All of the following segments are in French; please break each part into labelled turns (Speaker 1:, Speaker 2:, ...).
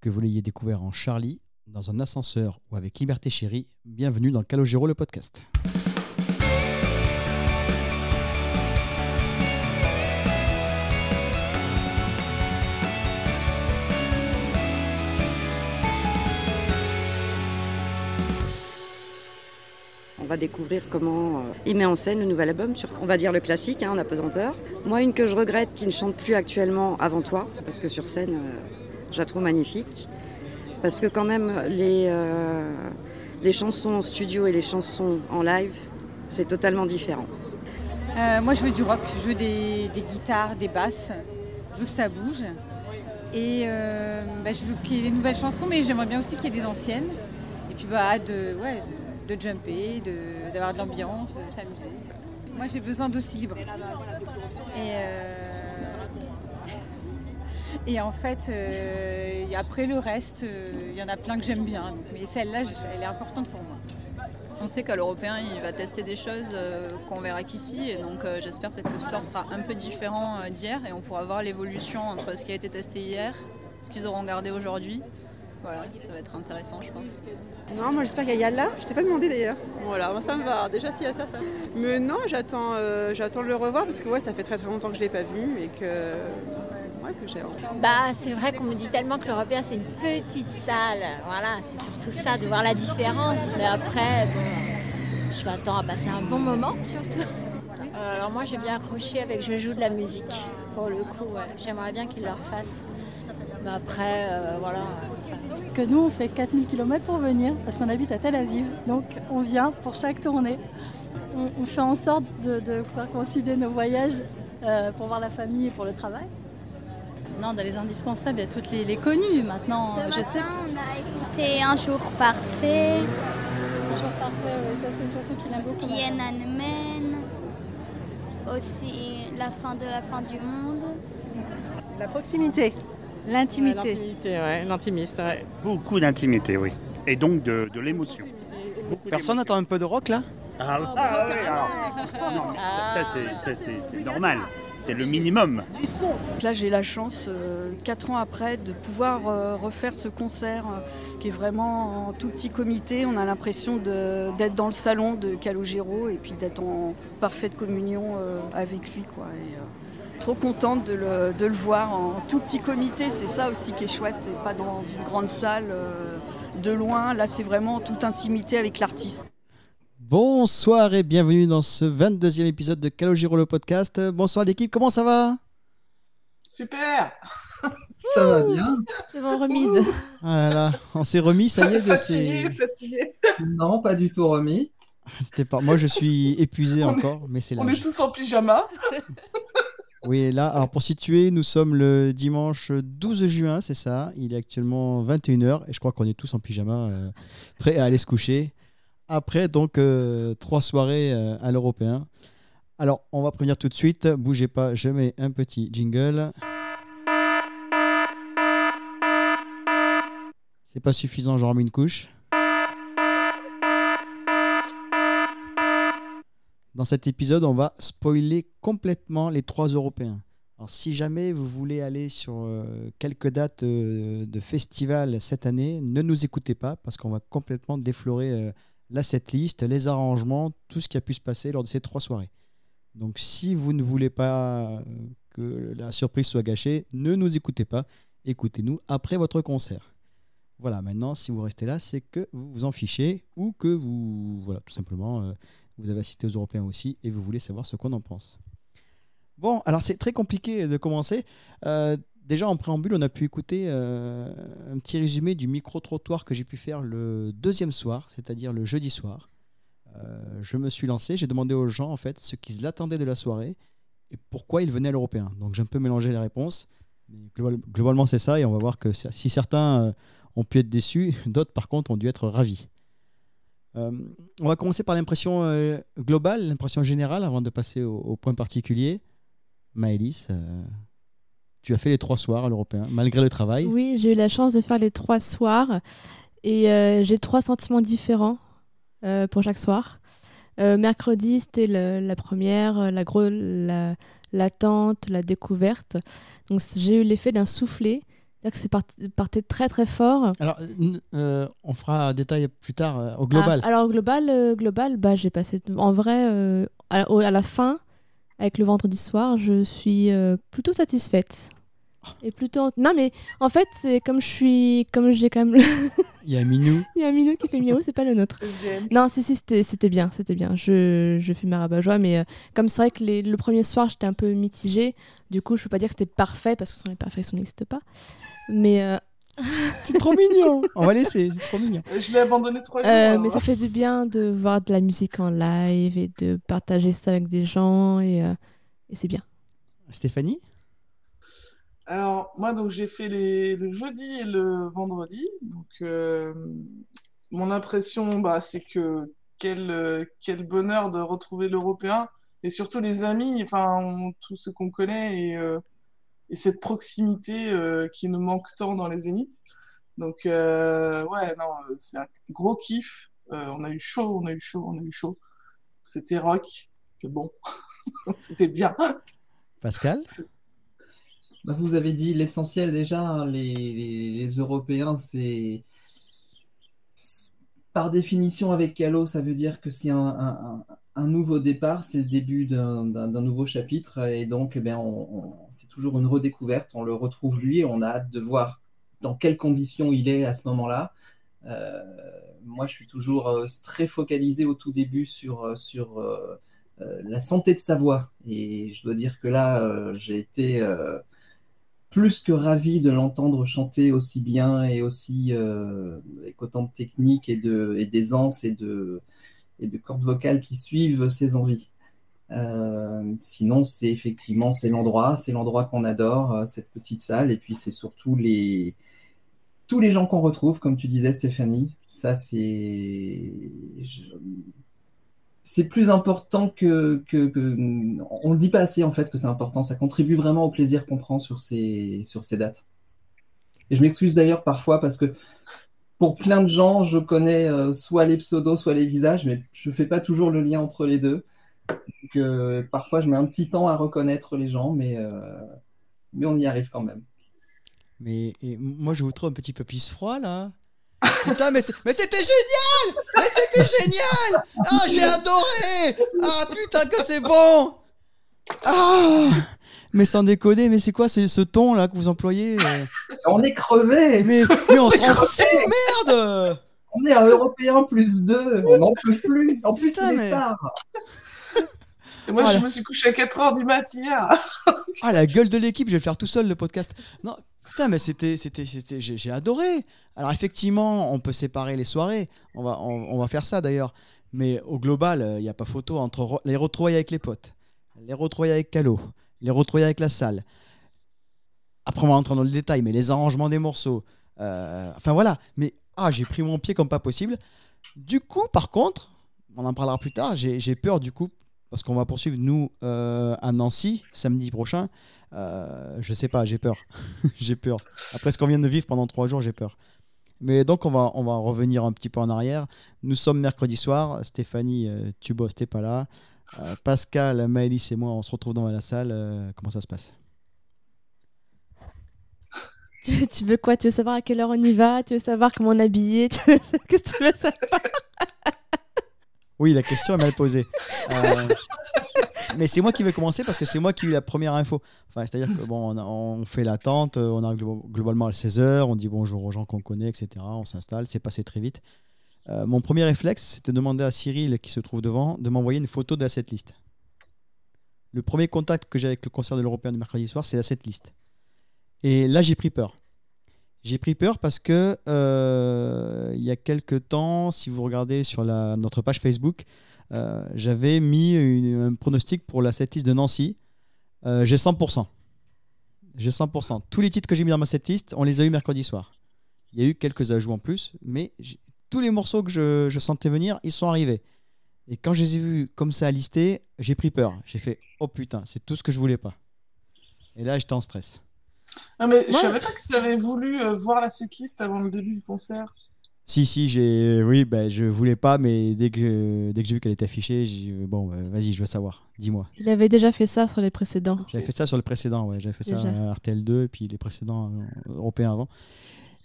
Speaker 1: Que vous l'ayez découvert en Charlie, dans un ascenseur ou avec Liberté Chérie, bienvenue dans Calogero le podcast.
Speaker 2: On va découvrir comment euh, il met en scène le nouvel album sur, on va dire le classique, hein, en apesanteur. Moi, une que je regrette, qui ne chante plus actuellement avant toi, parce que sur scène, euh, je la trouve magnifique. Parce que quand même, les, euh, les chansons en studio et les chansons en live, c'est totalement différent.
Speaker 3: Euh, moi, je veux du rock, je veux des, des guitares, des basses, je veux que ça bouge. Et euh, bah, je veux qu'il y ait des nouvelles chansons, mais j'aimerais bien aussi qu'il y ait des anciennes. Et puis, bah, hâte de, ouais, de, de jumper, de- d'avoir de, l'ambiance, de s'amuser. Moi, j'ai besoin d'aussi libre. Et, euh, et en fait, euh, et après le reste, euh, il y en a plein que j'aime bien. Mais celle-là, je- elle est importante pour moi.
Speaker 4: On sait qu'à l'européen, il va tester des choses euh, qu'on verra qu'ici. Et donc, euh, j'espère peut-être que ce soir sera un peu différent euh, d'hier et on pourra voir l'évolution entre ce qui a été testé hier, ce qu'ils auront gardé aujourd'hui. Voilà, ça va être intéressant, je pense.
Speaker 5: Non, moi j'espère qu'il y a Yalla. Je t'ai pas demandé d'ailleurs. Voilà, moi ça me va. Déjà s'il y a ça, ça. me va. Mais non, j'attends, euh, j'attends de le revoir parce que ouais, ça fait très très longtemps que je l'ai pas vu et que ouais, que j'ai. envie.
Speaker 6: Bah, c'est vrai qu'on me dit tellement que l'Européen c'est une petite salle. Voilà, c'est surtout ça, de voir la différence. Mais après, bon, je m'attends à passer un bon moment surtout. Euh, alors moi j'ai bien accroché avec Je joue de la musique. Pour le coup, ouais. j'aimerais bien qu'ils le refassent. Mais après, euh, voilà.
Speaker 7: que nous, on fait 4000 km pour venir parce qu'on habite à Tel Aviv. Donc, on vient pour chaque tournée. On, on fait en sorte de, de pouvoir concilier nos voyages euh, pour voir la famille et pour le travail. Non, dans les indispensables, il y a toutes les, les connues maintenant.
Speaker 8: Ce
Speaker 7: je sais.
Speaker 8: matin, on a écouté Un jour parfait,
Speaker 7: Bonjour parfait, ouais, ça c'est une chanson qu'il aime beaucoup.
Speaker 8: Tien Anmen, aussi La fin de la fin du monde.
Speaker 9: La proximité, l'intimité.
Speaker 5: L'intimité, ouais, l'intimiste, ouais.
Speaker 10: Beaucoup d'intimité, oui. Et donc de, de l'émotion.
Speaker 11: Personne n'attend un peu de rock là
Speaker 10: Ah, ah, oui, alors. Non, mais ça, c'est- ça, c'est c'est normal. C'est le minimum.
Speaker 9: Là, j'ai la chance, euh, quatre ans après, de pouvoir euh, refaire ce concert euh, qui est vraiment en tout petit comité. On a l'impression de- d'être dans le salon de Calogero et puis d'être en parfaite communion euh, avec lui. Quoi. Et, euh, trop contente de le, de le voir en tout petit comité. C'est ça aussi qui est chouette, et pas dans une grande salle euh, de loin. Là, c'est vraiment en toute intimité avec l'artiste.
Speaker 1: Bonsoir et bienvenue dans ce 22e épisode de Calogiro le podcast. Euh, Bonsoir l'équipe, comment ça va
Speaker 11: Super
Speaker 12: Ça va bien
Speaker 13: Devant remise.
Speaker 1: Ah là là, on s'est remis, ça y est, de ces...
Speaker 12: Fatigué, fatigué. Non, pas du tout remis.
Speaker 1: C'était pas... Moi je suis épuisé
Speaker 12: On est-
Speaker 1: encore, mais c'est là.
Speaker 12: On est tous en pyjama.
Speaker 1: Oui, et là, alors pour situer, nous sommes le dimanche 12 juin, c'est ça. Il est actuellement 21h et je crois qu'on est tous en pyjama, euh, prêts à aller se coucher. Après, donc, euh, trois soirées euh, à l'européen. Alors, on va prévenir tout de suite, bougez pas, je mets un petit jingle. C'est pas suffisant, j'en remets une couche. Dans cet épisode, on va spoiler complètement les trois Européens. Alors, si jamais vous voulez aller sur euh, quelques dates euh, de festivals cette année, ne nous écoutez pas parce qu'on va complètement déflorer euh, la setlist, les arrangements, tout ce qui a pu se passer lors de ces trois soirées. Donc, si vous ne voulez pas euh, que la surprise soit gâchée, ne nous écoutez pas. Écoutez-nous après votre concert. Voilà, maintenant, si vous restez là, c'est que vous vous en fichez ou que vous, voilà, tout simplement, euh, vous avez assisté aux Européens aussi et vous voulez savoir ce qu'on en pense. Bon, alors c'est très compliqué de commencer. Euh, déjà en préambule, on a pu écouter euh, un petit résumé du micro-trottoir que j'ai pu faire le deuxième soir, c'est-à-dire le jeudi soir. Euh, je me suis lancé, j'ai demandé aux gens en fait ce qu'ils attendaient de la soirée et pourquoi ils venaient à l'Européen. Donc j'ai un peu mélangé les réponses. Mais global- globalement, c'est ça et on va voir que si certains euh, ont pu être déçus, d'autres par contre ont dû être ravis. Euh, on va commencer par l'impression euh, globale, l'impression générale, avant de passer au, au point particulier. Maëlys, euh, tu as fait les trois soirs à l'Européen, malgré le travail.
Speaker 13: Oui, j'ai eu la chance de faire les trois soirs et euh, j'ai trois sentiments différents euh, pour chaque soir. Euh, mercredi, c'était le- la première, euh, la gro- la- l'attente, la, découverte. Donc c- j'ai eu l'effet d'un soufflet, c'est-à-dire
Speaker 9: C'est-à-dire que c'est parti- partait très très fort.
Speaker 1: Alors, n- euh, on fera un détail plus tard euh, au global.
Speaker 9: Ah, alors au global, euh, global bah, j'ai passé en vrai euh, à, la- au- à la fin avec le vendredi soir, je suis euh, plutôt satisfaite. Et plutôt non mais en fait, c'est comme je suis comme j'ai quand même le-
Speaker 1: Il y a Minou.
Speaker 9: il y a un minou qui fait miaou, c'est pas le nôtre. Non, si si, c'était c'était bien, c'était bien. Je je fais ma rabat-joie mais euh, comme c'est vrai que les- le premier soir, j'étais un peu mitigée, du coup, je peux pas dire que c'était parfait parce que sans les perfections n'existe pas. Mais euh,
Speaker 1: c'est trop mignon. On va laisser, c'est trop mignon.
Speaker 14: Je l'ai abandonné trois jours.
Speaker 9: Euh,
Speaker 14: alors.
Speaker 9: mais ça fait du bien de voir de la musique en live et de partager ça avec des gens et, euh, et c'est bien.
Speaker 1: Stéphanie
Speaker 14: Alors, moi, donc, j'ai fait les, le jeudi et le vendredi. Donc, euh, mon impression, bah, c'est que quel, euh, quel bonheur de retrouver l'Européen et surtout les amis, enfin, on- tous ceux qu'on connaît et, euh, et cette proximité euh, qui nous manque tant dans les zéniths. Donc, euh, ouais, non, euh, c'est un gros kiff. Euh, on a eu chaud, on a eu chaud, on a eu chaud. C'était rock, c'était bon, c'était bien.
Speaker 1: Pascal
Speaker 5: Bah, vous avez dit l'essentiel déjà, hein, les, les- les Européens, c'est c'est- par définition avec Calo, ça veut dire que c'est un, un- un- un nouveau départ, c'est le début d'un d'un- d'un nouveau chapitre, et donc eh ben, on- on- c'est toujours une redécouverte, on le retrouve lui, et on a hâte de voir dans quelles conditions il est à ce moment-là. Euh, moi, je suis toujours euh, très focalisé au tout début sur, euh, sur euh, euh, la santé de sa voix. Et je dois dire que là, euh, j'ai été euh, plus que ravi de l'entendre chanter aussi bien et aussi euh, avec autant de technique et de- et d'aisance et de, et de cordes vocales qui suivent ses envies. Euh, sinon, c'est effectivement c'est l'endroit, c'est l'endroit qu'on adore, euh, cette petite salle, et puis c'est surtout les tous les gens qu'on retrouve, comme tu disais Stéphanie. Ça c'est je- c'est plus important que, que, que- on le dit pas assez en fait que c'est important. Ça contribue vraiment au plaisir qu'on prend sur ces sur ces dates. Et je m'excuse d'ailleurs parfois parce que pour plein de gens, je connais euh, soit les pseudos, soit les visages, mais je fais pas toujours le lien entre les deux. Donc, euh, parfois, je mets un petit temps à reconnaître les gens, mais, euh, mais on y arrive quand même.
Speaker 1: Mais et moi, je vous trouve un petit peu pisse froid là. Putain, mais, c'est- mais c'était génial! Mais c'était génial! Ah, j'ai adoré! Ah, putain, que c'est bon! Ah! Mais sans déconner, mais c'est quoi ce, ce ton là que vous employez? Euh,
Speaker 5: On est crevé!
Speaker 1: Mais, mais on s'en fout, merde!
Speaker 5: On est un Européen plus deux, on n'en peut plus. En plus,
Speaker 14: Putain,
Speaker 5: il est
Speaker 14: mais-
Speaker 5: tard.
Speaker 14: Et moi,
Speaker 1: Voilà.
Speaker 14: je me suis couché à 4h du matin hier.
Speaker 1: Ah, la gueule de l'équipe, je vais le faire tout seul le podcast. Non, putain, mais c'était, c'était, c'était, j'ai, j'ai adoré. Alors, effectivement, on peut séparer les soirées. On va, on, on va faire ça d'ailleurs. Mais au global, il n'y a pas photo entre re- les retrouvailles avec les potes, les retrouvailles avec Calo, les retrouvailles avec la salle. Après, on va rentrer dans le détail, mais les arrangements des morceaux. euh, enfin, voilà. Mais, ah, j'ai pris mon pied comme pas possible. Du coup, par contre, on en parlera plus tard. J'ai j'ai peur du coup parce qu'on va poursuivre nous euh, à Nancy samedi prochain. Euh, je sais pas, j'ai peur, j'ai peur. Après ce qu'on vient de vivre pendant trois jours, j'ai peur. Mais donc on va on va revenir un petit peu en arrière. Nous sommes mercredi soir. Stéphanie, euh, tu bosses, t'es pas là. Euh, Pascal, Maëlys et moi, on se retrouve dans la salle. Euh, comment ça se passe
Speaker 9: Tu, tu veux quoi Tu veux savoir à quelle heure on y va Tu veux savoir comment on est habillé Tu veux- Qu'est-ce que tu veux savoir
Speaker 1: Oui, la question est mal posée. Euh, mais c'est moi qui vais commencer parce que c'est moi qui ai eu la première info. Enfin, C'est-à-dire que bon, on, a- on fait l'attente, euh, on arrive glo- globalement à 16h, on dit bonjour aux gens qu'on connaît, etc. On s'installe, c'est passé très vite. Euh, mon premier réflexe, c'est de demander à Cyril, qui se trouve devant, de m'envoyer une photo de la setlist. Le premier contact que j'ai avec le concert de l'Européen du mercredi soir, c'est la setlist. Et là, j'ai pris peur. J'ai pris peur parce que euh, il y a quelques temps, si vous regardez sur la- notre page Facebook, euh, j'avais mis une- un pronostic pour la setlist de Nancy. Euh, j'ai 100%. J'ai 100%. Tous les titres que j'ai mis dans ma setlist, on les a eu mercredi soir. Il y a eu quelques ajouts en plus, mais j'ai- tous les morceaux que je, je sentais venir, ils sont arrivés. Et quand je les ai vus comme ça listés, j'ai pris peur. J'ai fait oh putain, c'est tout ce que je voulais pas. Et là, j'étais en stress.
Speaker 14: Non, mais je
Speaker 1: Ouais.
Speaker 14: savais pas que tu avais voulu euh, voir la setlist avant le début du concert.
Speaker 1: Si, si, j'ai. Oui, ben, je voulais pas, mais dès que, dès que j'ai vu qu'elle était affichée, j'ai bon, euh, vas-y, je veux savoir. Dis-moi.
Speaker 9: Il avait déjà fait ça sur les précédents.
Speaker 1: J'avais fait ça sur le précédent, ouais. J'avais fait ça
Speaker 9: Déjà.
Speaker 1: à RTL 2 et puis les précédents euh, européens avant.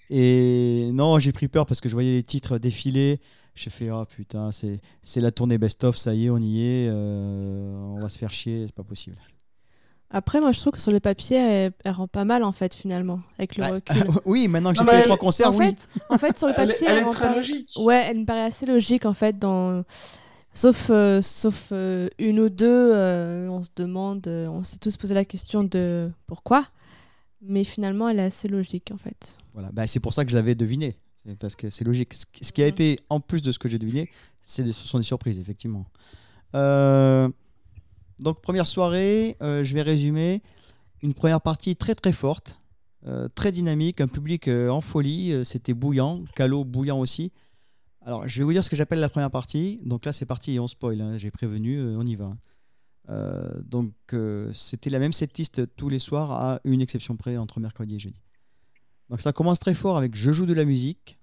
Speaker 1: Et non, j'ai pris peur parce que je voyais les titres défiler. J'ai fait, oh putain, c'est c'est la tournée best-of, ça y est, on y est, euh, on va se faire chier, c'est pas possible.
Speaker 9: Après, moi, je trouve que sur le papier, elle, elle rend pas mal, en fait, finalement, avec le recul.
Speaker 1: oui, maintenant que j'ai fait les trois concerts,
Speaker 9: en
Speaker 1: oui.
Speaker 9: Fait, en fait, sur le
Speaker 1: Elle est-
Speaker 9: papier,
Speaker 1: elle est
Speaker 9: rend
Speaker 1: très
Speaker 9: pas-
Speaker 1: logique.
Speaker 9: Ouais, elle me paraît assez logique, en fait, dans... Sauf, euh, sauf euh, une ou deux, euh, on se demande, euh, on s'est tous posé la question de pourquoi. Mais finalement, elle est assez logique, en fait.
Speaker 1: Voilà, bah, c'est pour ça que je l'avais deviné. C'est Parce que c'est logique. Ce qui- ce qui a été, en plus de ce que j'ai deviné, c'est des- ce sont des surprises, effectivement. Euh, donc, première soirée, euh, je vais résumer. Une première partie très très forte, euh, très dynamique, un public euh, en folie. euh, C'était bouillant, Calo bouillant aussi. Alors, je vais vous dire ce que j'appelle la première partie. Donc là, c'est parti et on spoil. hein. J'ai prévenu, euh, on y va. Euh, donc, euh, c'était la même setlist tous les soirs, à une exception près, entre mercredi et jeudi. Donc ça commence très fort avec Je joue de la musique,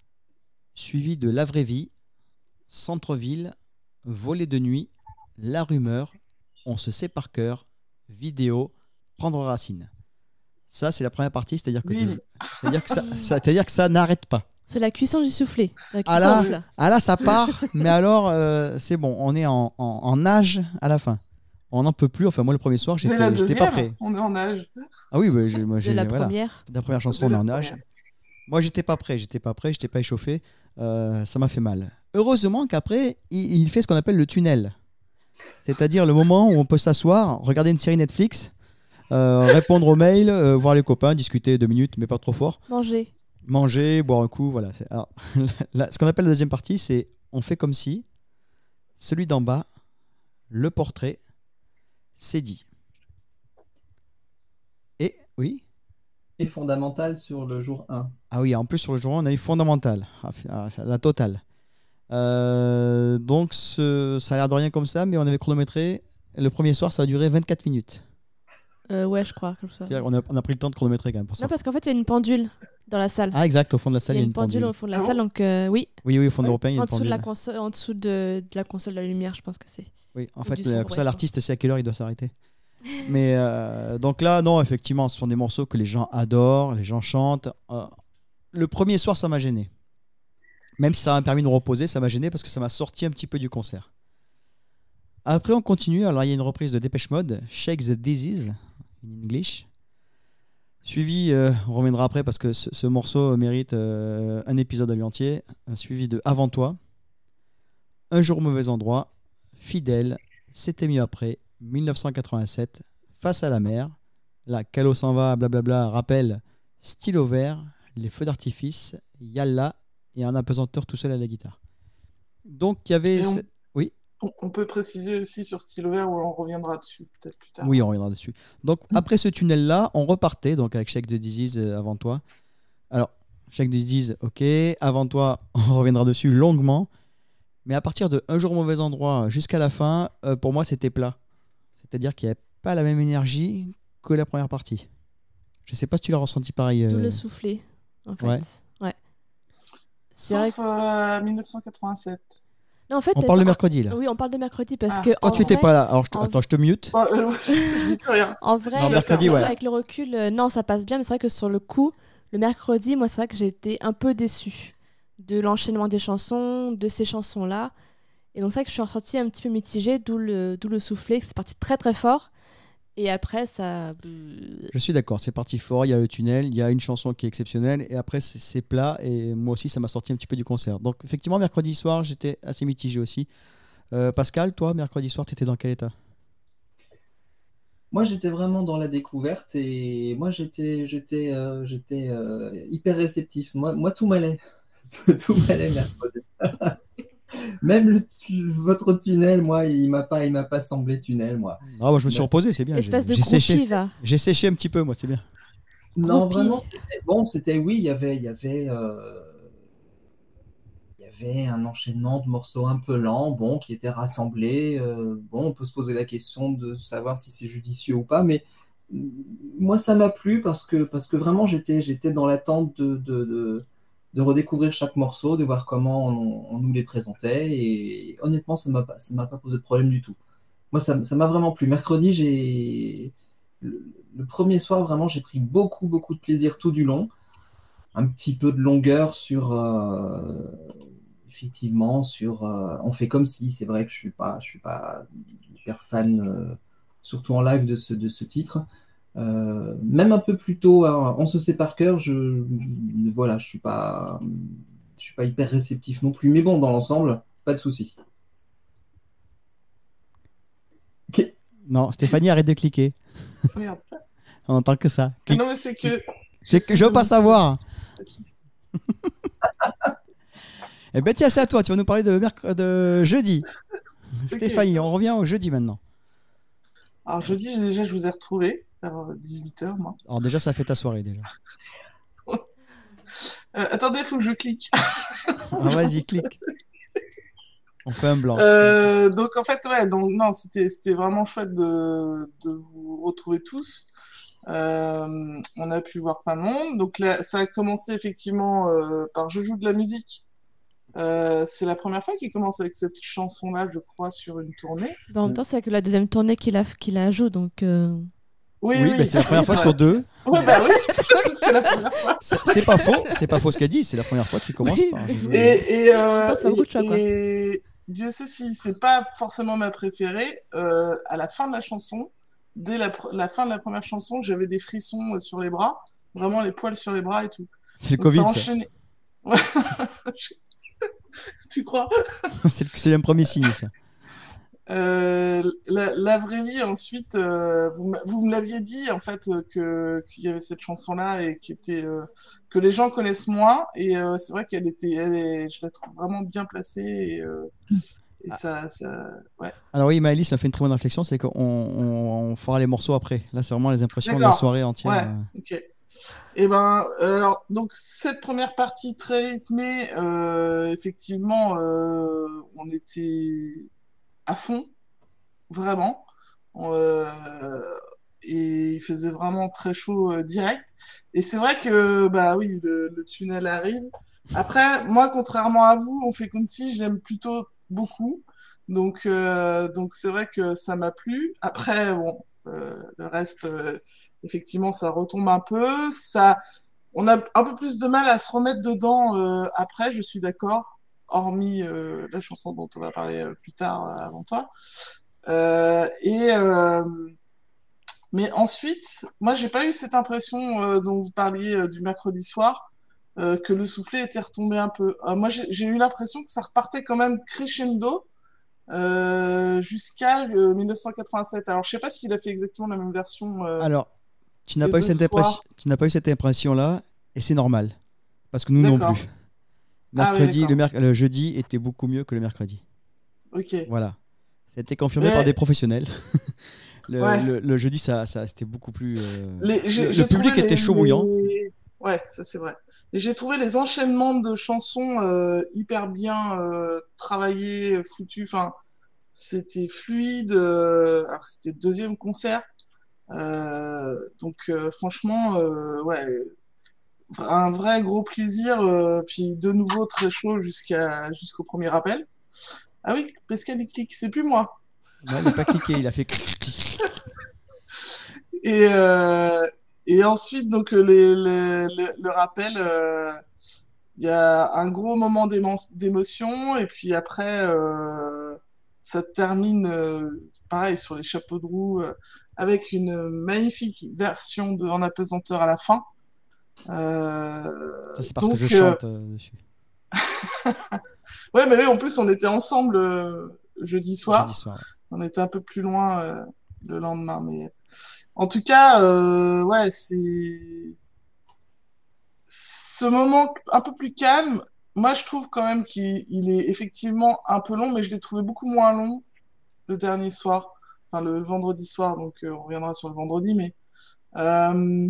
Speaker 1: suivi de La vraie vie, Centre-ville, Voler de nuit, La rumeur, On se sait par cœur, Vidéo, Prendre racine. Ça, c'est la première partie, c'est-à-dire que,
Speaker 9: Bim.
Speaker 1: c'est-à-dire que ça- ça- c'est-à-dire que ça n'arrête pas.
Speaker 9: C'est la cuisson du soufflé. la
Speaker 1: Ah là,
Speaker 9: cuisson.
Speaker 1: ah là, ça part, mais alors, euh, c'est bon, on est en, en- en âge à la fin. On n'en peut plus. Enfin, moi, le premier soir,
Speaker 5: Dès
Speaker 1: j'étais
Speaker 5: la
Speaker 1: j'étais pas prêt.
Speaker 5: deuxième, on est en âge.
Speaker 1: Ah oui, bah, j'ai- moi,
Speaker 5: De
Speaker 1: j'ai-
Speaker 5: la
Speaker 1: voilà.
Speaker 5: première.
Speaker 1: De la première chanson, on est en âge. Moi, j'étais pas prêt, j'étais pas prêt, j'étais pas échauffé. Euh, ça m'a fait mal. Heureusement qu'après, il, il fait ce qu'on appelle le tunnel. C'est-à-dire le moment où on peut s'asseoir, regarder une série Netflix, euh, répondre aux mails, euh, voir les copains, discuter deux minutes, mais pas trop fort
Speaker 9: Manger.
Speaker 1: manger, boire un coup, voilà. C'est- alors, là, ce qu'on appelle la deuxième partie, c'est on fait comme si, celui d'en bas, le portrait, c'est dit. Et oui
Speaker 6: Et fondamental sur le jour 1.
Speaker 1: Ah oui, en plus sur le jour, on a eu fondamental, Ah, f- ah, ça- la totale. Euh, donc ce- ça a l'air de rien comme ça, mais on avait chronométré, le premier soir ça a duré 24 minutes.
Speaker 9: Euh, ouais, je crois, comme ça.
Speaker 1: C'est-à-dire qu'on a, on a pris le temps de chronométrer quand même pour ça.
Speaker 9: Non, parce qu'en fait, il y a une pendule dans la salle.
Speaker 1: Ah exact, au fond de la salle,
Speaker 9: il y a une pendule au fond
Speaker 1: Ah
Speaker 9: de la salle, donc euh, oui.
Speaker 1: Oui, oui, au fond de l'Européen, il y a
Speaker 9: en
Speaker 1: une
Speaker 9: dessous, de
Speaker 1: pendule.
Speaker 9: la, console, en dessous de, de la console de la lumière, je pense que c'est.
Speaker 1: Oui, en
Speaker 9: Ou
Speaker 1: fait,
Speaker 9: du
Speaker 1: euh,
Speaker 9: sombre,
Speaker 1: comme
Speaker 9: ouais,
Speaker 1: ça,
Speaker 9: je
Speaker 1: l'artiste sait à quelle heure il doit s'arrêter. Mais euh, donc là, non, effectivement, ce sont des morceaux que les gens adorent, les gens chantent. Euh, le premier soir, ça m'a gêné. Même si ça m'a permis de me reposer, ça m'a gêné parce que ça m'a sorti un petit peu du concert. Après, on continue. Alors, il y a une reprise de Dépêche Mode, Shake the Disease, in English. Suivi, euh, on reviendra après parce que ce, ce morceau mérite euh, un épisode à lui entier. Un Suivi de Avant toi, Un jour au mauvais endroit, Fidèle, C'était mieux après, 1987, Face à la mer, La Calo s'en va, blablabla, Rappel, Stylo vert, Les feux d'artifice, Yalla et un apesanteur tout seul à la guitare. Donc il y avait.
Speaker 5: Et on-
Speaker 1: ce- Oui.
Speaker 5: On, on peut préciser aussi sur Stylo Vert, où on reviendra dessus peut-être plus tard. Mm.
Speaker 1: Oui, on reviendra dessus. Donc, après ce tunnel-là, on repartait donc avec Shake the Disease euh, avant toi. Alors, Shake the Disease, ok. Avant toi, on reviendra dessus longuement. Mais à partir de Un jour au mauvais endroit jusqu'à la fin, euh, pour moi, c'était plat. C'est-à-dire qu'il n'y avait pas la même énergie que la première partie. Je sais pas si tu l'as ressenti pareil.
Speaker 9: D'où
Speaker 1: euh,
Speaker 9: le soufflé, en fait.
Speaker 1: ouais.
Speaker 9: Ouais. C'est vrai
Speaker 5: Sauf euh, 1987.
Speaker 9: Non, en fait,
Speaker 1: On
Speaker 9: elles
Speaker 1: parle de
Speaker 9: sont-
Speaker 1: mercredi, là.
Speaker 9: Oui, on parle de mercredi parce
Speaker 5: Ah.
Speaker 9: que.
Speaker 1: Oh,
Speaker 9: en
Speaker 1: tu n'étais
Speaker 9: vrai-
Speaker 1: pas là. Alors, je te-
Speaker 9: en-
Speaker 1: attends, je te mute.
Speaker 14: Oh,
Speaker 9: En vrai,
Speaker 1: Non, mercredi, ouais.
Speaker 9: avec le recul, euh, non, ça passe bien, mais c'est vrai que sur le coup, le mercredi, moi, c'est vrai que j'ai été un peu déçue de l'enchaînement des chansons, de ces chansons-là. Et donc, c'est vrai que je suis ressortie un petit peu mitigée, d'où le, d'où le soufflet, que c'est parti très très fort. Et après, ça. euh,
Speaker 1: Je suis d'accord, c'est parti fort, il y a le tunnel, il y a une chanson qui est exceptionnelle, et après c'est- c'est plat, et moi aussi ça m'a sorti un petit peu du concert. Donc effectivement, mercredi soir, j'étais assez mitigé aussi. Euh, Pascal, toi, mercredi soir, t'étais dans quel état
Speaker 6: Moi, j'étais vraiment dans la découverte et moi, j'étais, j'étais, euh, j'étais euh, hyper réceptif. Moi, moi, tout m'allait. tout m'allait mercredi. Même le tu- votre tunnel, moi, il m'a pas, il m'a pas semblé tunnel, moi.
Speaker 1: Ah, moi je me suis
Speaker 6: Bah,
Speaker 1: reposé, c'est bien. j'ai-
Speaker 9: Espèce de
Speaker 1: j'ai séché.
Speaker 9: groupie, va.
Speaker 1: J'ai séché un petit peu, moi, c'est bien.
Speaker 6: Non,
Speaker 9: Groupie.
Speaker 6: vraiment, c'était bon, c'était oui, il y avait, il y avait, euh, il y avait un enchaînement de morceaux un peu lents, bon, qui étaient rassemblés. euh, bon, on peut se poser la question de savoir si c'est judicieux ou pas, mais mm, moi, ça m'a plu parce que, parce que vraiment, j'étais, j'étais dans l'attente de, de, de- de redécouvrir chaque morceau, de voir comment on, on nous les présentait. Et honnêtement, ça m'a pas- ça m'a pas posé de problème du tout. Moi, ça m- ça m'a vraiment plu. Mercredi, j'ai le, le premier soir, vraiment, j'ai pris beaucoup, beaucoup de plaisir tout du long. Un petit peu de longueur sur, euh, effectivement, sur. euh, on fait comme si. C'est vrai que je suis pas, je suis pas hyper fan, euh, surtout en live de ce, de ce titre. Euh, même un peu plus tôt, hein, on se sait par cœur. Je, voilà, je suis pas, je suis pas hyper réceptif non plus. Mais bon, dans l'ensemble, pas de souci.
Speaker 1: Non, Stéphanie, arrête de cliquer.
Speaker 5: Merde.
Speaker 1: On entend que ça.
Speaker 5: Mais
Speaker 1: Clique.
Speaker 5: Ah non, mais c'est que.
Speaker 1: C'est que je veux pas savoir. Eh ben tiens, c'est à toi. Tu vas nous parler de, merc- de jeudi. Stéphanie, on revient au jeudi maintenant.
Speaker 5: Alors, jeudi, j'ai- déjà, je vous ai retrouvé vers 18h, moi.
Speaker 1: Alors déjà, ça fait ta soirée déjà.
Speaker 5: Euh, attendez, faut que je clique.
Speaker 1: Ah, vas-y, clique. On fait un blanc.
Speaker 5: Euh, donc en fait, ouais, donc non, c'était c'était vraiment chouette de, de vous retrouver tous. Euh, on a pu voir plein de monde. Donc là, ça a commencé effectivement euh, par Je joue de la musique. Euh, c'est la première fois qu'il commence avec cette chanson-là, je crois, sur une tournée.
Speaker 9: Bah, en
Speaker 1: Mm.
Speaker 9: même temps, c'est que la deuxième tournée qu'il a, qu'il a joue, donc. euh,
Speaker 5: Oui,
Speaker 1: Oui, bah, c'est la première fois sur deux.
Speaker 5: Ouais, bah oui, c'est la première fois.
Speaker 1: C'est c'est pas faux. C'est pas faux ce qu'elle dit. C'est la première fois qu'il commence
Speaker 5: Oui.
Speaker 1: par.
Speaker 5: Et, et, euh,
Speaker 9: Putain, ça fait beaucoup de choix, quoi.
Speaker 5: et- Dieu sait si c'est pas forcément ma préférée. euh, à la fin de la chanson, dès la, pr- la fin de la première chanson, j'avais des frissons euh, sur les bras, vraiment les poils sur les bras et tout.
Speaker 1: C'est le
Speaker 5: Donc,
Speaker 1: Covid, ça.
Speaker 5: enchaînait. Ouais. tu crois
Speaker 1: c'est le- c'est le premier signe ça.
Speaker 5: euh, la, la vraie vie, ensuite, euh, vous, m'a- vous me l'aviez dit en fait euh, que qu'il y avait cette chanson-là et qui était euh, que les gens connaissent moins et euh, c'est vrai qu'elle était, elle est- je la trouve vraiment bien placée et, euh, et ça, ça, ouais.
Speaker 1: Alors oui, Maëlys m'a fait une très bonne réflexion, c'est qu'on on, on fera les morceaux après. Là, c'est vraiment les impressions de la
Speaker 5: D'accord.
Speaker 1: soirée entière. euh.
Speaker 5: Ouais, ok. Et ben, euh, alors, donc, cette première partie très rythmée, euh, effectivement, euh, on était à fond, vraiment. On, euh, et il faisait vraiment très chaud euh, direct. Et c'est vrai que, bah oui, le, le tunnel arrive. Après, moi, contrairement à vous, on fait comme si je l'aime plutôt beaucoup. Donc, euh, donc c'est vrai que ça m'a plu. Après, bon, euh, le reste, euh, effectivement, ça retombe un peu. Ça, on a un peu plus de mal à se remettre dedans euh, après, je suis d'accord, hormis euh, la chanson dont on va parler euh, plus tard euh, avant toi. Euh, et euh, mais ensuite, moi, j'ai pas eu cette impression euh, dont vous parliez euh, du mercredi soir, euh, que le soufflet était retombé un peu. Euh, moi, j'ai j'ai eu l'impression que ça repartait quand même crescendo euh, jusqu'à euh, 1987. Alors, je sais pas s'il a fait exactement la même version. euh,
Speaker 1: Alors, tu n'as
Speaker 5: les
Speaker 1: pas, eu
Speaker 5: deux
Speaker 1: cette
Speaker 5: soirs.
Speaker 1: impression- tu n'as pas eu cette impression-là, et c'est normal, parce que nous non
Speaker 5: D'accord.
Speaker 1: plus.
Speaker 5: Ah oui,
Speaker 1: Mercredi, le,
Speaker 5: d'accord.
Speaker 1: merc- le jeudi était beaucoup mieux que le mercredi.
Speaker 5: Ok.
Speaker 1: Voilà. Ça a été confirmé
Speaker 5: Mais-
Speaker 1: par des professionnels. le,
Speaker 5: Ouais.
Speaker 1: le- le jeudi, ça, ça, c'était beaucoup plus. euh,
Speaker 5: Les- j'ai-
Speaker 1: le, le
Speaker 5: j'ai
Speaker 1: public
Speaker 5: trouvé
Speaker 1: était
Speaker 5: les-
Speaker 1: chaud bouillant.
Speaker 5: les- Ouais, ça c'est vrai. Et j'ai trouvé les enchaînements de chansons euh, hyper bien euh, travaillés, foutus. Enfin, c'était fluide. euh, alors c'était le deuxième concert. Euh, donc euh, franchement, euh, ouais, un vrai gros plaisir. euh, puis de nouveau très chaud jusqu'à jusqu'au premier rappel. Ah oui, Pascal il clique, c'est plus moi.
Speaker 1: Non, il n'a pas cliqué, il a fait. cric, cric.
Speaker 5: Et, euh, et ensuite, donc, euh, les, les- le, le rappel, euh, il y a un gros moment d'émo- d'émotion, et puis après, euh, ça termine, euh, pareil, sur les chapeaux de roue, euh, avec une magnifique version de En apesanteur à la fin. Euh,
Speaker 1: Ça, c'est parce que
Speaker 5: donc,
Speaker 1: je
Speaker 5: euh,
Speaker 1: chante euh, dessus.
Speaker 5: Ouais, mais oui, en plus, on était ensemble euh, jeudi soir.
Speaker 1: Jeudi soir, ouais.
Speaker 5: On était un peu plus loin euh, le lendemain. Mais... En tout cas, euh, ouais, c'est. Ce moment un peu plus calme, moi, je trouve quand même qu'il il est effectivement un peu long, mais je l'ai trouvé beaucoup moins long le dernier soir. Enfin, le vendredi soir, donc euh, on reviendra sur le vendredi, mais. euh,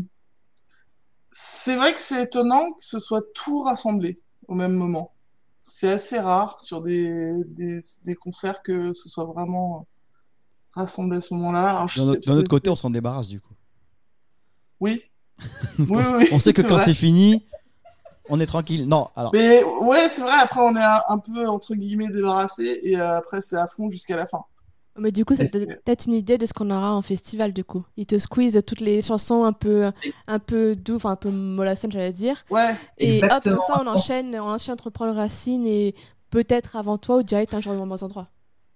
Speaker 5: C'est vrai que c'est étonnant que ce soit tout rassemblé au même moment c'est assez rare sur des, des, des concerts que ce soit vraiment rassemblé à ce moment-là. Alors, je
Speaker 1: D'un
Speaker 5: sais-
Speaker 1: autre- D'un autre
Speaker 5: c'est-
Speaker 1: côté, on s'en débarrasse du coup.
Speaker 5: Oui.
Speaker 1: on,
Speaker 5: oui, oui,
Speaker 1: on sait que
Speaker 5: c'est
Speaker 1: quand
Speaker 5: vrai.
Speaker 1: c'est fini, on est tranquille. Non, alors.
Speaker 5: Mais ouais, c'est vrai, après on est un, un peu entre guillemets débarrassé et euh, après c'est à fond jusqu'à la fin.
Speaker 9: Mais du coup, c'est
Speaker 5: Est-ce que-
Speaker 9: peut-être une idée de ce qu'on aura en festival, du coup. Ils te squeezent toutes les chansons un peu, un peu doux, enfin un peu mollasson, j'allais dire.
Speaker 5: Ouais.
Speaker 9: Et
Speaker 5: Exactement.
Speaker 9: hop, comme ça, on enchaîne, on enchaîne entre Prendre Racine et peut-être avant toi ou direct hein, un jour de moment endroit.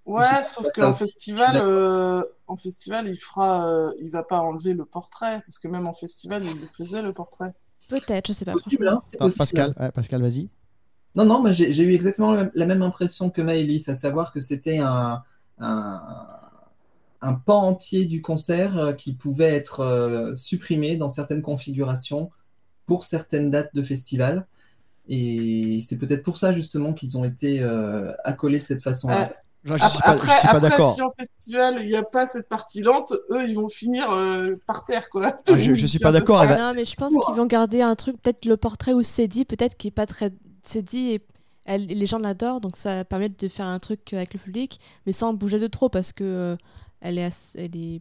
Speaker 5: Ouais, sauf qu'en
Speaker 9: ça.
Speaker 5: festival, euh, en festival, il fera, euh, il va pas enlever le portrait, parce que même en festival, il le faisait le portrait.
Speaker 9: Peut-être, je sais pas.
Speaker 6: hein, c'est
Speaker 1: Pa-
Speaker 6: possible.
Speaker 1: Pascal, ouais, Pascal vas-y.
Speaker 6: Non, non, mais j'ai j'ai eu exactement la, la même impression que Maëlys, à savoir que c'était un, un, un pan entier du concert euh, qui pouvait être euh, supprimé dans certaines configurations pour certaines dates de festival. Et c'est peut-être pour ça justement qu'ils ont été euh, accolés de cette façon-là.
Speaker 1: Là,
Speaker 5: Ap- après, après, si en festival, il n'y a pas cette partie lente, eux, ils vont finir euh, par terre, quoi. Tout le
Speaker 1: Ah, je-
Speaker 5: monde
Speaker 1: je suis
Speaker 5: vient
Speaker 1: pas
Speaker 5: de
Speaker 1: d'accord,
Speaker 5: se
Speaker 1: elle va-
Speaker 5: faire-
Speaker 9: Non, mais je pense qu'ils vont garder un truc, peut-être le portrait où c'est dit, peut-être qui est pas très. C'est dit et elle- les gens l'adorent, donc ça permet de faire un truc avec le public, mais sans bouger de trop parce que euh, elle est, ass- elle est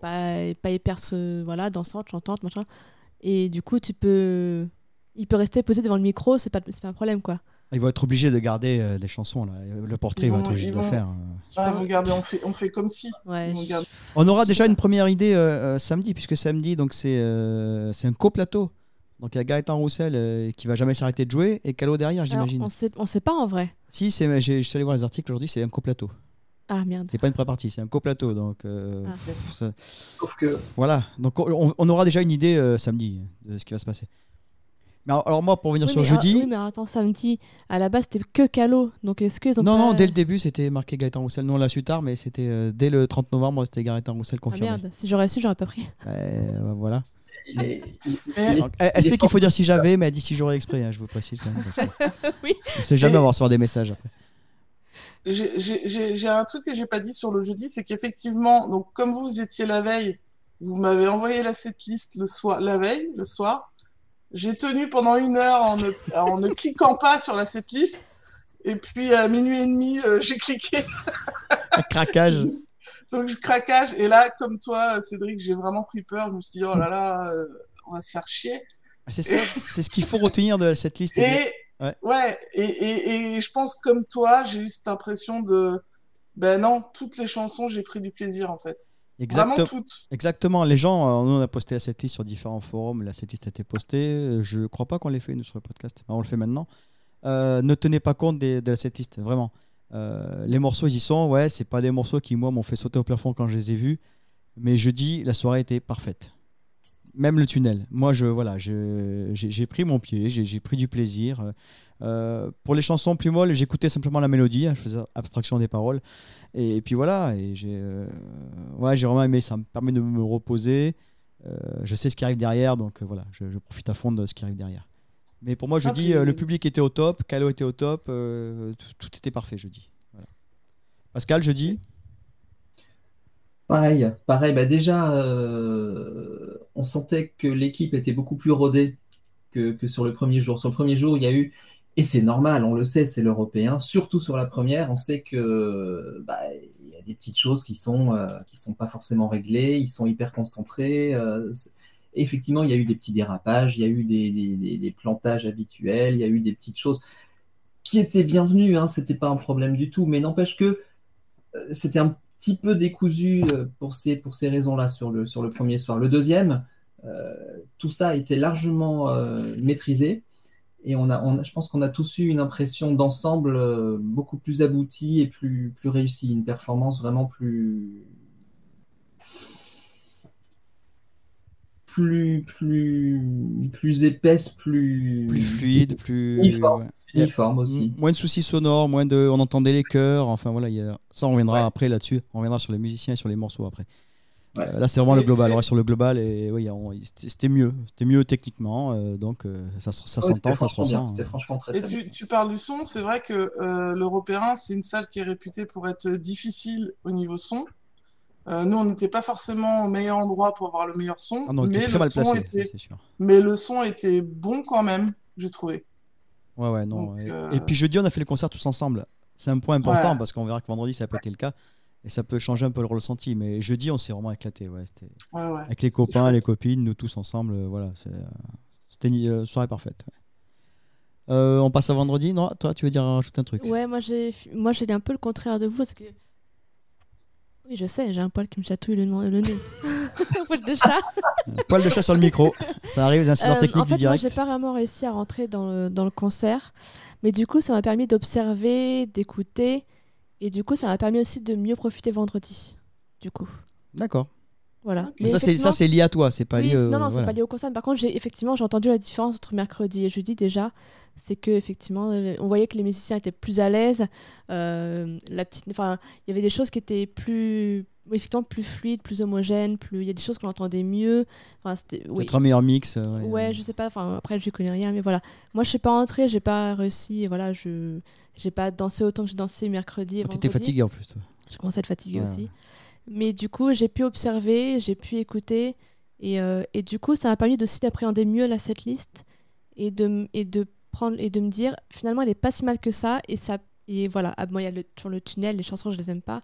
Speaker 9: pas, pas hyper ce, voilà, dansante, chantante, machin. Et du coup, tu peux. Il peut rester posé devant le micro, c'est pas, c'est pas un problème quoi.
Speaker 1: Ils vont être obligés de garder euh, les chansons. Là. Le portrait, ils vont, être obligés de le faire. hein.
Speaker 5: Ouais, ils vont garder, Ah, on fait, on fait comme si. Ils vont garder-
Speaker 1: On aura déjà une première idée euh, euh, samedi, puisque samedi, donc c'est euh, c'est un coplateau. Donc il y a Gaëtan Roussel euh, qui va jamais s'arrêter de jouer et Calo derrière,
Speaker 9: Alors,
Speaker 1: j'imagine.
Speaker 9: on sait, on sait pas en vrai.
Speaker 1: Si, c'est- mais j'ai- je suis allé voir les articles aujourd'hui, c'est un coplateau.
Speaker 9: Ah merde.
Speaker 1: C'est pas une pré-partie, c'est un coplateau. Donc, euh,
Speaker 9: Ah.
Speaker 1: pff, ça-
Speaker 6: Sauf que-
Speaker 1: Voilà, donc on, on aura déjà une idée euh, samedi de ce qui va se passer. Mais alors, alors moi, pour revenir
Speaker 9: Oui,
Speaker 1: sur
Speaker 9: mais,
Speaker 1: jeudi.
Speaker 9: ah, oui, mais attends, samedi, à la base c'était que Calo, donc est-ce qu'ils ont
Speaker 1: Non,
Speaker 9: pas-
Speaker 1: non, dès le début, c'était marqué Gaëtan Roussel. Nous, on l'a su tard, mais c'était euh, dès le 30 novembre, c'était Gaëtan Roussel
Speaker 9: Ah
Speaker 1: confirmé.
Speaker 9: merde, si j'aurais su, j'aurais pas pris.
Speaker 1: Euh, voilà. Eh,
Speaker 6: Il est- il- il est-
Speaker 1: Donc, elle elle
Speaker 6: il est
Speaker 1: sait qu'il faut
Speaker 6: fort.
Speaker 1: dire si j'avais, mais elle dit si j'aurais exprès, hein, je vous précise quand même. Parce que-
Speaker 9: Oui.
Speaker 1: On sait jamais, on va recevoir des messages après.
Speaker 5: J'ai- J'ai j'ai- j'ai un truc que j'ai pas dit sur le jeudi, c'est qu'effectivement, donc comme vous étiez la veille, vous m'avez envoyé la setlist le soir, la veille, le soir. J'ai tenu pendant une heure en ne, en ne cliquant pas sur la setlist, et puis à minuit et demi, euh, j'ai cliqué.
Speaker 1: Un craquage.
Speaker 5: Donc je craquage, et là, comme toi, Cédric, j'ai vraiment pris peur. Je me suis dit, oh là là, euh, on va se faire chier.
Speaker 1: Ah, C'est ça, c'est ce qu'il faut retenir de cette liste.
Speaker 5: Et
Speaker 1: Ouais.
Speaker 5: ouais, et, et, et je pense comme toi, j'ai eu cette impression de ben non, toutes les chansons, j'ai pris du plaisir en fait. Vraiment
Speaker 1: Exacte-
Speaker 5: toutes.
Speaker 1: Exactement. Les gens, euh, nous, on a posté la setlist sur différents forums. La setlist a été postée. Je crois pas qu'on l'ait fait nous sur le podcast. mais on le fait maintenant. Euh, ne tenez pas compte des- de la setlist, vraiment. Euh, les morceaux, ils y sont. Ouais, c'est pas des morceaux qui, moi, m'ont fait sauter au plafond quand je les ai vus. Mais jeudi, la soirée était parfaite. Même le tunnel. Moi, je voilà, je- j'ai j'ai pris mon pied, j'ai j'ai pris du plaisir. Euh, pour les chansons plus molles, j'écoutais simplement la mélodie, hein, je faisais abstraction des paroles. Et, puis voilà, et j'ai euh, ouais, j'ai vraiment aimé, ça me permet de me reposer. Euh, je sais ce qui arrive derrière, donc euh, voilà, je, je profite à fond de ce qui arrive derrière. Mais pour moi, je
Speaker 5: Ah,
Speaker 1: dis,
Speaker 5: puis-
Speaker 1: euh, le public était au top, Calo était au top, euh, tout, tout était parfait jeudi. Voilà. Pascal, jeudi
Speaker 6: Pareil, pareil. Bah déjà, euh, on sentait que l'équipe était beaucoup plus rodée que, que sur le premier jour. Sur le premier jour, il y a eu, et c'est normal, on le sait, c'est l'européen. Surtout sur la première, on sait que bah, il y a des petites choses qui sont euh, qui sont pas forcément réglées. Ils sont hyper concentrés. euh, c'est- effectivement, il y a eu des petits dérapages, il y a eu des, des- des- des plantages habituels, il y a eu des petites choses qui étaient bienvenues. Hein, c'était pas un problème du tout. Mais n'empêche que euh, c'était un petit peu décousu euh, pour ces, pour ces raisons-là sur le, sur le premier soir. Le deuxième, euh, tout ça a été largement euh, maîtrisé et on a, on a- je pense qu'on a tous eu une impression d'ensemble euh, beaucoup plus aboutie et plus, plus réussie, une performance vraiment plus, plus, plus, plus épaisse, plus,
Speaker 1: Plus fluide, plus.
Speaker 6: uniforme,
Speaker 1: ouais.
Speaker 6: uniforme aussi.
Speaker 1: M- Moins de soucis sonores, moins de. On entendait les chœurs, enfin voilà, il y a- ça on reviendra après là-dessus, on reviendra sur les musiciens et sur les morceaux après. Euh, là, c'est vraiment le
Speaker 5: Et
Speaker 1: global.
Speaker 5: c'est-
Speaker 1: On reste sur le global et oui, on- c'était c'était mieux. C'était mieux techniquement. euh, donc, euh, ça, se- ça
Speaker 6: Ouais,
Speaker 1: s'entend,
Speaker 6: c'était
Speaker 1: ça se
Speaker 6: franchement bien,
Speaker 1: ressent. hein.
Speaker 6: c'était franchement très,
Speaker 5: Et
Speaker 6: très
Speaker 5: tu, tu parles du son, c'est vrai que euh, l'Européen, c'est une salle qui est réputée pour être difficile au niveau son. Euh, nous, on n'était pas forcément au meilleur endroit pour avoir le meilleur son,
Speaker 1: Ah non, on était
Speaker 5: mais,
Speaker 1: très
Speaker 5: le
Speaker 1: mal
Speaker 5: son
Speaker 1: placé,
Speaker 5: était-
Speaker 1: ça, c'est sûr.
Speaker 5: mais le son était bon quand même, j'ai trouvé.
Speaker 1: Ouais, ouais, non.
Speaker 5: Donc,
Speaker 1: et,
Speaker 5: euh,
Speaker 1: et puis jeudi, on a fait le concert tous ensemble. C'est un point important
Speaker 5: Ouais.
Speaker 1: parce qu'on verra que vendredi, ça n'a pas été le cas. Et ça peut changer un peu le ressenti. Mais jeudi, on s'est vraiment éclaté. Ouais, c'était-
Speaker 5: Ouais, ouais,
Speaker 1: Avec les
Speaker 5: c'était
Speaker 1: copains, les copines, nous tous ensemble. euh, voilà, c'est, euh, c'était une euh, soirée parfaite. ouais. Euh, on passe à vendredi Non, toi, tu veux dire rajouter un truc
Speaker 9: Ouais, moi j'ai, moi j'ai un peu le contraire de vous parce que. Oui, je sais, j'ai un poil qui me chatouille le, no- le nez. un poil de chat.
Speaker 1: Euh, Poil de chat sur le micro. Ça arrive, les incidents
Speaker 9: Euh,
Speaker 1: techniques
Speaker 9: en fait,
Speaker 1: du direct.
Speaker 9: Moi, j'ai pas vraiment réussi à rentrer dans le, dans le concert, mais du coup, ça m'a permis d'observer, d'écouter, et du coup, ça m'a permis aussi de mieux profiter vendredi. Du coup,
Speaker 1: D'accord.
Speaker 9: voilà.
Speaker 1: Mais ça, c'est- ça, c'est lié à toi, c'est pas
Speaker 9: Oui,
Speaker 1: lié au-
Speaker 9: Non, non, c'est
Speaker 1: voilà.
Speaker 9: pas lié au concert. mais Par contre, j'ai effectivement j'ai entendu la différence entre mercredi et jeudi déjà, c'est que effectivement, euh, on voyait que les musiciens étaient plus à l'aise. euh, la petite, enfin, il y avait des choses qui étaient plus oui, effectivement plus fluides, plus homogènes, plus il y a des choses qu'on entendait mieux. Enfin, c'était oui.
Speaker 1: Peut-être un meilleur mix, euh, ouais.
Speaker 9: Ouais, je sais pas. Enfin, après, je connais rien, mais voilà. Moi, je suis pas entrée, j'ai pas réussi. et Voilà, je j'ai pas dansé autant que j'ai dansé mercredi. et
Speaker 1: Ah, T'étais
Speaker 9: vendredi.
Speaker 1: fatigué en plus, toi.
Speaker 9: Je commençais à être fatiguée
Speaker 1: Ouais, ouais.
Speaker 9: aussi. Mais du coup, j'ai pu observer, j'ai pu écouter, et, euh, et du coup, ça m'a permis aussi d'appréhender mieux la setlist et de m- et de prendre et de me dire finalement, elle est pas si mal que ça. Et ça et voilà. Ah, bon, il y a le, sur le tunnel, les chansons, je les aime pas,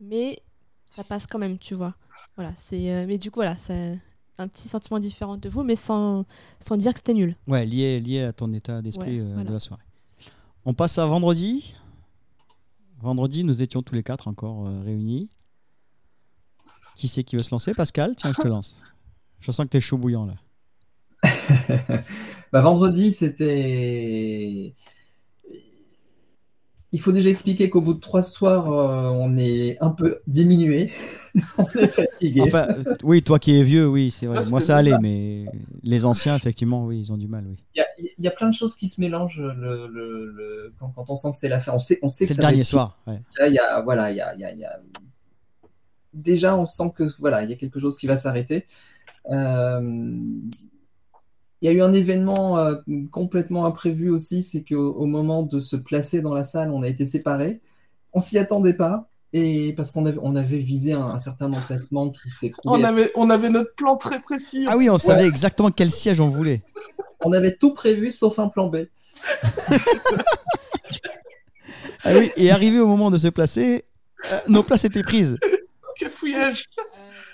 Speaker 9: mais ça passe quand même, tu vois. Voilà, c'est. euh, mais du coup, voilà, c'est un petit sentiment différent de vous, mais sans, sans dire que c'était nul.
Speaker 1: Ouais, lié, lié à ton état d'esprit
Speaker 9: Ouais,
Speaker 1: euh,
Speaker 9: voilà.
Speaker 1: de la soirée. On passe à vendredi. Vendredi, nous étions tous les quatre encore euh, réunis. Qui c'est qui veut se lancer Pascal, tiens, je te lance. Je sens que t'es chaud bouillant là.
Speaker 6: Bah, vendredi, c'était. Il faut déjà expliquer qu'au bout de trois soirs, euh, on est un peu diminué. on est fatigué.
Speaker 1: Enfin, euh, oui, toi qui es vieux, oui, c'est vrai.
Speaker 6: Ah,
Speaker 1: Moi,
Speaker 6: c'est
Speaker 1: ça allait,
Speaker 6: vrai.
Speaker 1: mais les anciens, effectivement, oui, ils ont du mal, oui.
Speaker 6: Il y a, il y a plein de choses qui se mélangent le, le- le- quand, quand on sent que c'est la fin. On sait, on sait
Speaker 1: C'est
Speaker 6: que
Speaker 1: le
Speaker 6: ça va
Speaker 1: dernier
Speaker 6: être-
Speaker 1: soir, ouais.
Speaker 6: Là, il y a, voilà, il y a- il y a- il y a- Déjà, on sent que voilà, il y a quelque chose qui va s'arrêter. Euh, Il y a eu un événement euh, complètement imprévu aussi, c'est qu'au au moment de se placer dans la salle, on a été séparés. On s'y attendait pas, et parce qu'on avait, on avait visé un, un certain emplacement qui s'est trouvé
Speaker 5: On avait, on avait notre plan très précis.
Speaker 1: Ah oui, on savait exactement quel siège on voulait.
Speaker 6: On avait tout prévu sauf un plan B.
Speaker 1: Ah oui, et arrivé au moment de se placer, euh, nos places étaient prises.
Speaker 5: Quel fouillage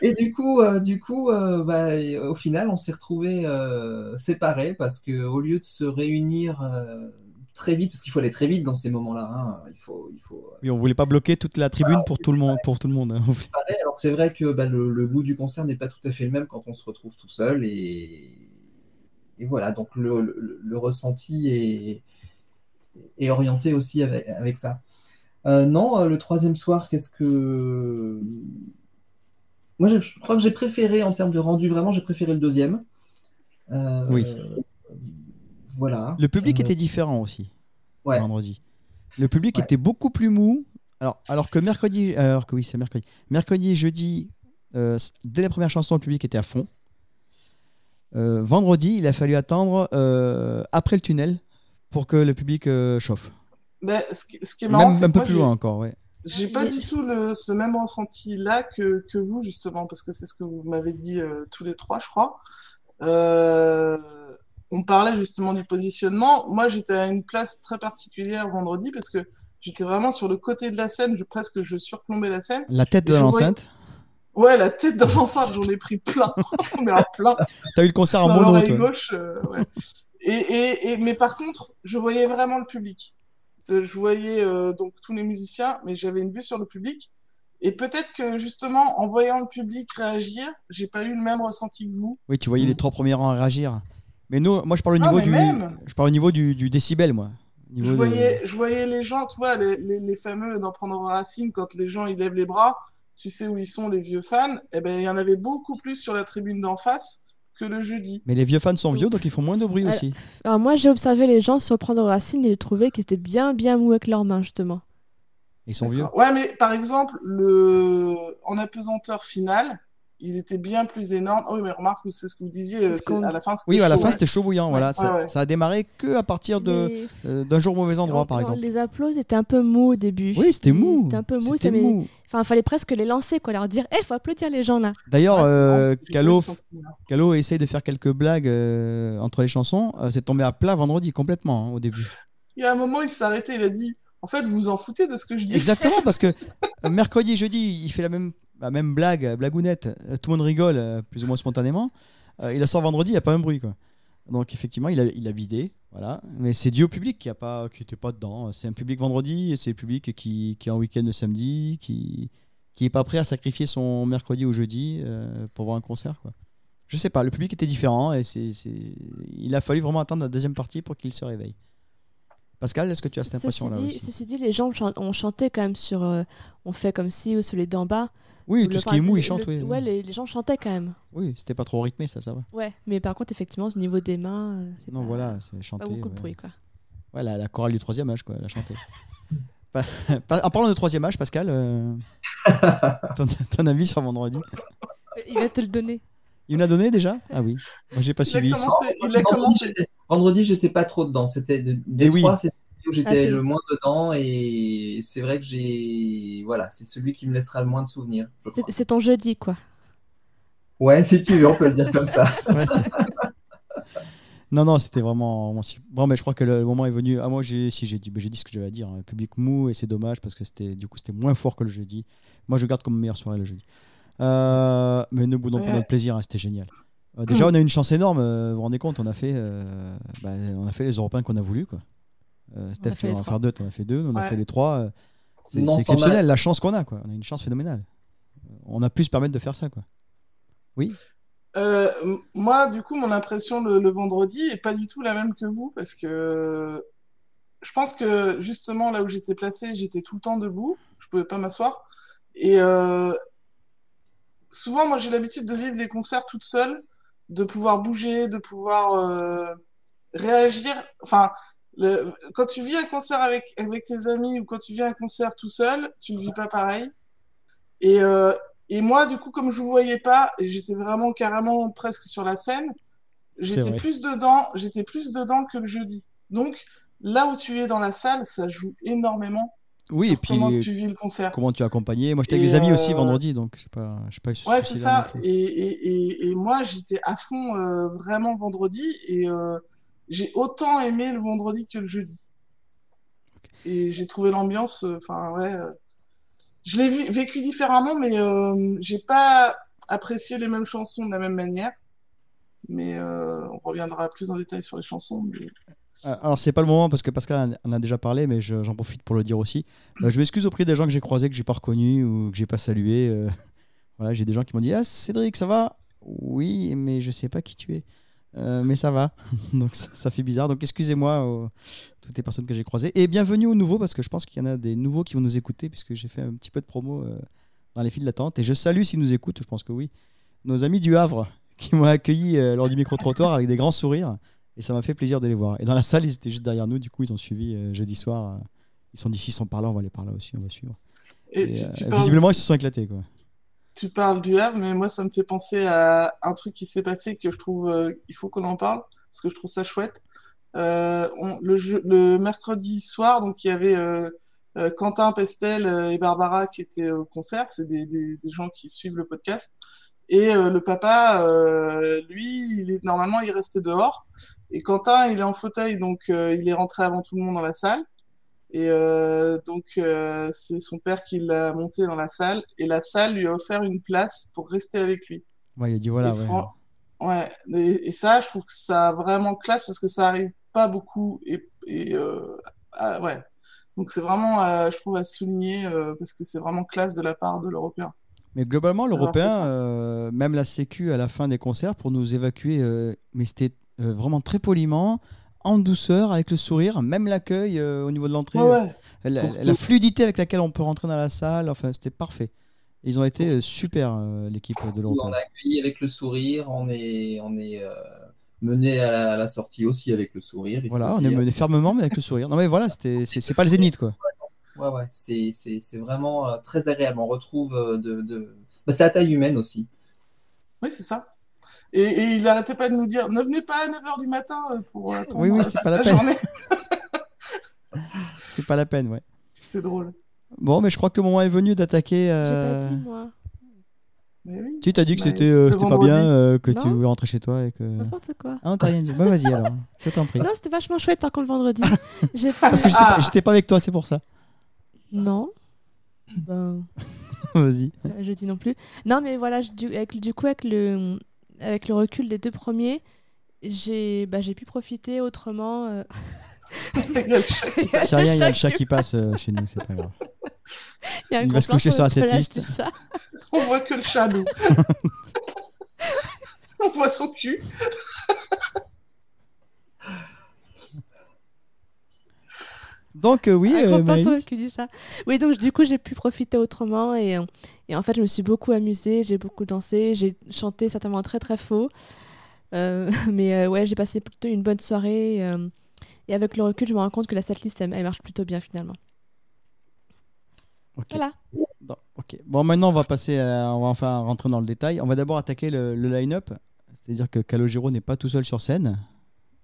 Speaker 6: Et du coup, euh, du coup euh, bah, et, euh, au final, on s'est retrouvés euh, séparés parce que au lieu de se réunir euh, très vite, parce qu'il faut aller très vite dans ces moments-là, hein, il faut, il faut
Speaker 1: Oui, on voulait pas bloquer toute la tribune pour tout le monde. Pour tout le monde. hein. On voulait-
Speaker 6: séparer. Alors c'est vrai que bah, le, le goût du concert n'est pas tout à fait le même quand on se retrouve tout seul. Et, et voilà, donc le, le- le ressenti est, est orienté aussi avec, avec ça. Euh, non, euh, le troisième soir, qu'est-ce que... Moi, je, je crois que j'ai préféré, en termes de rendu, vraiment, j'ai préféré le deuxième. Euh,
Speaker 1: Oui.
Speaker 6: Voilà.
Speaker 1: Le public
Speaker 6: Euh,
Speaker 1: était différent aussi.
Speaker 6: Ouais.
Speaker 1: Vendredi. Le public était beaucoup plus mou. Alors, alors que mercredi, alors que oui, c'est mercredi. Mercredi et jeudi, euh, c- dès la première chanson, le public était à fond. Euh, vendredi, il a fallu attendre euh, après le tunnel pour que le public euh, chauffe.
Speaker 5: Mais ce, qui- ce qui est
Speaker 1: Même,
Speaker 5: marrant, c'est
Speaker 1: un
Speaker 5: que
Speaker 1: peu
Speaker 5: moi,
Speaker 1: plus
Speaker 5: j'ai-
Speaker 1: loin encore, ouais.
Speaker 5: J'ai pas du tout le, ce même ressenti là que, que vous, justement, parce que c'est ce que vous m'avez dit euh, tous les trois, je crois. Euh, on parlait justement du positionnement. Moi, j'étais à une place très particulière vendredi parce que j'étais vraiment sur le côté de la scène. Je, presque, je surplombais la scène.
Speaker 1: La tête de
Speaker 5: Et je voyais-
Speaker 1: l'enceinte.
Speaker 5: Ouais, la tête dans l'enceinte, j'en ai pris plein. Mais alors plein.
Speaker 1: T'as eu le concert en
Speaker 5: Dans
Speaker 1: mono,
Speaker 5: l'oreille
Speaker 1: toi.
Speaker 5: gauche. euh, ouais. et, et, et- mais par contre, je voyais vraiment le public. Euh, Je voyais euh, donc tous les musiciens, mais j'avais une vue sur le public. Et peut-être que justement, en voyant le public réagir, j'ai pas eu le même ressenti que vous.
Speaker 1: Oui, tu voyais les trois premiers rangs réagir. Mais nous, moi, je parle au
Speaker 5: Non,
Speaker 1: niveau
Speaker 5: mais
Speaker 1: du,
Speaker 5: même.
Speaker 1: je parle au niveau du, du décibel, moi. Au niveau
Speaker 5: Je
Speaker 1: de-
Speaker 5: voyais, je voyais les gens, tu vois, les, les, les fameux d'en prendre racine, quand les gens ils lèvent les bras, tu sais où ils sont, les vieux fans. Et ben, il y en avait beaucoup plus sur la tribune d'en face que le jeudi.
Speaker 1: Mais les vieux fans sont vieux, donc ils font moins de bruit
Speaker 5: Euh,
Speaker 9: Alors-
Speaker 1: aussi.
Speaker 9: Alors moi j'ai observé les gens se prendre aux racines et les trouver qui étaient bien bien mous avec leurs mains justement.
Speaker 1: Ils sont vieux.
Speaker 5: Ouais, mais par exemple, le... en apesanteur finale, il était bien plus énorme. Oh, oui, mais remarque, c'est ce que vous disiez, euh, c'est- à la fin, c'était
Speaker 1: Oui, à la
Speaker 5: chaud,
Speaker 1: fin,
Speaker 5: ouais.
Speaker 1: c'était chaud bouillant. Voilà,
Speaker 5: Ouais,
Speaker 1: ça,
Speaker 5: ouais.
Speaker 1: ça a démarré que à partir de
Speaker 9: Les-
Speaker 1: euh, d'un jour mauvais endroit, par exemple.
Speaker 9: Les applauses étaient un peu mous au début.
Speaker 1: Oui, c'était mou.
Speaker 9: C'était un peu mou.
Speaker 1: C'était
Speaker 9: Ça m'est-
Speaker 1: mou.
Speaker 9: Enfin, fallait presque les lancer, quoi, leur dire, eh, faut applaudir les gens là.
Speaker 1: D'ailleurs, euh,
Speaker 9: j'ai pas eu
Speaker 1: Calo,
Speaker 9: ce sentiment-là.
Speaker 1: Calo essaye de faire quelques blagues euh, entre les chansons. Euh, c'est tombé à plat vendredi complètement hein, au début.
Speaker 5: Il y a un moment, il s'est arrêté, il a dit En fait, vous vous en foutez de ce que je dis.
Speaker 1: Exactement, parce que euh, mercredi et jeudi, il fait la même, la même blague, euh, blagounette. Euh, Tout le monde rigole, euh, plus ou moins spontanément. Euh, il la sort vendredi, il n'y a pas un bruit. Quoi. Donc effectivement, il a, il a bidé, voilà. Mais c'est dû au public qui a pas, qui était pas dedans. C'est un public vendredi et c'est le public qui, qui est en week-end le samedi, qui qui est pas prêt à sacrifier son mercredi ou jeudi euh, pour voir un concert, quoi. Je sais pas, le public était différent et c'est, c'est- il a fallu vraiment attendre la deuxième partie pour qu'il se réveille. Pascal, est-ce que tu as cette
Speaker 9: Ceci
Speaker 1: impression-là
Speaker 9: dit,
Speaker 1: aussi
Speaker 9: ceci dit, les gens chan- ont chanté quand même sur euh, On fait comme si ou sur les dents bas.
Speaker 1: Oui,
Speaker 9: Ou
Speaker 1: tout
Speaker 9: le
Speaker 1: ce qui est mou,
Speaker 9: paradis-
Speaker 1: ils chantent,
Speaker 9: le-
Speaker 1: oui,
Speaker 9: Ouais,
Speaker 1: oui.
Speaker 9: les, les gens chantaient quand même.
Speaker 1: Oui, c'était pas trop rythmé, ça, ça va.
Speaker 9: Ouais, mais par contre, effectivement, au niveau des mains, euh, c'est
Speaker 1: Non,
Speaker 9: pas-
Speaker 1: voilà, c'est chanté.
Speaker 9: pas beaucoup de
Speaker 1: ouais.
Speaker 9: bruit, quoi.
Speaker 1: Ouais, la, la chorale du troisième âge, quoi, elle a chanté. Pa- pa- en parlant de troisième âge, Pascal, euh, ton, ton avis sur vendredi
Speaker 9: Il va te le donner.
Speaker 1: Il me l'a donné déjà Ah oui, moi j'ai pas suivi.
Speaker 6: Vendredi, j'étais- Vendredi, j'étais pas trop dedans. C'était de- des
Speaker 1: Eh oui.
Speaker 6: trois, c'est celui où
Speaker 1: Ah,
Speaker 6: j'étais
Speaker 1: c'est-
Speaker 6: le moins dedans et c'est vrai que j'ai voilà, c'est celui qui me laissera le moins de souvenirs. je
Speaker 9: C'est- C'est ton jeudi, quoi.
Speaker 6: Ouais, si tu veux, on peut le dire comme ça.
Speaker 1: C'est vrai, c'est- non, non, c'était vraiment. vraiment su- Bon, mais je crois que le, le moment est venu. Ah, moi, j'ai, si j'ai dit, ben, j'ai dit ce que j'avais à dire. hein. Public mou, et c'est dommage parce que c'était, du coup, c'était moins fort que le jeudi. Moi, je garde comme meilleure soirée le jeudi. Euh, mais ne boudons pas
Speaker 4: Ouais.
Speaker 1: notre plaisir, hein, c'était génial. Euh,
Speaker 6: Mm.
Speaker 1: déjà, on a eu une chance énorme. euh, vous vous rendez compte, on a fait, euh, bah, on a fait les Européens qu'on a voulu, quoi. Euh, Steph,
Speaker 6: fait
Speaker 1: tu
Speaker 6: les
Speaker 1: vas en
Speaker 6: trois.
Speaker 1: faire deux, tu en as fait deux, nous, on a
Speaker 6: Ouais.
Speaker 1: fait les trois. euh, C'est,
Speaker 6: Non,
Speaker 1: c'est
Speaker 6: sans
Speaker 1: exceptionnel,
Speaker 6: mal.
Speaker 1: la chance qu'on a, quoi. On a une chance phénoménale. Euh, On a pu se permettre de faire ça, quoi. Oui.
Speaker 5: Euh, m- moi, du coup, mon impression le, le vendredi est pas du tout la même que vous parce que je pense que justement là où j'étais placée, j'étais tout le temps debout, je pouvais pas m'asseoir. Et euh, souvent, moi, j'ai l'habitude de vivre les concerts toute seule, de pouvoir bouger, de pouvoir euh, réagir. Enfin, le- quand tu vis un concert avec, avec tes amis ou quand tu vis un concert tout seul, tu ne vis pas pareil. Et, euh, et moi, du coup, comme je vous voyais pas, et j'étais vraiment carrément presque sur la scène, j'étais
Speaker 4: vrai.
Speaker 5: plus dedans, j'étais plus dedans que le jeudi. Donc, là où tu es dans la salle, ça joue énormément.
Speaker 1: Oui,
Speaker 5: sur
Speaker 1: et puis
Speaker 5: comment
Speaker 1: les-
Speaker 5: tu vis le concert.
Speaker 1: Comment tu as accompagné Moi, j'étais
Speaker 5: Et,
Speaker 1: avec des amis aussi
Speaker 5: euh,
Speaker 1: vendredi, donc je sais pas, je sais pas. si
Speaker 5: Ouais, c'est
Speaker 1: là non
Speaker 5: ça.
Speaker 1: plus.
Speaker 5: Et, et, et, et moi, j'étais à fond euh, vraiment vendredi et euh, j'ai autant aimé le vendredi que le jeudi. Et j'ai trouvé l'ambiance, euh, enfin ouais, euh, je l'ai vu- vécu différemment, mais euh, j'ai pas apprécié les mêmes chansons de la même manière. Mais euh, on reviendra plus en détail sur les chansons. mais-
Speaker 1: Euh, Alors, c'est pas le moment parce que Pascal en a déjà parlé, mais je- j'en profite pour le dire aussi. Euh, je m'excuse auprès des gens que j'ai croisés, que j'ai pas reconnus ou que j'ai pas salués. euh. Voilà, j'ai des gens qui m'ont dit Ah, Cédric, ça va Oui, mais je sais pas qui tu es. Euh, mais ça va, donc ça, ça fait bizarre. Donc excusez-moi aux- toutes les personnes que j'ai croisées. Et bienvenue aux nouveaux, parce que je pense qu'il y en a des nouveaux qui vont nous écouter, puisque j'ai fait un petit peu de promo euh, dans les files d'attente. Et je salue s'ils nous écoutent, je pense que oui, nos amis du Havre qui m'ont accueilli euh, lors du micro-trottoir avec des grands sourires. Et ça m'a fait plaisir de les voir. Et dans la salle, ils étaient juste derrière nous, du coup, ils ont suivi euh, jeudi soir. euh, ils sont d'ici, ils sont par là, on va aller par là aussi, on va suivre.
Speaker 5: Et
Speaker 1: Et,
Speaker 5: tu-
Speaker 1: euh,
Speaker 5: tu parles-
Speaker 1: visiblement, ils se sont éclatés, quoi.
Speaker 5: Tu parles du Havre, mais moi, ça me fait penser à un truc qui s'est passé que je trouve, euh, il faut qu'on en parle, parce que je trouve ça chouette. Euh, on- le, jeu- le mercredi soir, donc il y avait euh, euh, Quentin, Pestel euh, et Barbara qui étaient au concert, c'est des, des, des gens qui suivent le podcast. Et euh, le papa, euh, lui, il est, normalement, il restait dehors. Et Quentin, il est en fauteuil, donc euh, il est rentré avant tout le monde dans la salle. Et euh, donc, euh, c'est son père qui l'a monté dans la salle. Et la salle lui a offert une place pour rester avec lui.
Speaker 1: Ouais, il a dit voilà,
Speaker 5: Et
Speaker 1: ouais.
Speaker 5: fran- ouais. Et, et ça, je trouve que ça a vraiment classe parce que ça arrive pas beaucoup. Et, et, euh, ah, ouais. Donc, c'est vraiment, euh, je trouve, à souligner euh, parce que c'est vraiment classe de la part de l'Européen.
Speaker 1: Mais globalement,
Speaker 5: Alors, c'est
Speaker 1: l'Européen,
Speaker 5: ça.
Speaker 1: euh, même la Sécu à la fin des concerts, pour nous évacuer, euh, mais c'était euh, vraiment très poliment, en douceur, avec le sourire, même l'accueil euh, au niveau de l'entrée,
Speaker 5: Ouais, ouais.
Speaker 1: euh, la,
Speaker 5: Pour
Speaker 1: la
Speaker 5: tout.
Speaker 1: fluidité avec laquelle on peut rentrer dans la salle, enfin, c'était parfait. Ils ont été euh, super, euh, l'équipe de
Speaker 6: On
Speaker 1: l'Européen.
Speaker 6: a accueilli avec le sourire, on est on est euh, mené à la, à la sortie aussi avec le sourire. il faut
Speaker 1: Voilà, on
Speaker 6: le
Speaker 1: est
Speaker 6: dire.
Speaker 1: mené fermement, mais avec le sourire. Non, mais voilà, c'était- c'est c'est pas le zénith, quoi.
Speaker 6: euh, Ouais, ouais, c'est, c'est, c'est vraiment euh, très agréable. On retrouve euh, de. de... Bah, c'est à taille humaine aussi.
Speaker 5: Oui, c'est ça. Et, et il n'arrêtait pas de nous dire ne venez pas à 9h du matin euh, pour attendre
Speaker 1: Oui, oui,
Speaker 5: euh,
Speaker 1: c'est pas la peine.
Speaker 5: journée.
Speaker 1: C'est pas la peine, ouais.
Speaker 5: C'était drôle.
Speaker 1: Bon, mais je crois que le moment est venu d'attaquer. euh,
Speaker 9: J'ai pas dit, moi.
Speaker 5: Mais oui.
Speaker 1: Tu t'as dit que
Speaker 9: Bah,
Speaker 1: c'était euh,
Speaker 9: le
Speaker 1: c'était pas
Speaker 9: vendredi.
Speaker 1: bien, euh, que tu
Speaker 9: Non.
Speaker 1: voulais rentrer chez toi et que.
Speaker 9: N'importe quoi.
Speaker 1: Ah, non, t'as rien dit. Bah, vas-y alors, je t'en prie.
Speaker 9: Non, c'était vachement chouette par contre vendredi. J'ai
Speaker 1: Parce que j'étais pas- j'étais pas avec toi, c'est pour ça.
Speaker 9: Non. Ben,
Speaker 1: Vas-y.
Speaker 9: euh, jeudi non plus. Non, mais voilà, je- du, avec, du coup, avec le, avec le recul des deux premiers, j'ai bah, j'ai pu profiter autrement. euh.
Speaker 1: C'est rien, il y a le chat qui passe euh, chez nous, c'est pas grave.
Speaker 9: Il y a un
Speaker 1: Il va se
Speaker 9: complot
Speaker 1: coucher sur la
Speaker 9: le collage
Speaker 1: setlist.
Speaker 9: du chat.
Speaker 5: On voit que le chat, nous. On voit son cul.
Speaker 1: Donc euh, oui,
Speaker 9: Un
Speaker 1: euh,
Speaker 9: gros plan sur le
Speaker 1: Maëlys,
Speaker 9: cul du chat. Oui, donc du coup, j'ai pu profiter autrement et, euh, et en fait, je me suis beaucoup amusée, j'ai beaucoup dansé, j'ai chanté certainement très très faux. Euh, mais euh, ouais, j'ai passé plutôt une bonne soirée euh, et avec le recul, je me rends compte que la setlist, elle, elle marche plutôt bien finalement.
Speaker 1: Ok.
Speaker 9: Voilà.
Speaker 1: Non, ok. Bon, maintenant, on va passer, à- on va enfin rentrer dans le détail. On va d'abord attaquer le, le line-up, c'est-à-dire que Calogero n'est pas tout seul sur scène.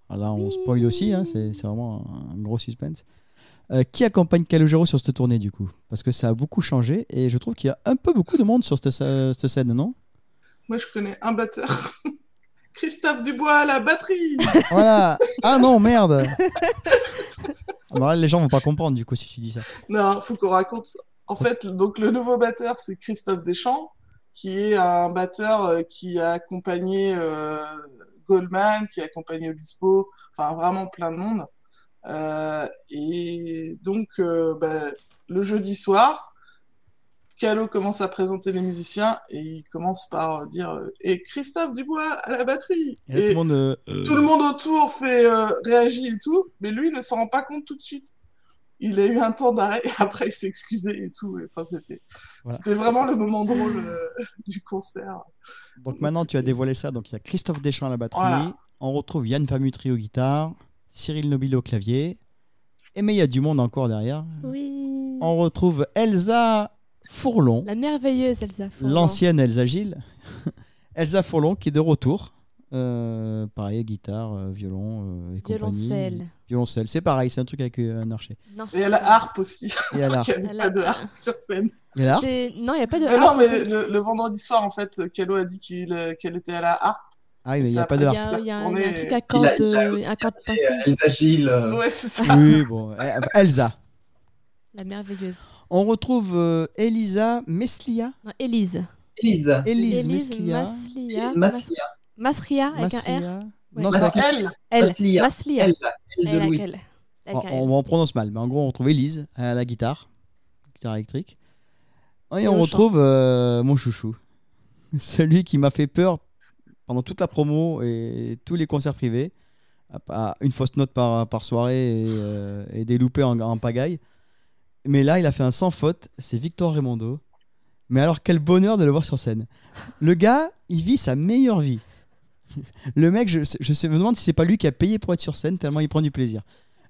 Speaker 1: Alors là, on spoil aussi, hein, c'est c'est vraiment un gros suspense. Euh, qui accompagne Calogero sur cette tournée du coup Parce que ça a beaucoup changé et je trouve qu'il y a un peu beaucoup de monde sur cette, sa- cette scène, non
Speaker 5: Moi, je connais un batteur. Christophe Dubois à la batterie.
Speaker 1: Voilà Ah non, merde Ah bah là, Les gens vont pas comprendre du coup si tu dis ça.
Speaker 5: Non, faut qu'on raconte. En fait, donc le nouveau batteur, c'est Christophe Deschamps, qui est un batteur euh, qui a accompagné euh, Goldman, qui a accompagné Obispo, enfin vraiment plein de monde. Euh, et donc, euh, bah, le jeudi soir, Calo commence à présenter les musiciens et il commence par euh, dire euh, Et Christophe Dubois à la batterie
Speaker 1: Et là, tout le monde. euh,
Speaker 5: tout le monde autour fait euh, réagit et tout, mais lui ne s'en rend pas compte tout de suite. Il a eu un temps d'arrêt, après il s'est excusé et tout. et Enfin, c'était
Speaker 1: Voilà.
Speaker 5: c'était vraiment le moment drôle euh, du concert.
Speaker 1: Donc maintenant, tu as dévoilé ça. Donc il y a Christophe Deschamps à la batterie.
Speaker 5: Voilà.
Speaker 1: On retrouve Yann Famutri aux guitares, Cyril Nobile au clavier. Et mais il y a du monde encore derrière.
Speaker 9: Oui.
Speaker 1: On retrouve Elsa Fourlon,
Speaker 9: La merveilleuse Elsa. Fourlan.
Speaker 1: l'ancienne Elsa Gilles. Elsa Fourlon qui est de retour. Euh, pareil, guitare, euh, violon euh, et compagnie.
Speaker 9: Violoncelle.
Speaker 1: Violoncelle, c'est pareil, c'est un truc avec euh, un archet.
Speaker 9: Non,
Speaker 5: Et à la harpe aussi.
Speaker 1: Et à la harpe.
Speaker 5: Il n'y avait pas de harpe sur scène.
Speaker 1: Et là,
Speaker 9: C'est- Non, il n'y a euh, pas de.
Speaker 5: Mais
Speaker 9: harpe,
Speaker 5: non, mais
Speaker 9: c'est-
Speaker 5: le, le vendredi soir, en fait, Calo a dit qu'il, euh, qu'elle était à la harpe.
Speaker 1: ah, mais il n'y
Speaker 5: ça
Speaker 1: a pas de
Speaker 5: a-
Speaker 1: harpe.
Speaker 9: Il y a- il y a un-
Speaker 5: On
Speaker 9: il y a un
Speaker 5: est-
Speaker 9: truc à
Speaker 5: Il
Speaker 9: cordes,
Speaker 6: il a
Speaker 9: euh,
Speaker 6: aussi
Speaker 9: à cordes pincées.
Speaker 6: euh, les agiles. euh,
Speaker 5: Ouais, c'est ça.
Speaker 1: Oui, bon. eh, Elsa.
Speaker 9: La merveilleuse.
Speaker 1: On retrouve euh, Elisa Meslia.
Speaker 9: Non, Élise.
Speaker 6: Élise.
Speaker 1: Élise,
Speaker 9: Élise
Speaker 1: Meslia.
Speaker 9: Maslia.
Speaker 6: Élise Maslia.
Speaker 9: Masria avec
Speaker 1: Maslia.
Speaker 9: un R.
Speaker 1: Non, c'est
Speaker 5: Maslia. Elle.
Speaker 9: Elle.
Speaker 6: Maslia.
Speaker 9: Maslia.
Speaker 6: Elle, elle de
Speaker 9: Elle,
Speaker 6: Louis.
Speaker 9: avec elle.
Speaker 1: On,
Speaker 9: Avec un
Speaker 1: on, on prononce mal, mais en gros, on retrouve Elise à la guitare, guitare électrique. Et,
Speaker 9: Et
Speaker 1: on
Speaker 9: au
Speaker 1: retrouve euh, mon chouchou, celui qui m'a fait peur pendant toute la promo et tous les concerts privés, à- à une fausse note par, par soirée et, euh, et des loupés en, en pagaille. Mais là, il a fait un sans faute, c'est Victor Raimondo. Mais alors, quel bonheur de le voir sur scène. Le gars, il vit sa meilleure vie. Le mec, je, je sais- me demande si c'est pas lui qui a payé pour être sur scène, tellement il prend du plaisir.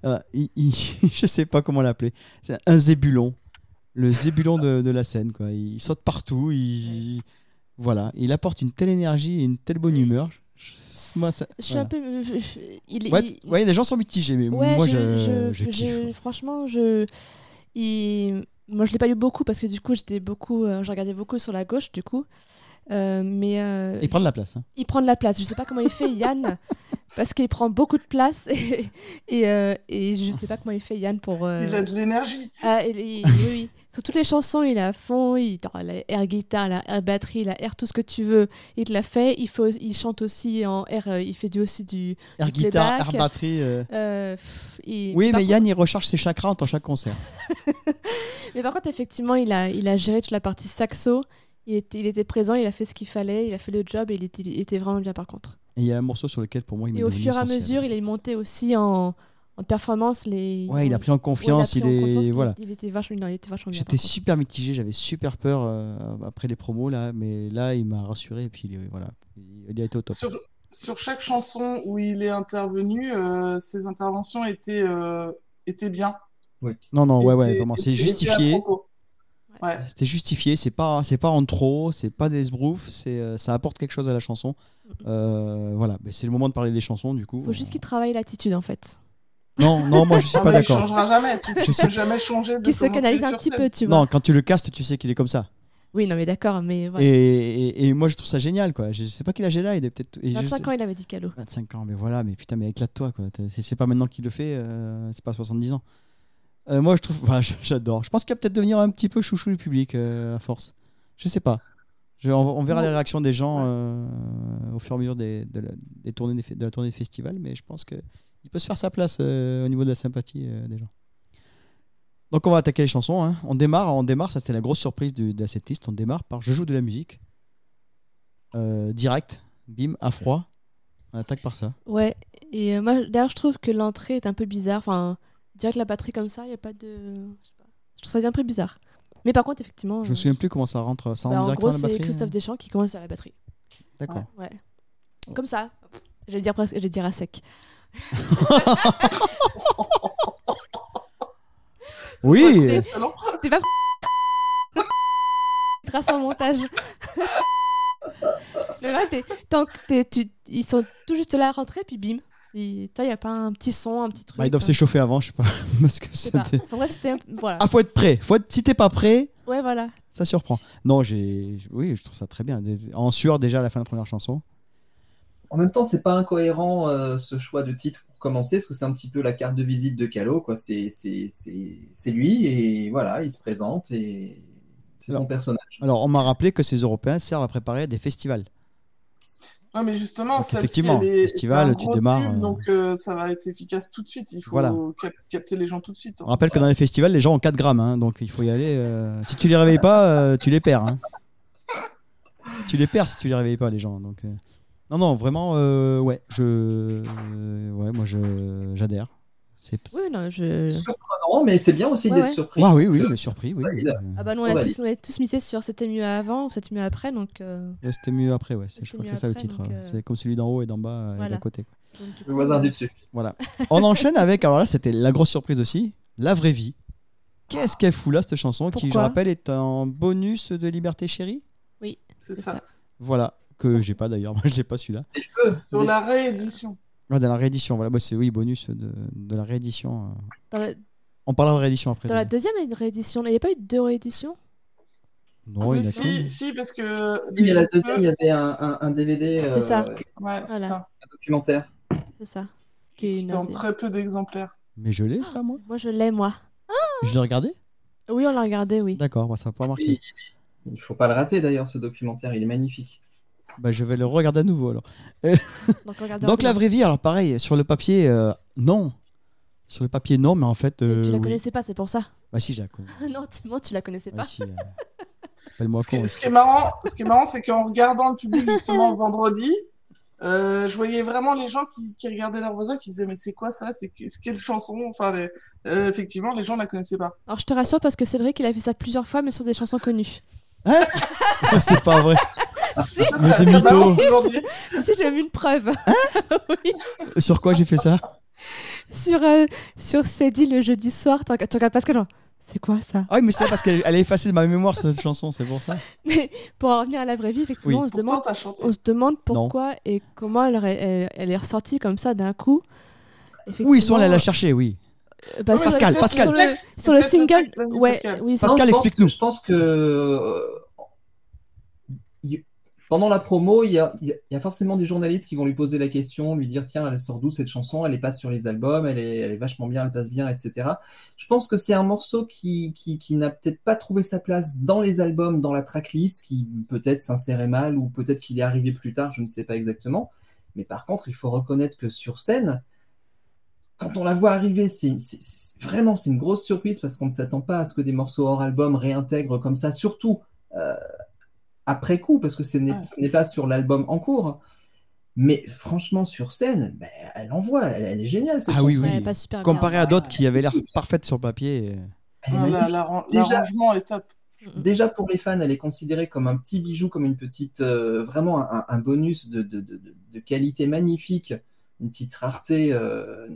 Speaker 1: Euh, il- il- je sais pas comment l'appeler. C'est un zébulon. Le zébulon de, de la scène, quoi. Il saute partout. Il, voilà. Il apporte une telle énergie et une telle bonne humeur. Je- moi, ça-
Speaker 9: Je suis
Speaker 1: voilà.
Speaker 9: un peu. je- je- Il,
Speaker 1: Ouais,
Speaker 9: il-
Speaker 1: t- ouais, les gens sont mitigés, mais
Speaker 9: Ouais,
Speaker 1: moi,
Speaker 9: je,
Speaker 1: je,
Speaker 9: je-
Speaker 1: je kiffe.
Speaker 9: je- franchement, je, il- moi, je l'ai pas lu beaucoup parce que du coup, j'étais beaucoup, euh, je regardais beaucoup sur la gauche, du coup. Euh, mais euh,
Speaker 1: Il prend de la place. hein.
Speaker 9: il prend de la place. Je sais pas comment il fait Yann parce qu'il prend beaucoup de place et, et, euh, et je sais pas comment il fait Yann pour. euh,
Speaker 5: Il a de l'énergie.
Speaker 9: ah, il- il- oui, oui. Sur toutes les chansons, il est à fond. Il a la air guitare, la air batterie, la air tout ce que tu veux. Il te la fait. Il, faut, il chante aussi en air. euh, Il fait du, aussi du.
Speaker 1: Air
Speaker 9: du
Speaker 1: guitare,
Speaker 9: playback.
Speaker 1: air batterie. euh.
Speaker 9: Euh, pff, il-
Speaker 1: Oui,
Speaker 9: par
Speaker 1: mais Yann, il recharge ses chakras entre chaque concert.
Speaker 9: Mais par contre, effectivement, il a, il a géré toute la partie saxo. Il était, il était présent, il a fait ce qu'il fallait, il a fait le job et il était, il était vraiment bien par contre.
Speaker 1: Et il y a un morceau sur lequel, pour moi, il m'est
Speaker 9: et au
Speaker 1: devenu
Speaker 9: fur et à
Speaker 1: essentiel.
Speaker 9: mesure, il est monté aussi en, en performance. Les...
Speaker 1: Ouais, il a pris en confiance, il
Speaker 9: en
Speaker 1: est-
Speaker 9: confiance,
Speaker 1: voilà.
Speaker 9: Il, était vachement, non, il était vachement bien.
Speaker 1: J'étais
Speaker 9: par contre.
Speaker 1: super mitigé, j'avais super peur euh, après les promos là, mais là il m'a rassuré et puis il est- voilà, il il a été au top.
Speaker 5: Sur, sur chaque chanson où il est intervenu, euh, ses interventions étaient, euh, étaient bien.
Speaker 6: Oui.
Speaker 1: Non non Oh, ouais ouais
Speaker 5: Étaient-
Speaker 1: vraiment c'est
Speaker 5: étaient- étaient à
Speaker 1: justifié,
Speaker 5: propos. Ouais.
Speaker 1: c'était justifié, c'est pas c'est pas en trop, c'est pas des sbroufs, c'est euh, ça apporte quelque chose à la chanson. Euh, voilà, mais c'est le moment de parler des chansons du coup.
Speaker 9: Faut juste qu'il travaille l'attitude en fait.
Speaker 1: Non non moi je suis
Speaker 5: Ah,
Speaker 1: pas
Speaker 5: mais Il
Speaker 1: d'accord.
Speaker 5: changera jamais. Tu,
Speaker 1: Je
Speaker 5: tu
Speaker 1: sais.
Speaker 5: peux jamais changer de
Speaker 9: Qu'il se
Speaker 5: Ah, comment tu es
Speaker 9: canalise un
Speaker 5: sur
Speaker 9: petit
Speaker 5: scène.
Speaker 9: peu, tu vois.
Speaker 1: Non quand tu le castes tu sais qu'il est comme ça.
Speaker 9: Oui, non, mais d'accord, mais voilà.
Speaker 1: Et, et- et moi je trouve ça génial quoi. Je sais pas quel âge il a, il est peut-être. et je
Speaker 9: 25
Speaker 1: sais-
Speaker 9: ans, il avait dit Calo.
Speaker 1: 25 ans, mais voilà, mais putain, mais éclate-toi, quoi. T'as- C'est c'est pas maintenant qu'il le fait, euh, c'est pas 70 ans. Euh, moi, je trouve, voilà, j- j'adore. Je pense qu'il va peut-être devenir un petit peu chouchou du public euh, à force. Je sais pas. Je- on, on verra les réactions des gens euh, au fur et à mesure des- de, la, des tournées, des fe- de la tournée de festival, mais je pense qu'il peut se faire sa place euh, au niveau de la sympathie euh, des gens. Donc on va attaquer les chansons. hein. On démarre, on démarre. Ça c'était la grosse surprise du- de cette liste. On démarre par je joue de la musique Euh, direct, bim, à froid. On attaque par ça.
Speaker 9: Ouais, et euh, moi, d'ailleurs, je trouve que l'entrée est un peu bizarre. Enfin, direct la batterie comme ça, il n'y a pas de. Je, sais pas. Je trouve ça un peu bizarre. Mais par contre, effectivement.
Speaker 1: Je me
Speaker 9: euh,
Speaker 1: souviens plus comment ça rentre. Ça rentre
Speaker 9: bah, en
Speaker 1: directement
Speaker 9: gros,
Speaker 1: à la
Speaker 9: c'est
Speaker 1: batterie.
Speaker 9: Christophe Deschamps qui commence à la batterie.
Speaker 1: D'accord.
Speaker 9: Ouais.
Speaker 1: Oh.
Speaker 9: Comme ça. Je vais le dire presque, je vais le dire à sec.
Speaker 1: Oui.
Speaker 9: C'est pas. Grâce au montage. C'est vrai, t'es- tant que t'es- tu- ils sont tout juste là à rentrer, puis bim. Et toi, il n'y a pas un petit son, un petit truc.
Speaker 1: Bah, ils doivent s'échauffer avant, je sais pas. Parce que
Speaker 9: Je sais pas.
Speaker 1: c'était-
Speaker 9: Enfin, bref, c'était un- Voilà.
Speaker 1: Ah, faut être prêt. Faut être... Si t'es pas prêt,
Speaker 9: Ouais, voilà.
Speaker 1: ça surprend. Non, j'ai. Oui, je trouve ça très bien. En sueur déjà à la fin de la première chanson.
Speaker 6: En même temps, c'est pas incohérent euh, ce choix de titre pour commencer, parce que c'est un petit peu la carte de visite de Calo, quoi. C'est c'est- c'est- c'est lui, et voilà, il se présente, et c'est son
Speaker 1: Alors-
Speaker 6: personnage.
Speaker 1: Alors, on m'a rappelé que ces Européens servent à préparer des festivals.
Speaker 5: Non, mais justement,
Speaker 1: Donc,
Speaker 5: celle-ci,
Speaker 1: effectivement,
Speaker 5: elle est-
Speaker 1: festival,
Speaker 5: c'est un
Speaker 1: tu
Speaker 5: gros
Speaker 1: démarres,
Speaker 5: tube,
Speaker 1: euh.
Speaker 5: donc euh, ça va être efficace tout de suite. Il faut
Speaker 1: Voilà.
Speaker 5: cap- capter les gens tout de suite. hein.
Speaker 1: On rappelle que dans les festivals, les gens ont 4 grammes, hein, donc il faut y aller. euh, Si tu les réveilles pas, euh, tu les perds. hein. Tu les perds si tu les réveilles pas, les gens. Donc, euh, Non, non, vraiment, euh, ouais, je. euh, Ouais, moi, je... j'adhère. C'est.
Speaker 9: Oui, non, je.
Speaker 1: Euh.
Speaker 6: Surprenant, mais c'est bien aussi
Speaker 9: Ouais,
Speaker 6: d'être
Speaker 9: ouais.
Speaker 6: surpris.
Speaker 1: Ah oui, oui, mais surpris, oui. Euh, oui.
Speaker 9: Ah bah nous on
Speaker 1: Ouais.
Speaker 9: a tous, on a tous misé sur c'était mieux avant ou c'était mieux après donc euh,
Speaker 1: Euh, C'était mieux après, ouais. c'est-
Speaker 9: C'était
Speaker 1: Je crois que
Speaker 9: mieux
Speaker 1: c'est ça le
Speaker 9: après,
Speaker 1: titre.
Speaker 9: donc,
Speaker 1: euh,
Speaker 9: euh,
Speaker 1: C'est comme celui d'en haut et d'en bas euh, et
Speaker 9: voilà.
Speaker 1: d'à côté. quoi.
Speaker 9: donc, du
Speaker 6: Le
Speaker 9: coup,
Speaker 6: voisin
Speaker 9: euh,
Speaker 6: du dessus.
Speaker 1: Voilà. On enchaîne avec, alors là, c'était la grosse surprise aussi, La Vraie Vie. Qu'est-ce qu'elle fout là, cette chanson, qui, je
Speaker 9: Pourquoi
Speaker 1: rappelle, est un bonus de Liberté Chérie
Speaker 9: Oui.
Speaker 5: C'est ça.
Speaker 1: Voilà, que j'ai pas d'ailleurs, moi je l'ai pas celui-là.
Speaker 5: Sur la réédition.
Speaker 1: Ah, dans la réédition, voilà, bah, c'est oui, bonus de, de la réédition. euh.
Speaker 9: Dans la,
Speaker 1: On parlera de réédition après.
Speaker 9: dans la deuxième il y a une réédition, il n'y a pas eu deux rééditions
Speaker 1: Non, il y en a qu'une.
Speaker 5: Si, si, parce que.
Speaker 6: Si, mais la deuxième, il y avait un, un- un DVD.
Speaker 9: C'est ça.
Speaker 6: euh,
Speaker 5: Ouais, c'est
Speaker 9: Voilà.
Speaker 5: ça.
Speaker 6: Un documentaire.
Speaker 9: C'est ça. Qui est
Speaker 5: C'était en
Speaker 9: naze.
Speaker 5: très peu d'exemplaires.
Speaker 1: Mais je l'ai, ça, moi.
Speaker 9: Moi je l'ai moi.
Speaker 1: Je l'ai regardé
Speaker 9: Oui on l'a regardé oui.
Speaker 1: D'accord, bah, ça va pas marquer.
Speaker 6: Il faut pas le rater d'ailleurs, ce documentaire, il est magnifique.
Speaker 1: Bah, je vais le regarder à nouveau alors.
Speaker 9: Donc, regardez
Speaker 1: Donc
Speaker 9: en
Speaker 1: la
Speaker 9: couleur.
Speaker 1: vraie vie, alors pareil, sur le papier, euh, non. Sur le papier, non, mais en fait.
Speaker 9: Tu
Speaker 1: euh,
Speaker 9: la
Speaker 1: oui.
Speaker 9: connaissais pas c'est pour ça.
Speaker 1: Bah si, je la connais.
Speaker 9: non tu moi tu la connaissais
Speaker 1: Ah,
Speaker 9: pas.
Speaker 1: si, euh, Appelle-moi
Speaker 5: Ce qui,
Speaker 1: con,
Speaker 5: ce qui est marrant, ce qui est marrant, c'est qu'en regardant le public justement vendredi, euh, je voyais vraiment les gens qui, qui regardaient leurs voisins qui disaient mais c'est quoi ça, c'est que- c'est quelle chanson Enfin, les- euh, effectivement, les gens la connaissaient pas.
Speaker 9: Alors je te rassure parce que Cédric il a fait ça plusieurs fois mais sur des chansons connues.
Speaker 1: Ah, c'est pas vrai.
Speaker 9: Si.
Speaker 1: Mais t'es
Speaker 5: Ça
Speaker 1: mytho.
Speaker 5: m'avance aujourd'hui.
Speaker 9: si j'ai même une preuve. oui.
Speaker 1: Sur quoi j'ai fait ça
Speaker 9: Sur euh, sur Cédille le jeudi soir tu regardes pas ce que genre, c'est quoi ça
Speaker 1: Ah oui, mais c'est parce qu'elle elle est effacée de ma mémoire cette chanson, c'est pour ça.
Speaker 9: Mais pour en revenir à la vraie vie, effectivement,
Speaker 1: Oui.
Speaker 9: on, se
Speaker 5: Pourtant,
Speaker 9: demande,
Speaker 5: t'as chanté.
Speaker 9: on se demande pourquoi et comment elle, re- elle- elle est ressortie comme ça d'un coup.
Speaker 1: Oui, ils sont allés
Speaker 9: Effectivement,
Speaker 1: la chercher, oui.
Speaker 9: euh, bah,
Speaker 5: Ouais,
Speaker 9: sur le-
Speaker 1: Pascal,
Speaker 9: sur
Speaker 1: Pascal.
Speaker 9: le-
Speaker 5: Texte,
Speaker 9: Sur le,
Speaker 5: peut-être le
Speaker 9: single,
Speaker 5: texte, vas-y,
Speaker 9: ouais,
Speaker 5: Pascal.
Speaker 9: oui, c'est-
Speaker 1: Pascal,
Speaker 6: je pense-
Speaker 1: explique-nous.
Speaker 6: Je pense que euh, il- pendant la promo, il y, a, il y a- il y a forcément des journalistes qui vont lui poser la question, lui dire tiens, elle sort d'où cette chanson Elle est pas sur les albums, elle est, elle est vachement bien, elle passe bien, etc. Je pense que c'est un morceau qui, qui, qui n'a peut-être pas trouvé sa place dans les albums, dans la tracklist, qui peut-être s'insérait mal ou peut-être qu'il est arrivé plus tard, je ne sais pas exactement. Mais par contre, il faut reconnaître que sur scène, quand on la voit arriver, c'est c'est- c'est- vraiment c'est une grosse surprise parce qu'on ne s'attend pas à ce que des morceaux hors album réintègrent comme ça, surtout euh, après coup, parce que ce n'est
Speaker 5: Ah.
Speaker 6: ce n'est pas sur l'album en cours. Mais franchement, sur scène, ben, elle envoie, elle, elle est géniale. Cette
Speaker 1: Ah oui,
Speaker 6: chanson.
Speaker 1: oui.
Speaker 9: Ouais, pas super
Speaker 1: Comparé
Speaker 9: bien.
Speaker 1: à d'autres qui avaient l'air parfaites sur le papier. euh,
Speaker 6: Elle
Speaker 5: Ah,
Speaker 6: est
Speaker 5: la-
Speaker 6: magnifique.
Speaker 5: la-
Speaker 6: Déjà-
Speaker 5: L'arrangement est top.
Speaker 6: Déjà pour les fans, elle est considérée comme un petit bijou, comme une petite, euh, vraiment un, un bonus de, de- de- de- de qualité magnifique, une petite rareté euh,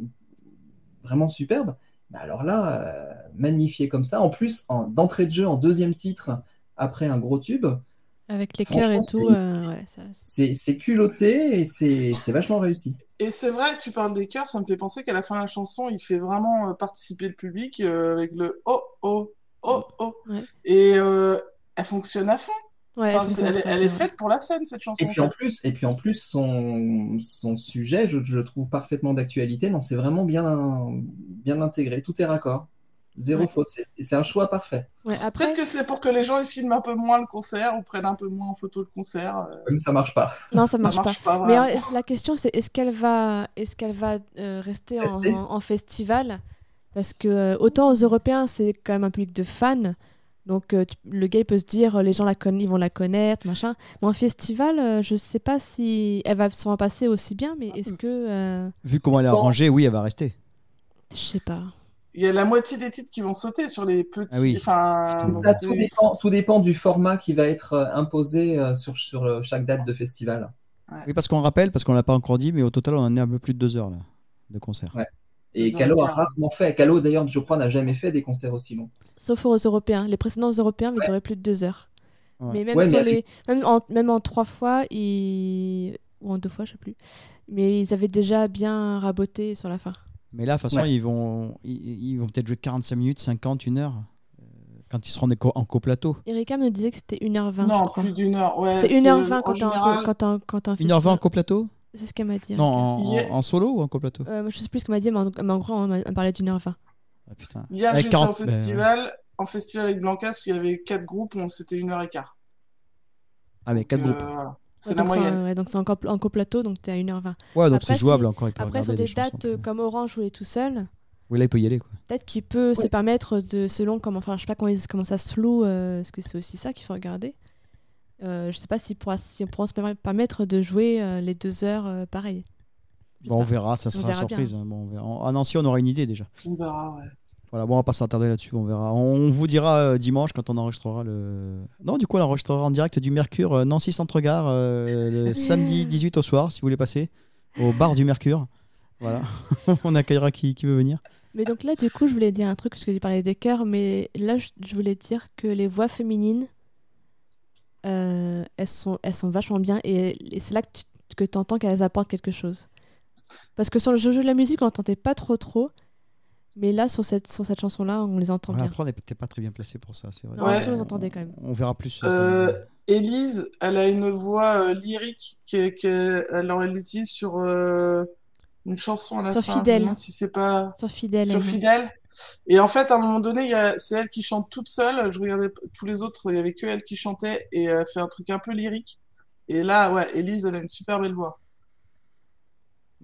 Speaker 6: vraiment superbe. Mais alors là, euh, magnifié comme ça, en plus en- d'entrée de jeu en deuxième titre après un gros tube,
Speaker 9: avec les cœurs et
Speaker 6: Franchement,
Speaker 9: tout.
Speaker 6: c'est-
Speaker 9: euh, ouais, ça-
Speaker 6: c'est c'est culotté et c'est c'est vachement réussi.
Speaker 5: Et c'est vrai, tu parles des chœurs, ça me fait penser qu'à la fin de la chanson, il fait vraiment euh, participer le public euh, avec le oh oh oh oh.
Speaker 9: Mm. Ouais.
Speaker 5: Et euh, elle fonctionne à fond. Enfin,
Speaker 9: ouais, elle
Speaker 5: c'est-
Speaker 9: fonctionne
Speaker 5: elle, est-
Speaker 9: très
Speaker 5: elle
Speaker 9: bien,
Speaker 5: est
Speaker 9: ouais.
Speaker 5: faite pour la scène, cette chanson.
Speaker 6: Et puis en plus, et puis en plus, son, son sujet, je, je le trouve parfaitement d'actualité. Non, c'est vraiment bien, bien intégré. Tout est raccord. Zéro
Speaker 5: Ouais.
Speaker 6: faute. C'est- C'est un choix parfait.
Speaker 5: Peut-être que c'est pour que les gens ils filment un peu moins le concert ou prennent un peu moins en photo le concert. euh.
Speaker 6: Mais ça marche pas.
Speaker 9: Non, ça marche, pas.
Speaker 5: voilà.
Speaker 9: Mais euh, la question, c'est est-ce qu'elle va, est-ce qu'elle va euh, rester en,
Speaker 5: Rester.
Speaker 9: en- en festival Parce que euh, autant aux Européens, c'est quand même un public de fans. Donc euh, tu- le gars, il peut se dire, euh, les gens la conna- ils vont la connaître, machin. Mais en festival, euh, je sais pas si elle va s'en passer aussi bien, mais est-ce que. euh,
Speaker 1: Vu comment elle est arrangée, oui, elle va rester.
Speaker 9: Je sais pas.
Speaker 5: Il y a la moitié des titres qui vont sauter sur les petits.
Speaker 6: Ah oui.
Speaker 5: Enfin,
Speaker 6: Tout,
Speaker 5: donc
Speaker 6: ça,
Speaker 5: c'est-
Speaker 6: tout dépend, tout dépend du format qui va être euh, imposé euh, sur, sur euh, chaque date de festival.
Speaker 1: Oui, parce qu'on rappelle, parce qu'on l'a pas encore dit, mais au total, on en est un peu plus de deux heures là, de concert.
Speaker 6: Et
Speaker 9: Ils ont
Speaker 6: Calo
Speaker 9: été
Speaker 6: a rarement fait. Calo, d'ailleurs, je crois, n'a jamais fait des concerts aussi longs.
Speaker 9: Sauf aux Européens. Les précédents Européens, ils duraient plus de deux heures.
Speaker 6: Ouais.
Speaker 9: Mais même
Speaker 6: Ouais,
Speaker 9: sur
Speaker 6: mais
Speaker 9: les,
Speaker 6: avec-
Speaker 9: même en, même en trois fois, ils... ou en deux fois, je sais plus. Mais ils avaient déjà bien raboté sur la fin.
Speaker 1: Mais là, de toute façon,
Speaker 9: Ouais.
Speaker 1: ils vont, ils, ils vont peut-être jouer 45 minutes, 50, une heure, euh, quand ils seront des co- en coplateau.
Speaker 9: Erika me disait que c'était 1h20.
Speaker 5: Non,
Speaker 9: je crois.
Speaker 5: plus d'une heure, ouais,
Speaker 9: c'est
Speaker 5: c'est-
Speaker 9: 1h20 quand
Speaker 5: en
Speaker 9: t'es en co-
Speaker 5: général-
Speaker 9: quand t'es en- quand t'es en
Speaker 1: Une heure vingt en
Speaker 9: festival.
Speaker 1: coplateau
Speaker 9: C'est ce qu'elle m'a dit.
Speaker 1: Non, hein.
Speaker 9: Erika.
Speaker 1: en, en- en solo ou en coplateau
Speaker 9: Euh, moi, je sais plus ce qu'elle m'a dit, mais en, mais en gros, on m'a on parlait d'une heure vingt.
Speaker 1: Ah, Putain.
Speaker 5: Hier,
Speaker 1: Ouais,
Speaker 5: j'étais
Speaker 1: 40,
Speaker 5: au
Speaker 1: ben,
Speaker 5: festival. En festival avec Blancas, il y avait quatre groupes, on... c'était une heure et quart.
Speaker 1: Ah, mais quatre
Speaker 5: Euh,
Speaker 1: groupes.
Speaker 5: voilà. C'est
Speaker 9: Ouais,
Speaker 5: la
Speaker 9: donc euh, c'est en-
Speaker 5: moyenne.
Speaker 9: ouais, donc c'est encore pl- en coplateau, donc t'es à 1h20.
Speaker 1: Ouais, donc
Speaker 9: Après,
Speaker 1: c'est jouable
Speaker 9: si-
Speaker 1: encore, il peut
Speaker 9: Après, sur
Speaker 1: regarder des
Speaker 9: des
Speaker 1: chansons,
Speaker 9: dates euh, comme Orange où il est tout seul,
Speaker 1: Oui, là, il peut y aller. Quoi.
Speaker 9: peut-être qu'il peut se permettre de, selon comment, enfin, je sais pas comment, ils- comment ça se loue, euh, parce que c'est aussi ça qu'il faut regarder. Euh, je sais pas si pourra, si on pourra se perm- permettre de jouer euh, les deux heures euh, pareil. Je sais
Speaker 1: Bon, Bah, on
Speaker 9: pas.
Speaker 1: verra, ça
Speaker 9: On
Speaker 1: sera
Speaker 9: verra bien.
Speaker 1: surprise. hein. Bon, on verra. En- À Nancy, on aura une idée déjà.
Speaker 5: On verra, ouais.
Speaker 1: Voilà, bon, on va pas s'attarder là-dessus, on verra. On vous dira euh, dimanche quand on enregistrera le. Non, du coup, on enregistrera en direct du Mercure euh, Nancy Centre-Gare euh, le samedi 18 au soir, si vous voulez passer, au bar du Mercure. Voilà, on accueillera qui, qui veut venir.
Speaker 9: Mais donc là, du coup, je voulais dire un truc, parce que j'ai parlé des chœurs, mais là, je, je voulais dire que les voix féminines, euh, elles, sont, elles sont vachement bien, et, et c'est là que tu que entends qu'elles apportent quelque chose. Parce que sur le jeu de la musique, on n'entendait pas trop trop, mais là, sur cette, sur cette chanson-là, on les entend
Speaker 1: Voilà,
Speaker 9: bien.
Speaker 1: après, on n'est peut-être pas très bien placé pour ça, c'est vrai.
Speaker 9: Non,
Speaker 5: Ouais.
Speaker 9: Ah, si, on les entendait quand même.
Speaker 1: On verra plus. euh,
Speaker 5: Euh, Élise, elle a une voix euh, lyrique qu'elle utilise sur euh, une chanson à la
Speaker 9: Sur
Speaker 5: fin.
Speaker 9: Fidèle.
Speaker 5: Je me demande Si c'est pas...
Speaker 9: Sur Fidèle.
Speaker 5: Sur
Speaker 9: elle-
Speaker 5: Fidèle. Et en fait, à un moment donné, il y a- c'est elle qui chante toute seule. Je regardais p- tous les autres, il y avait que elle qui chantait et elle fait un truc un peu lyrique. Et là, ouais, Élise, elle a une super belle voix.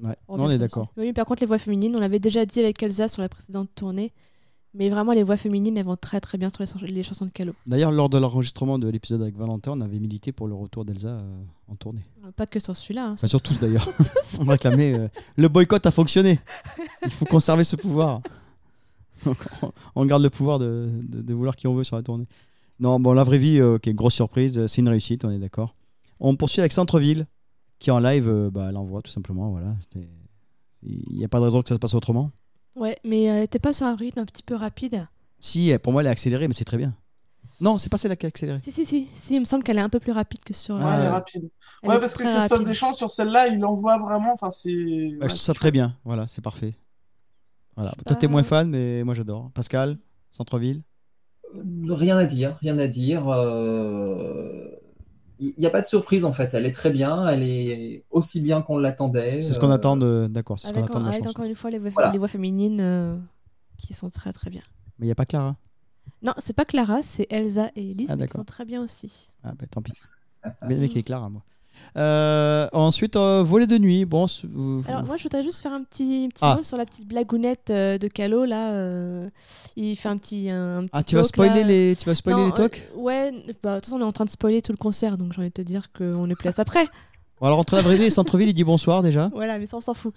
Speaker 1: ouais.
Speaker 9: Oh,
Speaker 1: Non, on
Speaker 9: bien
Speaker 1: est
Speaker 9: pensé.
Speaker 1: d'accord.
Speaker 9: Oui, par contre, les voix féminines, on l'avait déjà dit avec Elsa sur la précédente tournée, mais vraiment, les voix féminines, elles vont très très bien sur les, chans- les chansons de Calo.
Speaker 1: D'ailleurs, lors de l'enregistrement de l'épisode avec Valentin, on avait milité pour le retour d'Elsa euh, en tournée.
Speaker 9: Pas que sur celui-là. hein,
Speaker 1: Enfin, sur tous d'ailleurs.
Speaker 9: Sur tous.
Speaker 1: on réclamait. euh, le boycott a fonctionné. Il faut conserver ce pouvoir. Donc, on- on garde le pouvoir de, de- de vouloir qui on veut sur la tournée. Non, bon, la vraie vie, euh, ok, grosse surprise, euh, c'est une réussite, on est d'accord. On poursuit avec Centreville, qui en live, euh, bah, l'envoie tout simplement. Voilà, C'était- il n'y a pas de raison que ça se passe autrement.
Speaker 9: Ouais, mais euh, t'es pas sur un rythme un petit peu rapide
Speaker 1: Si, euh, pour moi, elle est accélérée, mais c'est très bien. Non, c'est pas celle-là qui est accélérée.
Speaker 9: Si, si, si, si, il me semble qu'elle est un peu plus rapide que sur.
Speaker 1: Ouais,
Speaker 9: euh,
Speaker 1: elle est
Speaker 5: rapide.
Speaker 9: elle
Speaker 5: ouais,
Speaker 9: est
Speaker 5: parce que
Speaker 9: très
Speaker 5: Christophe
Speaker 9: rapide.
Speaker 5: Deschamps, sur celle-là, il envoie vraiment. Enfin, c'est.
Speaker 1: Bah,
Speaker 5: ouais,
Speaker 1: je trouve ça très bien, voilà, c'est parfait. Voilà. Toi,
Speaker 9: pas.
Speaker 1: t'es moins fan, mais moi, j'adore. Pascal, Centreville.
Speaker 6: Euh, Rien à dire, rien à dire. Euh, Il n'y a pas de surprise en fait. Elle est très bien, elle est aussi bien qu'on l'attendait.
Speaker 1: C'est ce qu'on
Speaker 6: Euh,
Speaker 1: attend de. D'accord, c'est ce qu'on
Speaker 9: Avec,
Speaker 1: attend de la
Speaker 9: avec
Speaker 1: chanson.
Speaker 9: encore une fois les voix,
Speaker 1: Voilà.
Speaker 9: les voix féminines euh, qui sont très très bien.
Speaker 1: Mais il n'y a pas Clara.
Speaker 9: Non, c'est pas Clara, c'est Elsa et Elise
Speaker 1: Ah,
Speaker 9: mais qui
Speaker 1: d'accord.
Speaker 9: sont très bien aussi.
Speaker 1: Ah bah tant pis. Mais le mec il est Clara, moi. Euh, ensuite, euh, voler de nuit. Bon, c'est- vous-
Speaker 9: Alors moi je voudrais juste faire un petit, petit
Speaker 1: Ah.
Speaker 9: mot sur la petite blagounette euh, de Calo là. euh, il fait un petit un, un petit
Speaker 1: Ah, tu vas
Speaker 9: talk, là.
Speaker 1: spoiler les- tu vas spoiler
Speaker 9: Non,
Speaker 1: les talks
Speaker 9: euh, Ouais, bah, de toute façon on est en train de spoiler tout le concert donc j'ai envie de te dire qu'on est place après.
Speaker 1: Bon, alors entre la vraie vie et Centreville, il dit bonsoir déjà.
Speaker 9: voilà, mais ça on s'en fout.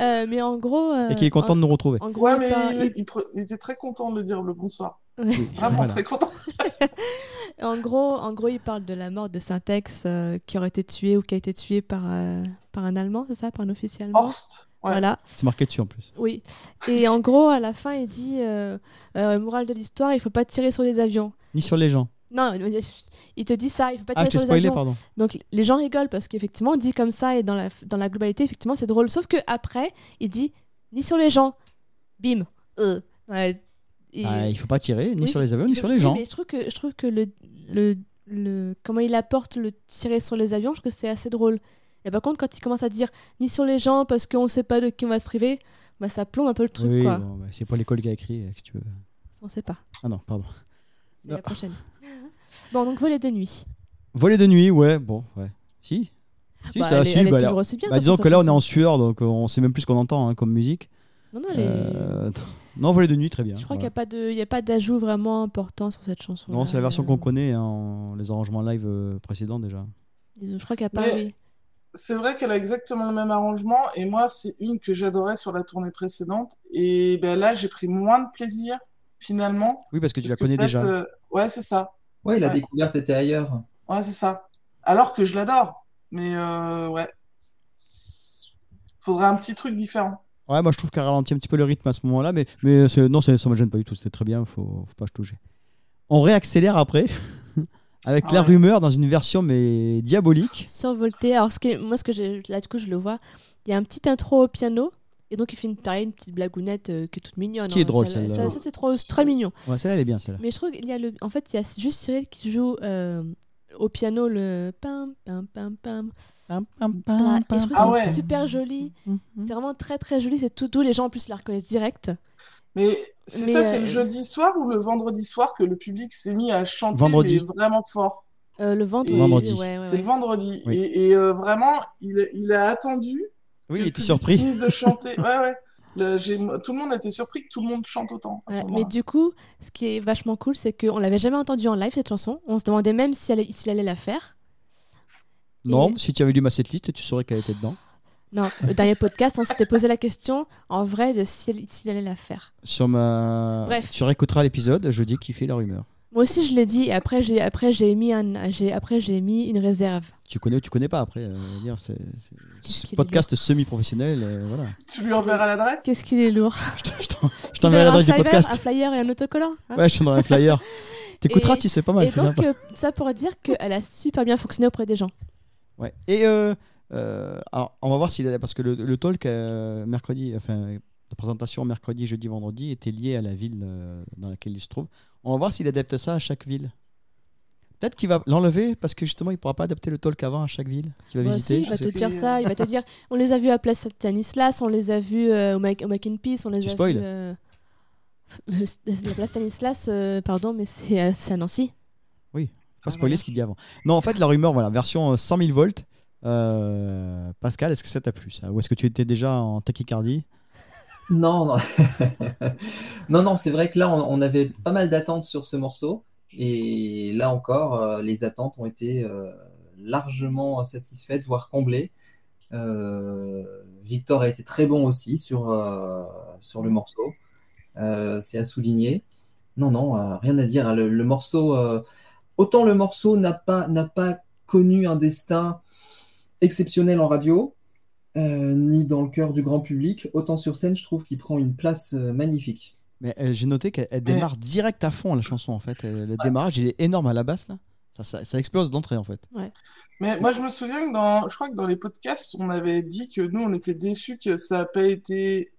Speaker 9: Euh, mais en gros.
Speaker 1: Et qu'il est
Speaker 9: euh,
Speaker 1: content
Speaker 9: en-
Speaker 1: de nous retrouver.
Speaker 9: En gros,
Speaker 5: Ouais,
Speaker 9: il
Speaker 5: mais
Speaker 9: par-
Speaker 5: il,
Speaker 9: il-
Speaker 5: il pre- il était très content de le dire le bonsoir.
Speaker 9: Oui.
Speaker 5: Vraiment
Speaker 1: Voilà.
Speaker 5: très Ah content.
Speaker 9: en gros, en gros, il parle de la mort de Syntex euh, qui aurait été tué ou qui a été tué par, euh, par un Allemand, c'est ça Par un officiel allemand
Speaker 5: Horst
Speaker 9: Voilà.
Speaker 1: C'est marqué dessus en plus.
Speaker 9: Oui. Et en gros, à la fin, il dit euh, euh, morale de l'histoire, il faut pas tirer sur les avions.
Speaker 1: Ni sur les gens.
Speaker 9: Non, il te dit ça, il faut pas
Speaker 1: Ah, je
Speaker 9: tirer
Speaker 1: t'ai
Speaker 9: sur les
Speaker 1: spoilé,
Speaker 9: avions.
Speaker 1: pardon.
Speaker 9: Donc les gens rigolent parce qu'effectivement, on dit comme ça et dans la, dans la globalité, effectivement, c'est drôle. Sauf que après, il dit ni sur les gens. Bim. Euh. Ouais. Et-
Speaker 1: Ah, il faut pas tirer, ni
Speaker 9: Oui,
Speaker 1: sur les avions,
Speaker 9: il
Speaker 1: ni
Speaker 9: faut-
Speaker 1: sur les
Speaker 9: oui,
Speaker 1: gens.
Speaker 9: Mais je trouve que, je trouve que le, le, le- comment il apporte le tirer sur les avions, je trouve que c'est assez drôle. Et par contre, quand il commence à dire ni sur les gens parce qu'on sait pas de qui on va se priver, bah, ça plombe un peu le truc.
Speaker 1: oui,
Speaker 9: quoi.
Speaker 1: bon, bah, c'est pas l'école qui a écrit, euh, si tu veux.
Speaker 9: Ça, on sait pas.
Speaker 1: Ah non, pardon.
Speaker 9: C'est
Speaker 1: Ah.
Speaker 9: la prochaine. bon, donc volet de nuit.
Speaker 1: Volet de nuit, ouais, bon, ouais. Si si,
Speaker 9: Bah,
Speaker 1: ça,
Speaker 9: elle est-
Speaker 1: si,
Speaker 9: elle est
Speaker 1: bah,
Speaker 9: toujours
Speaker 1: là-
Speaker 9: aussi bien, hein,
Speaker 1: bah,
Speaker 9: de toute
Speaker 1: disons que
Speaker 9: façon,
Speaker 1: là, on
Speaker 9: c'est-
Speaker 1: est en sueur, donc euh, on sait même plus ce qu'on entend hein, comme musique.
Speaker 9: Non, non, elle est-
Speaker 1: Euh, non, volet de nuit, très bien.
Speaker 9: Je crois
Speaker 1: voilà.
Speaker 9: qu'il n'y a pas de, il y a pas d'ajout vraiment important sur cette Euh, chanson.
Speaker 1: Non, c'est la version qu'on connaît, hein, en- les arrangements live euh, précédents déjà.
Speaker 9: Je crois qu'il n'y a pas.
Speaker 5: Mais-
Speaker 9: oui.
Speaker 5: C'est vrai qu'elle a exactement le même arrangement, et moi, c'est une que j'adorais sur la tournée précédente, et ben là, j'ai pris moins de plaisir, finalement.
Speaker 1: Oui, parce que tu la
Speaker 5: Parce que
Speaker 1: connais
Speaker 5: peut-être,
Speaker 1: déjà.
Speaker 5: euh, Ouais, c'est ça.
Speaker 6: Ouais, la
Speaker 5: Ouais.
Speaker 6: découverte était ailleurs.
Speaker 5: Ouais, c'est ça. Alors que je l'adore. Mais euh, ouais. C'est- Faudrait un petit truc différent.
Speaker 1: Ouais, moi je trouve qu'elle ralentit un petit peu le rythme à ce moment-là, mais, mais c'est- non, c'est- ça me gêne pas du tout, c'était très bien, faut, faut pas se toucher. On réaccélère après, avec la
Speaker 9: Ouais.
Speaker 1: rumeur dans une version mais diabolique.
Speaker 9: Survolté. Alors, ce qui est- moi, ce que j'ai, là, du coup, je le vois. Il y a un petit intro au piano. Et donc, il fait une, pareil, une petite blagounette euh, qui est toute mignonne.
Speaker 1: Qui est drôle,
Speaker 9: Ça,
Speaker 1: oh celle-là.
Speaker 9: ça- ça, c'est trop, c'est très mignon.
Speaker 1: Ouais, celle-là elle est bien, celle-là.
Speaker 9: Mais je trouve qu'il y a le. En fait, il y a juste Cyril qui joue euh, au piano le. Pam, pam, pam, pam.
Speaker 1: Pam, pam, Mm,
Speaker 9: Voilà. Et je trouve
Speaker 5: pam.
Speaker 9: que c'est
Speaker 5: Ah ouais.
Speaker 9: super joli. C'est vraiment très, très joli. C'est tout doux. Les gens, en plus, la reconnaissent direct.
Speaker 5: Mais c'est
Speaker 9: Mais,
Speaker 5: ça, c'est
Speaker 9: euh,
Speaker 5: le jeudi soir ou le vendredi soir que le public s'est mis à chanter
Speaker 1: Vendredi.
Speaker 5: mais vraiment fort.
Speaker 9: Euh, le ventre.
Speaker 5: Et-
Speaker 1: Vendredi.
Speaker 9: Ouais, ouais,
Speaker 5: C'est
Speaker 9: ouais.
Speaker 5: le vendredi.
Speaker 1: Oui.
Speaker 5: Et, et, euh, vraiment, il, il a attendu
Speaker 1: Oui, il était
Speaker 5: qu'ils
Speaker 1: surpris.
Speaker 5: finissent de chanter. ouais, ouais. Le- j'ai- tout le monde était surpris que tout le monde chante autant. à ce
Speaker 9: Ouais, mais
Speaker 5: moment-là.
Speaker 9: du coup, ce qui est vachement cool, c'est qu'on l'avait jamais entendue en live cette chanson. On se demandait même si elle, s'il allait la faire.
Speaker 1: Non, si tu avais lu ma setlist, tu saurais qu'elle était dedans.
Speaker 9: Non, le dernier podcast, on s'était posé la question en vrai de si elle- s'il allait la faire.
Speaker 1: Sur ma...
Speaker 9: Bref.
Speaker 1: Tu réécouteras l'épisode, je dis qu'il fait la rumeur.
Speaker 9: Moi aussi, je l'ai dit. Et après, j'ai après j'ai mis un, j'ai après j'ai mis une réserve.
Speaker 1: Tu connais ou tu connais pas après. euh, je veux dire, c'est- c'est-
Speaker 9: Qu'est-ce qu'il est
Speaker 1: podcast semi-professionnel, euh, voilà.
Speaker 5: Tu lui enverras l'adresse
Speaker 9: Qu'est-ce qu'il est lourd.
Speaker 1: Je t'enverrai
Speaker 9: un
Speaker 1: l'adresse du
Speaker 9: flyer,
Speaker 1: podcast.
Speaker 9: un flyer et un autocollant. hein.
Speaker 1: Ouais, je t'enverrai un flyer. T'écouteras,
Speaker 9: Et-
Speaker 1: tu sais, pas mal,
Speaker 9: Et
Speaker 1: c'est
Speaker 9: donc,
Speaker 1: sympa.
Speaker 9: euh, ça pourrait dire qu'elle a super bien fonctionné auprès des gens.
Speaker 1: Ouais. Et euh, euh, alors, on va voir s'il a- parce que le, le talk euh, mercredi, enfin de présentation mercredi, jeudi, vendredi était lié à la ville euh, dans laquelle il se trouve. On va voir s'il adapte ça à chaque ville. Peut-être qu'il va l'enlever parce que justement il pourra pas adapter le talk avant à chaque ville qu'il va
Speaker 9: Bah
Speaker 1: visiter.
Speaker 9: si, il va
Speaker 1: Je sais
Speaker 9: te
Speaker 1: pas.
Speaker 9: dire ça, il va te dire on les a vus à Place Stanislas, on les a vus euh, au, Mac au Mac in Peace, on les
Speaker 1: Tu
Speaker 9: a
Speaker 1: spoil.
Speaker 9: vus. euh, La Place Stanislas, euh, pardon, mais c'est euh, c'est à Nancy.
Speaker 1: Oui, pas spoiler ce qu'il dit avant. Non, en fait la rumeur, voilà, version euh, 100 000 volts. Euh, Pascal, est-ce que ça t'a plu ça Ou est-ce que tu étais déjà en tachycardie
Speaker 6: Non, non. non, non, c'est vrai que là, on, on avait pas mal d'attentes sur ce morceau. Et là encore, euh, les attentes ont été euh, largement satisfaites, voire comblées. Euh, Victor a été très bon aussi sur, euh, sur le morceau. Euh, c'est à souligner. Non, non, euh, rien à dire. Le, le morceau, euh, autant le morceau n'a pas, Euh, n'a pas connu un destin exceptionnel en radio, euh, ni dans le cœur du grand public, autant sur scène, je trouve qu'il prend une place euh, magnifique.
Speaker 1: Mais euh, j'ai noté qu'elle elle démarre direct à fond la chanson en fait. Euh, le démarrage il est énorme à la basse là. Ça, ça, ça explose d'entrée en fait.
Speaker 5: Mais moi, je me souviens que dans, je crois que dans les podcasts, on avait dit que nous, on était déçus que ça n'a pas été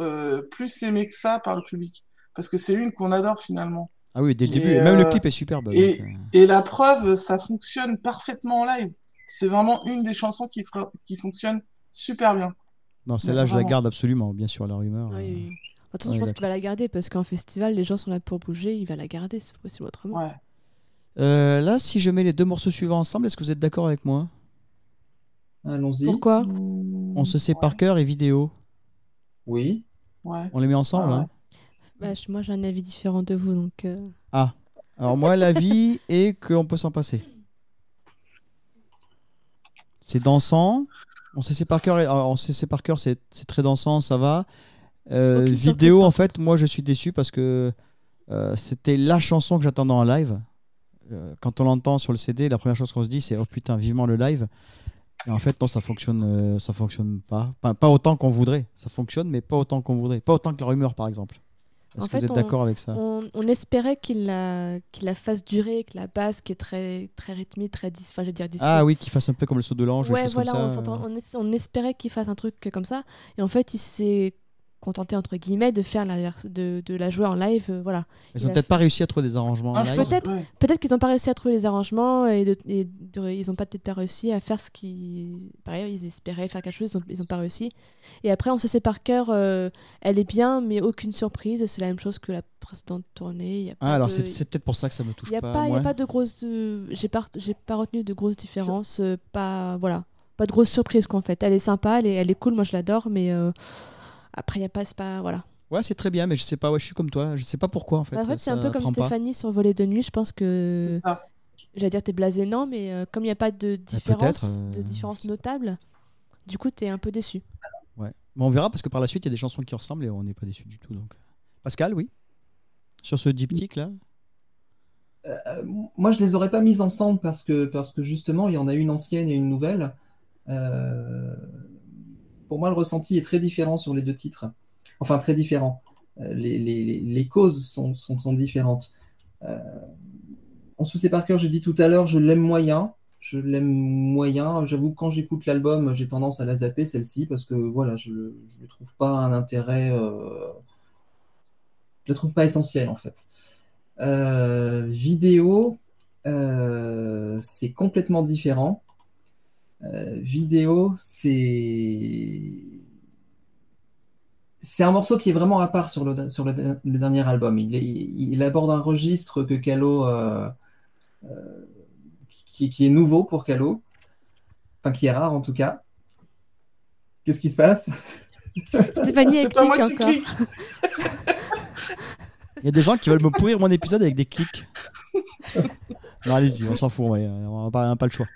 Speaker 5: euh, plus aimé que ça par le public. Parce que c'est une qu'on adore finalement.
Speaker 1: Ah oui, dès le
Speaker 5: Et,
Speaker 1: début. Et même le
Speaker 5: euh,
Speaker 1: clip est superbe.
Speaker 5: Et,
Speaker 1: donc, euh,
Speaker 5: et la preuve, ça fonctionne parfaitement en live. C'est vraiment une des chansons qui, fera- qui fonctionne super bien.
Speaker 1: Non, celle-là, je la
Speaker 5: vraiment.
Speaker 1: garde absolument, bien sûr, la rumeur.
Speaker 9: Oui,
Speaker 1: euh,
Speaker 9: oui, oui. Attention,
Speaker 1: Ouais,
Speaker 9: je pense
Speaker 1: d'accord.
Speaker 9: qu'il va la garder parce qu'en festival, les gens sont là pour bouger, il va la garder, c'est pas possible autrement.
Speaker 1: Euh, là, si je mets les deux morceaux suivants ensemble, est-ce que vous êtes d'accord avec moi
Speaker 6: Allons-y.
Speaker 9: Pourquoi
Speaker 1: On se sait par cœur et vidéo.
Speaker 6: Oui.
Speaker 5: Ouais.
Speaker 1: On les met ensemble. hein
Speaker 9: Bah, je- Moi, j'ai un avis différent de vous, donc. euh,
Speaker 1: ah. Alors moi, l'avis est qu'on peut s'en passer. C'est dansant. On se sait par cœur. et- alors, on se sait par cœur, c'est c'est très dansant, ça va. Euh,
Speaker 9: Aucune surprise,
Speaker 1: vidéo,
Speaker 9: par
Speaker 1: en fait, moi, je suis déçu parce que euh, c'était la chanson que j'attendais en live. Euh, quand on l'entend sur le CD, la première chose qu'on se dit, c'est oh putain, vivement le live. Et en fait, non, ça fonctionne, euh, ça fonctionne pas. Pas, pas autant qu'on voudrait. Ça fonctionne, mais pas autant qu'on voudrait. Pas autant que la rumeur, par exemple. Est-ce
Speaker 9: en
Speaker 1: que
Speaker 9: fait,
Speaker 1: vous êtes
Speaker 9: on-
Speaker 1: d'accord avec ça
Speaker 9: on, on espérait qu'il la, qu'il la fasse durer, que la basse qui est très, très rythmique, très dis, enfin, je veux dire discrète.
Speaker 1: Ah oui, qu'il fasse un peu comme euh. le saut de l'ange, des
Speaker 9: Ouais,
Speaker 1: choses
Speaker 9: voilà,
Speaker 1: comme
Speaker 9: on,
Speaker 1: ça.
Speaker 9: s'entend- on es- on espérait qu'il fasse un truc comme ça. Et en fait, il s'est contenté entre guillemets de faire la vers- de, de la jouer en live, euh, voilà.
Speaker 1: Ils
Speaker 9: Il
Speaker 1: ont
Speaker 9: a
Speaker 1: peut-être
Speaker 9: fait-
Speaker 1: pas réussi à trouver des arrangements.
Speaker 5: Ah,
Speaker 1: en live. Ah,
Speaker 9: Peut-être, peut-être qu'ils n'ont pas réussi à trouver les arrangements et, de- et de- ils n'ont pas peut-être pas réussi à faire ce qu'ils, pareil, ils espéraient faire quelque chose, ils ont- ils n'ont pas réussi. Et après, on se sait par cœur, euh, elle est bien, mais aucune surprise. C'est la même chose que la précédente tournée. il Y a pas
Speaker 1: Ah, alors
Speaker 9: de-
Speaker 1: c'est c'est peut-être pour ça que ça me touche
Speaker 9: il n'y a
Speaker 1: pas.
Speaker 9: pas, il y a
Speaker 1: moi.
Speaker 9: pas de grosses. euh, j'ai pas, j'ai pas retenu de grosses différences. euh, pas, voilà, pas de grosses surprises quoi en fait. Elle est sympa, elle est, elle est cool. Moi, je l'adore, mais euh, après, il y a pas, c'est pas, voilà.
Speaker 1: Ouais, c'est très bien, mais je sais pas. Ouais, je suis comme toi. Je sais pas pourquoi en fait.
Speaker 9: Bah, En fait, c'est un
Speaker 1: ça
Speaker 9: peu comme
Speaker 1: prend pas.
Speaker 9: Stéphanie sur Volet de nuit. Je pense que. J'allais dire, t'es blasé, non, mais euh, comme il n'y a pas de différence,
Speaker 1: Bah, peut-être,
Speaker 9: de
Speaker 1: euh,
Speaker 9: différence notable, du coup, t'es un peu déçu.
Speaker 1: Ouais. Mais on verra parce que par la suite, il y a des chansons qui ressemblent et on n'est pas déçu du tout. Donc, Pascal, oui. Sur ce diptyque là.
Speaker 6: Euh, moi, je les aurais pas mises ensemble parce que, parce que justement, il y en a une ancienne et une nouvelle. Euh, pour moi, le ressenti est très différent sur les deux titres. Enfin, très différent. Euh, les, les- les- les causes sont, sont, sont différentes. Euh, en sous par cœur, j'ai dit tout à l'heure, je l'aime moyen. Je l'aime moyen. J'avoue, que quand j'écoute l'album, j'ai tendance à la zapper celle-ci parce que voilà, je ne trouve pas un intérêt. euh, je la trouve pas essentielle en fait. Euh, vidéo, euh, c'est complètement différent. Euh, vidéo, c'est c'est un morceau qui est vraiment à part sur le, sur le, le dernier album. Il, est- il, il aborde un registre que Calo euh, euh, qui, qui est nouveau pour Calo, enfin qui est rare en tout cas. Qu'est-ce qui se passe
Speaker 9: Stéphanie, elle
Speaker 5: C'est pas moi
Speaker 9: clique
Speaker 5: qui
Speaker 9: encore.
Speaker 5: clique.
Speaker 1: Il y a des gens qui veulent me pourrir mon épisode avec des clics. Non, allez-y, on s'en fout. ouais, On n'a pas, on a pas le choix.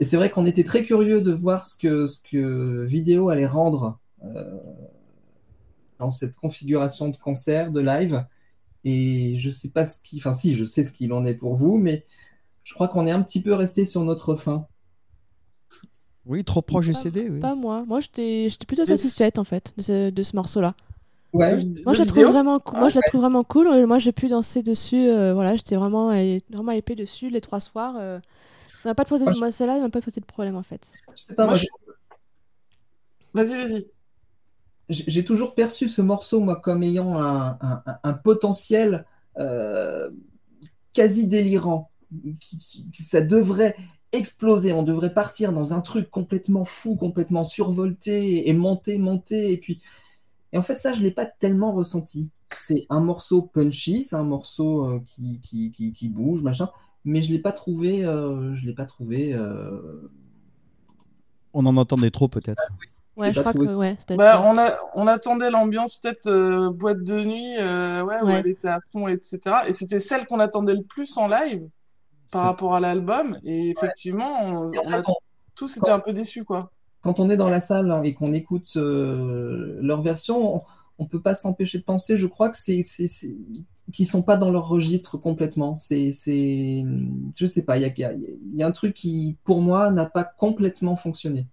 Speaker 6: Et c'est vrai qu'on était très curieux de voir ce que, ce que vidéo allait rendre euh, dans cette configuration de concert, de live. Et je sais pas ce qui. Enfin, si, je sais ce qu'il en est pour vous, mais je crois qu'on est un petit peu resté sur notre fin.
Speaker 1: Oui, trop proche du CD. Oui.
Speaker 9: Pas moi. Moi, j'étais j'étais plutôt
Speaker 6: Mais
Speaker 9: satisfaite, en fait, de ce, de ce morceau-là.
Speaker 6: Ouais,
Speaker 9: moi,
Speaker 6: de
Speaker 9: je la trouve
Speaker 6: vidéo
Speaker 9: vraiment cool. Moi, je la trouve vraiment cool. Euh, Moi, j'ai pu danser dessus. euh, voilà, j'étais vraiment, euh, vraiment épée dessus les trois soirs. euh, ça m'a pas posé de...
Speaker 6: Moi, je-
Speaker 9: Moi, celle-là, elle m'a pas posé de problème, en fait.
Speaker 6: Je sais pas, moi,
Speaker 9: je...
Speaker 5: Vas-y, vas-y.
Speaker 6: J'ai j'ai toujours perçu ce morceau, moi, comme ayant un, un- un- un potentiel euh, quasi délirant. Qui- qui- qui- ça devrait exploser, on devrait partir dans un truc complètement fou, complètement survolté, et monter, monter, et puis... Et en fait, ça, je l'ai pas tellement ressenti. C'est un morceau punchy, c'est un morceau euh, qui, qui, qui, qui bouge, machin, mais je l'ai pas trouvé... euh, je l'ai pas trouvé... euh,
Speaker 1: On en entendait trop peut-être.
Speaker 9: Ouais,
Speaker 6: je crois que-
Speaker 9: ouais,
Speaker 6: c'était
Speaker 5: Bah,
Speaker 6: ça.
Speaker 5: on, a- on attendait l'ambiance peut-être euh, boîte de nuit, euh, ouais, où
Speaker 9: Ouais.
Speaker 5: elle était à fond, etc. Et c'était celle qu'on attendait le plus en live par rapport à l'album. Et effectivement, on, on a tous étaient un peu déçus, quoi.
Speaker 6: quand on est dans la salle hein, et qu'on écoute euh, leur version, on, on peut pas s'empêcher de penser, je crois que c'est c'est- c'est- qu'ils sont pas dans leur registre complètement. C'est c'est je sais pas, il y a, il y a- il y a un truc qui pour moi n'a pas complètement fonctionné.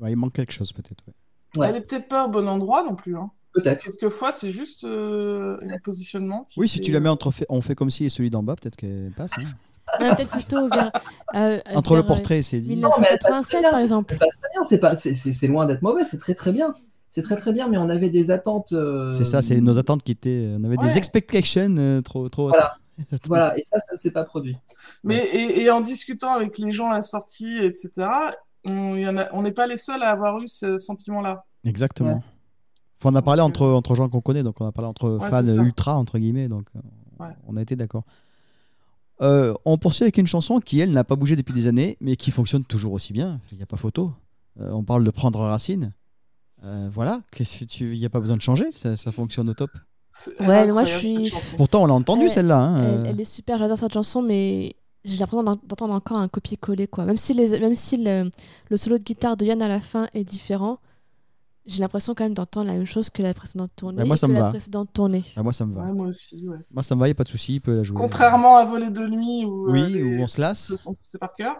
Speaker 1: Ouais, il manque quelque chose peut-être. ouais.
Speaker 6: Ouais.
Speaker 5: Elle est peut-être pas au bon endroit non plus. Hein.
Speaker 6: Peut-être.
Speaker 5: Quelquefois, c'est juste euh, un positionnement. qui
Speaker 1: Oui, si
Speaker 5: fait-
Speaker 1: tu la mets entre fait- on fait comme si et celui d'en bas, peut-être qu'elle passe. hein.
Speaker 9: Ah, bah, peut-être plutôt vers, euh,
Speaker 1: Entre
Speaker 9: vers,
Speaker 1: le portrait et ses
Speaker 9: euh,
Speaker 1: lignes.
Speaker 6: Non, mais elle passe
Speaker 9: 1987, par exemple.
Speaker 6: Elle passe très bien, c'est pas c'est- c'est c'est loin d'être mauvais, c'est très très bien. C'est très très bien, mais on avait des attentes. euh,
Speaker 1: C'est ça, c'est nos attentes qui étaient. euh, On avait des
Speaker 6: Ouais.
Speaker 1: expectations euh, trop, trop hautes.
Speaker 6: Voilà. Voilà, et ça, ça s'est pas produit.
Speaker 5: Mais et, et en discutant avec les gens à la sortie, etc., on y en a- on n'est pas les seuls à avoir eu ce sentiment-là.
Speaker 1: Exactement. Enfin, on a parlé entre, entre gens qu'on connaît, donc on a parlé entre
Speaker 5: euh, Ouais,
Speaker 1: fans
Speaker 5: c'est ça.
Speaker 1: ultra, entre guillemets, donc euh,
Speaker 5: Ouais.
Speaker 1: on a été d'accord. Euh, on poursuit avec une chanson qui, elle, n'a pas bougé depuis des années, mais qui fonctionne toujours aussi bien. Il n'y a pas photo. Euh, on parle de prendre racine. Euh, voilà, qu'est-ce que tu- il n'y a pas besoin de changer, ça, ça fonctionne au top.
Speaker 9: Ouais, mais moi, je suis.
Speaker 1: Pourtant, on l'a entendue,
Speaker 9: Elle-
Speaker 1: celle-là, hein,
Speaker 9: Elle,
Speaker 1: euh.
Speaker 9: elle est super, j'adore cette chanson, mais j'ai l'impression d'en- d'entendre encore un copier-coller, quoi. Même si, les, même si le, le solo de guitare de Yann à la fin est différent, j'ai l'impression quand même d'entendre la même chose que la précédente tournée.
Speaker 1: Bah, moi,
Speaker 9: et
Speaker 1: ça
Speaker 9: que
Speaker 1: me
Speaker 9: la
Speaker 1: va.
Speaker 9: précédente tournée.
Speaker 1: Ah, moi, ça me va.
Speaker 5: Ouais, moi aussi, ouais.
Speaker 1: Moi, ça me va, il n'y a pas de souci, il peut la jouer.
Speaker 5: Contrairement à Voler de nuit où,
Speaker 1: Oui,
Speaker 5: euh, les-
Speaker 1: où on se lasse.
Speaker 5: le son, C'est par cœur.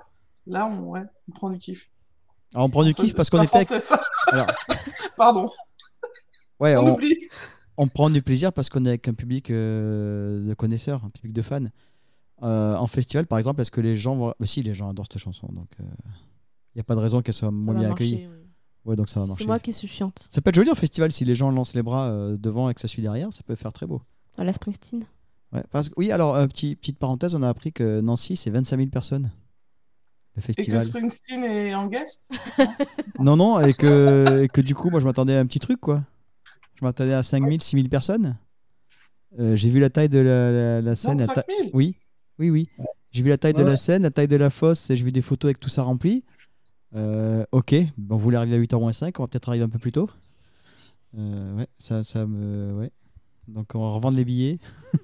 Speaker 5: Là, on, ouais, on prend du kiff.
Speaker 1: Alors, Ah, on prend du
Speaker 5: Ça,
Speaker 1: kiff
Speaker 5: c'est
Speaker 1: parce qu'on
Speaker 5: pas
Speaker 1: était. avec-
Speaker 5: français, ça.
Speaker 1: Alors,
Speaker 5: Pardon.
Speaker 1: Ouais,
Speaker 5: On
Speaker 1: on,
Speaker 5: oublie.
Speaker 1: on prend du plaisir parce qu'on est avec un public euh, de connaisseurs, un public de fans. Euh, en festival, par exemple, est-ce Bah, que les gens vont... Mais si, les gens adorent cette chanson, donc il n'y euh, a pas de raison qu'elle soit moins
Speaker 9: va
Speaker 1: bien
Speaker 9: marcher,
Speaker 1: accueillie. Ouais, donc ça va marcher.
Speaker 9: moi qui suis chiante.
Speaker 1: Ça peut être joli en festival si les gens lancent les bras euh, devant et que ça suit derrière, ça peut faire très beau.
Speaker 9: À la Springsteen.
Speaker 1: Ouais, parce que- oui, alors, euh, petit- petite parenthèse, on a appris que Nancy, c'est 25 000 personnes. Le
Speaker 5: Et que
Speaker 1: festival.
Speaker 5: Springsteen est en guest
Speaker 1: Non, non, et que, et que du coup, moi, je m'attendais à un petit truc, quoi. Je m'attendais à 5 000, 6 000 personnes. Euh, J'ai vu la taille de la, la- la scène. la
Speaker 5: 5 000?
Speaker 1: Oui, oui, oui. J'ai vu la taille de
Speaker 5: Ouais,
Speaker 1: la
Speaker 5: ouais.
Speaker 1: scène, la taille de la fosse, et j'ai vu des photos avec tout ça rempli. Euh, ok, on voulait arriver à 8h moins 5, on va peut-être arriver un peu plus tôt. Euh, ouais, ça, ça me. Ouais. Donc, on va revendre les billets.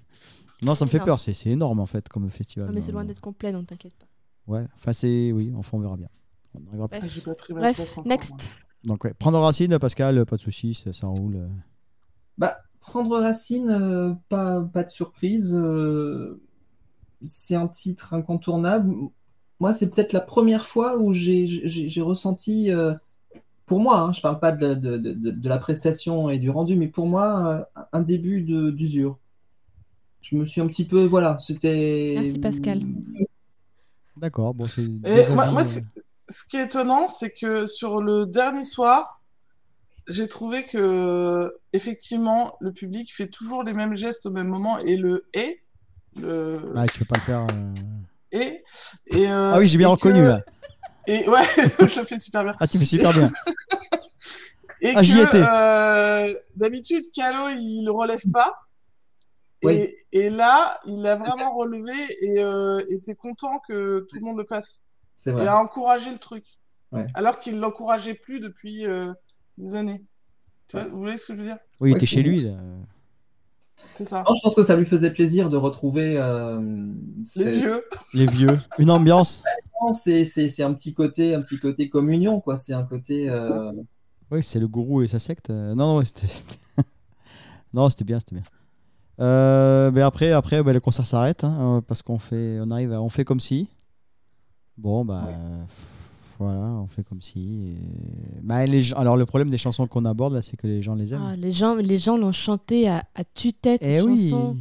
Speaker 1: non, ça me fait
Speaker 9: Énorme.
Speaker 1: peur, c'est c'est énorme en fait comme festival.
Speaker 9: Ah, mais c'est loin
Speaker 1: normalement.
Speaker 9: d'être complet, donc t'inquiète pas.
Speaker 1: Ouais, enfin c'est oui, enfin on verra bien. On arrivera
Speaker 5: Ah,
Speaker 9: Bref,
Speaker 1: plus.
Speaker 5: ma
Speaker 9: Bref,
Speaker 5: place encore,
Speaker 9: next.
Speaker 1: Donc ouais, prendre racine Pascal, pas de soucis, ça, ça roule. euh.
Speaker 6: Bah, prendre racine, euh, pas, pas de surprise. euh, c'est un titre incontournable. Moi, c'est peut-être la première fois où j'ai- j'ai j'ai ressenti, euh, pour moi, hein, je parle pas de, de- de- de- de la prestation et du rendu, mais pour moi, euh, un début de- d'usure. Je me suis un petit peu, voilà, c'était.
Speaker 9: Merci Pascal.
Speaker 1: D'accord, bon c'est
Speaker 5: Et
Speaker 1: des
Speaker 5: Eh, moi,
Speaker 1: avis,
Speaker 5: moi,
Speaker 1: euh.
Speaker 5: c'est- ce qui est étonnant, c'est que sur le dernier soir, j'ai trouvé que, effectivement, le public fait toujours les mêmes gestes au même moment et le et. le
Speaker 1: Ah, tu peux pas le faire. euh.
Speaker 5: et, et, euh,
Speaker 1: Ah oui, j'ai bien
Speaker 5: et
Speaker 1: reconnu
Speaker 5: que-
Speaker 1: là.
Speaker 5: Et ouais, je le fais super bien.
Speaker 1: Ah, tu fais super bien.
Speaker 5: Et
Speaker 1: Ah,
Speaker 5: que
Speaker 1: j'y étais.
Speaker 5: euh, d'habitude, Calo, il ne relève pas.
Speaker 6: Oui.
Speaker 5: Et, et là, il a vraiment relevé et euh, était content que tout le monde le fasse.
Speaker 6: C'est vrai.
Speaker 5: Il a encouragé le truc.
Speaker 6: Ouais.
Speaker 5: Alors qu'il ne l'encourageait plus depuis euh, des années. Tu vois, vous voyez ce que je veux dire
Speaker 1: Oui, il était chez lui là.
Speaker 5: C'est ça.
Speaker 9: Oh,
Speaker 6: Non, je pense que ça lui faisait plaisir de retrouver. euh,
Speaker 5: Les
Speaker 6: cette-
Speaker 5: vieux.
Speaker 1: Les vieux, une ambiance.
Speaker 6: Non, c'est c'est- c'est un petit côté un petit côté communion quoi c'est un côté euh,
Speaker 1: Oui, c'est le gourou et sa secte. Euh, Non, non, c'était c'était- non, c'était bien, c'était bien. Euh, mais après, après, bah, le concert s'arrête hein, euh, parce qu'on fait, on arrive, à, on fait comme si. Bon, bah euh, pff, voilà, on fait comme si. et- Bah, les gens- alors le problème des chansons qu'on aborde là, c'est que les gens les aiment.
Speaker 9: Ah, les gens les gens l'ont chanté à, à tue-tête.
Speaker 1: Eh
Speaker 9: cette
Speaker 1: oui.
Speaker 9: chanson.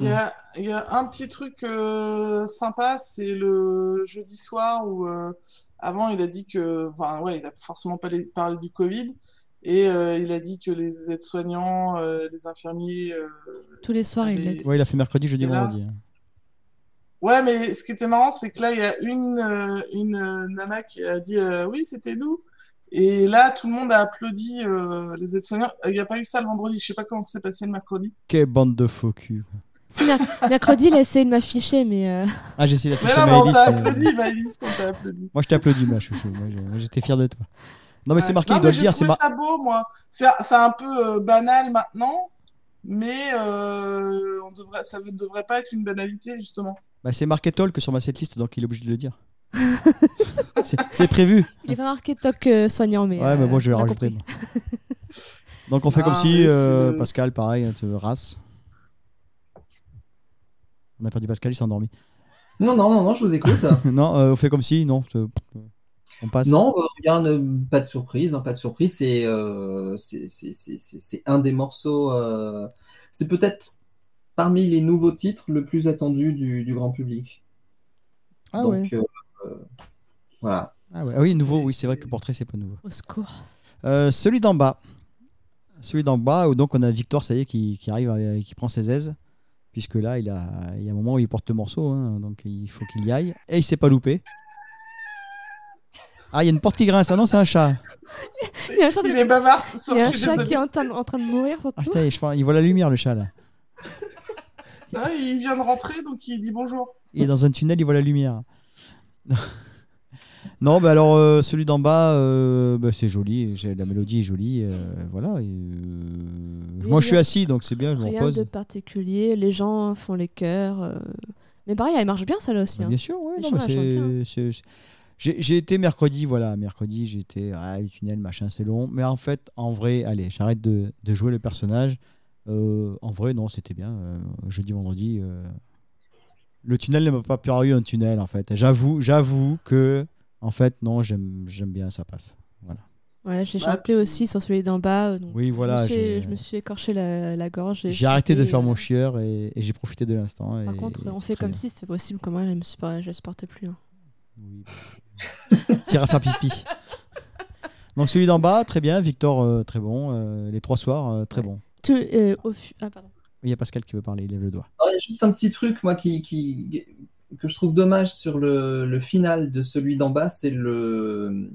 Speaker 5: Il y a, il y a un petit truc euh, sympa, c'est le jeudi soir où euh, avant il a dit que, enfin ouais, il a forcément pas les- parlé du Covid et euh, il a dit que les aides-soignants, euh, les infirmiers, euh,
Speaker 9: Tous les soirs, il l'a dit.
Speaker 1: Ouais, il a fait mercredi, jeudi,
Speaker 5: Et là-
Speaker 1: vendredi. hein.
Speaker 5: Ouais, mais ce qui était marrant, c'est que là, il y a une, euh, une euh, nana qui a dit euh, oui, c'était nous. Et là, tout le monde a applaudi euh, les aides-soignants. Il n'y a pas eu ça le vendredi. Je sais pas comment ça s'est passé le mercredi.
Speaker 1: Quelle bande de faux culs. quoi.
Speaker 9: Si, mer- mercredi, il a essayé de m'afficher, mais. euh,
Speaker 1: Ah, j'ai essayé d'afficher
Speaker 5: Mais non, mais on
Speaker 1: Maëlys,
Speaker 5: t'a
Speaker 1: mais-
Speaker 5: applaudi, Maëlys, on t'a applaudi.
Speaker 1: Moi, je t'applaudis, ma chouchou. Moi, j'ai- moi, j'étais fier de toi. Non, mais c'est
Speaker 5: Ouais.
Speaker 1: marqué,
Speaker 5: Non,
Speaker 1: il doit
Speaker 5: mais
Speaker 1: le
Speaker 5: j'ai
Speaker 1: dire. C'est
Speaker 5: trouvé
Speaker 1: mar-
Speaker 5: ça beau, moi. C'est c'est un peu euh, banal maintenant, mais euh, on devrait, ça ne devrait pas être une banalité, justement.
Speaker 1: bah, c'est marqué talk sur ma setlist, donc il est obligé de le dire. C'est- c'est prévu.
Speaker 9: Il est pas marqué toc euh, soignant, mais. euh,
Speaker 1: Ouais, mais bon, je vais
Speaker 9: on a
Speaker 1: rajouter,
Speaker 9: compris.
Speaker 1: Donc on fait
Speaker 5: Ah,
Speaker 1: comme si
Speaker 5: mais
Speaker 1: euh,
Speaker 5: c'est-
Speaker 1: Pascal, pareil, hein, tu veux, race. On a perdu Pascal, il s'est endormi.
Speaker 6: non non non non je vous écoute
Speaker 1: non, euh, on fait comme si, non. tu- On passe.
Speaker 6: non euh, rien euh, pas de surprise hein, pas de surprise c'est euh, c'est c'est- c'est- c'est- c'est un des morceaux euh, c'est peut-être parmi les nouveaux titres le plus attendu du, du grand public
Speaker 9: Ah
Speaker 6: donc
Speaker 9: ouais.
Speaker 6: euh, euh, voilà
Speaker 1: Ah, ouais, ah oui, nouveau, oui, c'est vrai que portrait, c'est pas nouveau.
Speaker 9: Au secours.
Speaker 1: Euh, celui d'en bas. Celui d'en bas, où donc on a Victor, ça y est, qui, qui arrive, euh, qui prend ses aises. Puisque là, il, a, il y a un moment où il porte le morceau, hein, donc il faut qu'il y aille. Et il s'est pas loupé. Ah, il y a une porte qui grince. Ah non, c'est un chat.
Speaker 9: Il y a un chat,
Speaker 5: Il est bavard sur
Speaker 9: il y a un
Speaker 5: je suis
Speaker 9: chat
Speaker 5: désolée.
Speaker 9: qui est en, train- en train de mourir,
Speaker 1: Ah,
Speaker 9: surtout.
Speaker 1: putain, je crois- il voit la lumière, le chat, là.
Speaker 5: Ah, il vient de rentrer, donc il dit bonjour.
Speaker 1: Il est dans un tunnel, il voit la lumière. non, bah alors euh, celui d'en bas, euh, bah, c'est joli. j'ai- La mélodie est jolie. euh, voilà. et, euh,
Speaker 9: Oui,
Speaker 1: moi, je suis
Speaker 9: rien-
Speaker 1: assis, donc c'est bien, je me
Speaker 9: Rien
Speaker 1: repose.
Speaker 9: de particulier. Les gens font les chœurs. euh, Mais pareil, elle marche bien, celle-là aussi.
Speaker 1: Bah,
Speaker 9: hein.
Speaker 1: bien sûr, oui.
Speaker 9: Les
Speaker 1: non,
Speaker 9: gens,
Speaker 1: mais
Speaker 9: elles chantent bien.
Speaker 1: c'est- c'est- c'est- J'ai j'ai été mercredi, voilà, mercredi, j'étais, ah, les tunnels, machin, c'est long. Mais en fait, en vrai, allez, j'arrête de, de jouer le personnage. Euh, en vrai, non, c'était bien. euh, jeudi, vendredi, euh, le tunnel ne m'a pas paru un tunnel, en fait. J'avoue, j'avoue que, en fait, non, j'aime j'aime bien, ça passe. Voilà.
Speaker 9: Ouais,
Speaker 5: Bah,
Speaker 9: j'ai chanté aussi sur celui d'en bas. euh, donc
Speaker 1: Oui, voilà,
Speaker 9: Je me
Speaker 1: j'ai-
Speaker 9: suis, je me suis écorché la, la gorge. et
Speaker 1: J'ai arrêté de
Speaker 9: chanté,
Speaker 1: faire
Speaker 9: euh,
Speaker 1: mon chieur et, et j'ai profité de l'instant. et-
Speaker 9: Par contre,
Speaker 1: et
Speaker 9: on
Speaker 1: c'est
Speaker 9: fait
Speaker 1: très
Speaker 9: comme
Speaker 1: bien.
Speaker 9: si c'était possible. Comme moi, je me supporte, je supporte plus. hein.
Speaker 1: Tire à faire pipi. Donc celui d'en bas, très bien. Victor, euh, très bon. Euh, les trois soirs, euh, très bon.
Speaker 9: Tout- euh, au fu- ah, pardon.
Speaker 1: Il y a Pascal qui veut parler, il lève le doigt.
Speaker 6: Alors, il y a juste un petit truc, moi, qui, qui- que je trouve dommage sur le, le final de celui d'en bas, c'est le,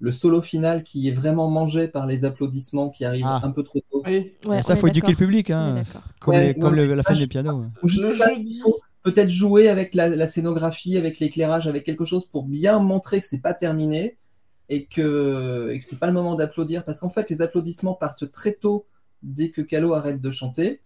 Speaker 6: le solo final qui est vraiment mangé par les applaudissements qui arrivent un peu trop tôt.
Speaker 1: Ouais, Ah, ça, on est faut éduquer d'accord. le public, hein, On est d'accord. comme les- comme le- la fin
Speaker 6: je-
Speaker 1: du piano.
Speaker 6: ou je sais pas, il faut Peut-être jouer avec la, la scénographie, avec l'éclairage, avec quelque chose pour bien montrer que c'est pas terminé et que, et que c'est pas le moment d'applaudir. Parce qu'en fait, les applaudissements partent très tôt dès que Calo arrête de chanter.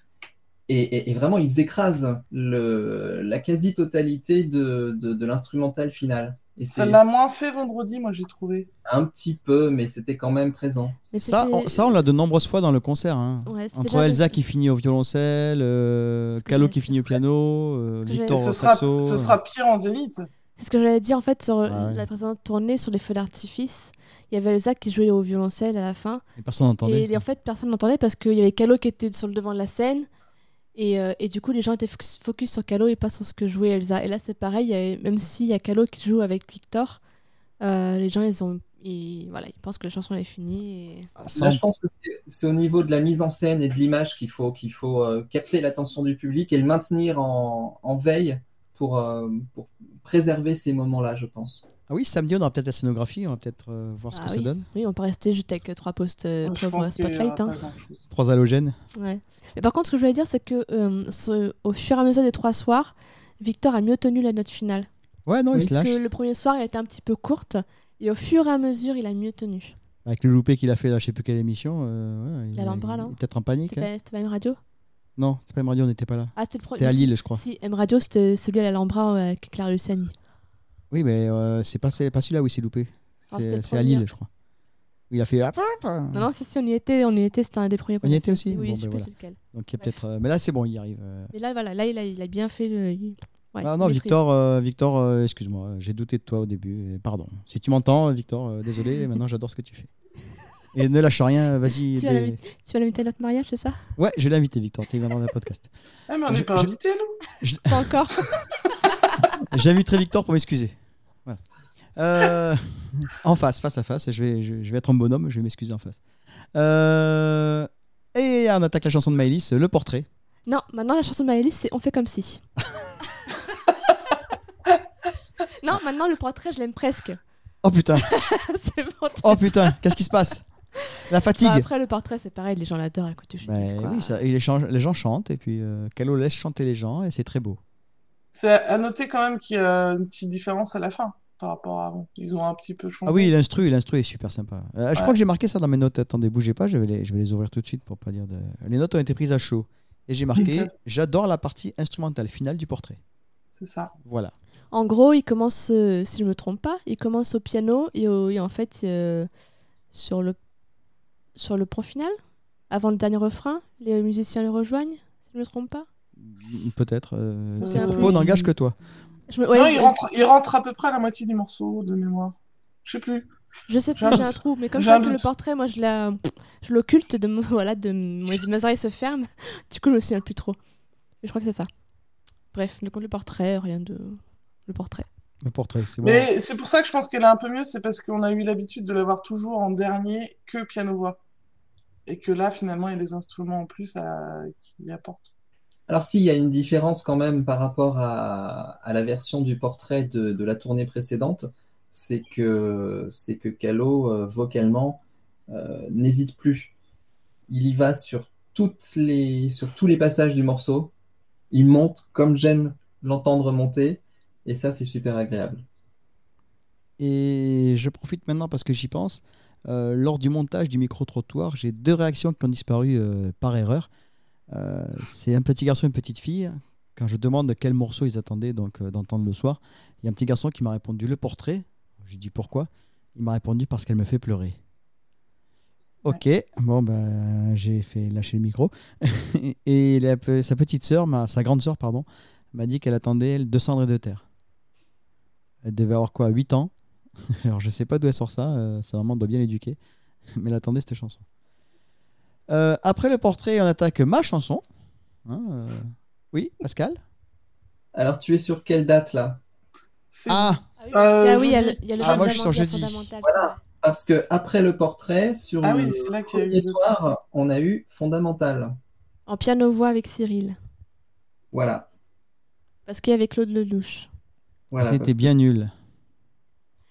Speaker 6: Et, et- et vraiment, ils écrasent le- la quasi-totalité de, de- de l'instrumental final. Et c'est
Speaker 5: Ça l'a moins fait vendredi, moi j'ai trouvé.
Speaker 6: un petit peu, mais c'était quand même présent.
Speaker 9: Mais
Speaker 1: Ça,
Speaker 9: c'était-
Speaker 1: on, ça, on l'a de nombreuses fois dans le concert. hein.
Speaker 9: Ouais, c'était
Speaker 1: Entre
Speaker 9: pas
Speaker 1: Elsa
Speaker 9: possible.
Speaker 1: qui finit au violoncelle, euh, Calo qui finit au piano, euh,
Speaker 9: que
Speaker 1: Victor
Speaker 9: j'allais
Speaker 1: au
Speaker 9: dire.
Speaker 5: Ce sera,
Speaker 1: saxo.
Speaker 5: ce sera pire en zénith.
Speaker 9: C'est ce que j'allais dire en fait sur
Speaker 1: ouais.
Speaker 9: la précédente tournée sur les feux d'artifice. Il y avait Elsa qui jouait au violoncelle à la fin.
Speaker 1: Et personne n'entendait.
Speaker 9: Et en fait, personne n'entendait parce qu'il y avait Calo qui était sur le devant de la scène. Et, euh, et du coup, les gens étaient focus- focus sur Calo et pas sur ce que jouait Elsa. Et là, c'est pareil, il y a- même s'il y a Calo qui joue avec Victor, euh, les gens, ils, ont, ils, voilà, ils pensent que la chanson elle est finie. Et...
Speaker 6: Là, je pense que c'est- c'est au niveau de la mise en scène et de l'image qu'il faut, qu'il faut euh, capter l'attention du public et le maintenir en, en veille pour, euh, pour préserver ces moments-là, je pense.
Speaker 1: Ah oui, samedi, on aura peut-être la scénographie, on va peut-être euh, voir ce
Speaker 9: Ah
Speaker 1: que ça
Speaker 9: oui.
Speaker 1: donne.
Speaker 9: Oui, on peut rester juste avec euh, trois postes euh,
Speaker 5: je
Speaker 9: pour, euh,
Speaker 5: pense qu'il y aura
Speaker 9: Spotlight. hein.
Speaker 5: pas grand-chose.
Speaker 1: Trois halogènes.
Speaker 9: Ouais. Mais par contre, ce que je voulais dire, c'est que euh, ce- au fur et à mesure des trois soirs, Victor a mieux tenu la note finale.
Speaker 1: Ouais, non, il se
Speaker 9: Parce
Speaker 1: lâche.
Speaker 9: que le premier soir, elle était un petit peu courte, et au fur et à mesure, il a mieux tenu.
Speaker 1: Avec le loupé qu'il a fait, là, je sais plus quelle émission. euh, ouais, il,
Speaker 9: Il a l'embarras,
Speaker 1: il-
Speaker 9: là.
Speaker 1: il est Peut-être en panique.
Speaker 9: C'était
Speaker 1: hein.
Speaker 9: pas, c'était pas M Radio
Speaker 1: Non, c'est pas une radio, on n'était pas là.
Speaker 9: Ah, c'était le premier.
Speaker 1: à
Speaker 9: si-
Speaker 1: Lille, je crois.
Speaker 9: Si, M Radio, c'était celui à l'Alhambra euh, avec Clara Luciani.
Speaker 1: Oui, mais euh, c'est pas, c'est pas celui-là où il s'est loupé.
Speaker 9: Alors, Oh, c'était
Speaker 1: C'est
Speaker 9: le
Speaker 1: c'est à
Speaker 9: premier.
Speaker 1: Lille, je crois. Il a fait. ah,
Speaker 9: Non, non, si, si, on y était, on y était, c'était un des premiers.
Speaker 1: On
Speaker 9: qu'on
Speaker 1: y
Speaker 9: a
Speaker 1: était
Speaker 9: fait
Speaker 1: aussi
Speaker 9: Oui,
Speaker 1: Bon,
Speaker 9: je sais
Speaker 1: ben
Speaker 9: plus
Speaker 1: voilà.
Speaker 9: c'est lequel.
Speaker 1: Donc, il y a peut-être. euh, Mais là, c'est bon, il y arrive. euh.
Speaker 9: Mais là, voilà, là, il a, il a bien fait le. il- ouais,
Speaker 1: Ah
Speaker 9: il
Speaker 1: non,
Speaker 9: maîtrise.
Speaker 1: Victor, euh, Victor euh, excuse-moi, euh, j'ai douté de toi au début. euh, Pardon. Si tu m'entends, euh, Victor, euh, désolé, maintenant j'adore ce que tu fais. Et ne lâche rien, euh, vas-y.
Speaker 9: Tu vas
Speaker 1: dé-
Speaker 9: l'inviter- tu vas l'inviter à notre mariage, c'est ça
Speaker 1: Ouais, je l'ai invité, Victor, tu es dans un podcast.
Speaker 5: Ah, mais on
Speaker 1: Je-
Speaker 5: n'est pas
Speaker 1: je-
Speaker 5: invité, nous
Speaker 9: Pas encore.
Speaker 1: J'inviterai Victor pour m'excuser. Voilà. Euh, en face, face à face, je vais, je, je vais être un bonhomme, je vais m'excuser en face. Euh, et on attaque la chanson de Maëlys, le portrait.
Speaker 9: Non, maintenant la chanson de Maëlys, c'est On fait comme si. non, maintenant le portrait, je l'aime presque.
Speaker 1: Oh putain,
Speaker 9: c'est bon.
Speaker 1: oh putain, qu'est-ce qui se passe La fatigue.
Speaker 9: Bah, après le portrait, c'est pareil, les gens l'adorent. Écoute, je
Speaker 1: Ben
Speaker 9: dis quoi.
Speaker 1: oui, ça- et les, gens, les gens chantent, et puis euh, Calo laisse chanter les gens, et c'est très beau.
Speaker 5: C'est à noter quand même qu'il y a une petite différence à la fin par rapport à avant. Ils ont un petit peu changé.
Speaker 1: Ah oui, l'instru, l'instru est super sympa. Euh, Je
Speaker 5: Ouais.
Speaker 1: crois que j'ai marqué ça dans mes notes. Attendez, bougez pas, je vais les, je vais les ouvrir tout de suite pour pas dire de. Les notes ont été prises à chaud. Et j'ai marqué
Speaker 5: Ok.
Speaker 1: J'adore la partie instrumentale finale du portrait.
Speaker 5: C'est ça.
Speaker 1: Voilà.
Speaker 9: En gros, il commence, euh, si je me trompe pas, il commence au piano et, au- et en fait euh, sur le sur le pont final, avant le dernier refrain, les musiciens le rejoignent, si je me trompe pas.
Speaker 1: Mm, Peut-être. euh,
Speaker 9: Ou c'est
Speaker 1: tes
Speaker 9: un peu-
Speaker 1: propos n'engagent que toi.
Speaker 9: Je me- ouais,
Speaker 5: non,
Speaker 9: je-
Speaker 5: il rentre, il rentre à peu près à la moitié du morceau de mémoire. Je sais plus.
Speaker 9: Je sais
Speaker 5: un
Speaker 9: pas, j'ai un
Speaker 5: doute.
Speaker 9: trou, mais comme
Speaker 5: J'ai
Speaker 9: ça
Speaker 5: un
Speaker 9: que le
Speaker 5: doute.
Speaker 9: portrait, moi je la, je l'occulte de mon- voilà, de mes, mes oreilles se ferment. Du coup, je me souviens plus trop. Mais je crois que c'est ça. Bref, donc le portrait, rien de le portrait.
Speaker 1: Le portrait, c'est bon.
Speaker 5: Mais c'est pour ça que je pense qu'elle est un peu mieux, c'est parce qu'on a eu l'habitude de l'avoir toujours en dernier que piano-voix. Et que là, finalement, il y a des instruments en plus à... qui apportent.
Speaker 6: Alors s'il y a une différence quand même par rapport à, à la version du portrait de, de la tournée précédente, c'est que c'est que Calo euh, vocalement euh, n'hésite plus. Il y va sur toutes les sur tous les passages du morceau. Il monte comme j'aime l'entendre monter, et ça c'est super agréable.
Speaker 1: Et je profite maintenant parce que j'y pense. Euh, lors du montage du micro-trottoir, j'ai deux réactions qui ont disparu euh, par erreur. Euh, c'est un petit garçon et une petite fille. Quand je demande quel morceau ils attendaient donc euh, d'entendre le soir, il y a un petit garçon qui m'a répondu le portrait. J'ai dit pourquoi. Il m'a répondu parce qu'elle me fait pleurer. Ok, bon ben j'ai fait lâcher le micro et la pe- sa petite sœur, ma- sa grande sœur pardon, m'a dit qu'elle attendait elle, deux cendres et de terre. Elle devait avoir quoi 8 ans. Alors je sais pas d'où elle sort ça, euh, sa maman doit bien l'éduquer. Mais elle attendait cette chanson. Euh, après le portrait, on attaque ma chanson. Hein, euh, Oui, Pascal
Speaker 6: Alors tu es sur quelle date là?
Speaker 9: Ah oui, parce que- ah oui, il y a le- il y a le
Speaker 5: Euh,
Speaker 1: Ah, moi,
Speaker 9: jeu
Speaker 1: je suis sur
Speaker 9: de la
Speaker 1: jeudi.
Speaker 9: fondamentale.
Speaker 6: Parce que après le portrait, sur
Speaker 5: Ah
Speaker 6: le
Speaker 5: oui, c'est là qu'il y a eu
Speaker 6: premier
Speaker 5: le
Speaker 6: soir, on a eu Fondamental.
Speaker 9: En piano-voix avec Cyril.
Speaker 6: Voilà.
Speaker 9: Parce qu'il y avait Claude Lelouch.
Speaker 6: voilà
Speaker 1: C'était
Speaker 6: parce que-
Speaker 1: bien nul.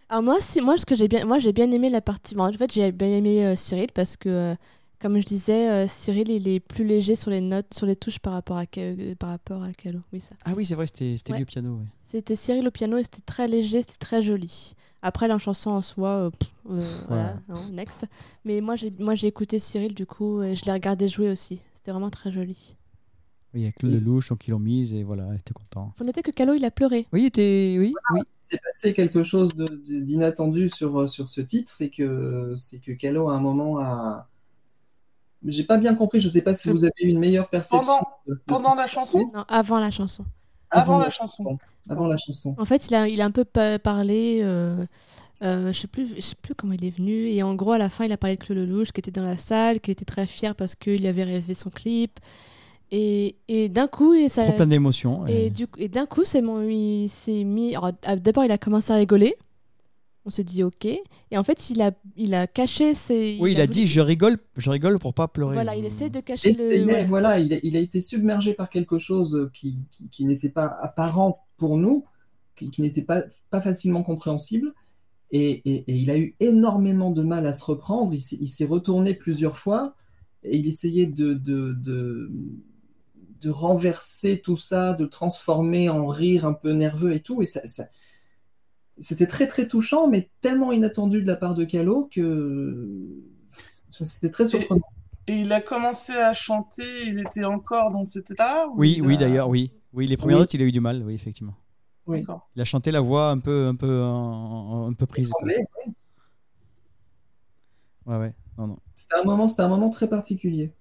Speaker 9: Alors moi, si, moi, ce que j'ai bien, moi, j'ai bien aimé la partie. bon, en fait, j'ai bien aimé euh, Cyril parce que, euh, comme je disais, euh, Cyril, il est plus léger sur les notes, sur les touches par rapport à, Ca- euh, par rapport à Calo. Oui, ça.
Speaker 1: Ah oui, c'est vrai, c'était c'était
Speaker 9: Ouais.
Speaker 1: lui au piano. ouais.
Speaker 9: C'était Cyril au piano et c'était très léger, c'était très joli. Après, la chanson en soi, euh, pff, euh, voilà, non, next. Mais moi, j'ai, moi, j'ai écouté Cyril du coup et je l'ai regardé jouer aussi. C'était vraiment très joli.
Speaker 1: Oui, Il y a Claude
Speaker 6: Et-
Speaker 1: Lelouch, donc ils l'ont mise et voilà, il était content.
Speaker 9: Faut noter que Calo, il a pleuré.
Speaker 1: Oui, il était, oui, oui.
Speaker 6: s'est passé quelque chose de- de- d'inattendu sur, sur ce titre, c'est que c'est que Calo à un moment a j'ai pas bien compris, je sais pas si vous avez eu une meilleure perception
Speaker 5: Pendant-
Speaker 6: de- de
Speaker 5: pendant
Speaker 6: ce-
Speaker 5: la chanson
Speaker 9: Non, avant la chanson.
Speaker 5: Avant la chanson.
Speaker 6: avant la chanson.
Speaker 9: En fait, il a, il a un peu pa- parlé, euh, euh, je sais plus, je sais plus comment il est venu. Et en gros, à la fin, il a parlé de Claude Lelouch, qui était dans la salle, qu'il était très fier parce qu'il avait réalisé son clip. Et, et d'un coup, et ça.
Speaker 1: Trop plein d'émotions,
Speaker 9: Et
Speaker 1: ouais.
Speaker 9: du coup- et d'un coup, c'est mon, il s'est mis. alors, ah, D'abord, il a commencé à rigoler. On se dit OK. Et en fait, il a, il a caché ses.
Speaker 1: Oui, il a
Speaker 9: voulu-
Speaker 1: dit je rigole, je rigole pour pas pleurer.
Speaker 9: Voilà, il essaie de cacher
Speaker 6: Essayait,
Speaker 9: le. voilà.
Speaker 6: voilà, il a, il a été submergé par quelque chose qui, qui, qui n'était pas apparent pour nous, qui, qui n'était pas, pas facilement compréhensible, et, et- et il a eu énormément de mal à se reprendre. Il s'est- il s'est retourné plusieurs fois, et il essayait de, de, de, de renverser tout ça, de le transformer en rire un peu nerveux et tout, et ça, ça- c'était très très touchant, mais tellement inattendu de la part de Calo que c'était très surprenant.
Speaker 5: Et il a commencé à chanter, il était encore dans cet état
Speaker 1: Oui,
Speaker 9: Ah.
Speaker 1: oui, d'ailleurs, oui. Oui, les premières
Speaker 5: Oui.
Speaker 1: notes, il a eu du mal, oui, effectivement.
Speaker 6: Oui.
Speaker 5: D'accord.
Speaker 1: Il a chanté la voix un peu, un peu, en- en- un peu prise. quoi.
Speaker 6: Mais,
Speaker 1: Ouais, ouais. Non, non.
Speaker 6: C'était un moment, c'était un moment très particulier.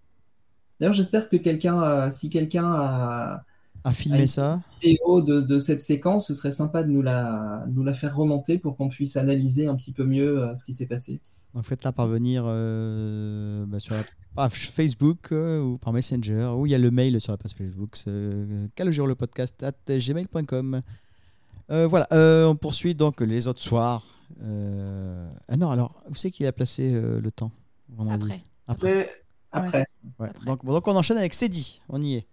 Speaker 6: D'ailleurs, j'espère que quelqu'un, a- si quelqu'un a,
Speaker 1: A filmé
Speaker 6: Ah, une
Speaker 1: ça.
Speaker 6: vidéo de, de cette séquence, ce serait sympa de nous la, nous la faire remonter pour qu'on puisse analyser un petit peu mieux euh, ce qui s'est passé.
Speaker 1: Donc faites-la parvenir euh, bah, sur la page Facebook euh, ou par Messenger, ou il y a le mail sur la page Facebook, c'est, euh, calogirolepodcast@gmail.com. Euh, voilà, euh, on poursuit donc les autres soirs. Euh, Ah non, alors, vous savez qu'il a placé euh, le temps vendredi
Speaker 9: Après.
Speaker 5: Après.
Speaker 6: Après.
Speaker 1: Ouais, Donc, bon, donc on enchaîne avec Cédi, on y est.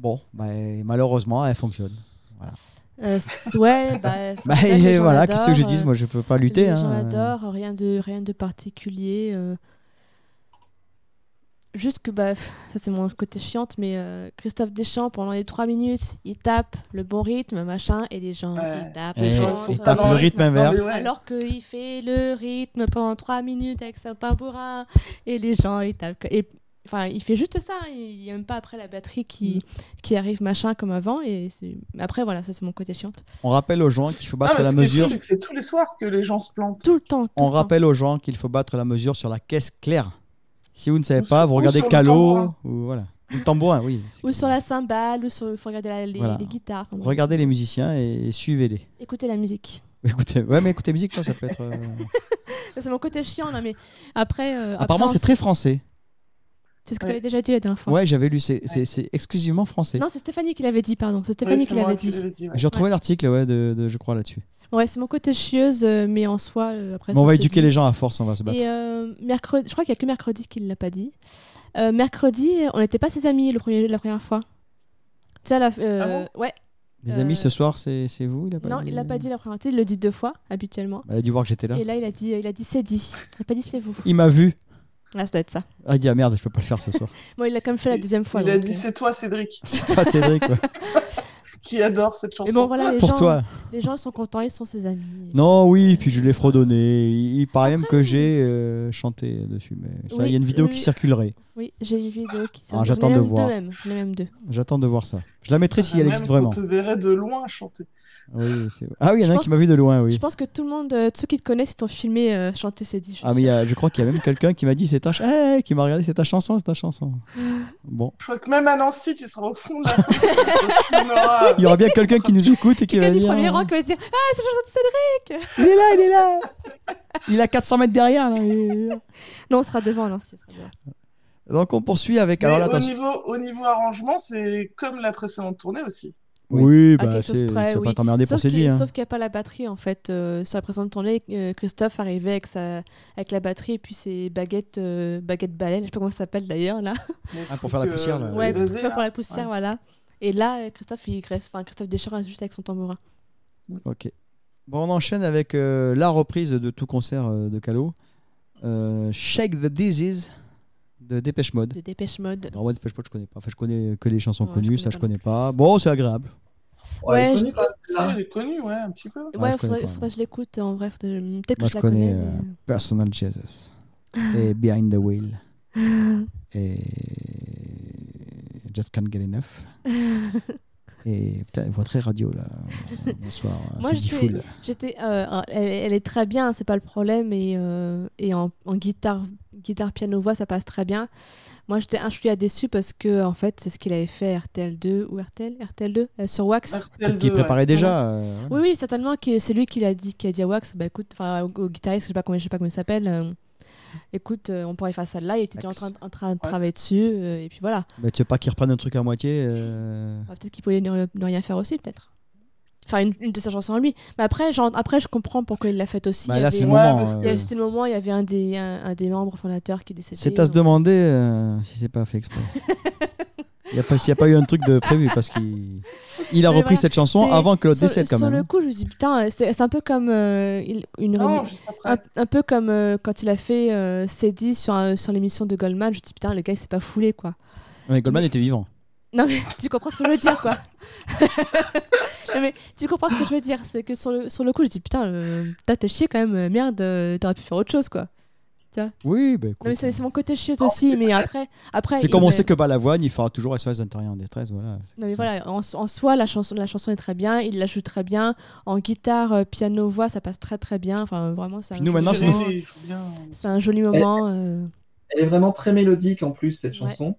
Speaker 1: Bon, bah, malheureusement, elle fonctionne. Voilà.
Speaker 9: Euh, c- ouais, bah,
Speaker 1: Bah,
Speaker 9: Foxel, les
Speaker 1: et
Speaker 9: gens
Speaker 1: voilà, qu'est-ce que je
Speaker 9: l'adorent,
Speaker 1: dise, moi, je peux pas
Speaker 9: euh,
Speaker 1: lutter,
Speaker 9: Les
Speaker 1: hein,
Speaker 9: gens
Speaker 1: euh.
Speaker 9: l'adorent, rien de, rien de particulier. euh. Juste que, bah, pff, ça c'est mon côté chiante, mais euh, Christophe Deschamps, pendant les 3 minutes, il tape le bon rythme, machin, et les gens, ils tapent.
Speaker 1: Eh,
Speaker 9: ils
Speaker 1: ils
Speaker 9: dansent,
Speaker 1: tapent le
Speaker 9: euh,
Speaker 1: rythme inverse.
Speaker 9: Alors qu'il fait le rythme pendant 3 minutes avec son tambourin, et les gens, ils tapent. Et, enfin, il fait juste ça, hein, il n'y a même pas après la batterie qui, qui arrive, machin, comme avant. Et c'est- après, voilà, ça c'est mon côté chiante.
Speaker 1: On rappelle aux gens qu'il faut
Speaker 5: Ah,
Speaker 1: battre
Speaker 5: mais
Speaker 1: la
Speaker 5: ce qui est fou,
Speaker 1: mesure.
Speaker 5: c'est que c'est tous les soirs que les gens se plantent.
Speaker 9: Tout le temps.
Speaker 1: On rappelle aux gens qu'il faut battre la mesure sur la caisse claire. Si vous ne savez
Speaker 9: Ou
Speaker 1: pas,
Speaker 9: sur-
Speaker 1: vous
Speaker 9: ou
Speaker 1: regardez
Speaker 9: sur le
Speaker 1: Calo
Speaker 9: tambourin.
Speaker 1: ou voilà. Ou Le tambourin, oui.
Speaker 9: Ou sur la cymbale, ou sur. Il faut regarder la- les,
Speaker 1: Voilà.
Speaker 9: les guitares. enfin,
Speaker 1: Regardez les musiciens et, et suivez-les.
Speaker 9: Écoutez la musique.
Speaker 1: Écoutez, ouais, mais écoutez musique, ça, ça peut être. euh,
Speaker 9: Ça, C'est mon côté chiant, non, mais après. euh,
Speaker 1: Apparemment,
Speaker 9: après,
Speaker 1: c'est
Speaker 9: on-
Speaker 1: très français.
Speaker 9: C'est ce que
Speaker 1: Ouais.
Speaker 9: tu avais déjà dit la dernière fois.
Speaker 1: Ouais, j'avais lu, c'est c'est- c'est exclusivement français.
Speaker 9: Non, c'est Stéphanie qui l'avait dit, pardon. C'est
Speaker 1: Ouais,
Speaker 9: Stéphanie
Speaker 1: c'est
Speaker 9: qui
Speaker 1: moi
Speaker 9: l'avait
Speaker 1: qui
Speaker 9: dit.
Speaker 1: l'avais J'ai retrouvé l'article, ouais, de, de- je crois, là-dessus.
Speaker 9: Ouais, c'est mon côté chieuse, euh, mais en soi, euh, après.
Speaker 1: Mais on
Speaker 9: ça
Speaker 1: va
Speaker 9: se
Speaker 1: éduquer
Speaker 9: dit.
Speaker 1: les gens à force, on va se battre.
Speaker 9: Et euh, mercredi, je crois qu'il n'y a que mercredi qu'il ne l'a pas dit. Euh, mercredi, on n'était pas ses amis le premier, la première fois. Tu sais, à la,
Speaker 5: Ah
Speaker 9: euh, ouais.
Speaker 1: Les amis, ce soir, c'est c'est vous il a pas
Speaker 9: euh, Non,
Speaker 1: dit
Speaker 9: il l'a pas dit la première fois. Il le dit deux fois habituellement.
Speaker 1: Bah, il a dû voir que j'étais là.
Speaker 9: Et là, il a dit, il a dit c'est dit. Il n'a pas dit c'est vous.
Speaker 1: Il m'a vu.
Speaker 9: Ah, ça doit être ça.
Speaker 1: Ah, il dit, ah merde, je peux pas le faire ce soir.
Speaker 9: Bon, il l'a quand même fait la deuxième fois.
Speaker 5: Il a
Speaker 9: donc,
Speaker 5: dit
Speaker 9: euh.
Speaker 5: c'est toi Cédric.
Speaker 1: C'est toi Cédric, ouais.
Speaker 5: qui adore cette chanson.
Speaker 9: Et bon, voilà, les
Speaker 1: Pour
Speaker 9: gens,
Speaker 1: toi.
Speaker 9: Les gens sont contents, ils sont ses amis.
Speaker 1: Non, oui, puis je l'ai fredonné. Il, il paraît même que j'ai euh, chanté dessus, mais ça, il y
Speaker 9: Oui,
Speaker 1: a une vidéo
Speaker 9: oui.
Speaker 1: qui circulerait.
Speaker 9: Oui, j'ai une vidéo qui
Speaker 1: Ah, j'attends
Speaker 9: J'en ai
Speaker 1: de
Speaker 9: même
Speaker 1: voir.
Speaker 9: Deux même. J'en ai même deux. Ah,
Speaker 1: J'attends de voir ça. Je la mettrai si elle
Speaker 5: Même
Speaker 1: existe vraiment.
Speaker 5: On te verrait de loin chanter.
Speaker 1: Oui, c'est- ah oui, il y en
Speaker 9: Je
Speaker 1: a un
Speaker 9: pense
Speaker 1: qui m'a vu de loin, oui.
Speaker 9: Je pense que tout le monde, euh, tous ceux qui te connaissent, ils t'ont filmé euh, chanter ces dix.
Speaker 1: Ah mais il y a- je crois qu'il y a même quelqu'un qui m'a dit c'est ta ch- hey, qui m'a regardé c'est ta chanson, c'est ta chanson. Bon,
Speaker 5: Je crois que même à Nancy, tu seras au fond là. tu l'auras.
Speaker 1: il y aura bien quelqu'un qui nous écoute et qui va
Speaker 9: Quelqu'un du
Speaker 1: dire
Speaker 9: premier rang qui va dire Ah, c'est la chanson de Cédric
Speaker 1: Il est là, il est là il a 400 mètres derrière là, il est là.
Speaker 9: Non, on sera devant, non, c'est-
Speaker 1: Donc on poursuit avec
Speaker 5: Mais
Speaker 1: alors là,
Speaker 5: au,
Speaker 1: attention.
Speaker 5: niveau, au niveau arrangement, c'est comme la précédente tournée aussi.
Speaker 1: Oui,
Speaker 9: à
Speaker 1: bah,
Speaker 9: quelque chose
Speaker 1: c'est-
Speaker 9: près,
Speaker 1: tu vas pas
Speaker 9: oui.
Speaker 1: t'emmerder pour
Speaker 9: Sauf
Speaker 1: ces
Speaker 9: qu'il-
Speaker 1: dits, hein.
Speaker 9: Sauf qu'il n'y a pas la batterie en fait. Euh, sur la présente tournée, euh, Christophe arrivait avec, sa... avec la batterie et puis ses baguettes, euh, baguettes baleines, je sais pas comment ça s'appelle d'ailleurs là.
Speaker 1: Ah, pour faire la poussière,
Speaker 5: euh,
Speaker 1: là.
Speaker 9: Ouais,
Speaker 1: Les
Speaker 9: pour,
Speaker 1: baisers, là.
Speaker 9: pour la poussière,
Speaker 1: Ouais.
Speaker 9: voilà. Et là, euh, Christophe, il reste... enfin, Christophe Deschamps reste juste avec son tambourin.
Speaker 1: Ok. Bon, on enchaîne avec euh, la reprise de tout concert euh, de Calo. Euh, Shake the Disease de Dépêche Mode.
Speaker 9: De Dépêche Mode.
Speaker 1: Alors, moi, Dépêche Mode, Bah, je connais pas. Enfin, je connais que les chansons
Speaker 9: Ouais, je
Speaker 1: connues,
Speaker 9: connais
Speaker 1: ça, je
Speaker 9: pas
Speaker 1: connais pas. Bon, c'est agréable.
Speaker 9: Ouais, je-
Speaker 5: Elle est connue, ouais, un petit peu.
Speaker 1: je
Speaker 9: Ouais,
Speaker 1: connais
Speaker 9: faudrait,
Speaker 1: pas.
Speaker 9: faudrait que je l'écoute en vrai. faudrait- hmm, Peut-être que
Speaker 1: Moi,
Speaker 9: je,
Speaker 1: je
Speaker 9: la
Speaker 1: connais
Speaker 9: connais.
Speaker 1: euh, Personal Jesus et Behind the Wheel et Just Can't Get Enough.
Speaker 9: mais-
Speaker 1: Et putain, elle voit très radio là. Bonsoir.
Speaker 9: Moi,
Speaker 1: Freddy
Speaker 9: j'étais-
Speaker 1: Fool.
Speaker 9: j'étais. euh, euh, elle, elle est très bien, hein, c'est pas le problème. Et, euh, et en, en guitare, guitare, piano, voix, ça passe très bien. Moi, j'étais un chouïa déçu parce que, en fait, c'est ce qu'il avait fait RTL2 ou RTL, RTL2 euh, sur Wax.
Speaker 1: Peut-être qu'il préparait déjà. euh, voilà.
Speaker 9: Oui, oui, certainement que c'est lui qui l'a dit, qui a dit à Wax, bah écoute, enfin au, au guitariste, je sais pas comment, je sais pas comment il s'appelle, euh, écoute, euh, on pourrait faire ça là. Il était déjà en train, en train de travailler dessus, euh, et puis voilà.
Speaker 1: Mais tu veux pas qu'il reprenne un truc à moitié euh,
Speaker 9: Bah, peut-être qu'il pouvait ne, ne rien faire aussi, peut-être. Enfin, une, une de ses chansons à lui. Mais après, genre, après, je comprends pourquoi il l'a faite aussi.
Speaker 1: Bah,
Speaker 9: Il y
Speaker 1: là,
Speaker 9: avait-
Speaker 1: c'est le moment,
Speaker 9: parce que
Speaker 1: euh.
Speaker 9: C'était le moment, il y avait un des, un, un des membres fondateurs qui est décédé.
Speaker 1: C'est à se
Speaker 9: donc-
Speaker 1: demander euh, si c'est pas fait exprès. Il n'y a, pas- s'il y a pas eu un truc de prévu parce qu'il il a
Speaker 9: Mais
Speaker 1: repris
Speaker 9: voilà.
Speaker 1: cette chanson
Speaker 9: Mais
Speaker 1: avant que l'autre
Speaker 9: sur-
Speaker 1: décède quand
Speaker 9: Sur le
Speaker 1: même. hein.
Speaker 9: coup, je me suis dit, putain, euh, c'est c'est un peu comme euh, il- une
Speaker 5: Non,
Speaker 9: remi-
Speaker 5: juste
Speaker 9: un, un peu comme euh, quand il a fait euh, Cédi sur, un- sur l'émission de Goldman. Je me dis, putain, le gars, il s'est pas foulé, quoi.
Speaker 1: Mais Goldman était vivant.
Speaker 9: Non mais tu comprends ce que je veux dire quoi. non mais tu comprends ce que je veux dire, c'est que sur le, sur le coup je dis putain, euh, putain, t'es chier quand même, euh, merde, euh, t'aurais pu faire autre chose quoi. Tu vois
Speaker 1: Oui, bah,
Speaker 9: non mais c'est c'est mon
Speaker 6: euh,
Speaker 9: côté chieuse aussi, mais après... après
Speaker 1: c'est
Speaker 9: il-
Speaker 1: comme on
Speaker 9: mais-
Speaker 1: sait que Balavoine, il fera toujours SOS intérieur en détresse. Voilà.
Speaker 9: Non mais voilà, en, en soi la chanson, la chanson est très bien, il la joue très bien, en guitare, euh, piano, voix, ça passe très très bien, enfin vraiment c'est un,
Speaker 1: Puis nous, maintenant,
Speaker 9: c'est
Speaker 1: c'est-
Speaker 9: vraiment-
Speaker 5: hein,
Speaker 9: c'est un joli
Speaker 5: Eh.
Speaker 9: moment. euh,
Speaker 6: Elle est vraiment très mélodique en plus, cette
Speaker 9: Ouais. Mm.
Speaker 6: chanson.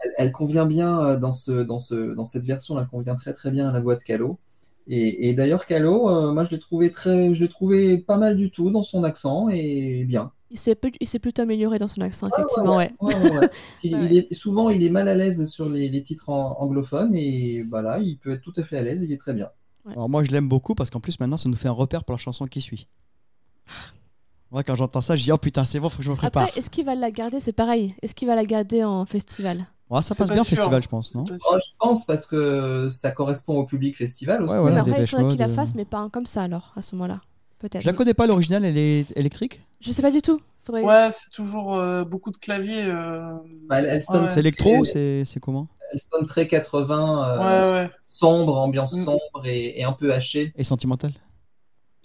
Speaker 6: Elle, elle convient bien euh, dans, ce, dans, ce, dans cette version, elle convient très très bien à la voix de Calo. Et, et d'ailleurs, Calo, euh, moi je l'ai trouvé, très- je l'ai trouvé pas mal du tout dans son accent et bien.
Speaker 9: il s'est peu- il s'est plutôt amélioré dans son accent, effectivement, ouais.
Speaker 6: Ouais, ouais. Il- il est- souvent, il est mal à l'aise sur les, les titres en- anglophones et bah là, il peut être tout à fait à l'aise, il est très bien.
Speaker 1: Alors moi, je l'aime beaucoup parce qu'en plus, maintenant, ça nous fait un repère pour la chanson qui suit. Moi, quand j'entends ça, je dis oh putain, c'est bon, faut que je me prépare.
Speaker 9: Après, est-ce qu'il va la garder C'est pareil, est-ce qu'il va la garder en festival
Speaker 1: Ouais, ça
Speaker 6: C'est
Speaker 1: passe
Speaker 6: pas
Speaker 1: bien au
Speaker 6: sûr.
Speaker 1: festival, je pense, non
Speaker 6: Oh, je pense parce que ça correspond au public festival aussi.
Speaker 1: Ouais, voilà,
Speaker 9: Mais après, il
Speaker 1: Dépêche
Speaker 9: faudrait qu'il la
Speaker 1: Mode,
Speaker 9: fasse, mais pas en- comme ça alors, à ce moment-là. Peut-être.
Speaker 1: euh, Je la connais pas, l'original, elle est électrique
Speaker 9: Je sais pas du tout. Faudrait...
Speaker 5: Ouais, c'est toujours euh, beaucoup de claviers. euh.
Speaker 6: Bah, elle- elle sonne-
Speaker 5: Ouais.
Speaker 1: C'est électro,
Speaker 6: c'est-
Speaker 1: c'est c'est comment
Speaker 6: Elle sonne très 80, euh,
Speaker 5: Ouais, ouais.
Speaker 6: sombre, ambiance
Speaker 5: Mm.
Speaker 6: sombre et, et un peu hachée.
Speaker 1: Et sentimental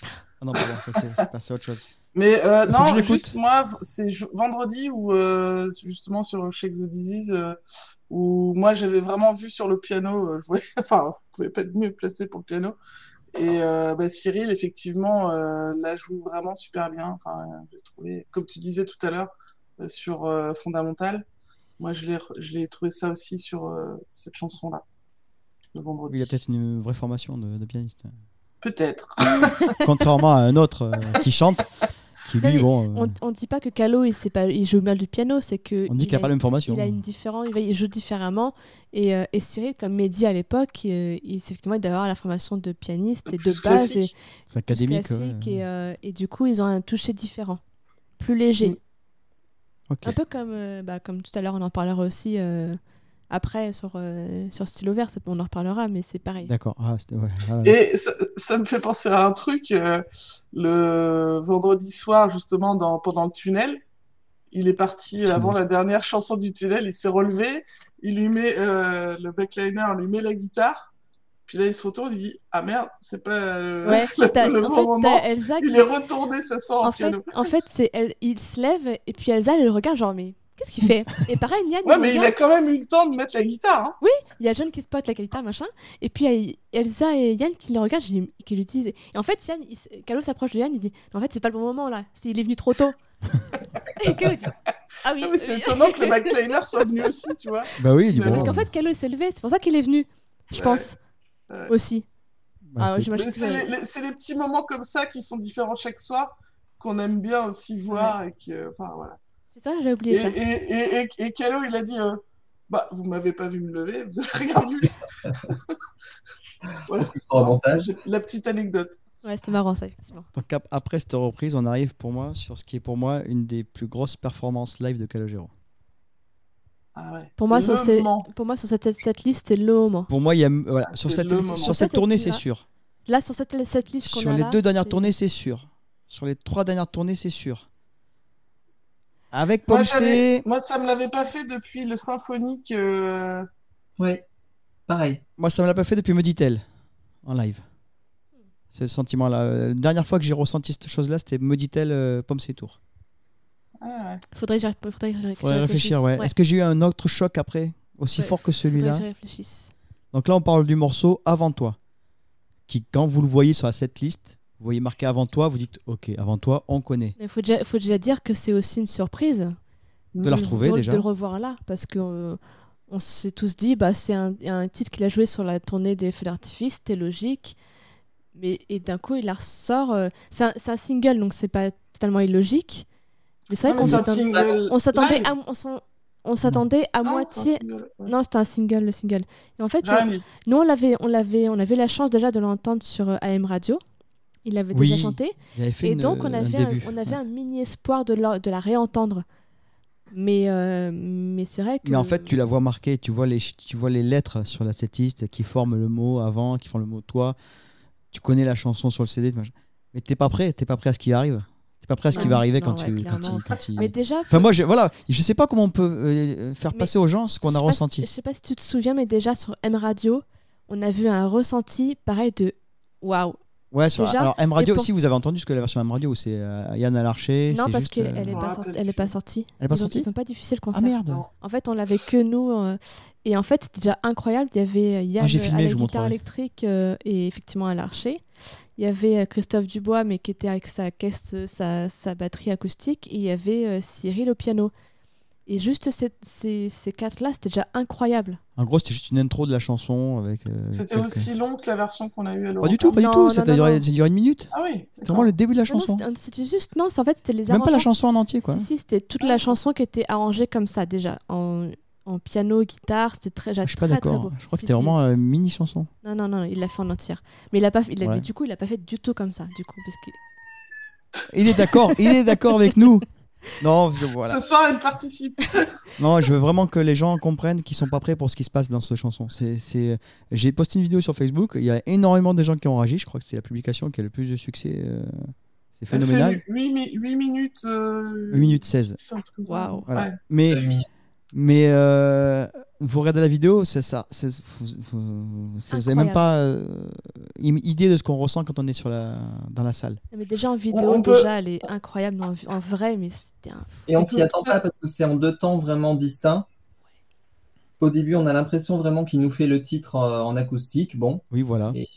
Speaker 1: Ah non, pardon, ça, c'est- c'est pas- c'est autre chose.
Speaker 5: Mais euh,
Speaker 1: Faut que je
Speaker 5: non,
Speaker 1: l'écoute.
Speaker 5: juste moi, v- c'est ju- vendredi où euh, justement sur Shake the Disease, euh, où moi j'avais vraiment vu sur le piano euh, jouer. enfin, vous pouvez pas être mieux placé pour le piano. Et euh, bah, Cyril, effectivement, euh, la joue vraiment super bien. Enfin, euh, j'ai trouvé, comme tu disais tout à l'heure, euh, sur euh, Fondamental. Moi, je l'ai, re- je l'ai trouvé ça aussi sur euh, cette chanson-là, le vendredi.
Speaker 1: Il a peut-être une vraie formation de, de pianiste.
Speaker 5: Peut-être.
Speaker 1: Contrairement à un autre euh, qui chante, qui
Speaker 9: Non,
Speaker 1: lui,
Speaker 9: mais
Speaker 1: bon. euh,
Speaker 9: on, on dit pas que Calo il, sait pas, il joue mal du piano, c'est que.
Speaker 1: On dit qu'il a pas la
Speaker 9: une-
Speaker 1: même formation. hein.
Speaker 9: Il a une différente, il, va- il joue différemment. Et, euh, et Cyril, comme Mehdi à l'époque, euh, il, c'est effectivement, il doit avoir la formation de pianiste et de
Speaker 1: Plus
Speaker 9: base. et-
Speaker 1: classique. C'est
Speaker 9: plus
Speaker 1: académique, ouais.
Speaker 9: classique et, euh, et du coup, ils ont un toucher différent, plus léger. Un peu comme, euh, bah, comme tout à l'heure, on en parlera aussi euh, après sur, euh, sur Stylo Vert, ça- on en reparlera, mais c'est pareil.
Speaker 1: D'accord. Ah, c'était- ouais, ah, là, là.
Speaker 5: Et ça, ça me fait penser à un truc. euh, le vendredi soir, justement, dans, pendant le tunnel, il est parti euh, avant la dernière chanson du tunnel. Il s'est relevé. Il lui met euh, le backliner, lui met la guitare. Puis là, il se retourne. Il dit Ah merde, c'est pas euh,
Speaker 9: Ouais,
Speaker 5: le,
Speaker 9: t'as-
Speaker 5: le
Speaker 9: en
Speaker 5: bon
Speaker 9: fait,
Speaker 5: moment.
Speaker 9: t'as Elsa
Speaker 5: Il
Speaker 9: qui-
Speaker 5: est retourné s'asseoir au
Speaker 9: En fait,
Speaker 5: piano.
Speaker 9: en fait c'est elle, il se lève et puis Elsa, elle le regarde genre, mais qu'est-ce qu'il fait Et pareil, Nian,
Speaker 5: Ouais,
Speaker 9: il
Speaker 5: mais il
Speaker 9: regarde.
Speaker 5: a quand même eu le temps de mettre la guitare. hein.
Speaker 9: Oui, il y a John qui spot la guitare, machin. Et puis il y a Elsa et Yann qui le regardent, je dis- qui lui disent. Et en fait, Yann, il s- Calo s'approche de Yann, il dit En fait, c'est pas le bon moment là, c'est- il est venu trop tôt. et Calo dit Ah oui.
Speaker 5: Non, mais c'est étonnant que le backliner soit venu aussi, tu vois.
Speaker 1: Bah oui, il dit,
Speaker 9: Parce
Speaker 1: bon,
Speaker 9: qu'en fait, Calo s'est levé, c'est pour ça qu'il est venu, je pense. Aussi. Ah,
Speaker 1: bah, écoute.
Speaker 9: j'imagine
Speaker 5: Mais
Speaker 9: que
Speaker 5: C'est
Speaker 9: ça-
Speaker 5: les, les- c'est les petits moments comme ça qui sont différents chaque soir qu'on aime bien aussi voir. Et, qui, euh, enfin, voilà.
Speaker 9: C'est ça, j'ai oublié
Speaker 5: et,
Speaker 9: ça.
Speaker 5: et, et, et, et Calo, il a dit euh, bah, Vous m'avez pas vu me lever, vous avez rien vu. Voilà.
Speaker 6: en montage.
Speaker 5: La petite anecdote.
Speaker 9: Ouais, c'était marrant ça, effectivement.
Speaker 1: Donc ap- après cette reprise, on arrive pour moi sur ce qui est pour moi une des plus grosses performances live de Calogero.
Speaker 5: Ah
Speaker 9: Pour, moi, sur ces- pour moi, sur cette, cette liste, c'est le moment.
Speaker 1: Pour moi, il y a, voilà, sur
Speaker 9: Ah, C'est
Speaker 1: cette,
Speaker 9: le moment.
Speaker 1: sur cette tournée, c'est sûr.
Speaker 9: Là, sur cette, cette liste qu'on a
Speaker 1: Sur les
Speaker 9: là,
Speaker 1: deux dernières
Speaker 9: c'est-
Speaker 1: tournées, c'est sûr. Sur les trois dernières tournées, c'est sûr. Avec
Speaker 5: Moi,
Speaker 1: Paul
Speaker 5: j'avais-
Speaker 1: C.
Speaker 5: Moi, ça me l'avait pas fait depuis le symphonique. euh,
Speaker 6: Ouais, pareil.
Speaker 1: Moi, ça me l'a pas fait depuis me dit-elle en live. Ce sentiment-là. Euh, La dernière fois que j'ai ressenti cette chose-là, c'était me dit-elle euh, Pomme C Tour.
Speaker 9: Faudrait que j'y ré- faudrait que j'y ré- que
Speaker 1: Faudrait
Speaker 9: j'y
Speaker 1: réfléchir,
Speaker 9: réfléchisse.
Speaker 1: ouais. Est-ce que j'ai eu un autre choc après, aussi
Speaker 9: Ouais.
Speaker 1: fort que
Speaker 9: Faudrait
Speaker 1: celui-là
Speaker 9: que j'y réfléchisse.
Speaker 1: Donc là, on parle du morceau Avant toi, qui, quand vous le voyez sur cette liste, vous voyez marqué Avant toi, vous dites Ok, Avant toi, on connaît.
Speaker 9: Il faut déjà, faut déjà dire que c'est aussi une surprise.
Speaker 1: De la retrouver,
Speaker 9: de-
Speaker 1: déjà.
Speaker 9: De le revoir là, parce que euh, on s'est tous dit, bah, c'est un, un titre qu'il a joué sur la tournée des Feux d'artifice, c'était logique. Mais et d'un coup, il la ressort. euh, c'est un, c'est un single, donc c'est pas totalement illogique. Mais c'est
Speaker 5: Non,
Speaker 9: vrai qu'on
Speaker 5: mais c'est un
Speaker 9: s'attend-
Speaker 5: single
Speaker 9: on s'attendait
Speaker 5: live.
Speaker 9: à, on s'en- on s'attendait à
Speaker 5: Non,
Speaker 9: moitié.
Speaker 5: c'est un single, ouais.
Speaker 9: Non, c'était un single, le single. Et en fait,
Speaker 5: J'aurais
Speaker 9: on-
Speaker 5: mis.
Speaker 9: nous, on l'avait, on l'avait, on avait la chance déjà de l'entendre sur euh, AM Radio. Il l'avait
Speaker 1: Oui,
Speaker 9: déjà chanté.
Speaker 1: il avait fait
Speaker 9: et
Speaker 1: une- euh,
Speaker 9: donc, on
Speaker 1: un
Speaker 9: avait, un,
Speaker 1: début,
Speaker 9: on avait
Speaker 1: ouais.
Speaker 9: un mini espoir de la, de la réentendre. Mais, euh, mais c'est vrai que.
Speaker 1: Mais en fait, tu la vois marquée, tu vois les, ch- tu vois les lettres sur la setlist qui forment le mot avant, qui forment le mot toi. Tu connais la chanson sur le CD, machin. mais t'es pas prêt, t'es pas prêt à ce qui arrive. T'es pas prêt à ce qui
Speaker 9: Non,
Speaker 1: va arriver
Speaker 9: non,
Speaker 1: quand,
Speaker 9: ouais,
Speaker 1: tu, quand,
Speaker 9: clairement.
Speaker 1: il, quand il-
Speaker 9: Mais déjà,
Speaker 1: Enfin, moi, je, voilà, je sais pas comment on peut euh, faire
Speaker 9: Mais
Speaker 1: passer aux gens ce qu'on
Speaker 9: je
Speaker 1: a
Speaker 9: sais pas
Speaker 1: ressenti.
Speaker 9: si- je sais pas si tu te souviens, mais déjà sur M Radio, on a vu un ressenti pareil de waouh.
Speaker 1: Ouais, sur,
Speaker 9: Déjà,
Speaker 1: alors M
Speaker 9: et
Speaker 1: Radio,
Speaker 9: pour-
Speaker 1: si vous avez entendu ce que la version M Radio où c'est euh, Yann à l'archer.
Speaker 9: Non,
Speaker 1: c'est
Speaker 9: parce
Speaker 1: juste,
Speaker 9: qu'elle
Speaker 1: euh,
Speaker 9: elle est, pas sorti- elle est pas sortie.
Speaker 1: Elle est pas
Speaker 9: Ils ont-
Speaker 1: sortie Ah,
Speaker 9: Ils ont pas diffusé le concert.
Speaker 1: merde.
Speaker 9: En fait, on l'avait que nous. euh, et en fait, c'était déjà incroyable. Il y avait euh, Yann
Speaker 1: Ah, j'ai
Speaker 9: euh,
Speaker 1: filmé,
Speaker 9: à la
Speaker 1: je vous
Speaker 9: guitare
Speaker 1: montrerai.
Speaker 9: électrique euh, et effectivement à l'archer. Il y avait euh, Christophe Dubois, mais qui était avec sa caisse, euh, sa, sa batterie acoustique. Et il y avait euh, Cyril au piano. Et juste ces, ces, ces quatre-là, c'était déjà incroyable.
Speaker 1: En gros, c'était juste une intro de la chanson avec. euh,
Speaker 5: C'était
Speaker 1: quelques-
Speaker 5: aussi long que la version qu'on a eue à
Speaker 1: Pas du
Speaker 5: l'Europe.
Speaker 1: tout, pas
Speaker 9: Non,
Speaker 1: du tout.
Speaker 9: non,
Speaker 1: Ça
Speaker 9: non,
Speaker 1: durait
Speaker 9: non.
Speaker 1: ça durait une minute.
Speaker 5: Ah oui.
Speaker 1: C'était vraiment le début de la
Speaker 9: Non, non,
Speaker 1: chanson.
Speaker 9: c'était- c'était juste. Non, c'est- en fait, c'était les
Speaker 1: Même pas la
Speaker 9: arrangements-
Speaker 1: chanson en entier, quoi.
Speaker 9: Si, si, c'était toute la chanson qui était arrangée comme ça, déjà. En, en piano, guitare, c'était très, déjà
Speaker 1: Je suis pas
Speaker 9: très, très
Speaker 1: d'accord. hein.
Speaker 9: beau.
Speaker 1: Je crois que
Speaker 9: Si,
Speaker 1: c'était
Speaker 9: si.
Speaker 1: vraiment une mini chanson.
Speaker 9: Non, non, non, il l'a fait en entière. Mais, il a pas, il a,
Speaker 1: Ouais.
Speaker 9: mais du coup, il l'a pas fait du tout comme ça, du coup, parce que...
Speaker 1: Il est d'accord, il est d'accord avec nous. Non, je- voilà.
Speaker 5: Ce soir, elle participe.
Speaker 1: Non, je veux vraiment que les gens comprennent qu'ils sont pas prêts pour ce qui se passe dans cette chanson. C'est, c'est... J'ai posté une vidéo sur Facebook, il y a énormément de gens qui ont réagi. Je crois que c'est la publication qui a le plus de succès. euh, C'est
Speaker 5: Elle fait
Speaker 1: phénoménal.
Speaker 5: huit- huit mi- huit minutes. euh,
Speaker 1: 8 minutes 16.
Speaker 5: c'est un truc comme ça.
Speaker 9: Waouh.
Speaker 1: Voilà.
Speaker 5: Ouais.
Speaker 1: Mais, mais euh, vous regardez la vidéo, c'est ça. c'est- vous vous- vous n'avez même
Speaker 9: Incroyable.
Speaker 1: pas euh, im- idée de ce qu'on ressent quand on est sur la, dans la salle.
Speaker 9: Mais déjà, en vidéo,
Speaker 5: on peut-
Speaker 9: déjà, elle est incroyable, mais en, en vrai, mais c'était un...
Speaker 6: Et on s'y attend pas parce que c'est en deux temps vraiment distincts. Au début, on a l'impression vraiment qu'il nous fait le titre euh, en acoustique. Bon.
Speaker 1: Oui, voilà.
Speaker 6: Et,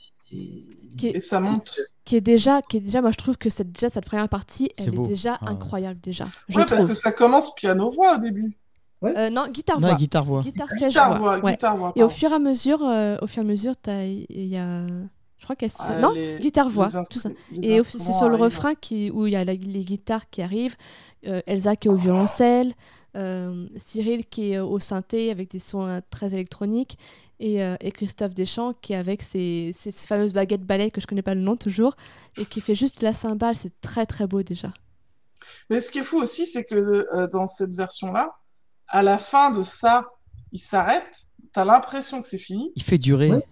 Speaker 9: Qui est,
Speaker 5: Et ça monte.
Speaker 9: qui est déjà, qui est déjà, moi je trouve que cette, déjà, cette première partie,
Speaker 1: C'est
Speaker 9: elle est,
Speaker 1: beau.
Speaker 9: déjà
Speaker 1: Ah ouais.
Speaker 9: incroyable, déjà. Je
Speaker 5: Ouais, parce
Speaker 9: trouve.
Speaker 5: que ça commence piano-voix au début.
Speaker 9: Euh, non, guitare
Speaker 1: Non,
Speaker 9: voix.
Speaker 1: guitare voix.
Speaker 9: Guitare sèche
Speaker 5: Guitare-voix,
Speaker 9: voix. Ouais.
Speaker 5: guitare-voix.
Speaker 9: Et au
Speaker 5: pardon.
Speaker 9: fur et à mesure, euh, au fur et à mesure, t'as- il y a, je crois qu'elle,
Speaker 5: Ah,
Speaker 9: non,
Speaker 5: les-
Speaker 9: guitare voix,
Speaker 5: les instru-
Speaker 9: tout ça.
Speaker 5: les
Speaker 9: Et au- c'est
Speaker 5: instruments
Speaker 9: sur le
Speaker 5: arrivent.
Speaker 9: refrain qui, où il y a la- les guitares qui arrivent, euh, Elsa qui est au violoncelle, euh, Cyril qui est au synthé avec des sons euh, très électroniques, et, euh, et Christophe Deschamps qui est avec ses, ses fameuses baguettes balais que je connais pas le nom toujours, et qui fait juste la cymbale, c'est très très beau déjà.
Speaker 5: Mais ce qui est fou aussi, c'est que euh, dans cette version-là, à la fin de ça, il s'arrête. T'as l'impression que c'est fini.
Speaker 1: Il fait durer.
Speaker 6: Ouais.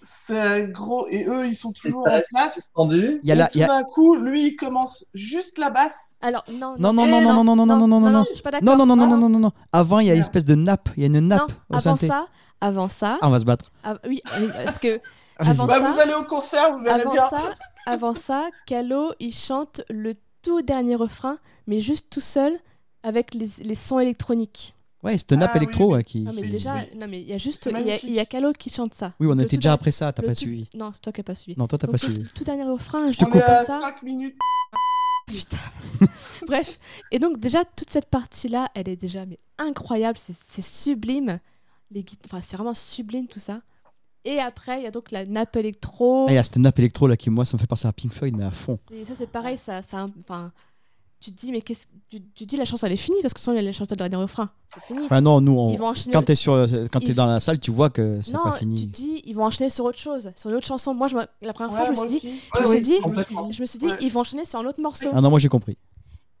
Speaker 5: C'est gros. Et eux, ils sont toujours
Speaker 6: ça
Speaker 5: en
Speaker 6: reste
Speaker 5: place.
Speaker 6: suspendu.
Speaker 1: Il y a
Speaker 5: et
Speaker 1: la-
Speaker 5: tout
Speaker 1: il y a-
Speaker 5: d'un coup, lui, il commence juste la basse.
Speaker 9: Alors non
Speaker 1: Non, non, non, non, non, non, non, non, non, non, non.
Speaker 9: je suis pas d'accord.
Speaker 1: Non, non, non, non, non, non, non, non. Avant, il y a une espèce de nappe. Il y a une nappe
Speaker 9: Non,
Speaker 1: au
Speaker 9: avant
Speaker 1: synthé.
Speaker 9: ça, avant ça,
Speaker 1: Ah, on va se battre.
Speaker 9: ah, oui, oui, parce que
Speaker 1: Vas-y.
Speaker 9: avant
Speaker 5: Bah,
Speaker 9: ça,
Speaker 5: vous allez au concert, vous verrez
Speaker 9: avant
Speaker 5: bien.
Speaker 9: ça, avant ça, Calo, il chante le tout dernier refrain, mais juste tout seul avec les, les sons électroniques.
Speaker 1: Ouais, cette nappe
Speaker 5: Ah, oui,
Speaker 1: électro
Speaker 5: oui.
Speaker 1: ouais, qui.
Speaker 9: Non mais
Speaker 1: qui-
Speaker 9: déjà,
Speaker 1: Oui,
Speaker 9: non mais il y a juste,
Speaker 5: C'est
Speaker 9: il y a- il y a
Speaker 5: magnifique.
Speaker 9: Calo qui chante ça.
Speaker 1: Oui, on
Speaker 9: Le
Speaker 1: était
Speaker 9: tout
Speaker 1: déjà
Speaker 9: dernier-
Speaker 1: après ça, t'as
Speaker 9: le
Speaker 1: pas
Speaker 9: tout-
Speaker 1: suivi.
Speaker 9: Non, c'est toi qui n'as pas suivi.
Speaker 1: Non, toi, t'as
Speaker 9: Donc,
Speaker 1: pas
Speaker 9: le
Speaker 1: suivi.
Speaker 9: tout- tout dernier refrain, je
Speaker 1: te
Speaker 9: te
Speaker 5: On est
Speaker 1: coupe.
Speaker 9: comme
Speaker 5: à
Speaker 9: ça.
Speaker 5: 5 minutes.
Speaker 9: Putain. Bref, et donc déjà toute cette partie-là, elle est déjà mais incroyable, c'est- c'est sublime. Les guit- enfin c'est vraiment sublime tout ça. Et après, il y a donc la nappe électro.
Speaker 1: Ah, il y a cette nappe électro là qui, moi, ça me fait penser à Pink Floyd, mais à fond.
Speaker 9: Et ça c'est pareil, ça, ça, enfin, tu te dis, mais qu'est-ce. Tu, tu te dis, la chanson, elle est finie, parce que sans elle, la chanson, elle doit dire refrain. C'est fini.
Speaker 1: Enfin, non, nous, on-
Speaker 9: Ils vont enchaîner-
Speaker 1: quand t'es sur, le- quand
Speaker 9: Ils
Speaker 1: t'es dans la salle, tu vois que c'est
Speaker 9: non,
Speaker 1: pas fini.
Speaker 9: tu te dis, ils vont enchaîner sur autre chose, sur une autre chanson. Moi, je me- la première
Speaker 5: Ouais,
Speaker 9: fois, je
Speaker 5: moi
Speaker 9: me suis dit,
Speaker 5: aussi.
Speaker 9: je,
Speaker 5: Ouais,
Speaker 9: me suis
Speaker 5: oui,
Speaker 9: dit
Speaker 5: complètement.
Speaker 9: je me suis dit, ils vont enchaîner sur un autre morceau.
Speaker 1: Ah non, moi j'ai compris.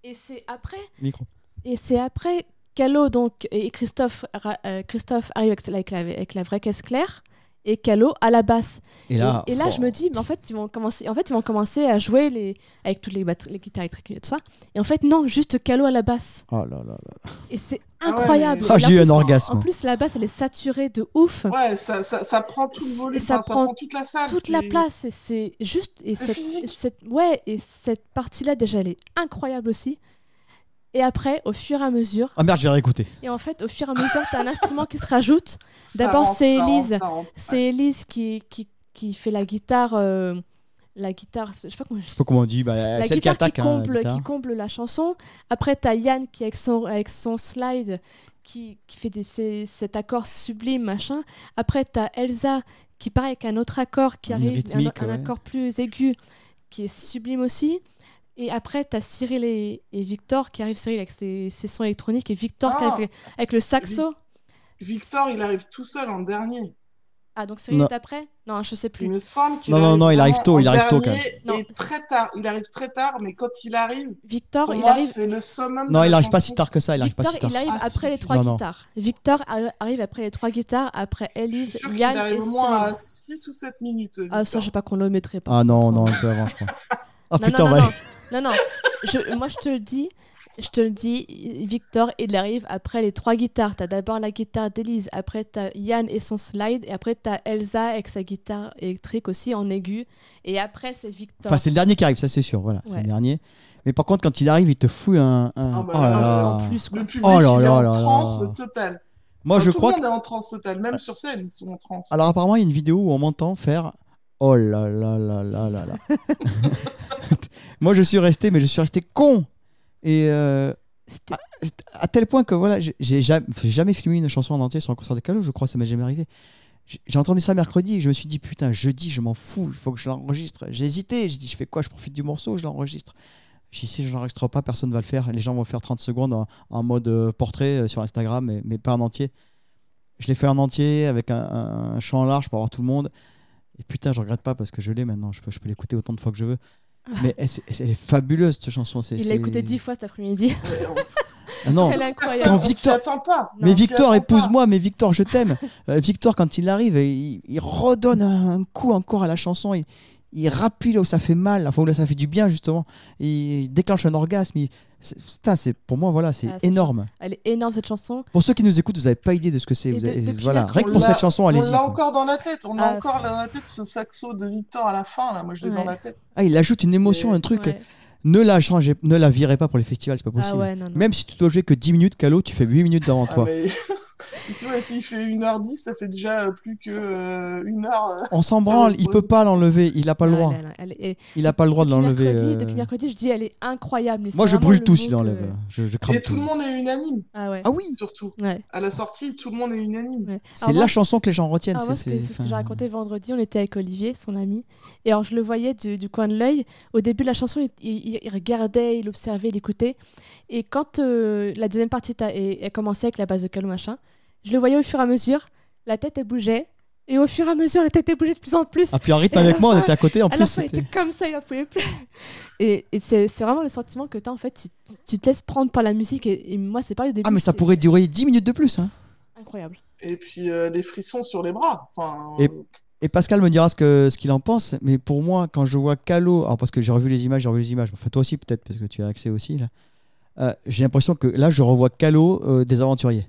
Speaker 9: Et c'est après.
Speaker 1: Micro.
Speaker 9: Et c'est après Calo donc et Christophe ra- euh, Christophe arrive avec, avec la, avec la vraie caisse claire et Calo à la basse.
Speaker 1: Et là,
Speaker 9: et, là je
Speaker 1: oh.
Speaker 9: me dis mais en fait ils vont commencer en fait ils vont commencer à jouer les avec toutes les, batte- les guitares électriques et tout ça. Et en fait non, juste Calo à la basse.
Speaker 1: Oh là là là.
Speaker 9: Et c'est
Speaker 5: Ah ouais,
Speaker 9: incroyable.
Speaker 1: mais- Ah,
Speaker 9: Et en
Speaker 1: j'ai eu un
Speaker 9: plus-
Speaker 1: orgasme.
Speaker 9: En plus la basse elle est saturée de ouf.
Speaker 5: Ouais, ça, ça, ça prend tout le
Speaker 9: C'est-
Speaker 5: volume,
Speaker 9: ça,
Speaker 5: enfin, ça
Speaker 9: prend
Speaker 5: prend toute la salle,
Speaker 9: toute la
Speaker 5: Ah, c'est-
Speaker 9: place. Et c'est juste. Et
Speaker 5: C'est
Speaker 9: cette,
Speaker 5: physique.
Speaker 9: cette- ouais, et cette partie-là, déjà, elle est incroyable aussi. Et après, au fur et à mesure.
Speaker 1: Ah merde, je vais réécouter.
Speaker 9: Et en fait, au fur et à mesure, t'as un instrument qui se rajoute.
Speaker 1: Ça
Speaker 9: D'abord,
Speaker 1: rentre,
Speaker 9: c'est
Speaker 1: ça rentre,
Speaker 9: Elise.
Speaker 1: ça rentre,
Speaker 9: C'est Elise qui, qui, qui fait la guitare. euh, la guitare. Je sais pas comment.
Speaker 1: Je sais pas comment on dit, bah,
Speaker 9: la
Speaker 1: celle qui
Speaker 9: guitare
Speaker 1: attaque.
Speaker 9: qui
Speaker 1: hein,
Speaker 9: comble,
Speaker 1: la guitare.
Speaker 9: qui comble la chanson. Après, t'as Yann qui, avec son, avec son slide, qui, qui fait des, ces- cet accord sublime, machin. Après, t'as Elsa qui, pareil, avec un autre accord qui
Speaker 1: Une
Speaker 9: arrive, un-
Speaker 1: rythmique,
Speaker 9: un,
Speaker 1: ouais.
Speaker 9: accord plus aigu, qui est sublime aussi. Et après, t'as Cyril et, et Victor qui arrivent, Cyril avec ses, ses sons électroniques, et Victor qui
Speaker 5: Ah
Speaker 9: avec, avec le saxo.
Speaker 5: Victor, il arrive tout seul en dernier.
Speaker 9: Ah, donc Cyril
Speaker 1: Non.
Speaker 9: est après Non, je sais plus.
Speaker 5: Il me semble qu'il
Speaker 1: Non, non, non, il arrive
Speaker 5: vraiment
Speaker 1: tôt,
Speaker 5: en
Speaker 1: il arrive tôt, quand
Speaker 5: dernier Et très tard, il arrive très tard, mais quand il arrive,
Speaker 9: Victor,
Speaker 5: pour
Speaker 9: il
Speaker 5: moi,
Speaker 9: arrive-
Speaker 5: c'est Ah, le summum. de
Speaker 1: Non, il
Speaker 5: la
Speaker 1: arrive pas
Speaker 5: chanson.
Speaker 1: si tard que ça. Il arrive pas si tard.
Speaker 9: Victor, il arrive après les trois
Speaker 1: Non, non.
Speaker 9: guitars. Victor arri- arrive après les trois guitares, après
Speaker 5: Je suis
Speaker 9: Elise,
Speaker 5: sûr qu'il
Speaker 9: Yann et
Speaker 5: arrive au moins
Speaker 9: Cyril.
Speaker 5: à 6 ou 7 minutes.
Speaker 9: Ah, ça, je sais pas qu'on le mettrait pas.
Speaker 1: Ah non, non, un peu avant, je crois. Ah
Speaker 9: non,
Speaker 1: putain,
Speaker 9: non,
Speaker 1: ouais.
Speaker 9: non, non, non, non. Je- moi, je te le dis, je te le dis, Victor, il arrive après les trois guitares. T'as d'abord la guitare d'Elise, après t'as Yann et son slide, et après t'as Elsa avec sa guitare électrique aussi en aigu, et après c'est Victor.
Speaker 1: Enfin, c'est le dernier qui arrive, ça c'est sûr. Voilà, c'est
Speaker 9: Ouais.
Speaker 1: le dernier. Mais par contre, quand il arrive, il te fout un. un-
Speaker 5: Ah bah
Speaker 1: oh là
Speaker 5: là,
Speaker 1: là.
Speaker 5: en plus, quoi. Le public,
Speaker 1: Oh là
Speaker 5: il est
Speaker 1: là
Speaker 5: en
Speaker 1: là là.
Speaker 5: transe totale.
Speaker 1: Moi,
Speaker 5: Enfin,
Speaker 1: je
Speaker 5: tout
Speaker 1: crois
Speaker 5: le monde est en transe totale, même sur scène, ils sont en transe.
Speaker 1: Alors apparemment, il y a une vidéo où on m'entend faire Oh là là là là là là. Moi, je suis resté, mais je suis resté con. Et euh, à, c'était- à tel point que voilà, j'ai- j'ai jamais, j'ai jamais filmé une chanson en entier sur un concert de Calo. Je crois que ça m'est jamais arrivé. J'ai- J'ai entendu ça mercredi et je me suis dit putain, jeudi, je m'en fous, il faut que je l'enregistre. J'ai hésité, j'ai dit je fais quoi Je profite du morceau, je l'enregistre. J'ai dit si je l'enregistre pas, personne va le faire. Les gens vont faire 30 secondes en, en mode euh, portrait euh, sur Instagram, mais, mais pas en entier. Je l'ai fait en entier avec un, un champ large pour avoir tout le monde. Et putain, je regrette pas parce que je l'ai maintenant. Je peux, je peux l'écouter autant de fois que je veux. Mais elle, c'est- elle est fabuleuse cette chanson. c'est-
Speaker 9: Il
Speaker 1: c'est-
Speaker 9: l'a écouté dix fois cet après-midi.
Speaker 1: Ah non.
Speaker 9: Elle est incroyable.
Speaker 1: Quand
Speaker 5: on s'y
Speaker 1: Victor-
Speaker 5: attend pas.
Speaker 1: Mais
Speaker 5: On s'y
Speaker 1: Victor,
Speaker 5: attend pas.
Speaker 1: épouse-moi, mais Victor, je t'aime. Euh, Victor, quand il arrive, il, il redonne un, un coup encore à la chanson. Il, il rappuie là où ça fait mal, enfin où là ça fait du bien justement. Il déclenche un orgasme. il- c'est- putain, c'est pour moi voilà, c'est
Speaker 9: Ah, cette
Speaker 1: énorme.
Speaker 9: chan- Elle est énorme cette chanson.
Speaker 1: Pour ceux qui nous écoutent, vous n'avez pas idée de ce que c'est.
Speaker 9: Et
Speaker 1: vous
Speaker 9: de-
Speaker 1: avez-
Speaker 9: depuis
Speaker 1: Voilà,
Speaker 9: mercredi-
Speaker 1: rien que pour
Speaker 9: On
Speaker 1: cette
Speaker 9: l'a-
Speaker 1: chanson,
Speaker 5: On
Speaker 1: allez-y.
Speaker 5: l'a
Speaker 1: quoi.
Speaker 5: encore dans la tête, on a
Speaker 9: Ah.
Speaker 5: encore dans la tête ce saxo de Victor à la fin, là. Moi, je l'ai dans la tête.
Speaker 1: Ah, il ajoute une émotion, un truc.
Speaker 5: ouais.
Speaker 1: Ne la changez, ne la virez pas pour les festivals, c'est pas
Speaker 5: Ah
Speaker 1: possible.
Speaker 5: ouais, non, non.
Speaker 1: Même si tu dois jouer que 10 minutes, Calo, tu fais 8 minutes devant
Speaker 5: Ah,
Speaker 1: toi.
Speaker 5: mais- Ici, ouais, S'il fait 1h10, ça fait déjà euh, plus que euh, une heure. euh,
Speaker 1: On s'en
Speaker 5: sur
Speaker 1: branle,
Speaker 5: le
Speaker 1: il peut pas l'enlever, il a pas le droit.
Speaker 9: Elle- elle est-
Speaker 1: Il a pas le droit de
Speaker 9: Depuis
Speaker 1: l'enlever.
Speaker 9: mercredi-
Speaker 1: euh.
Speaker 9: Depuis mercredi, je dis elle est incroyable. mais
Speaker 1: Moi,
Speaker 9: c'est
Speaker 1: je
Speaker 9: vraiment
Speaker 1: brûle
Speaker 9: le
Speaker 1: tout
Speaker 9: mot
Speaker 1: s'il
Speaker 9: que-
Speaker 1: enlève. Je, je crame
Speaker 5: Et tout le monde est unanime.
Speaker 9: Ah, ouais.
Speaker 1: Ah oui
Speaker 5: Surtout.
Speaker 9: Ouais.
Speaker 5: À la sortie, tout le monde est unanime.
Speaker 1: C'est la chanson que les gens retiennent.
Speaker 9: Ah, moi,
Speaker 1: c'est-
Speaker 9: ce que-
Speaker 1: c'est-
Speaker 9: c'est ce que
Speaker 1: enfin,
Speaker 9: j'ai raconté vendredi, on était avec Olivier, son ami, et alors je le voyais du, du coin de l'œil. Au début de la chanson, il, il- il regardait, il observait, il écoutait. Et quand euh, la deuxième partie t'a- est- a commencé avec la base de calou machin, je le voyais au fur et à mesure, la tête elle bougeait, et au fur et à mesure, la tête elle bougeait de plus en plus.
Speaker 1: Ah, puis en rythme
Speaker 9: Et à la
Speaker 1: avec moi, on
Speaker 9: fin-
Speaker 1: était à côté, en
Speaker 9: la
Speaker 1: plus,
Speaker 9: fin, il était
Speaker 1: c'était-
Speaker 9: comme ça, il en pouvait plus. Et, et c'est c'est vraiment le sentiment que tu as en fait, tu, tu- tu te laisses prendre par la musique, et, et moi c'est pas au début.
Speaker 1: Ah, mais ça
Speaker 9: c'est
Speaker 1: pourrait durer 10 minutes de plus. hein.
Speaker 9: Incroyable.
Speaker 5: Et puis, euh, des frissons sur les bras. Enfin, euh,
Speaker 1: Et, et Pascal me dira ce que- ce qu'il en pense. Mais pour moi, quand je vois Calo, alors parce que j'ai revu les images, j'ai revu les images. Enfin, toi aussi, peut-être, parce que tu as accès aussi. là. Euh, j'ai l'impression que là, je revois Calo euh, des aventuriers.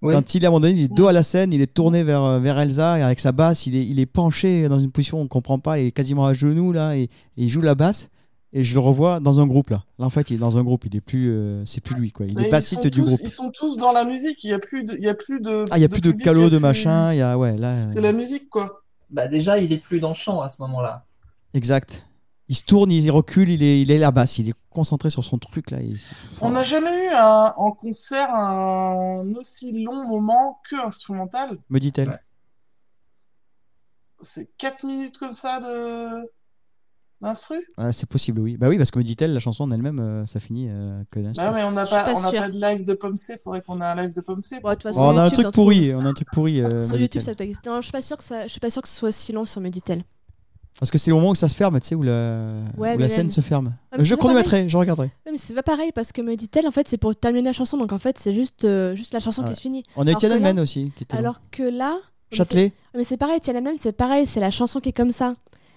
Speaker 1: Quand il est à un moment donné, il est dos à la scène, il est tourné vers, euh, vers Elsa et avec sa basse, il est, il est penché dans une position, on ne comprend pas, il est quasiment à genoux là et, et il joue la basse. Et je le revois dans un groupe là. Là en fait, il est dans un groupe, il est plus, euh, c'est plus lui quoi. Il est
Speaker 5: mais ils
Speaker 1: bassiste
Speaker 5: sont
Speaker 1: du
Speaker 5: tous-
Speaker 1: groupe.
Speaker 5: Ils sont tous dans la musique. Il n'y a plus de. Il y a plus de
Speaker 1: Ah, il y a plus de
Speaker 5: public,
Speaker 1: calo
Speaker 5: il y a
Speaker 1: de
Speaker 5: plus-
Speaker 1: machin, il y a ouais là.
Speaker 5: C'est
Speaker 1: euh,
Speaker 5: la musique, quoi.
Speaker 6: Bah déjà, il est plus dans le champ à ce moment-là.
Speaker 1: Exact. Il se tourne, il recule, il est, il est la basse, il est concentré sur son truc là. il-
Speaker 5: On n'a jamais eu un- en concert un aussi long moment que instrumental.
Speaker 1: Me dit-elle.
Speaker 5: C'est 4 minutes comme ça de. L'instru
Speaker 1: Ah, c'est possible, oui. Bah oui, parce que me dit-elle, la chanson en elle-même, euh, ça finit euh, que d'un
Speaker 5: Bah ouais, mais on n'a pas, on n'a pas de live de Pomme C, faudrait qu'on ait un live de Pomme C.
Speaker 9: Bon, de toute façon,
Speaker 1: Oh, on a un truc
Speaker 9: YouTube, t'en
Speaker 1: pourri,
Speaker 9: trouves.
Speaker 1: on a un truc pourri. euh,
Speaker 9: Sur
Speaker 1: me
Speaker 9: YouTube,
Speaker 1: dit-elle.
Speaker 9: ça doit exister. Non, je suis pas sûre que ça, je suis pas sûre que ce soit si long sur Meditel.
Speaker 1: Parce que c'est le moment où ça se ferme, tu sais, où la,
Speaker 9: Ouais,
Speaker 1: où la
Speaker 9: mais
Speaker 1: scène
Speaker 9: elle-
Speaker 1: se ferme.
Speaker 9: Ah, mais
Speaker 1: je
Speaker 9: c'est pas pareil.
Speaker 1: chronométrerai, je regarderai.
Speaker 9: Ouais, mais c'est pas pareil parce que Meditel, en fait, c'est pour terminer la chanson. Donc en fait, c'est juste, euh, juste la chanson
Speaker 1: Ah Ouais.
Speaker 9: qui se finit.
Speaker 1: On a eu
Speaker 9: Alors que
Speaker 1: Tiananmen
Speaker 9: là-
Speaker 1: aussi, qui était long.
Speaker 9: Alors que là, mais
Speaker 1: Châtelet.
Speaker 9: c'est- Mais c'est pareil, Tiananmen, c'est pareil, c'est la chanson qui est comme ça.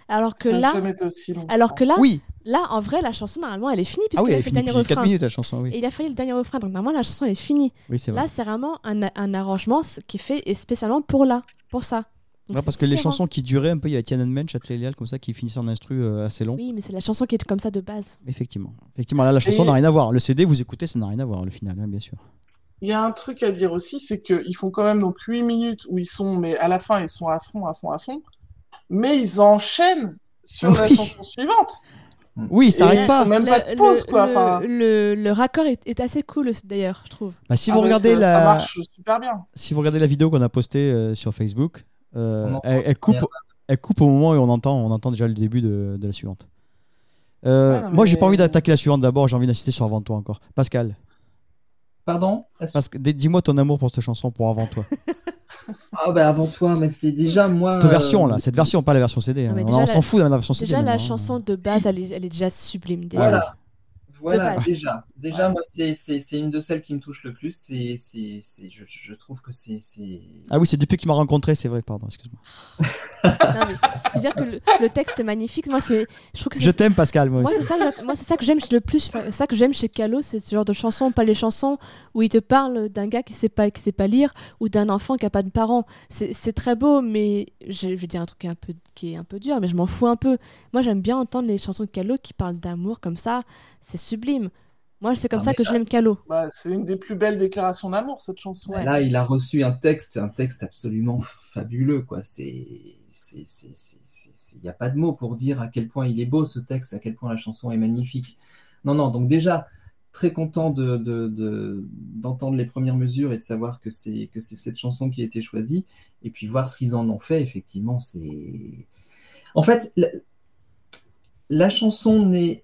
Speaker 9: Alors que
Speaker 5: Ça
Speaker 9: là,
Speaker 5: jamais été aussi long, je
Speaker 9: alors que
Speaker 5: pense.
Speaker 9: là,
Speaker 5: Oui.
Speaker 9: là, en vrai, la chanson normalement, elle est finie puisqu'il
Speaker 1: Ah oui,
Speaker 9: a
Speaker 1: elle est
Speaker 9: fait le
Speaker 1: finie
Speaker 9: dernier
Speaker 1: depuis quatre
Speaker 9: refrain.
Speaker 1: minutes, la chanson, oui.
Speaker 9: Et il a fait le dernier refrain, donc normalement la chanson elle est finie.
Speaker 1: Oui, c'est vrai.
Speaker 9: Là, c'est vraiment un, un arrangement s- qui est fait et spécialement pour là, pour ça. Donc,
Speaker 1: Ouais,
Speaker 9: c'est
Speaker 1: parce que les
Speaker 9: différent.
Speaker 1: chansons qui duraient un peu, il y avait Tiananmen, Châtelet Léal, comme ça, qui finissaient en instru euh, assez long.
Speaker 9: Oui, mais c'est la chanson qui est comme ça de base.
Speaker 1: Effectivement. Effectivement, là, la chanson
Speaker 5: Et-
Speaker 1: n'a rien à voir. Le CD, vous écoutez, ça n'a rien à voir, le final, hein, bien sûr.
Speaker 5: Il y a un truc à dire aussi, c'est qu'ils font quand même donc 8 minutes où ils sont, mais à la fin, ils sont à fond, à fond, à fond, mais ils enchaînent sur la chanson suivante.
Speaker 1: Oui, ça
Speaker 5: Mm. Et
Speaker 1: n'arrête
Speaker 5: ils
Speaker 1: pas.
Speaker 5: font même pas de pause, quoi. enfin,
Speaker 9: le- le raccord est, est assez cool d'ailleurs, je trouve.
Speaker 1: Bah, si
Speaker 5: Ah
Speaker 1: vous
Speaker 5: bah,
Speaker 1: regardez
Speaker 5: ça-
Speaker 1: la...
Speaker 5: ça marche super bien.
Speaker 1: Si vous regardez la vidéo qu'on a postée euh, sur Facebook, euh,
Speaker 5: On entend
Speaker 1: elle, elle coupe,
Speaker 5: merde.
Speaker 1: elle coupe au moment où on entend, on entend déjà le début de, de la suivante. Euh,
Speaker 5: Ah,
Speaker 6: Ouais, non,
Speaker 1: Moi, j'ai pas
Speaker 6: mais-
Speaker 1: envie d'attaquer la suivante d'abord, j'ai envie d'insister sur Avant toi encore. Pascal,
Speaker 6: Pardon
Speaker 1: parce que- dis-moi ton amour pour cette chanson, pour Avant toi.
Speaker 6: Ah bah avant toi, mais c'est déjà moi.
Speaker 1: cette version là, cette version, pas la version CD.
Speaker 9: Non, mais
Speaker 1: hein.
Speaker 9: déjà,
Speaker 1: on
Speaker 9: la-
Speaker 1: s'en fout de la version CD.
Speaker 9: Déjà, la
Speaker 1: maintenant, hein.
Speaker 9: chanson de base, elle est, elle est déjà sublime. Déjà.
Speaker 6: Voilà.
Speaker 9: De
Speaker 6: Voilà,
Speaker 9: base.
Speaker 6: déjà. Déjà, moi, c'est- c'est c'est une de celles qui me touche le plus. C'est, c'est, c'est- je, je trouve que c'est, c'est-
Speaker 1: Ah oui, c'est depuis que tu m'as rencontré, c'est vrai, pardon, excuse-moi.
Speaker 9: Non, mais je veux dire que le, le texte est magnifique. Moi, c'est, je trouve que
Speaker 1: Je
Speaker 9: c'est-
Speaker 1: t'aime, Pascal, moi
Speaker 9: Moi,
Speaker 1: aussi.
Speaker 9: c'est ça, que- moi, c'est ça que j'aime le plus. enfin, ça que j'aime chez Calo, c'est ce genre de chansons, pas les chansons où il te parle d'un gars qui sait pas, qui sait pas lire, ou d'un enfant qui a pas de parents. C'est, c'est très beau, mais je, je vais dire un truc un peu, qui est un peu dur, mais je m'en fous un peu. Moi, j'aime bien entendre les chansons de Calo qui parlent d'amour comme ça. C'est sublime. Moi, c'est comme
Speaker 6: Ah,
Speaker 9: ça
Speaker 6: mais
Speaker 9: que
Speaker 6: là-
Speaker 9: je l'aime Calo.
Speaker 5: Bah, c'est une des plus belles déclarations d'amour, cette chanson.
Speaker 6: Là, il a reçu un texte, un texte absolument fabuleux, quoi. C'est, c'est, c'est, c'est- c'est- c'est- il n'y a pas de mots pour dire à quel point il est beau ce texte, à quel point la chanson est magnifique. Non, non. Donc déjà, très content de, de- de- d'entendre les premières mesures et de savoir que c'est, que c'est cette chanson qui a été choisie. Et puis voir ce qu'ils en ont fait, effectivement, c'est. En fait, la- la chanson n'est.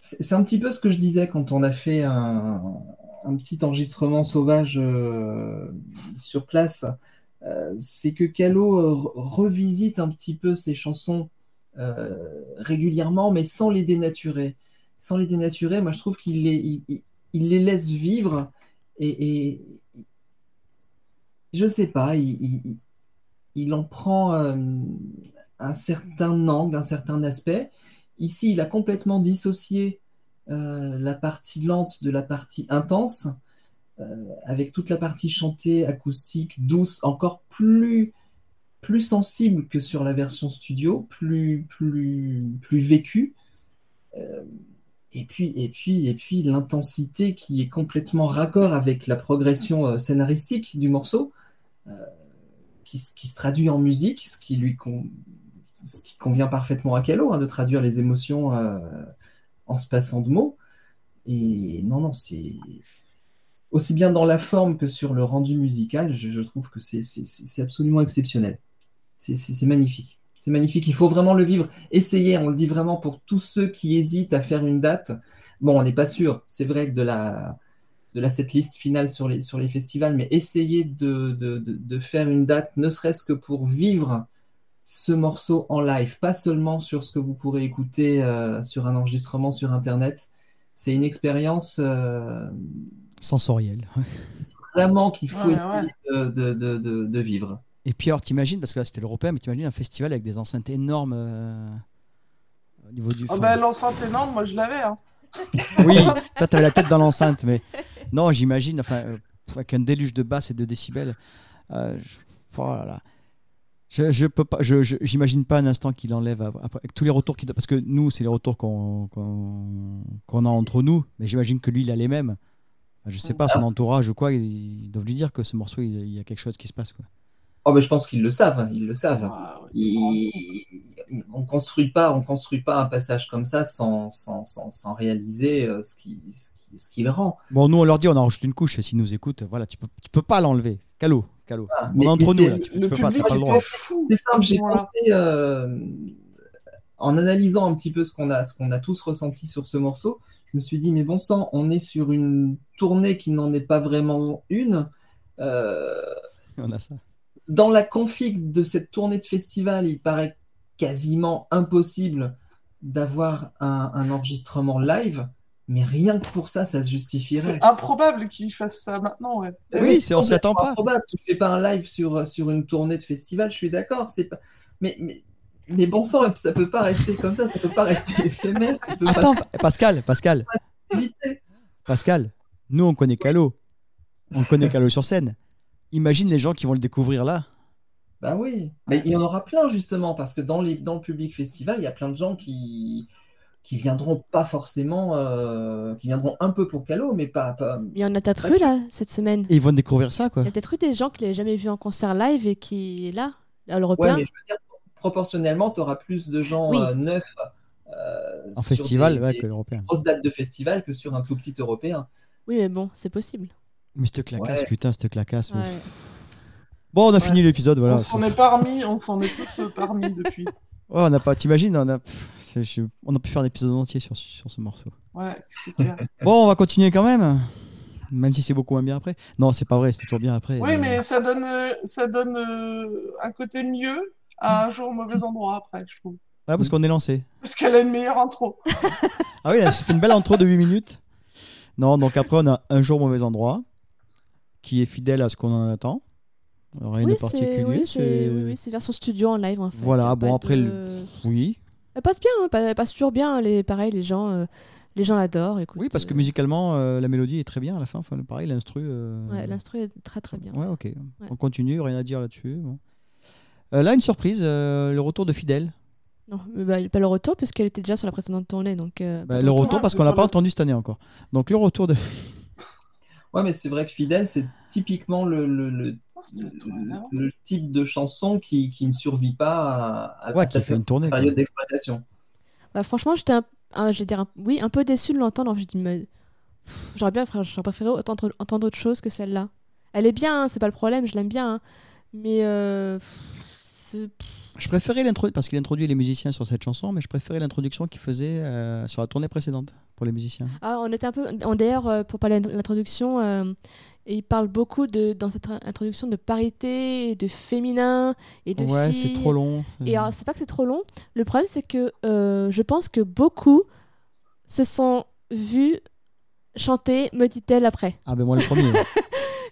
Speaker 6: C'est c'est un petit peu ce que je disais quand on a fait un, un petit enregistrement sauvage euh, sur place. Euh, c'est que Calo euh, re- revisite un petit peu ses chansons euh, régulièrement, mais sans les dénaturer. Sans les dénaturer, moi je trouve qu'il les, il- il- il les laisse vivre et, et je sais pas, il, il- il- il en prend euh, un certain angle, un certain aspect. Ici, il a complètement dissocié euh, la partie lente de la partie intense, euh, avec toute la partie chantée, acoustique, douce, encore plus, plus sensible que sur la version studio, plus, plus, plus vécue. Euh, et puis, et puis, et puis l'intensité qui est complètement raccord avec la progression euh, scénaristique du morceau qui, se- qui se traduit en musique, ce qui lui con- ce qui convient parfaitement à Calo, hein, de traduire les émotions euh, en se passant de mots. Et non, non, c'est aussi bien dans la forme que sur le rendu musical, je, je trouve que c'est- c'est c'est- c'est absolument exceptionnel. C'est- C'est c'est magnifique. C'est magnifique, il faut vraiment le vivre. Essayez, on le dit vraiment pour tous ceux qui hésitent à faire une date. Bon, on n'est pas sûr, c'est vrai que de la, de la setlist finale sur les, sur les festivals, mais essayez de, de- de- de faire une date, ne serait-ce que pour vivre ce morceau en live, pas seulement sur ce que vous pourrez écouter euh, sur un enregistrement sur Internet. C'est une expérience euh,
Speaker 1: Sensoriel.
Speaker 6: vraiment qu'il faut
Speaker 1: Ouais,
Speaker 6: essayer De, de- de- de- de vivre.
Speaker 1: Et puis alors, t'imagines, parce que là c'était l'européen, mais t'imagines un festival avec des enceintes énormes euh, au niveau du.
Speaker 5: Ah
Speaker 1: enfin,
Speaker 5: bah, l'enceinte énorme, moi je l'avais. Hein.
Speaker 1: Oui, toi t'avais la tête dans l'enceinte, mais non, j'imagine, enfin, euh, pff, avec un déluge de basses et de décibels. euh, je... oh là là. Je, je peux pas, je, je- j'imagine pas un instant qu'il enlève av- après, avec tous les retours qu'il a, parce que nous c'est les retours qu'on, qu'on, qu'on a entre nous, mais j'imagine que lui il a les mêmes. Enfin, Je sais pas son entourage ou quoi, ils ils doivent lui dire que ce morceau il, il y a quelque chose qui se passe quoi.
Speaker 6: Oh, mais je pense qu'ils le savent, hein, ils le
Speaker 5: Ah,
Speaker 6: savent. Ils- on construit pas, on construit pas un passage comme ça sans, sans, sans- sans réaliser euh, ce qui, ce qui, ce qui le rend.
Speaker 1: Bon, nous, on leur dit, on en rajoute une couche, et s'ils nous écoutent, voilà, tu peux, tu peux pas l'enlever. Calo, calo.
Speaker 6: Ah,
Speaker 1: on
Speaker 6: mais-
Speaker 1: est entre
Speaker 6: mais
Speaker 1: nous,
Speaker 6: c'est-
Speaker 1: là. Tu,
Speaker 6: le
Speaker 1: tu peux pas,
Speaker 6: public
Speaker 1: t'as pas le
Speaker 6: était
Speaker 1: droit.
Speaker 6: fou. C'est simple, j'ai pensé euh, en analysant un petit peu ce qu'on a, ce qu'on a tous ressenti sur ce morceau, je me suis dit, mais bon sang, on est sur une tournée qui n'en est pas vraiment une. Euh,
Speaker 1: On a ça.
Speaker 6: dans la config de cette tournée de festival, il paraît quasiment impossible d'avoir un, un enregistrement live, mais rien que pour ça, ça se justifierait.
Speaker 5: C'est improbable qu'il fasse ça maintenant, ouais.
Speaker 6: Oui, c'est on s'attend pas. Tu fais pas un live sur, sur une tournée de festival, je suis d'accord. C'est pas... mais, mais, mais bon sang, ça peut pas rester comme ça, ça peut pas rester éphémère. ça peut
Speaker 1: Attends,
Speaker 6: pas...
Speaker 1: Pascal, Pascal, Pascal, nous on connaît Calo. On connaît Calo sur scène. Imagine les gens qui vont le découvrir là.
Speaker 6: Bah oui, mais il y en aura plein justement, parce que dans, les, dans le public festival, il y a plein de gens qui, qui viendront pas forcément, euh, qui viendront un peu pour Calo, mais pas. pas...
Speaker 9: Il y en a peut-être eu là cette semaine.
Speaker 1: Et ils vont découvrir ça, quoi.
Speaker 9: Il y a peut-être eu des gens qui l'avaient jamais vu en concert live et qui, là, à
Speaker 6: Ouais,
Speaker 9: l'Européen.
Speaker 6: mais je veux dire, proportionnellement, tu auras plus de gens
Speaker 9: Oui.
Speaker 6: euh, neufs euh,
Speaker 1: En
Speaker 6: sur
Speaker 1: festival,
Speaker 6: des,
Speaker 1: ouais,
Speaker 6: des
Speaker 1: que l'Européen.
Speaker 6: grosses dates de festival que sur un tout petit Européen.
Speaker 9: Oui, mais bon, c'est possible.
Speaker 1: Mais cette clacasse,
Speaker 6: Ouais.
Speaker 1: putain, cette clacasse. mais-
Speaker 9: Ouais.
Speaker 1: Bon, on a fini l'épisode, voilà.
Speaker 5: on s'en est parmi, on s'en est tous euh, parmi depuis.
Speaker 1: Ouais, on n'a pas. T'imagines, on a, pff, c'est- je- on a pu faire un épisode entier sur, sur ce morceau.
Speaker 5: Ouais, c'est clair.
Speaker 1: Bon, on va continuer quand même, même si c'est beaucoup moins bien après. Non, c'est pas vrai, c'est toujours bien après.
Speaker 5: Oui,
Speaker 1: Euh,
Speaker 5: mais ça donne, euh, ça donne euh, un côté mieux à un jour mauvais endroit après, je trouve.
Speaker 1: ouais, parce qu'on est lancé.
Speaker 5: Parce qu'elle a une meilleure intro.
Speaker 1: Ah oui, là, ça fait une belle intro de 8 minutes. Non, donc après, on a un jour mauvais endroit, qui est fidèle à ce qu'on en attend. Rien
Speaker 9: Oui,
Speaker 1: de particulier.
Speaker 9: c'est oui, c'est
Speaker 1: c'est-
Speaker 9: oui, oui, c'est version studio en live en fait. Y
Speaker 1: Voilà,
Speaker 9: a
Speaker 1: bon,
Speaker 9: pas
Speaker 1: après,
Speaker 9: de-
Speaker 1: le... oui.
Speaker 9: Elle passe bien, hein, pa- elle passe toujours bien. Les, pareil, les gens, euh, les gens l'adorent. Écoute,
Speaker 1: Oui, parce que musicalement, euh, la mélodie est très bien à la fin. Enfin, pareil, l'instru. euh,
Speaker 9: euh, ouais, l'instru est très très bien.
Speaker 1: Ouais, ok.
Speaker 9: Ouais.
Speaker 1: On continue, rien à dire là-dessus. bon. Euh, là, une surprise, euh, le retour de Fidèle.
Speaker 9: Non, mais bah, pas le retour parce qu'elle était déjà sur la précédente tournée, donc. euh,
Speaker 1: Bah,
Speaker 9: pas
Speaker 1: le
Speaker 9: tant-
Speaker 1: retour, parce qu'on l'a pas entendu cette année encore. Donc, le retour de.
Speaker 6: Ouais, mais c'est vrai que Fidèle, c'est typiquement le, le, le,
Speaker 5: Oh,
Speaker 6: le- le type de chanson qui, qui ne survit pas à, à
Speaker 1: Ouais,
Speaker 6: sa
Speaker 1: qui fait une tournée, quoi.
Speaker 6: période d'exploitation.
Speaker 9: Bah, franchement, j'étais un, un- je vais dire un- oui, un peu déçu de l'entendre. J'ai dit, mais pff, j'aurais bien, j'aurais préféré entendre, entendre autre chose que celle-là. Elle est bien, hein, c'est pas le problème, je l'aime bien, hein. mais euh, pff, c'est-
Speaker 1: Je préférais l'introduction, parce qu'il introduit les musiciens sur cette chanson, mais je préférais l'introduction qu'il faisait euh, sur la tournée précédente pour les musiciens.
Speaker 9: Ah, on était un peu. en- D'ailleurs, euh, pour parler de l'introduction, euh, il parle beaucoup de, dans cette introduction de parité, et de féminin et de
Speaker 1: Ouais, c'est
Speaker 9: filles.
Speaker 1: trop long.
Speaker 9: Et alors, c'est pas que c'est trop long. Le problème, c'est que euh, je pense que beaucoup se sont vus chanter Me dit-elle après.
Speaker 1: Ah, ben moi, le premier.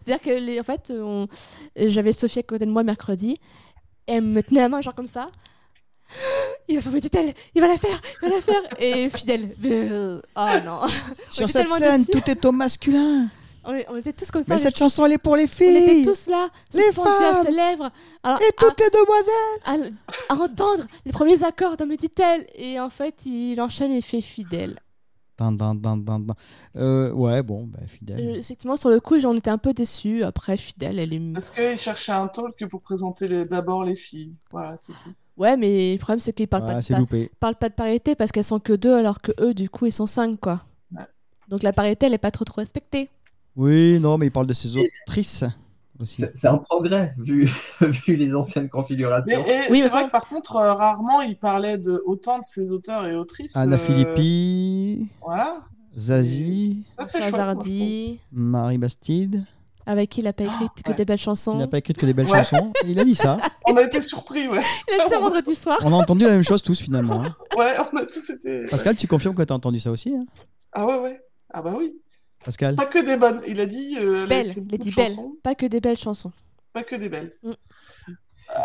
Speaker 9: C'est-à-dire que, les- en fait, on- j'avais Sophie à côté de moi mercredi. Elle me tenait la main, genre comme ça. Il va faire Me dit-elle, il va la faire, il va la faire. Et fidèle. Euh, Oh non.
Speaker 1: Sur
Speaker 9: On
Speaker 1: cette
Speaker 9: était tellement
Speaker 1: scène,
Speaker 9: déçus.
Speaker 1: tout est au masculin.
Speaker 9: On, est- on était tous comme ça.
Speaker 1: Mais
Speaker 9: les-
Speaker 1: cette chanson, elle est pour les filles.
Speaker 9: on était tous là,
Speaker 1: Les
Speaker 9: suspendus à
Speaker 1: femmes.
Speaker 9: ses lèvres. Alors,
Speaker 1: Et toutes les
Speaker 9: demoiselles à, à entendre les premiers accords d'un Meditel. Et en fait, il enchaîne et fait fidèle.
Speaker 1: Dun, dun, dun, dun, dun. Euh, ouais, bon, ben, Fidèle.
Speaker 9: Euh, effectivement, sur le coup, j'en étais un peu déçu. Après, fidèle, elle est.
Speaker 5: Parce qu'il cherchait un talk pour présenter les- d'abord les filles. Voilà, c'est tout.
Speaker 9: Ouais, mais le problème, c'est qu'ils parlent,
Speaker 1: Ouais,
Speaker 9: pas de
Speaker 1: Ah, c'est
Speaker 9: pa-
Speaker 1: loupé.
Speaker 9: parlent pas de parité parce qu'elles sont que deux, alors que eux, du coup, ils sont cinq, quoi. Donc la parité, elle est pas trop trop respectée.
Speaker 1: Oui, non, mais il parle de ses autrices aussi.
Speaker 6: C'est c'est un progrès vu, vu les anciennes
Speaker 5: Mais
Speaker 6: configurations.
Speaker 5: et c'est vrai que par contre, euh, rarement il parlait de autant de ses auteurs et autrices.
Speaker 1: Anna
Speaker 5: euh,
Speaker 1: Philippi,
Speaker 5: Voilà.
Speaker 1: Zazie,
Speaker 5: Ça, c'est chouette, moi, je
Speaker 9: Hazardi,
Speaker 1: Marie Bastide.
Speaker 9: avec qui il a
Speaker 1: Oh,
Speaker 9: pas écrit que des belles chansons.
Speaker 1: Il n'a pas écrit que des belles
Speaker 9: Ouais.
Speaker 1: chansons. Et Il a dit ça.
Speaker 5: On a été surpris, ouais.
Speaker 9: Il a dit ça vendredi soir.
Speaker 1: On a entendu la même chose tous finalement. hein.
Speaker 5: Ouais, on a tous été.
Speaker 1: Pascal, tu confirmes que tu as entendu ça aussi hein
Speaker 5: Ah ouais, ouais. Ah bah oui.
Speaker 1: Pascal
Speaker 5: Pas que des bonnes. Il a dit. euh, elle a
Speaker 9: Belle,
Speaker 5: écrit
Speaker 9: il a
Speaker 5: beaucoup
Speaker 9: dit
Speaker 5: de
Speaker 9: belle,
Speaker 5: chansons,
Speaker 9: pas que des belles chansons.
Speaker 5: Pas que des belles.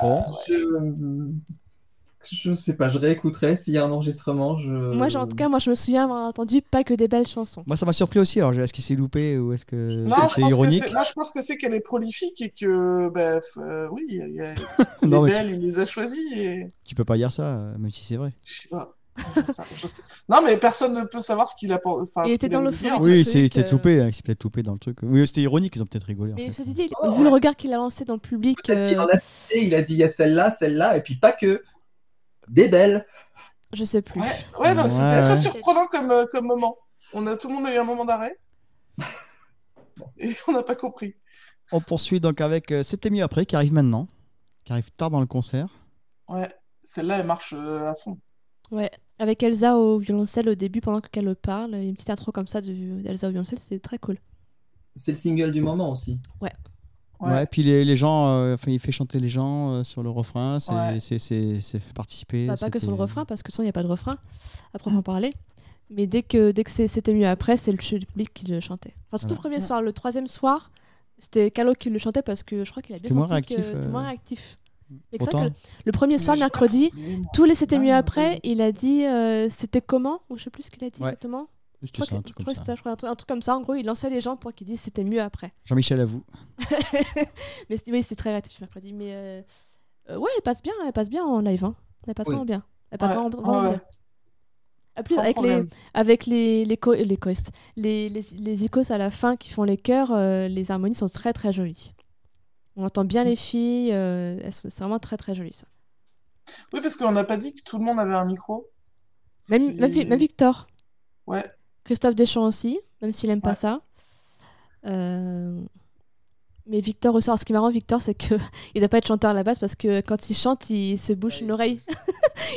Speaker 1: Bon.
Speaker 6: Je... je sais pas, je réécouterai s'il y a un enregistrement. Je...
Speaker 9: Moi, j'ai- en tout cas, moi, je me souviens avoir entendu pas que des belles chansons.
Speaker 1: Moi, ça m'a surpris aussi. Alors, est-ce qu'il s'est loupé ou est-ce que
Speaker 5: Non,
Speaker 1: Euh,
Speaker 5: je
Speaker 1: c'était
Speaker 5: pense que
Speaker 1: ironique
Speaker 5: c'est- moi je pense que c'est qu'elle est prolifique et que, bah, f- euh, oui, il y a-
Speaker 1: Non,
Speaker 5: les
Speaker 1: mais
Speaker 5: belles, il les a choisies. Et...
Speaker 1: Tu peux pas dire ça, euh, même si c'est vrai.
Speaker 5: Je sais pas. Je sais- je sais- Non, mais personne ne peut savoir ce qu'il a pensé. Enfin,
Speaker 9: Il
Speaker 5: ce
Speaker 9: était
Speaker 5: qu'il
Speaker 9: dans
Speaker 5: a
Speaker 9: le
Speaker 5: voulu
Speaker 9: fond
Speaker 5: dire.
Speaker 1: Oui, c'est
Speaker 9: truc,
Speaker 1: peut-être
Speaker 9: euh,
Speaker 1: loupé. hein, c'est peut-être loupé dans le truc. Oui, c'était ironique. Ils ont peut-être rigolé. en
Speaker 9: Mais
Speaker 1: fait.
Speaker 9: ceci dit, vu le regard qu'il a lancé dans le public,
Speaker 6: Il Oh, en
Speaker 9: euh,
Speaker 6: a cité, il a dit il y a celle-là, celle-là, et puis pas que. Des belles.
Speaker 9: je sais plus.
Speaker 5: Ouais, non, c'était
Speaker 6: Ouais,
Speaker 5: très
Speaker 6: ouais.
Speaker 5: surprenant comme, euh, comme moment. On a, tout le monde a eu un moment d'arrêt. Et on n'a pas compris.
Speaker 1: On poursuit donc avec euh, C'était mieux après qui arrive maintenant, qui arrive tard dans le concert.
Speaker 5: Ouais, celle-là, elle marche euh, à fond.
Speaker 9: Ouais, avec Elsa au violoncelle au début pendant qu'elle parle, il y a une petite intro comme ça de- d'Elsa au violoncelle, c'est très cool.
Speaker 6: C'est le single du moment aussi.
Speaker 9: Ouais.
Speaker 1: Ouais. puis les, les gens, euh, enfin, il fait chanter les gens euh, sur le refrain, c'est
Speaker 9: Ouais.
Speaker 1: c'est- c'est- c'est fait participer.
Speaker 9: Bah, pas que sur le
Speaker 1: c'était- euh,
Speaker 9: refrain, parce que sans, il n'y a pas de refrain, à proprement parler. Mais dès que, dès que c'est- c'était mieux après, c'est le ch- le public qui le chantait. Enfin,
Speaker 1: Voilà.
Speaker 9: surtout le premier soir. Le troisième soir, c'était Calo qui le chantait parce que je crois qu'il a bien
Speaker 1: C'était moins
Speaker 9: senti que
Speaker 1: réactif,
Speaker 9: c'était
Speaker 1: euh.
Speaker 9: moins réactif. Mais que c'est
Speaker 1: Pourtant.
Speaker 9: vrai que le premier soir, mercredi, tous les c'était mieux après, il a dit euh, c'était comment Ou je sais plus ce qu'il a dit
Speaker 1: Ouais.
Speaker 9: exactement. Je
Speaker 1: Juste
Speaker 9: crois
Speaker 1: ça, un
Speaker 9: que-
Speaker 1: truc
Speaker 9: je
Speaker 1: comme
Speaker 9: crois que c'était- je crois un truc- un truc comme ça. En gros, il lançait les gens pour qu'ils disent c'était mieux après.
Speaker 1: Jean-Michel, à vous.
Speaker 9: mais c'était- oui, c'était très réactif mercredi. Mais euh, euh, ouais, elle passe bien, elle passe bien en live. hein. Elle passe
Speaker 1: Oui.
Speaker 9: vraiment bien. Elle passe
Speaker 1: Ouais,
Speaker 9: vraiment, vraiment
Speaker 1: ouais,
Speaker 9: bien.
Speaker 1: ouais.
Speaker 9: En plus,
Speaker 1: Sans
Speaker 9: avec les,
Speaker 1: problème.
Speaker 9: avec les les co- les choristes, les, les, les icos à la fin qui font les chœurs, euh, les harmonies sont très très jolies. On entend bien les filles, euh, elles sont- c'est vraiment très très joli ça.
Speaker 5: Oui, parce qu'on n'a pas dit que tout le monde avait un micro. Ce
Speaker 9: Même,
Speaker 5: qui-
Speaker 9: même, Vi- même Victor.
Speaker 5: Ouais.
Speaker 9: Christophe Deschamps aussi, même s'il aime pas ça. Euh, Mais Victor aussi. Alors, ce qui est marrant, Victor, c'est que il doit pas être chanteur à la base parce que quand il chante, il se bouche une oreille.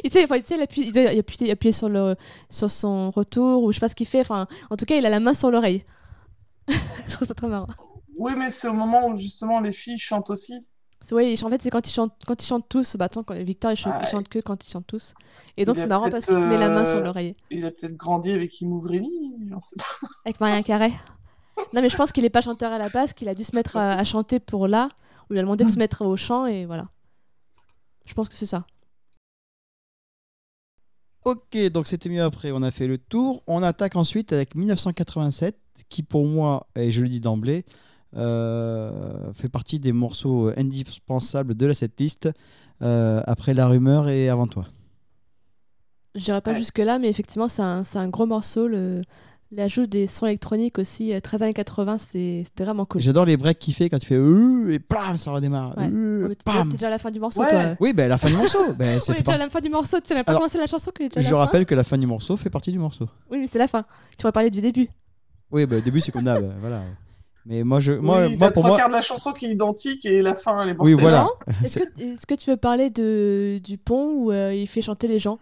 Speaker 9: il sait, enfin, tu sais, il appuie, il doit appuyer- appuyer sur, le, sur son retour ou je sais pas ce qu'il fait. Enfin, en tout cas, il a la main sur l'oreille. je trouve ça très marrant.
Speaker 5: Oui, mais c'est au moment où justement les filles chantent aussi.
Speaker 9: C'est- Ouais, il- en fait, c'est quand ils chantent, quand ils chantent tous. Bah, attends, quand, Victor, il, chante- il chante que quand ils chantent tous. Et donc,
Speaker 5: Il a
Speaker 9: c'est marrant
Speaker 5: peut-être,
Speaker 9: parce qu'il se met la main sur
Speaker 5: euh,
Speaker 9: l'oreille.
Speaker 5: Il a peut-être grandi avec Imouvrini, j'en sais pas.
Speaker 9: Avec Maria Carré. Non, mais je pense qu'il est pas chanteur à la base, qu'il a dû se mettre à, à chanter pour là. On lui a demandé de
Speaker 5: Mm.
Speaker 9: se mettre au chant et voilà. Je pense que c'est ça.
Speaker 1: Ok, donc c'était mieux après, on a fait le tour. On attaque ensuite avec 1987, qui pour moi, et je le dis d'emblée, euh, fait partie des morceaux indispensables de la setlist, euh, après La Rumeur et Avant Toi.
Speaker 9: J'irai pas jusque-là, mais effectivement, c'est un, c'est un gros morceau. le- L'ajout des sons électroniques aussi, euh, 13 années 80, c'est- c'était vraiment cool.
Speaker 1: J'adore les breaks qu'il fait quand il fait euh, et pam, ça redémarre.
Speaker 9: Ouais.
Speaker 1: Euh,
Speaker 9: Oh, mais t'es-
Speaker 1: pam.
Speaker 9: t'es déjà à la fin du morceau,
Speaker 1: Ouais.
Speaker 9: toi. euh.
Speaker 1: Oui, ben la fin du morceau. ben, ça
Speaker 9: Oui,
Speaker 1: fait
Speaker 9: déjà à
Speaker 1: par-
Speaker 9: la fin du morceau, tu n'as pas
Speaker 1: Alors,
Speaker 9: commencé la chanson que est déjà
Speaker 1: Je
Speaker 9: la fin.
Speaker 1: rappelle que la fin du morceau fait partie du morceau.
Speaker 9: Oui, mais c'est la fin. Tu pourrais parler du début.
Speaker 1: Oui, ben, au début, c'est comme d'hab. voilà. Mais moi, je, moi,
Speaker 5: Oui,
Speaker 1: moi,
Speaker 5: t'as
Speaker 1: pour
Speaker 5: trois
Speaker 1: moi.
Speaker 5: quarts de la chanson qui est identique et la fin, elle est
Speaker 1: Oui,
Speaker 5: mortelle.
Speaker 1: voilà.
Speaker 9: Est-ce que, est-ce que tu veux parler de, du pont où euh, il fait chanter les gens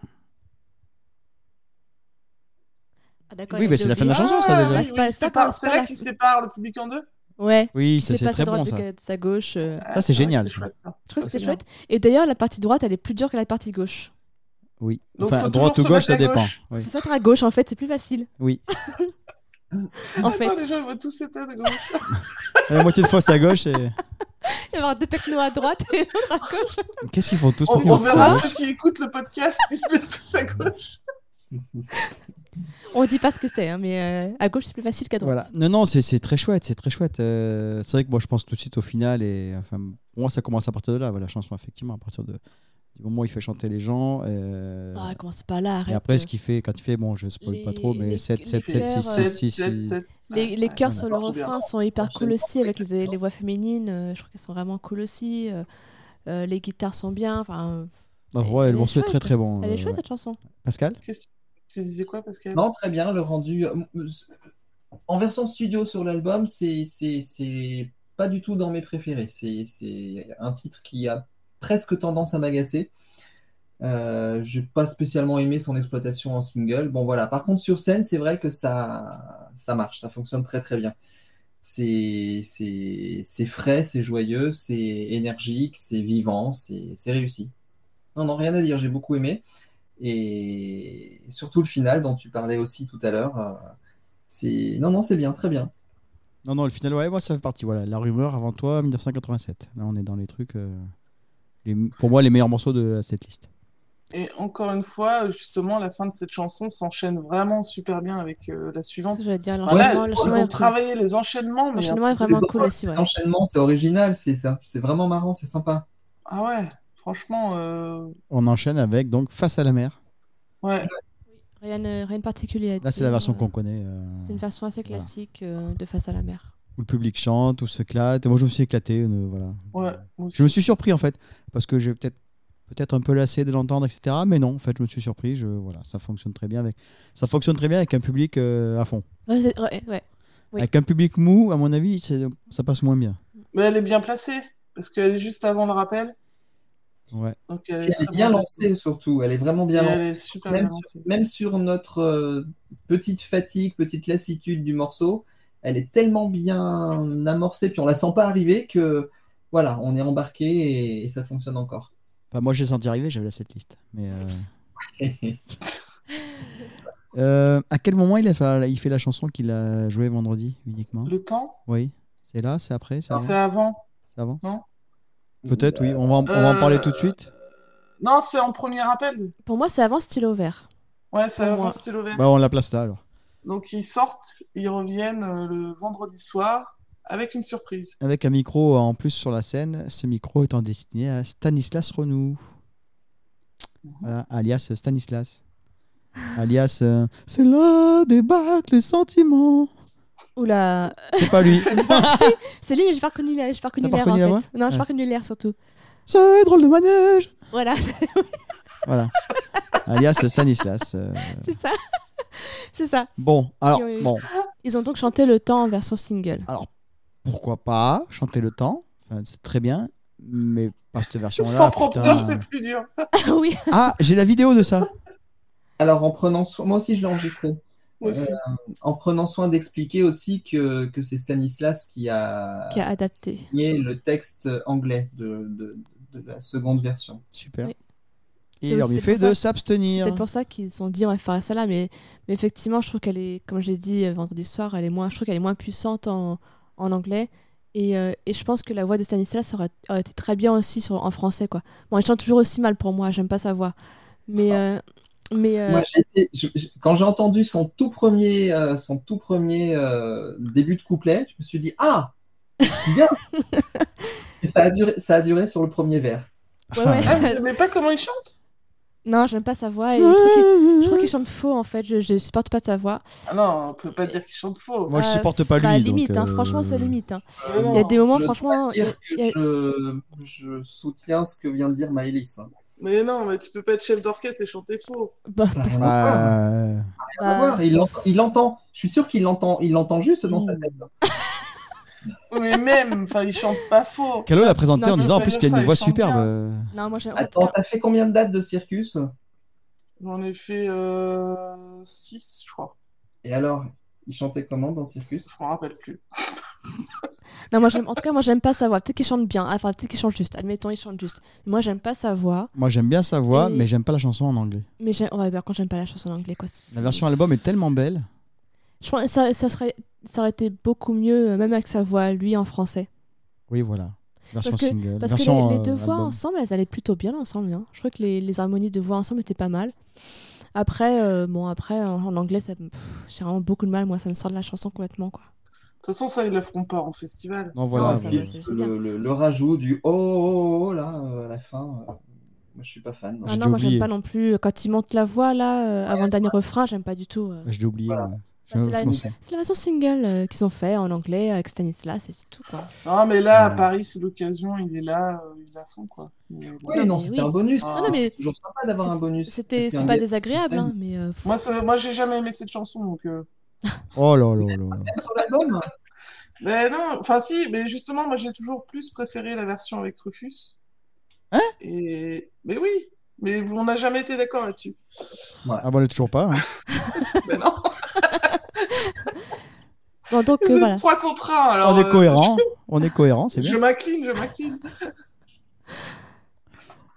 Speaker 9: Ah, d'accord,
Speaker 1: Oui,
Speaker 9: il
Speaker 1: mais
Speaker 9: a
Speaker 1: c'est la fin de
Speaker 9: oublié.
Speaker 1: la chanson, ça, déjà.
Speaker 9: Ah,
Speaker 1: Oui,
Speaker 9: c'est
Speaker 1: oui,
Speaker 9: pas-
Speaker 1: il
Speaker 9: c'est pas
Speaker 5: Sépare-
Speaker 9: quand-
Speaker 5: C'est
Speaker 9: pas
Speaker 5: là
Speaker 9: la-
Speaker 5: qu'il sépare le public en deux. Ah,
Speaker 9: Ouais.
Speaker 1: Oui,
Speaker 9: Il
Speaker 1: ça,
Speaker 9: sait
Speaker 1: c'est
Speaker 9: pas
Speaker 1: très
Speaker 9: sa droite
Speaker 1: bon,
Speaker 9: de-
Speaker 1: ça.
Speaker 9: de sa gauche. euh.
Speaker 1: Ça, c'est génial.
Speaker 9: Je trouve que c'est chouette. Et d'ailleurs, la partie droite, elle est plus dure que la partie gauche.
Speaker 1: Oui.
Speaker 5: Donc,
Speaker 1: Enfin,
Speaker 5: faut
Speaker 1: droite ou
Speaker 5: toujours se
Speaker 1: gauche, ça
Speaker 5: mettre à
Speaker 1: dépend.
Speaker 5: gauche.
Speaker 1: Oui.
Speaker 9: Faut se mettre à gauche, en fait, c'est plus facile.
Speaker 1: Oui.
Speaker 9: En
Speaker 5: Attends,
Speaker 9: fait,
Speaker 5: les gens ils vont tous s'éteindre à gauche.
Speaker 1: La moitié de fois, c'est à gauche. Et...
Speaker 9: il y avoir deux pecnos à droite et l'autre à gauche.
Speaker 1: Qu'est-ce qu'ils font tous
Speaker 5: On,
Speaker 1: pour hein qu'ils
Speaker 5: on
Speaker 1: vont tous à
Speaker 5: verra
Speaker 1: gauche
Speaker 5: ceux qui écoutent le podcast, ils se mettent tous à gauche.
Speaker 9: On dit pas ce que c'est, hein, mais euh, à gauche, c'est plus facile qu'à droite.
Speaker 1: Voilà. Non, non, c'est c'est très chouette, c'est très chouette. Euh, c'est vrai que moi, je pense tout de suite au final et enfin, pour moi, ça commence à partir de là, voilà, la chanson effectivement, à partir de, du moment où il fait chanter les gens. euh,
Speaker 9: Ah, elle commence pas là,
Speaker 1: Et
Speaker 9: arrête.
Speaker 1: après, ce qu'il fait, quand il fait, bon, je spoil pas trop, mais 7, 7, 7, 6, 6, 6,
Speaker 9: euh, Les, les chœurs sur le
Speaker 1: trop bien.
Speaker 9: refrain sont hyper cool aussi, avec les, les voix féminines, euh, je trouve qu'elles sont vraiment cool aussi. euh, euh, les guitares sont bien, enfin. euh,
Speaker 1: ouais,
Speaker 9: elle
Speaker 1: le
Speaker 9: est
Speaker 1: morceau est très
Speaker 9: chouette.
Speaker 1: très bon.
Speaker 9: Elle
Speaker 1: euh,
Speaker 9: est
Speaker 1: ouais.
Speaker 9: chouette cette chanson.
Speaker 1: Pascal
Speaker 5: Tu disais quoi, Pascal
Speaker 6: Non, très bien, le rendu. euh, En version studio sur l'album, c'est c'est- c'est pas du tout dans mes préférés. C'est c'est un titre qui a presque tendance à m'agacer. Euh, j'ai pas spécialement aimé son exploitation en single. Bon, voilà. Par contre, sur scène, c'est vrai que ça, ça marche, ça fonctionne très très bien. C'est c'est- c'est frais, c'est joyeux, c'est énergique, c'est vivant, c'est c'est réussi. Non, non, rien à dire, j'ai beaucoup aimé. Et surtout le final dont tu parlais aussi tout à l'heure. euh, c'est Non, non, c'est bien, très bien.
Speaker 1: Non, non, le final, ouais, moi, ça fait partie. Voilà, La rumeur avant toi, 1987. Là, on est dans les trucs. euh, les- pour moi, les meilleurs morceaux de cette liste.
Speaker 5: Et encore une fois, justement, la fin de cette chanson s'enchaîne vraiment super bien avec euh, la suivante.
Speaker 9: Ça, j'allais dire,
Speaker 5: Voilà,
Speaker 9: l'enchaînement- l'enchaînement
Speaker 5: ils
Speaker 9: est
Speaker 5: ont
Speaker 9: cool.
Speaker 5: travaillé les enchaînements. mais un truc de dingue.
Speaker 6: L'enchaînement, c'est original, c'est ça. C'est vraiment marrant, c'est sympa.
Speaker 5: Ah ouais, franchement, euh,
Speaker 1: On enchaîne avec, donc, Face à la mer.
Speaker 5: ouais.
Speaker 9: Rien, de- rien de particulier à
Speaker 1: Là, c'est
Speaker 9: dire,
Speaker 1: la version
Speaker 9: euh,
Speaker 1: qu'on connaît. euh,
Speaker 9: C'est une version assez
Speaker 1: voilà.
Speaker 9: classique euh, de Face à la mer.
Speaker 1: où le public chante, où s'éclate. Et Moi, je me suis éclaté. euh, voilà.
Speaker 5: Ouais, moi
Speaker 1: Je me suis surpris, en fait, parce que j'ai peut-être peut-être un peu lassé de l'entendre, etc. Mais non, en fait, je me suis surpris. Je, voilà, ça fonctionne très bien avec, ça fonctionne très bien avec un public euh, à fond.
Speaker 9: Ouais, c'est- ouais, ouais. Oui.
Speaker 1: Avec un public mou, à mon avis, c'est- ça passe moins bien.
Speaker 5: Mais elle est bien placée, parce qu'elle est juste avant le rappel.
Speaker 1: Ouais.
Speaker 5: Donc,
Speaker 6: Elle
Speaker 5: elle
Speaker 6: est,
Speaker 5: est très
Speaker 6: bien
Speaker 5: bien
Speaker 6: lancée surtout, elle est vraiment bien
Speaker 5: Et
Speaker 6: lancée.
Speaker 5: elle est super
Speaker 6: même,
Speaker 5: bien
Speaker 6: sur-
Speaker 5: lancée.
Speaker 6: même sur notre euh, petite fatigue, petite lassitude du morceau, elle est tellement bien amorcée, puis on la sent pas arriver que voilà, on est embarqué et, et ça fonctionne encore.
Speaker 1: Enfin, moi, j'ai senti arriver, j'avais la setlist. Mais euh, Euh, à quel moment il, a fait, il fait la chanson qu'il a jouée vendredi uniquement
Speaker 5: Le temps
Speaker 1: Oui. C'est là, c'est après, c'est
Speaker 5: C'est
Speaker 1: avant.
Speaker 5: avant.
Speaker 1: C'est avant
Speaker 5: Non
Speaker 1: Peut-être, oui. On va, en, on va en parler
Speaker 5: Euh,
Speaker 1: tout de suite.
Speaker 5: Non, c'est en premier appel.
Speaker 9: Pour moi, c'est avant Stylo Vert.
Speaker 5: Ouais, c'est avant Stylo Vert.
Speaker 1: Bah, on la place là alors.
Speaker 5: Donc ils sortent, ils reviennent euh, le vendredi soir avec une surprise.
Speaker 1: Avec un micro euh, en plus sur la scène, ce micro étant destiné à Stanislas Renou. Voilà, alias euh, Stanislas. alias. euh, C'est là débarque les sentiments.
Speaker 9: Oula.
Speaker 1: C'est pas lui.
Speaker 9: Si, c'est lui, mais j'ai pas reconnu l'air, j'ai pas reconnu
Speaker 1: T'as pas
Speaker 9: l'air en
Speaker 1: reconnu la
Speaker 9: fait.
Speaker 1: voix
Speaker 9: Non, j'ai pas
Speaker 1: Ouais.
Speaker 9: reconnu l'air surtout.
Speaker 1: Ce drôle de manège.
Speaker 9: Voilà.
Speaker 1: Voilà. alias euh, Stanislas. euh.
Speaker 9: C'est ça. C'est ça.
Speaker 1: Bon, alors,
Speaker 9: Ils ont-
Speaker 1: bon.
Speaker 9: Ils ont donc chanté le temps en version single.
Speaker 1: Alors, pourquoi pas chanter le temps Enfin, C'est très bien, mais pas cette version-là.
Speaker 5: Sans
Speaker 1: putain.
Speaker 5: prompteur, c'est plus dur.
Speaker 9: oui.
Speaker 1: Ah, j'ai la vidéo de ça.
Speaker 6: Alors en prenant soin, moi aussi je l'ai enregistré.
Speaker 5: Moi aussi.
Speaker 6: Euh, en prenant soin d'expliquer aussi que, que c'est Stanislas qui a,
Speaker 9: Qui a adapté.
Speaker 6: signé le texte anglais de, de- de la seconde version.
Speaker 1: Super.
Speaker 9: Oui.
Speaker 1: Et
Speaker 9: C'est-
Speaker 1: il leur
Speaker 9: c'était
Speaker 1: dit fait
Speaker 9: pour ça-
Speaker 1: de s'abstenir.
Speaker 9: C'est peut-être pour ça qu'ils se sont dit on va faire ça là, mais, mais effectivement, je trouve qu'elle est, comme je l'ai dit euh, vendredi soir, elle est moins, je trouve qu'elle est moins puissante en, en anglais. Et, euh, et je pense que la voix de Stanislas aurait, aurait été très bien aussi sur, en français. quoi. Bon, elle chante toujours aussi mal pour moi, j'aime pas sa voix. Mais. euh, mais euh,
Speaker 6: Moi, j'ai été- je- je- quand j'ai entendu son tout premier, euh, son tout premier euh, début de couplet, je me suis dit ah bien. Et ça a duré, ça a duré sur le premier vers.
Speaker 9: ouais, ouais.
Speaker 5: Ah, vous savez pas comment il chante
Speaker 9: Non, j'aime pas sa voix et je trouve qu'il- je trouve qu'il chante faux en fait. Je, je supporte pas de sa voix.
Speaker 5: Ah non, on peut pas dire qu'il chante faux.
Speaker 1: Moi, je
Speaker 9: Euh,
Speaker 1: supporte pas lui.
Speaker 9: bah,
Speaker 1: donc,
Speaker 9: limite, hein,
Speaker 1: euh,
Speaker 9: franchement, c'est limite. hein.
Speaker 6: Euh,
Speaker 9: Il y a des moments,
Speaker 6: je dois
Speaker 9: franchement. il y a-
Speaker 6: dire que
Speaker 9: il y a-
Speaker 6: je, je soutiens ce que vient de dire Maëlys. hein.
Speaker 5: Mais non, mais tu peux pas être chef d'orchestre et chanter faux.
Speaker 9: Bah,
Speaker 1: bah,
Speaker 6: Rien à voir, Il l'entend, il l'entend. Je suis sûr qu'il l'entend. Il l'entend juste dans
Speaker 9: Hmm.
Speaker 6: sa tête.
Speaker 5: Mais même, enfin, il chante pas faux.
Speaker 1: Calo l'a présenté
Speaker 5: Non,
Speaker 1: en
Speaker 5: ça,
Speaker 1: disant en
Speaker 5: ça
Speaker 1: plus
Speaker 5: veut
Speaker 1: qu'il y
Speaker 5: dire
Speaker 1: a une
Speaker 5: ça,
Speaker 1: voix
Speaker 5: il chante
Speaker 1: superbe.
Speaker 5: bien.
Speaker 1: euh.
Speaker 9: Non, moi, j'ai- en tout
Speaker 6: Attends,
Speaker 9: cas,
Speaker 6: t'as fait combien de dates de circus
Speaker 5: J'en ai fait 6, je crois.
Speaker 6: Et alors, il chantait comment dans circus
Speaker 5: Je m'en rappelle plus.
Speaker 9: non, moi, j'aime- en tout cas, moi, j'aime pas sa voix. Peut-être qu'il chante bien. Enfin, peut-être qu'il chante juste. Admettons, il chante juste. Mais moi, j'aime pas sa voix.
Speaker 1: Moi, j'aime bien sa voix,
Speaker 9: Et-
Speaker 1: mais j'aime pas la chanson en anglais.
Speaker 9: Mais j'ai- ouais, bah, quand j'aime pas la chanson en anglais, quoi. c'est-
Speaker 1: La version album est tellement belle.
Speaker 9: Je pense que ça, ça, serait... ça aurait été beaucoup mieux, euh, même avec sa voix, lui, en français.
Speaker 1: Oui, voilà. Version
Speaker 9: parce que,
Speaker 1: single.
Speaker 9: parce que
Speaker 1: version,
Speaker 9: les, les
Speaker 1: euh,
Speaker 9: deux voix
Speaker 1: album.
Speaker 9: ensemble, elles allaient plutôt bien ensemble. hein. Je crois que les, les harmonies de voix ensemble étaient pas mal. Après, euh, bon, après en, en anglais, ça me- pff, j'ai vraiment beaucoup de mal. Moi, ça me sort de la chanson complètement. Quoi.
Speaker 5: De toute façon, ça, ils le feront pas en festival.
Speaker 1: Non, voilà.
Speaker 6: Non,
Speaker 1: voilà.
Speaker 6: puis le, le- le rajout du oh, oh, oh, là euh, à la fin. euh, moi, je suis pas fan.
Speaker 9: Ah
Speaker 1: J'ai
Speaker 9: non, moi, j'aime
Speaker 1: oublié.
Speaker 9: pas non plus. euh, Quand il monte la voix, là, euh, avant le dernier refrain, j'aime pas du tout. euh.
Speaker 1: Je l'ai Ah, oublié. ouais. Je-
Speaker 9: Bah, c'est
Speaker 1: je
Speaker 9: la,
Speaker 1: m'en souviens.
Speaker 9: c'est la version single euh, qu'ils ont fait en anglais avec Stanislas et c'est tout. Quoi.
Speaker 5: Non, mais là, à Paris, c'est l'occasion, il est là, euh, il est à fond, quoi. Il est-
Speaker 6: Oui, non, c'était
Speaker 9: oui.
Speaker 6: un bonus.
Speaker 5: Ah.
Speaker 9: Non, non, mais
Speaker 6: C'est toujours sympa d'avoir
Speaker 9: c'est-
Speaker 6: un bonus.
Speaker 9: c'était
Speaker 6: un
Speaker 9: c'était pas
Speaker 6: gage.
Speaker 9: désagréable, hein, mais euh,
Speaker 5: Moi, ça- moi j'ai jamais aimé cette chanson, donc. euh,
Speaker 1: Oh là là là. là.
Speaker 6: Sur l'album,
Speaker 5: Mais non, enfin si, mais justement, moi j'ai toujours plus préféré la version avec Rufus.
Speaker 1: Hein
Speaker 5: Et... Mais oui, mais vous- on n'a jamais été d'accord là-dessus.
Speaker 1: Ah, bon, elle est toujours pas. hein.
Speaker 5: Mais non,
Speaker 9: bon, donc euh,
Speaker 5: vous êtes
Speaker 9: voilà.
Speaker 5: trois contre un, alors.
Speaker 1: On est
Speaker 5: euh,
Speaker 1: cohérent. On est cohérent, c'est
Speaker 5: Je, je
Speaker 1: bien.
Speaker 5: m'incline, je m'incline.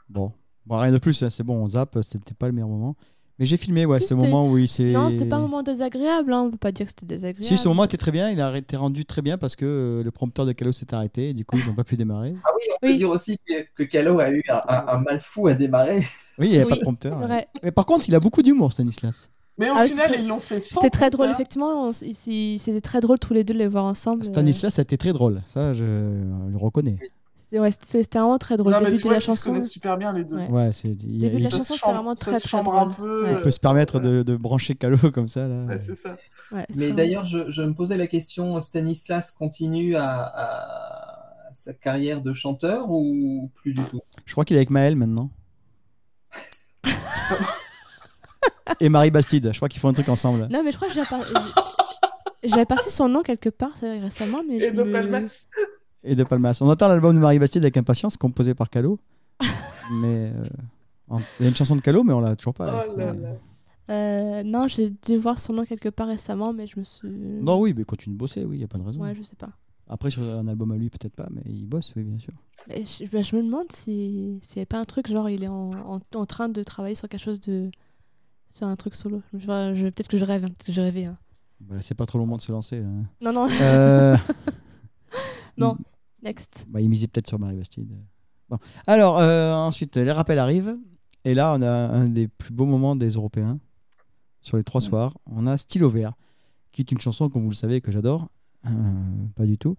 Speaker 1: Bon. Bon, rien de plus, hein, c'est bon, on zappe. C'était pas le meilleur moment. Mais j'ai filmé, ouais,
Speaker 9: Si,
Speaker 1: ce
Speaker 9: c'était-
Speaker 1: moment où il s'est.
Speaker 9: Non, c'était pas un moment désagréable. Hein. On peut pas dire que c'était désagréable.
Speaker 1: Si, ce moment était très bien, il a été rendu très bien parce que euh, le prompteur de Calo s'est arrêté et du coup, ils n'ont pas pu démarrer.
Speaker 6: ah oui, on peut
Speaker 9: Oui.
Speaker 6: dire aussi que, que Calo a eu un, un- un mal fou à démarrer.
Speaker 1: Oui, il n'y avait
Speaker 9: Oui,
Speaker 1: pas de prompteur.
Speaker 9: c'est
Speaker 1: ouais.
Speaker 9: vrai.
Speaker 1: Mais par contre, il a beaucoup d'humour, Stanislas.
Speaker 5: Mais au
Speaker 9: Ah,
Speaker 5: final,
Speaker 9: c'était-
Speaker 5: ils l'ont fait sans. hein.
Speaker 9: C'était très drôle,
Speaker 5: compteur.
Speaker 9: effectivement. on s- ils- ils- C'était très drôle tous les deux de les voir ensemble. euh.
Speaker 1: Stanislas, ça a été très drôle. Ça, je le reconnais.
Speaker 9: C'était ouais, c'était- c'était vraiment très drôle.
Speaker 5: Non,
Speaker 9: Le
Speaker 5: mais
Speaker 9: début
Speaker 5: tu
Speaker 9: de
Speaker 5: vois,
Speaker 9: la
Speaker 5: ils se
Speaker 9: chanson.
Speaker 5: connaissent super bien les deux.
Speaker 9: Ouais.
Speaker 1: Ouais, c'est. il-
Speaker 9: Début de
Speaker 1: il-
Speaker 9: la
Speaker 5: Ça
Speaker 9: chanson,
Speaker 5: se
Speaker 9: c'était
Speaker 5: chambre-
Speaker 9: vraiment
Speaker 5: ça
Speaker 9: très,
Speaker 5: se
Speaker 9: très
Speaker 5: chambre
Speaker 9: drôle.
Speaker 5: un peu. euh,
Speaker 9: Ouais.
Speaker 1: On peut se permettre de, de brancher Calo comme ça. Là.
Speaker 5: Ouais, c'est ça.
Speaker 9: Ouais, c'était
Speaker 6: Mais
Speaker 9: vraiment-
Speaker 6: d'ailleurs, je, je me posais la question, Stanislas continue à, à sa carrière de chanteur ou plus du tout
Speaker 1: Je crois qu'il est avec Maël maintenant. Et Marie Bastide, je crois qu'ils font un truc ensemble.
Speaker 9: Non, mais je crois que j'avais pas- j'avais perçu son nom quelque part c'est vrai, récemment. Mais
Speaker 5: Et
Speaker 9: je
Speaker 5: de
Speaker 9: me-
Speaker 5: Palmas.
Speaker 1: Et de Palmas. On attend l'album de Marie Bastide avec impatience, composé par Calo. mais euh, en- il y a une chanson de Calo, mais on l'a toujours pas.
Speaker 5: Oh
Speaker 1: c'est-
Speaker 5: là là.
Speaker 9: Euh, non, j'ai dû voir son nom quelque part récemment, mais je me suis.
Speaker 1: Non, oui, mais continue de bosser, oui, il n'y a pas de raison.
Speaker 9: Ouais, je sais pas.
Speaker 1: Après, sur un album à lui, peut-être pas, mais il bosse, oui, bien sûr.
Speaker 9: Mais je, bah, je me demande si s'il n'y a pas un truc, genre il est en, en- en train de travailler sur quelque chose de. sur un truc solo. Je, vois- je- peut-être que je rêve, hein, peut-être que je rêvais. hein.
Speaker 1: Bah, c'est pas trop le moment de se lancer. hein.
Speaker 9: Non, non.
Speaker 1: Euh,
Speaker 9: Non, next.
Speaker 1: Bah, il misait peut-être sur Marie Bastide. Bon. Alors, euh, ensuite, les rappels arrivent. Et là, on a un des plus beaux moments des Européens. Sur les trois soirs, on a Stylo Vert, qui est une chanson, comme vous le savez, que j'adore. Euh, pas du tout.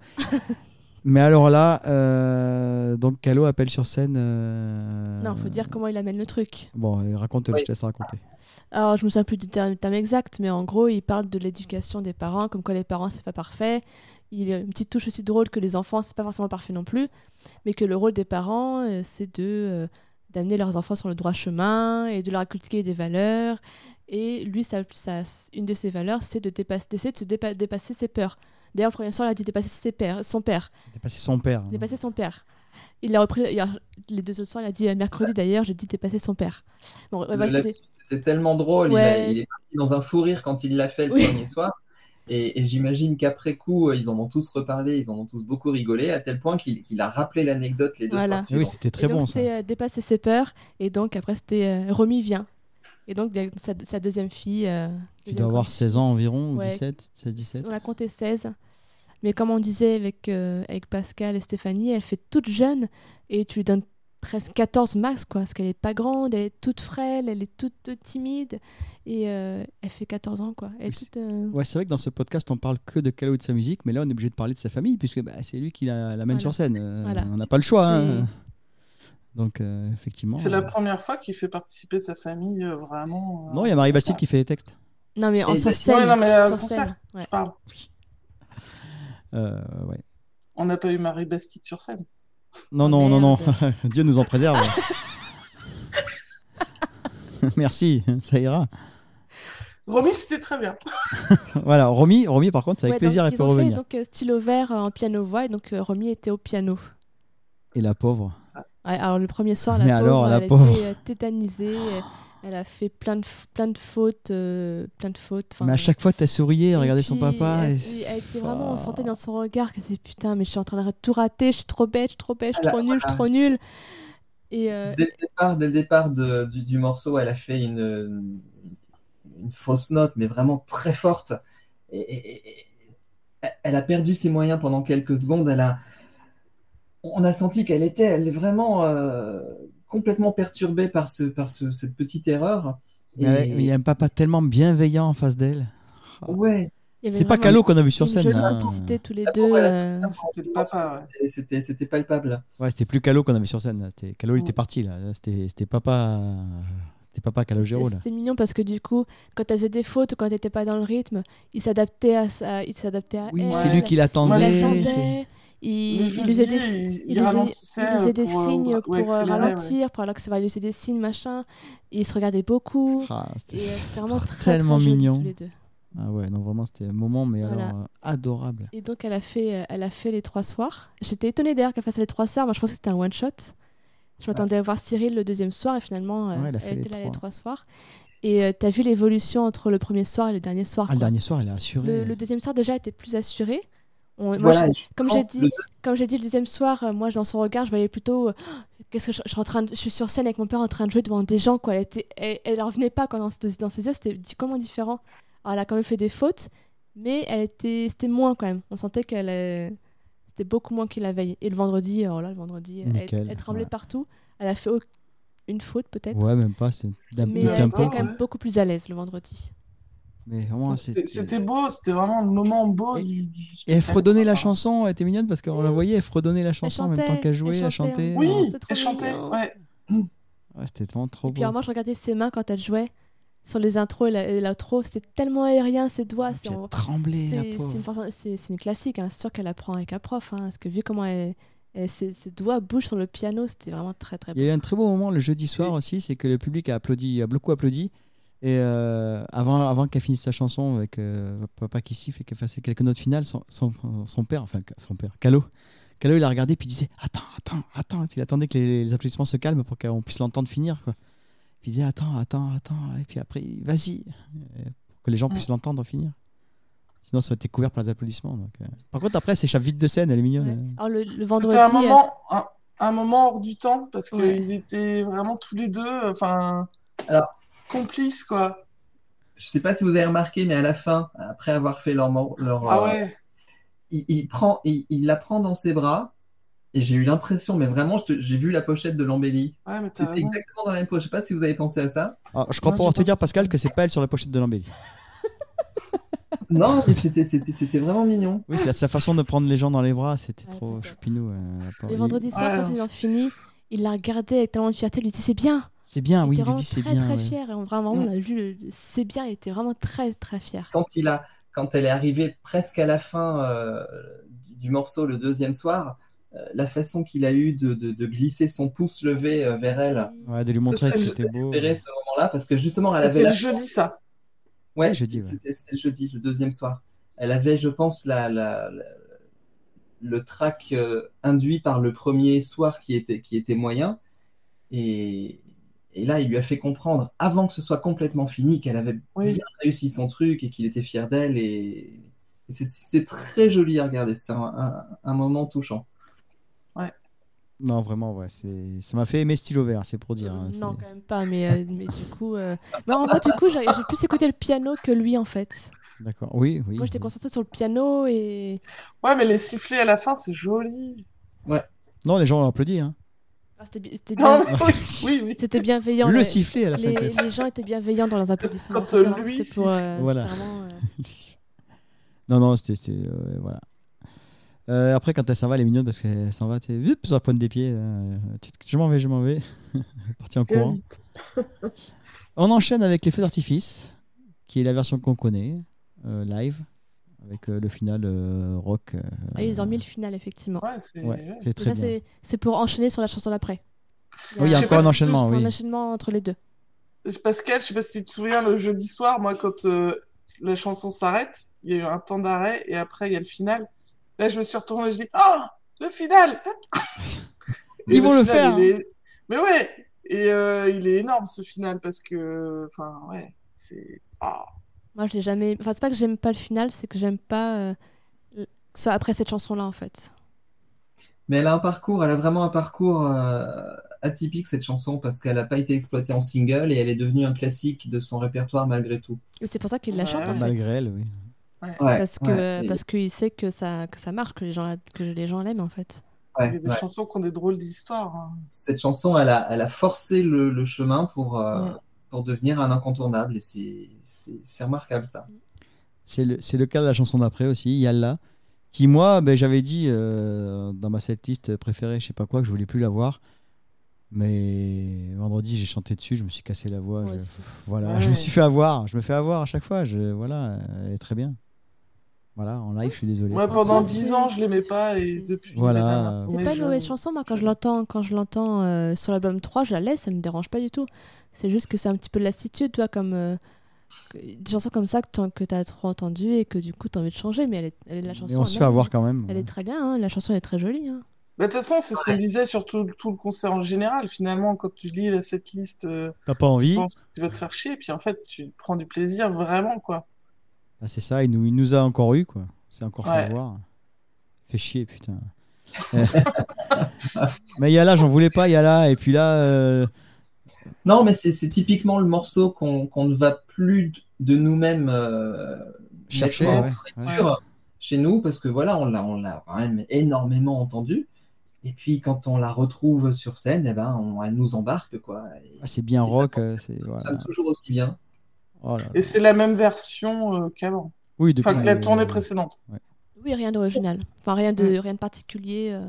Speaker 1: Mais alors là, euh, donc Calo appelle sur scène. euh,
Speaker 9: Non, faut dire comment il amène le truc.
Speaker 1: Bon, euh, raconte-le,
Speaker 9: Oui.
Speaker 1: je te laisse raconter.
Speaker 9: Alors, je me souviens plus du terme, terme exact, mais en gros, il parle de l'éducation des parents, comme quoi les parents, c'est pas parfait. Il y a une petite touche aussi drôle que les enfants, c'est pas forcément parfait non plus, mais que le rôle des parents, euh, c'est de euh, d'amener leurs enfants sur le droit chemin et de leur inculquer des valeurs. Et lui, ça, ça- une de ses valeurs, c'est de dépasser, d'essayer de se dépa- dépasser ses peurs. D'ailleurs, le premier soir, il a dit dépasser ses pères, son père.
Speaker 1: Dépasser son père. hein.
Speaker 9: Dépasser son père. Il l'a repris il y a- les deux autres soirs, il a dit euh, mercredi d'ailleurs, j'ai dit dépasser son père. Bon, ouais,
Speaker 6: Le
Speaker 9: voilà,
Speaker 6: lapsus,
Speaker 9: c'était-
Speaker 6: C'était tellement drôle. il a-
Speaker 9: Ouais.
Speaker 6: Il, est parti dans un fou rire quand il l'a fait le
Speaker 9: Oui.
Speaker 6: premier soir. Et, et j'imagine qu'après coup, euh, ils en ont tous reparlé, ils en ont tous beaucoup rigolé, à tel point qu'il qu'il a rappelé l'anecdote les deux
Speaker 9: Voilà.
Speaker 6: soirs suivants.
Speaker 9: Et donc, C'était euh, dépasser ses peurs et donc après c'était euh, Romy vient. Et donc il y a sa, sa deuxième fille. euh,
Speaker 1: Tu
Speaker 9: deuxième
Speaker 1: dois avoir
Speaker 9: grande-
Speaker 1: 16 ans environ, ou
Speaker 9: Ouais.
Speaker 1: 17, 16, 17.
Speaker 9: On a compté 16. Mais comme on disait avec, euh, avec Pascal et Stéphanie, elle fait toute jeune et tu lui donnes 13, 14 max quoi, parce qu'elle est pas grande, elle est toute frêle, elle est toute euh, timide et euh, elle fait 14 ans quoi. Elle est toute, euh,
Speaker 1: Ouais, c'est vrai que dans ce podcast, on parle que de Calo et de sa musique, mais là, on est obligé de parler de sa famille, puisque bah, c'est lui qui la- l'amène
Speaker 9: Voilà.
Speaker 1: sur scène. Euh,
Speaker 9: Voilà.
Speaker 1: On n'a pas le choix. hein.
Speaker 9: C'est-
Speaker 1: Donc, euh, effectivement.
Speaker 5: C'est
Speaker 1: euh,
Speaker 5: la première fois qu'il fait participer sa famille euh, vraiment. euh,
Speaker 1: Non, il y a Marie Bastide qui fait les textes.
Speaker 9: Non mais en
Speaker 5: Et-
Speaker 9: sur
Speaker 5: Ouais,
Speaker 9: scène.
Speaker 5: non, mais, euh,
Speaker 9: sur
Speaker 5: concert,
Speaker 9: scène, ouais.
Speaker 5: je parle.
Speaker 1: Euh, ouais.
Speaker 5: On n'a pas eu Marie Bastide sur scène.
Speaker 9: Oh,
Speaker 1: Non, non, non,
Speaker 9: euh,
Speaker 1: non. Dieu nous en préserve. Merci, ça ira.
Speaker 5: Romy, c'était très bien.
Speaker 1: Voilà, Romy, Romy par contre, c'est avec
Speaker 9: Ouais, donc,
Speaker 1: plaisir, elle
Speaker 9: ils
Speaker 1: peut
Speaker 9: ont fait
Speaker 1: revenir.
Speaker 9: donc euh, stylo vert euh, en piano voix et donc euh, Romy était au piano.
Speaker 1: Et la pauvre.
Speaker 9: Ouais, alors le premier soir, la
Speaker 1: Mais
Speaker 9: pauvre,
Speaker 1: alors, la
Speaker 9: elle
Speaker 1: pauvre.
Speaker 9: a été euh, tétanisée. euh, Elle a fait plein de, f- plein de fautes, euh, plein de fautes. enfin,
Speaker 1: Mais à chaque fois, t'as sourié, regardé son
Speaker 9: puis,
Speaker 1: papa.
Speaker 9: Elle,
Speaker 1: et-
Speaker 9: s- elle était vraiment, on sentait dans son regard que c'est putain, mais je suis en train de tout rater, je suis trop bête, je suis trop bête, je suis
Speaker 5: Ah,
Speaker 6: Elle a-
Speaker 9: trop nulle, je suis trop nulle. Et euh,
Speaker 6: Dès le départ, dès le départ de- du, du morceau, elle a fait une, une, une fausse note, mais vraiment très forte. Et, et- et- et- elle a perdu ses moyens pendant quelques secondes. Elle a, on a senti qu'elle était, elle est vraiment euh, complètement perturbée par, ce, par ce- cette petite erreur.
Speaker 1: Mais ouais, mais il y a un papa tellement bienveillant en face d'elle.
Speaker 6: Ouais.
Speaker 9: il y avait
Speaker 1: C'est pas
Speaker 9: vraiment
Speaker 1: Calo qu'on a vu sur
Speaker 9: une
Speaker 1: scène.
Speaker 9: jolie
Speaker 1: hein.
Speaker 9: complicité tous les
Speaker 5: Ah,
Speaker 9: deux. euh,
Speaker 5: C'était papa.
Speaker 6: C'était- C'était c'était palpable.
Speaker 1: Ouais, c'était plus Calo qu'on avait sur scène. là. C'était Calo, il était parti là. Là, C'était c'était papa, c'était papa Calogero
Speaker 9: C'était
Speaker 1: là.
Speaker 9: c'était mignon parce que du coup, quand elle faisait des fautes, quand elle n'était pas dans le rythme, il s'adaptait à ça, il s'adaptait à
Speaker 1: Oui,
Speaker 9: elle.
Speaker 1: c'est lui qui l'attendait,
Speaker 9: Il
Speaker 1: c'est-
Speaker 9: l'attendait. Il,
Speaker 5: Le
Speaker 9: il
Speaker 5: jeudi,
Speaker 9: lui faisait des,
Speaker 5: il- il
Speaker 9: il lui faisait-
Speaker 5: ralentissait
Speaker 9: il lui faisait des
Speaker 5: pour, euh,
Speaker 9: signes
Speaker 5: ou
Speaker 9: pour euh,
Speaker 5: accélérer, ouais.
Speaker 9: ralentir, pour alors que ça va, il lui faisait des signes, machin. Il se regardait beaucoup.
Speaker 1: Ah, c'était-
Speaker 9: Et, euh,
Speaker 1: c'était
Speaker 9: c'était vraiment très, très
Speaker 1: tellement
Speaker 9: joli,
Speaker 1: mignon.
Speaker 9: tous les deux.
Speaker 1: Ah ouais, non vraiment c'était un moment mais
Speaker 9: Voilà.
Speaker 1: alors euh, adorable.
Speaker 9: Et donc elle a fait, euh, elle a fait les trois soirs. J'étais étonnée d'ailleurs qu'elle fasse les trois soirs. Moi je pensais que c'était un one shot. Je m'attendais à voir Cyril le deuxième soir et finalement euh,
Speaker 1: Ouais, elle
Speaker 9: elle,
Speaker 1: a fait les
Speaker 9: était là les
Speaker 1: trois.
Speaker 9: trois soirs. Et euh, t'as vu l'évolution entre le premier soir et le dernier soir.
Speaker 1: Ah, le
Speaker 9: quoi.
Speaker 1: dernier soir, elle a assuré.
Speaker 9: Le, le deuxième soir déjà était plus assuré. On- moi,
Speaker 1: Voilà,
Speaker 9: je-
Speaker 1: je
Speaker 9: comme
Speaker 1: pense
Speaker 9: j'ai dit,
Speaker 1: le-
Speaker 9: comme j'ai dit le deuxième soir, euh, moi dans son regard, je voyais plutôt euh, qu'est-ce que je, je suis en train de- je suis sur scène avec mon père en train de jouer devant des gens quoi. Elle était, elle, elle en revenait pas quoi dans, ses- dans ses yeux, c'était di- comment différent. Alors, elle a quand même fait des fautes, mais elle était, c'était moins quand même. On sentait qu'elle, euh, c'était beaucoup moins qu'il la veille. Et le vendredi, alors là le vendredi, euh, elle-
Speaker 1: Nickel,
Speaker 9: elle, tremblait
Speaker 1: ouais.
Speaker 9: partout. Elle a fait au- une faute peut-être,
Speaker 1: Ouais, même pas, c'était d'un
Speaker 9: mais euh,
Speaker 1: d'un
Speaker 9: elle était
Speaker 1: peu,
Speaker 9: quand même beaucoup plus à l'aise le vendredi.
Speaker 1: Mais vraiment c'était
Speaker 5: C'était c'était beau, c'était vraiment le moment beau du. du
Speaker 1: et elle
Speaker 5: spectacle.
Speaker 1: fredonnait la chanson, elle était mignonne parce qu'on la voyait, elle fredonnait la chanson en même temps
Speaker 9: chantait,
Speaker 1: qu'elle jouait, elle chantait.
Speaker 9: en-
Speaker 5: Oui,
Speaker 9: Oh, c'est trop
Speaker 5: elle chantait.
Speaker 9: mignon.
Speaker 5: Ouais.
Speaker 1: Ouais, c'était vraiment trop
Speaker 9: Et puis
Speaker 1: beau.
Speaker 9: alors moi je regardais ses mains quand elle jouait sur les intros et la- et l'outro, c'était tellement aérien ses doigts, c'est en-
Speaker 1: tremblait, la
Speaker 9: c'est-
Speaker 1: pauvre.
Speaker 9: c'est une, façon- c'est- c'est une classique, hein. c'est sûr qu'elle apprend avec un prof, hein, parce que vu comment elle, elle- ses, ses doigts bougent sur le piano, c'était vraiment très très
Speaker 1: Il
Speaker 9: beau.
Speaker 1: y a eu un très beau moment le jeudi soir aussi, c'est que le public a applaudi, a beaucoup applaudi. Et euh, avant, avant qu'elle finisse sa chanson avec euh, Papa qui siffle et qu'elle fasse quelques notes finales, son, son, son père, enfin son père, Calo, Calo, il a regardé puis il disait Attends, attends, attends. Il attendait que les, les applaudissements se calment pour qu'on puisse l'entendre finir. Quoi. Puis il disait Attends, attends, attends. Et puis après, vas-y. euh, Pour que les gens puissent l'entendre finir. Sinon, ça aurait été couvert par les applaudissements. donc, euh. Par contre, après, elle s'échappe vite de scène. Elle est mignonne. euh.
Speaker 9: Alors, le, le
Speaker 5: C'était
Speaker 9: vendredi.
Speaker 5: un moment,
Speaker 9: euh,
Speaker 5: un, un moment hors du temps parce qu'ils
Speaker 9: Ouais.
Speaker 5: étaient vraiment tous les deux, enfin,
Speaker 6: Alors,
Speaker 5: complices quoi.
Speaker 6: je sais pas si vous avez remarqué, mais à la fin, après avoir fait leur, mor- leur
Speaker 5: Ah
Speaker 6: euh,
Speaker 5: ouais.
Speaker 6: il, il prend, il, il la prend dans ses bras, et j'ai eu l'impression, mais vraiment, je te- j'ai vu la pochette de l'embellie.
Speaker 5: Ouais, mais t'as
Speaker 6: C'était
Speaker 5: raison.
Speaker 6: exactement dans la même pochette. Je sais pas si vous avez pensé à ça.
Speaker 1: Alors, je crois pouvoir te dire, Pascal, que c'est pas elle sur la pochette de l'embellie.
Speaker 6: Non, mais c'était, c'était, c'était vraiment mignon.
Speaker 1: Oui, c'est la- sa façon de prendre les gens dans les bras. C'était trop choupinou. euh, la pauvre.
Speaker 9: Le
Speaker 1: Il-
Speaker 9: vendredi soir,
Speaker 5: Ouais.
Speaker 9: quand ils ont fini, il l'a regardé avec tellement de fierté. Il lui dit C'est bien.
Speaker 1: C'est bien,
Speaker 9: il
Speaker 1: Ah oui,
Speaker 9: était
Speaker 1: il lui
Speaker 9: vraiment
Speaker 1: dit c'est
Speaker 9: très
Speaker 1: bien.
Speaker 9: très
Speaker 1: ouais.
Speaker 9: fier. Et on, vraiment, on a vu le- c'est bien. Il était vraiment très très fier.
Speaker 6: Quand il a, quand elle est arrivée presque à la fin euh, du morceau, le deuxième soir, euh, la façon qu'il a eu de, de- de glisser son pouce levé euh, vers elle.
Speaker 1: Ouais, de lui montrer
Speaker 6: Ça,
Speaker 1: que
Speaker 6: je-
Speaker 1: c'était beau.
Speaker 6: repérer ce moment-là parce que justement elle avait
Speaker 5: C'était
Speaker 6: la
Speaker 5: le jeudi ça.
Speaker 6: ouais,
Speaker 1: Ouais, jeudi, ouais.
Speaker 6: c'était c'était le jeudi le deuxième soir elle avait je pense la, la- la- le trac euh, induit par le premier soir qui était qui était moyen et et là, il lui a fait comprendre, avant que ce soit complètement fini, qu'elle avait
Speaker 5: Oui.
Speaker 6: bien réussi son truc et qu'il était fier d'elle. Et, et c'est- c'est très joli à regarder. C'était un, un- un moment touchant.
Speaker 1: euh, Non, vraiment, ouais. c'est- Ça m'a fait aimer Stylo Vert, c'est pour dire. hein, c'est-
Speaker 9: Non, quand même pas. Mais, euh, mais du coup. euh, mais en- moi, du coup, j'ai j'ai plus écouté le piano que lui, en fait.
Speaker 1: D'accord. Oui, oui.
Speaker 9: Moi, j'étais concentrée sur le piano et.
Speaker 5: Ouais, mais les sifflets à la fin, c'est joli.
Speaker 1: Non, les gens ont applaudi. Hein.
Speaker 9: Ah, c'était bi- c'était
Speaker 5: Non,
Speaker 9: bien...
Speaker 5: oui, oui, oui.
Speaker 9: c'était bienveillant.
Speaker 1: Le
Speaker 9: ouais.
Speaker 1: sifflet à la fin,
Speaker 9: les,
Speaker 1: quand même.
Speaker 9: les gens étaient bienveillants dans leurs applaudissements.
Speaker 5: Quand,
Speaker 9: C'était
Speaker 5: euh,
Speaker 9: vraiment-
Speaker 5: lui
Speaker 9: c'était pour, euh,
Speaker 1: Voilà.
Speaker 9: c'était vraiment, euh,
Speaker 1: Non, non, c'était. c'était, euh, voilà. Euh, après, quand elle s'en va, elle est mignonne parce qu'elle s'en va, tu sais, vite, sur la pointe des pieds. là, euh, tu- tu- Je m'en vais, je m'en vais. Elle est partie en
Speaker 5: Gueule.
Speaker 1: courant. On enchaîne avec les feux d'artifice, qui est la version qu'on connaît, euh, live, avec euh, le final euh, rock. euh,
Speaker 9: Ah, ils ont mis le final, effectivement.
Speaker 5: Ouais, c'est
Speaker 1: Ouais, ouais. c'est
Speaker 9: Et
Speaker 1: très
Speaker 9: ça, c'est- C'est pour enchaîner sur la chanson d'après.
Speaker 1: Oui, il y a
Speaker 5: Je sais
Speaker 1: encore
Speaker 5: pas
Speaker 1: un
Speaker 5: si
Speaker 1: enchaînement,
Speaker 9: C'est un
Speaker 1: oui.
Speaker 9: enchaînement entre les deux.
Speaker 5: Pascal, je sais pas si tu te souviens, le jeudi soir, moi, quand euh, la chanson s'arrête, il y a eu un temps d'arrêt et après, il y a le final. Là, je me suis retournée, je dis Oh, le final Et
Speaker 1: Ils vont le
Speaker 5: final,
Speaker 1: faire, hein.
Speaker 5: il est- Mais ouais Et euh, il est énorme, ce final, parce que. Enfin, ouais, c'est. ah.
Speaker 9: Moi, je l'ai jamais. Enfin, c'est pas que j'aime pas le final, c'est que j'aime pas. euh, le- que ce soit après cette chanson-là, en fait.
Speaker 6: Mais elle a un parcours, elle a vraiment un parcours euh, atypique cette chanson parce qu'elle n'a pas été exploitée en single et elle est devenue un classique de son répertoire malgré tout.
Speaker 9: Et c'est pour ça qu'il la
Speaker 5: Ouais,
Speaker 9: chante, en fait.
Speaker 1: hein, Malgré elle, oui.
Speaker 6: Ouais,
Speaker 9: parce que euh,
Speaker 6: ouais.
Speaker 9: parce qu'il sait que ça que ça marche, que les gens la- que les gens l'aiment, en fait.
Speaker 6: Ouais,
Speaker 5: Il y a des
Speaker 6: ouais.
Speaker 5: chansons qui ont des drôles d'histoires. hein.
Speaker 6: Cette chanson, elle a, elle a forcé le, le chemin pour, euh,
Speaker 5: Ouais.
Speaker 6: pour devenir un incontournable et c'est- c'est c'est remarquable ça.
Speaker 1: C'est le, c'est le cas de la chanson d'après aussi, Yalla, qui moi, ben, j'avais dit euh, dans ma setlist préférée, je sais pas quoi, que je voulais plus la voir. Mais vendredi, j'ai chanté dessus, je me suis cassé la voix.
Speaker 9: Moi
Speaker 1: je-
Speaker 9: aussi. Ah
Speaker 1: voilà,
Speaker 5: Ouais.
Speaker 1: je me suis fait avoir, je me fais avoir à chaque fois. Je, voilà, elle est très bien. Voilà, en live, je suis désolé.
Speaker 5: Moi,
Speaker 1: c'est-
Speaker 5: pendant
Speaker 9: c'est-
Speaker 5: 10 ans, je l'aimais pas et depuis.
Speaker 1: Voilà.
Speaker 5: la dernière
Speaker 9: C'est
Speaker 5: fois,
Speaker 9: pas
Speaker 5: je-
Speaker 9: une mauvaise chanson, moi quand je l'entends, quand je l'entends euh, sur l'album 3, je la laisse, ça me dérange pas du tout. C'est juste que c'est un petit peu de lassitude, tu vois, comme euh, que- des chansons comme ça que t'en- que t'as trop entendu et que du coup t'as envie de changer, mais elle est, elle est la chanson.
Speaker 1: Mais on se
Speaker 9: elle
Speaker 1: fait
Speaker 9: est-
Speaker 1: avoir quand même.
Speaker 9: Elle est très bien, hein, la chanson elle est très jolie. hein.
Speaker 5: Bah, De toute façon, c'est ce qu'on disait sur tout, tout le concert en général. Finalement, quand tu lis la- cette liste, euh,
Speaker 1: T'as pas
Speaker 5: tu
Speaker 1: envie
Speaker 5: penses que tu vas te faire chier, puis en fait, tu prends du plaisir vraiment, quoi.
Speaker 1: Ah, c'est ça, il nous, il nous a encore eu, quoi. C'est encore fait
Speaker 5: Ouais.
Speaker 1: avoir. Fait chier, putain. Euh, Mais Yala, j'en voulais pas, Yala. Et puis là, euh,
Speaker 6: Non, mais c'est c'est typiquement le morceau qu'on qu'on ne va plus d- de nous-mêmes euh,
Speaker 1: Chercher,
Speaker 6: mettre en
Speaker 1: ouais, ouais.
Speaker 6: écriture chez nous parce que voilà, on l'a on l'a quand même énormément entendu. Et puis quand on la retrouve sur scène, eh ben, on- elle nous embarque quoi. Et
Speaker 1: ah, c'est bien
Speaker 6: Et ça
Speaker 1: rock. euh, c'est,
Speaker 6: ça
Speaker 1: voilà.
Speaker 6: sonne toujours aussi bien.
Speaker 1: Oh là là.
Speaker 5: Et c'est la même version euh, qu'avant.
Speaker 1: Oui, depuis
Speaker 5: Enfin, que la
Speaker 1: le-
Speaker 5: tournée précédente.
Speaker 9: Oui, rien d'original, enfin rien de rien de particulier. euh.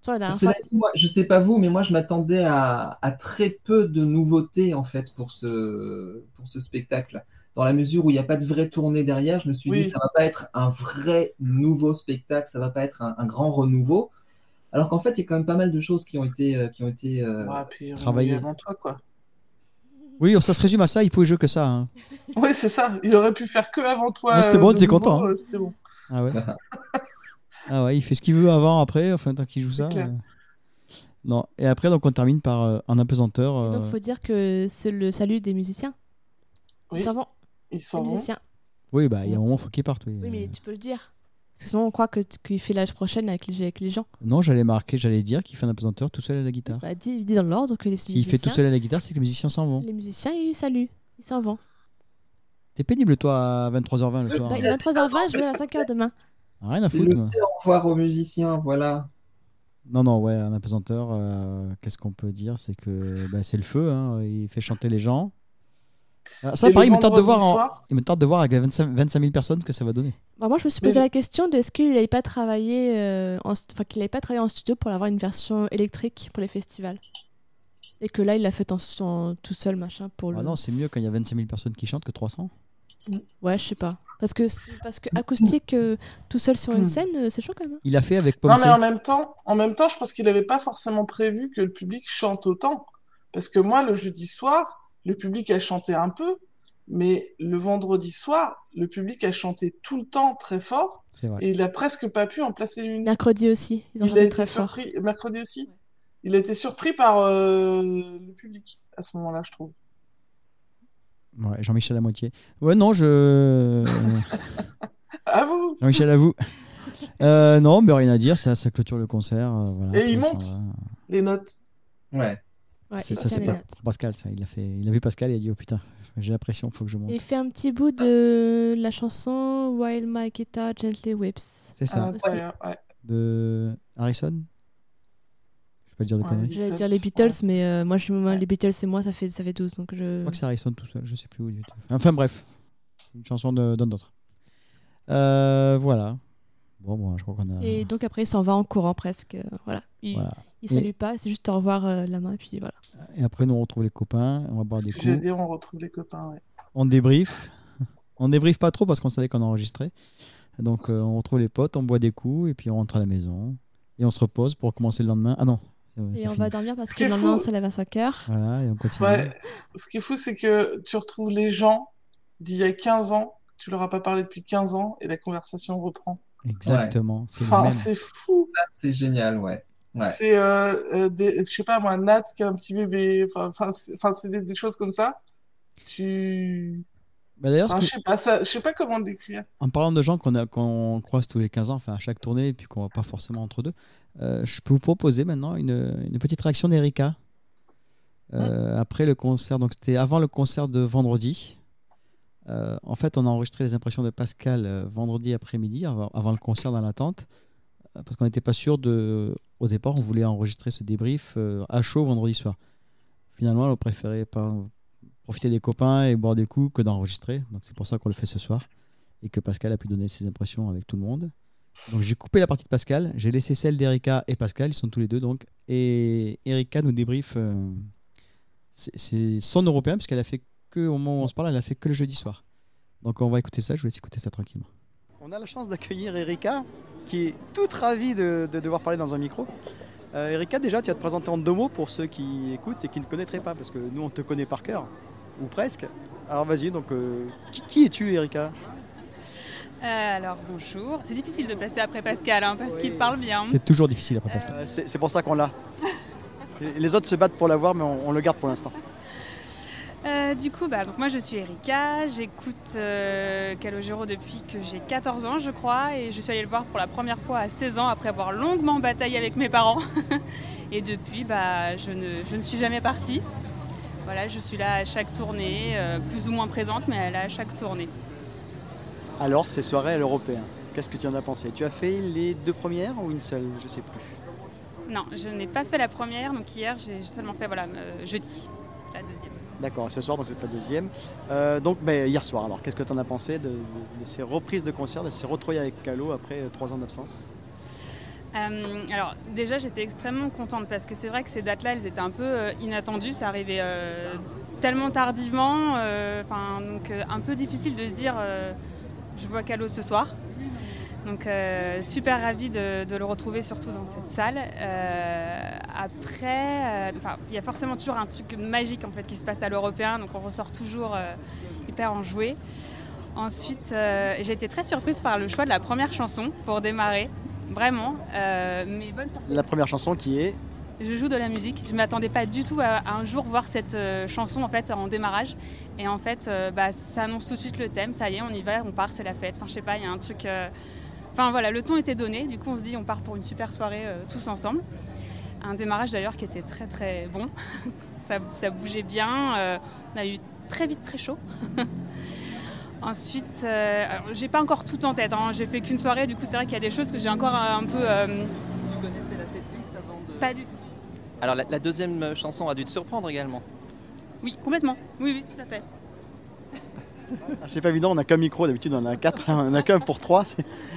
Speaker 9: Sur la dernière
Speaker 6: Cela
Speaker 9: fois,
Speaker 6: dit, moi, je sais pas vous, mais moi je m'attendais à, à très peu de nouveautés en fait pour ce, pour ce spectacle. Dans la mesure où il n'y a pas de vraie tournée derrière, je me suis
Speaker 5: Oui.
Speaker 6: dit ça va pas être un vrai nouveau spectacle, ça va pas être un, un grand renouveau. Alors qu'en fait, il y a quand même pas mal de choses qui ont été, euh, qui ont été euh,
Speaker 5: Ouais, Ah, puis on
Speaker 1: Travailler.
Speaker 5: est avant toi, quoi.
Speaker 1: Oui, ça se résume à ça. Il pouvait jouer que ça. hein.
Speaker 5: Oui, c'est ça. Il aurait pu faire que avant toi.
Speaker 1: Ouais, c'était
Speaker 5: euh,
Speaker 1: bon,
Speaker 5: de
Speaker 1: t'es
Speaker 5: nouveau,
Speaker 1: content, hein.
Speaker 5: euh, C'était bon.
Speaker 1: Ah ouais. Ah ouais, il fait ce qu'il veut avant, après, enfin, tant qu'il joue ça.
Speaker 9: clair.
Speaker 1: euh. Non, et après, donc, on termine par euh, un apesanteur. euh,
Speaker 9: Donc, faut dire que c'est le salut des musiciens.
Speaker 5: Oui,
Speaker 9: Ils s'en vont.
Speaker 5: ils s'en
Speaker 9: Les
Speaker 5: vont.
Speaker 9: musiciens.
Speaker 1: Oui, bah, il y a un moment, faut qu'il parte. oui.
Speaker 9: Oui, mais tu peux le dire. Parce que sinon, on croit que t- qu'il fait l'âge prochaine avec les, avec les gens.
Speaker 1: Non, j'allais marquer, j'allais dire qu'il fait un apesanteur tout seul à la guitare.
Speaker 9: Bah, dis, dis dans l'ordre que les
Speaker 1: S'il
Speaker 9: musiciens.
Speaker 1: fait tout seul à la guitare, c'est que les musiciens s'en vont.
Speaker 9: Les musiciens, ils saluent. Ils s'en vont.
Speaker 1: T'es pénible, toi, à 23h20
Speaker 5: Euh,
Speaker 1: le soir. hein.
Speaker 9: Bah, il est 23h20, je vais à 5h demain.
Speaker 1: Rien à
Speaker 6: C'est
Speaker 1: foutre.
Speaker 6: le
Speaker 1: moi.
Speaker 6: fait, au revoir aux musiciens, voilà.
Speaker 1: Non, non, ouais, un apesanteur, euh, qu'est-ce qu'on peut dire C'est que bah, c'est le feu, hein, il fait chanter les gens. Ah, ça,
Speaker 5: Et le
Speaker 1: pareil, il me, tente de
Speaker 5: vendredi
Speaker 1: voir en-
Speaker 5: soir
Speaker 1: il me tente de voir avec 25 25 000 personnes ce que ça va donner.
Speaker 9: Bah, moi, je me suis
Speaker 1: Mais
Speaker 9: posé
Speaker 1: je-
Speaker 9: la question de est-ce qu'il n'avait pas travaillé, euh, en st- enfin qu'il n'avait pas travaillé en studio pour avoir une version électrique pour les festivals, et que là, il l'a fait en, en- tout seul, machin,
Speaker 5: Oh
Speaker 9: pour le.
Speaker 1: Ah non, c'est mieux quand il y a 25 000 personnes qui chantent que 300.
Speaker 9: Ouais, je sais pas. Parce que c'est- parce que acoustique, euh, tout seul sur une scène, euh, c'est chaud quand même.
Speaker 1: Il a fait avec
Speaker 5: Non,
Speaker 1: Pomme
Speaker 5: mais en même temps, en même temps, je pense qu'il n'avait pas forcément prévu que le public chante autant. Parce que moi, le jeudi soir, le public a chanté un peu, mais le vendredi soir, le public a chanté tout le temps très fort,
Speaker 1: C'est vrai.
Speaker 5: et il a presque pas pu en placer une.
Speaker 9: Mercredi aussi, ils ont
Speaker 5: il a
Speaker 9: chanté
Speaker 5: été
Speaker 9: très fort.
Speaker 5: surpris, mercredi aussi. Il a été surpris par euh, le public à ce moment-là, je trouve.
Speaker 1: Ouais, Jean-Michel à moitié. Ouais, non, je.
Speaker 5: À vous
Speaker 1: Jean-Michel, à vous. Euh, non, mais rien à dire, ça, ça clôture le concert. euh, voilà,
Speaker 5: Et il
Speaker 1: après, ça
Speaker 5: monte
Speaker 1: va.
Speaker 5: les notes.
Speaker 6: Ouais.
Speaker 1: C'est- ça, c'est pas- pour Pascal, ça. Il a, fait... il a vu Pascal et il a dit Oh putain, j'ai la pression, faut que je monte.
Speaker 9: Et il fait un petit bout de la chanson While My Guitar Gently Whips.
Speaker 1: C'est ça.
Speaker 5: Ah,
Speaker 9: Aussi.
Speaker 1: De Harrison Je vais pas dire de conneries.
Speaker 9: J'allais dire les Beatles, mais euh, moi, je, moi, les Beatles et moi, ça fait, ça fait 12. Donc je...
Speaker 1: Je crois que c'est Harrison tout seul, je sais plus où il était. Enfin bref, une chanson de- d'un autre. Euh, voilà. Bon, moi, je crois qu'on a.
Speaker 9: Et donc après, il s'en va en courant presque. euh, Voilà. Il,
Speaker 1: Voilà.
Speaker 9: il
Speaker 1: Et-
Speaker 9: salue pas, c'est juste au revoir euh, la main, et puis voilà.
Speaker 1: Et après, nous, on retrouve les copains, on va boire des
Speaker 5: J'allais
Speaker 1: coups.
Speaker 5: dire, on retrouve les copains, ouais.
Speaker 1: On débrief. On débrief pas trop parce qu'on savait qu'on enregistrait. Donc euh, on retrouve les potes, on boit des coups et puis on rentre à la maison. Et on se repose pour commencer le lendemain. Ah non. c'est-
Speaker 9: Et
Speaker 1: c'est
Speaker 9: on
Speaker 1: fini.
Speaker 9: va dormir parce
Speaker 5: Ce
Speaker 9: que
Speaker 5: qui est
Speaker 9: normalement, on
Speaker 5: fou-
Speaker 9: se lève à 5h.
Speaker 1: Voilà, et on continue.
Speaker 5: Ouais, ce qui est fou, c'est que tu retrouves les gens d'il y a 15 ans, tu leur as pas parlé depuis 15 ans, et la conversation reprend.
Speaker 1: Exactement. C'est le
Speaker 5: Enfin,
Speaker 1: même.
Speaker 5: c'est fou.
Speaker 6: Ça, c'est génial, ouais. Ouais.
Speaker 5: C'est, euh, euh, des- je sais pas moi, Nat qui a un petit bébé, enfin, enfin, c'est enfin, c'est des, des choses comme ça. Tu...
Speaker 1: Bah, D'ailleurs, ce
Speaker 5: Enfin,
Speaker 1: que-
Speaker 5: je sais pas, ça- je sais pas comment le décrire.
Speaker 1: En parlant de gens qu'on a- qu'on croise tous les 15 ans, enfin à chaque tournée, et puis qu'on va pas forcément entre deux, euh, je peux vous proposer maintenant une, une petite réaction d'Erika. Euh, Après le concert, donc c'était avant le concert de vendredi. Euh, en fait, on a enregistré les impressions de Pascal euh, vendredi après-midi, avant, avant le concert dans la tente, euh, parce qu'on n'était pas sûr de. Au départ, on voulait enregistrer ce débrief euh, à chaud vendredi soir. Finalement, on préférait pas profiter des copains et boire des coups que d'enregistrer. Donc c'est pour ça qu'on le fait ce soir et que Pascal a pu donner ses impressions avec tout le monde. Donc j'ai coupé la partie de Pascal, j'ai laissé celle d'Erika et Pascal, ils sont tous les deux donc. Et Erika nous débrief euh, c'est- c'est son européen parce qu'elle a fait que au moment où on se parle, elle a fait que le jeudi soir. Donc on va écouter ça, je vous laisse écouter ça tranquillement.
Speaker 11: On a la chance d'accueillir Erika, qui est toute ravie de, de devoir parler dans un micro. Euh, Erika, déjà, tu vas te présenter en deux mots pour ceux qui écoutent et qui ne connaîtraient pas, parce que nous, on te connaît par cœur, ou presque. Alors vas-y, donc, euh, qui, qui es-tu, Erika
Speaker 4: Euh, alors bonjour. C'est difficile de passer après Pascal hein, parce qu'il parle bien.
Speaker 1: C'est toujours difficile après Pascal.
Speaker 11: Euh, C'est c'est pour ça qu'on l'a. Et Les autres se battent pour l'avoir, mais on, on le garde pour l'instant.
Speaker 4: Euh, du coup, bah, donc moi je suis Erika, j'écoute euh, Calogero depuis que j'ai 14 ans je crois et je suis allée le voir pour la première fois à 16 ans après avoir longuement bataillé avec mes parents. et depuis, bah, je, ne, je ne suis jamais partie. Voilà, je suis là à chaque tournée, euh, plus ou moins présente, mais là à chaque tournée.
Speaker 11: Alors, ces soirées à l'européen, qu'est-ce que tu en as pensé Tu as fait les deux premières ou une seule Je sais plus.
Speaker 4: Non, je n'ai pas fait la première, donc hier j'ai seulement fait voilà, euh, jeudi, la deuxième.
Speaker 11: D'accord, ce soir, donc c'est ta deuxième. Euh, donc, mais hier soir, alors, qu'est-ce que tu en as pensé de, de- de ces reprises de concerts, de ces retrouvailles avec Calo après euh, trois ans d'absence
Speaker 4: Euh, alors déjà j'étais extrêmement contente parce que c'est vrai que ces dates-là elles étaient un peu euh, inattendues, ça arrivait euh, tellement tardivement, euh, enfin donc euh, un peu difficile de se dire euh, je vois Calo ce soir. Donc euh, super ravie de, de le retrouver surtout dans cette salle. Euh, après, euh, enfin, il y a forcément toujours un truc magique en fait qui se passe à l'européen, donc on ressort toujours euh, hyper enjoué. Ensuite, euh, j'ai été très surprise par le choix de la première chanson pour démarrer. vraiment. Euh, mais bonne surprise.
Speaker 1: La première chanson qui est
Speaker 4: Je joue de la musique. Je m'attendais pas du tout à, à un jour voir cette euh, chanson en fait en démarrage. Et en fait, euh, bah, ça annonce tout de suite le thème. Ça y est, on y va, on part, c'est la fête. Enfin, je sais pas, il y a un truc. euh, Enfin voilà, le ton était donné. Du coup, on se dit, on part pour une super soirée euh, tous ensemble. Un démarrage d'ailleurs qui était très très bon. ça, ça bougeait bien. euh, on a eu très vite très chaud. Ensuite, euh, alors, j'ai pas encore tout en tête. hein, J'ai fait qu'une soirée. Du coup, c'est vrai qu'il y a des choses que j'ai encore euh, un peu. euh,
Speaker 6: Tu connaissais la setlist avant de.
Speaker 4: pas du tout.
Speaker 6: Alors la, la deuxième chanson a dû te surprendre également.
Speaker 4: Oui, complètement. Oui, oui, tout à fait.
Speaker 1: Ah, C'est pas évident, on a qu'un micro, d'habitude on en a quatre, on en a qu'un pour trois, c'est-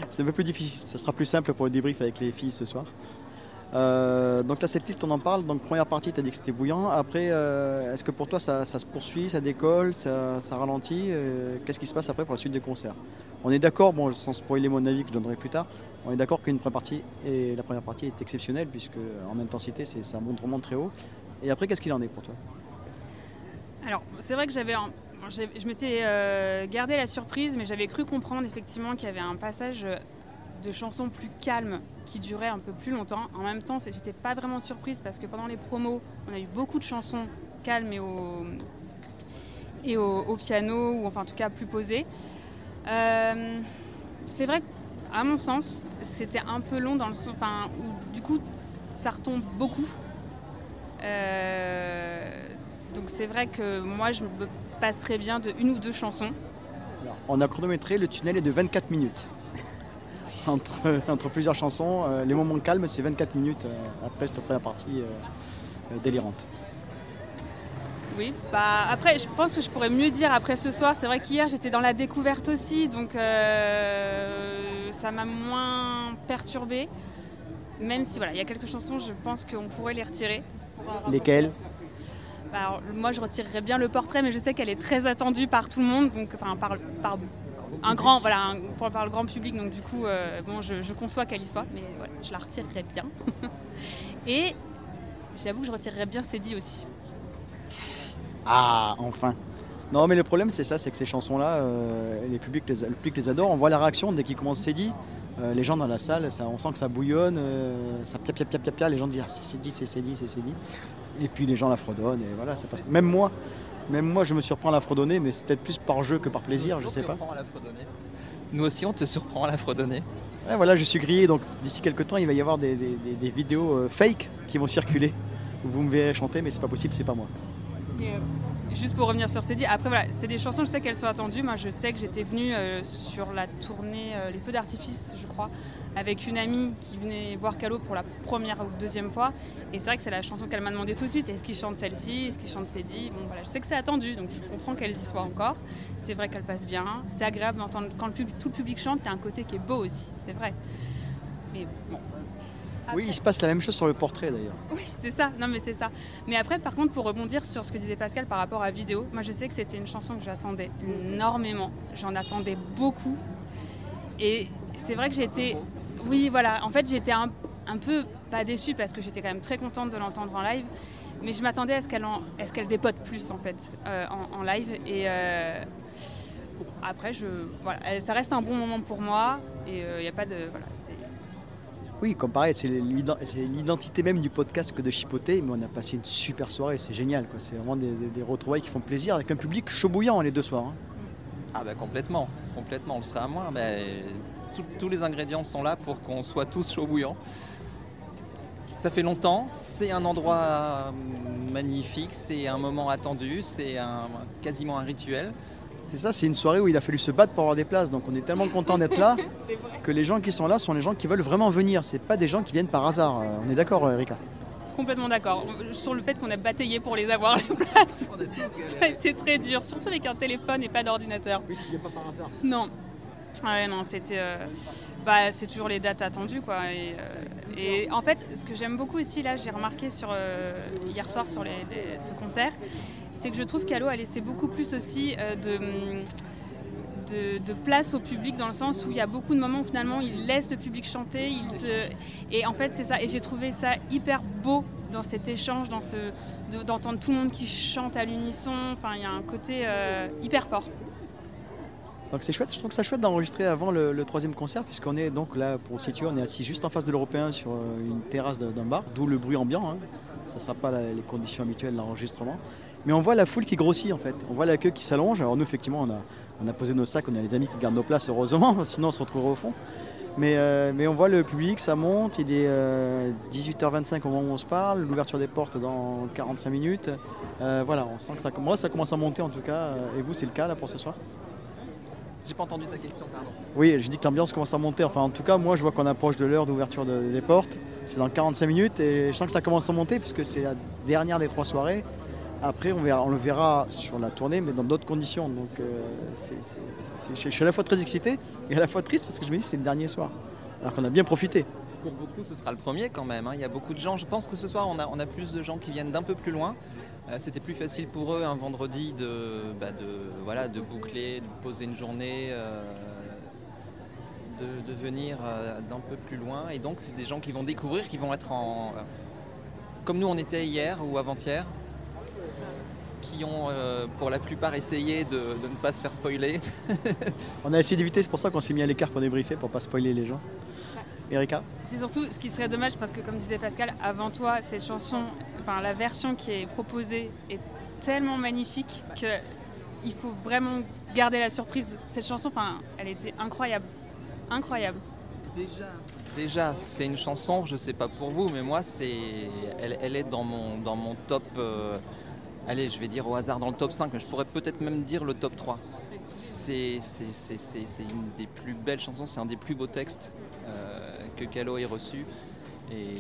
Speaker 1: c'est un peu plus difficile. Ça sera plus simple pour le débrief avec les filles ce soir. Euh, donc la septiste, on en parle. Donc première partie, tu as dit que c'était bouillant. Après, euh, est-ce que pour toi ça, ça se poursuit, ça décolle, ça, ça ralentit Euh, Qu'est-ce qui se passe après pour la suite des concerts On est d'accord, bon, sans spoiler mon avis que je donnerai plus tard, on est d'accord qu'une première partie et la première partie est exceptionnelle puisque en intensité, c'est- ça monte vraiment très haut. Et après, qu'est-ce qu'il en est pour toi
Speaker 4: Alors, c'est vrai que j'avais. un- bon, j'ai- Je m'étais euh, gardé la surprise, mais j'avais cru comprendre effectivement qu'il y avait un passage euh, de chansons plus calmes qui durait un peu plus longtemps. En même temps, c'est- j'étais pas vraiment surprise parce que pendant les promos, on a eu beaucoup de chansons calmes et au, et au, au piano, ou enfin en tout cas plus posées. Euh, c'est vrai que, à mon sens, c'était un peu long dans le sens. Enfin, où, du coup, ça retombe beaucoup. Euh, donc c'est vrai que moi, je me passerais bien de une ou deux chansons.
Speaker 1: On a chronométré, le tunnel est de 24 minutes. entre, entre plusieurs chansons, euh, les moments calmes, c'est 24 minutes euh, après cette première partie euh, euh, délirante.
Speaker 4: Oui, bah après, je pense que je pourrais mieux dire après ce soir. C'est vrai qu'hier, j'étais dans la découverte aussi, donc euh, ça m'a moins perturbée. Même si voilà, il y a quelques chansons, je pense qu'on pourrait les retirer.
Speaker 1: Lesquelles
Speaker 4: Bah, alors, moi, je retirerais bien le portrait, mais je sais qu'elle est très attendue par tout le monde, donc enfin par, par un grand, voilà, un- pour- par le grand public. Donc du coup, euh, bon, je, je conçois qu'elle y soit, mais voilà, je la retirerais bien. Et j'avoue que je retirerais bien C'est dit aussi.
Speaker 1: Ah, enfin Non, mais le problème, c'est ça, c'est que ces chansons-là, euh, les publics les, le public les adore. On voit la réaction dès qu'ils commencent c'est dit. euh, les gens dans la salle, ça, on sent que ça bouillonne, euh, ça pia pia pia pia pia. Les gens disent Ah, c'est c'est dit, c'est c'est dit, c'est c'est dit. Et puis les gens la fredonnent et voilà, ça passe. Même moi, même moi, je me surprends à la fredonner, mais c'est peut-être plus par jeu que par plaisir, je sais pas.
Speaker 6: Nous aussi, on te surprend à la fredonner.
Speaker 1: Ouais, voilà, je suis grillé, donc d'ici quelques temps, il va y avoir des, des- des- des vidéos euh, fake qui vont circuler. Vous me verrez chanter, mais c'est pas possible, c'est pas moi.
Speaker 4: Et, euh, juste pour revenir sur Cédie, après voilà, c'est des chansons, je sais qu'elles sont attendues. Moi, je sais que j'étais venue euh, sur la tournée euh, Les Feux d'artifice, je crois, avec une amie qui venait voir Calo pour la première ou deuxième fois. Et c'est vrai que c'est la chanson qu'elle m'a demandé tout de suite. Est-ce qu'il chante celle-ci Est-ce qu'il chante Cédie Bon, voilà, je sais que c'est attendu, donc je comprends qu'elles y soient encore. C'est vrai qu'elles passent bien. C'est agréable d'entendre quand le pub- tout le public chante. Il y a un côté qui est beau aussi, c'est vrai. Mais bon. Ah,
Speaker 1: Oui, il se passe la même chose sur le portrait d'ailleurs.
Speaker 4: Oui, c'est ça. Non, mais c'est ça. Mais après, par contre, pour rebondir sur ce que disait Pascal par rapport à vidéo, moi, je sais que c'était une chanson que j'attendais énormément. J'en attendais beaucoup. Et c'est vrai que j'étais. Oui, voilà. En fait, j'étais un, un peu pas déçue parce que j'étais quand même très contente de l'entendre en live. Mais je m'attendais à ce qu'elle en... à ce qu'elle dépote plus en fait euh, en, en live. Et euh, bon, après, je voilà, elle- ça reste un bon moment pour moi. Et il n'y a pas de voilà, c'est
Speaker 1: Oui, comme pareil, c'est l'ident- c'est l'identité même du podcast que de chipoter, mais on a passé une super soirée, c'est génial. quoi. C'est vraiment des, des- des retrouvailles qui font plaisir avec un public chaud bouillant les deux soirs. hein.
Speaker 6: Ah bah complètement, complètement, on le serait à moins, mais tout- tous les ingrédients sont là pour qu'on soit tous chaud bouillants. Ça fait longtemps, c'est un endroit euh, magnifique, c'est un moment attendu, c'est un- quasiment un rituel.
Speaker 1: C'est ça, c'est une soirée où il a fallu se battre pour avoir des places, donc on est tellement content d'être là que les gens qui sont là sont les gens qui veulent vraiment venir. C'est pas des gens qui viennent par hasard. euh, On est d'accord, Erika
Speaker 4: Complètement d'accord. Sur le fait qu'on a bataillé pour les avoir, les places. Ça a été très dur, surtout avec un téléphone et pas d'ordinateur.
Speaker 1: Oui, tu viens pas par hasard.
Speaker 4: Non. Ah ouais, non, c'était. euh, bah, c'est toujours les dates attendues, quoi. Et, euh, et en fait, ce que j'aime beaucoup ici, là, j'ai remarqué sur, euh, hier soir sur les- les- ce concert, c'est que je trouve qu'Alo a laissé beaucoup plus aussi euh, de. hum, de, de place au public dans le sens où il y a beaucoup de moments où finalement il laisse le public chanter. Il se... Et en fait, c'est ça. Et j'ai trouvé ça hyper beau dans cet échange, dans ce... de- d'entendre tout le monde qui chante à l'unisson. Enfin, il y a un côté euh, hyper fort.
Speaker 1: Donc c'est chouette, je trouve que ça chouette d'enregistrer avant le, le troisième concert, puisqu'on est donc là, pour situer, on est assis juste en face de l'Européen sur euh, une terrasse de- d'un bar, d'où le bruit ambiant. hein. Ça ne sera pas la- les conditions habituelles d'enregistrement. Mais on voit la foule qui grossit en fait, on voit la queue qui s'allonge. Alors nous, effectivement, on a, on a posé nos sacs, on a les amis qui gardent nos places, heureusement, sinon on se retrouverait au fond. Mais, euh, mais on voit le public, ça monte, il est euh, 18h25 au moment où on se parle, l'ouverture des portes dans 45 minutes. Euh, voilà, on sent que ça, moi, ça commence à monter en tout cas, euh, et vous, c'est le cas là pour ce soir
Speaker 6: J'ai pas entendu ta question, pardon.
Speaker 1: oui, j'ai dit que l'ambiance commence à monter. Enfin, en tout cas, moi, je vois qu'on approche de l'heure d'ouverture de- des portes. C'est dans 45 minutes et je sens que ça commence à monter puisque c'est la dernière des trois soirées. Après, on, verra- on le verra sur la tournée, mais dans d'autres conditions. Donc, euh, c'est- c'est- c'est- c'est- je suis à la fois très excité et à la fois triste parce que je me dis que c'est le dernier soir. Alors qu'on a bien profité.
Speaker 6: Pour beaucoup, ce sera le premier quand même. hein. Il y a beaucoup de gens. Je pense que ce soir, on a, on a plus de gens qui viennent d'un peu plus loin. Euh, C'était plus facile pour eux un vendredi de, bah, de, voilà, de boucler, de poser une journée, euh, de, de venir euh, d'un peu plus loin. Et donc, c'est des gens qui vont découvrir, qui vont être en. euh, comme nous, on était hier ou avant-hier, qui ont euh, pour la plupart essayé de, de ne pas se faire spoiler.
Speaker 1: On a essayé d'éviter, c'est pour ça qu'on s'est mis à l'écart pour débriefer, pour pas spoiler les gens. Erika
Speaker 4: C'est surtout ce qui serait dommage parce que, comme disait Pascal, avant toi, cette chanson, enfin la version qui est proposée est tellement magnifique que il faut vraiment garder la surprise. Cette chanson, enfin, elle était incroyable, incroyable.
Speaker 6: Déjà. Déjà, c'est une chanson, je sais pas pour vous, mais moi, c'est, elle, elle est dans mon, dans mon top. euh, allez, je vais dire au hasard dans le top 5, mais je pourrais peut-être même dire le top 3. C'est, c'est, c'est- c'est- c'est une des plus belles chansons, c'est un des plus beaux textes euh, que Calo ait reçu. Et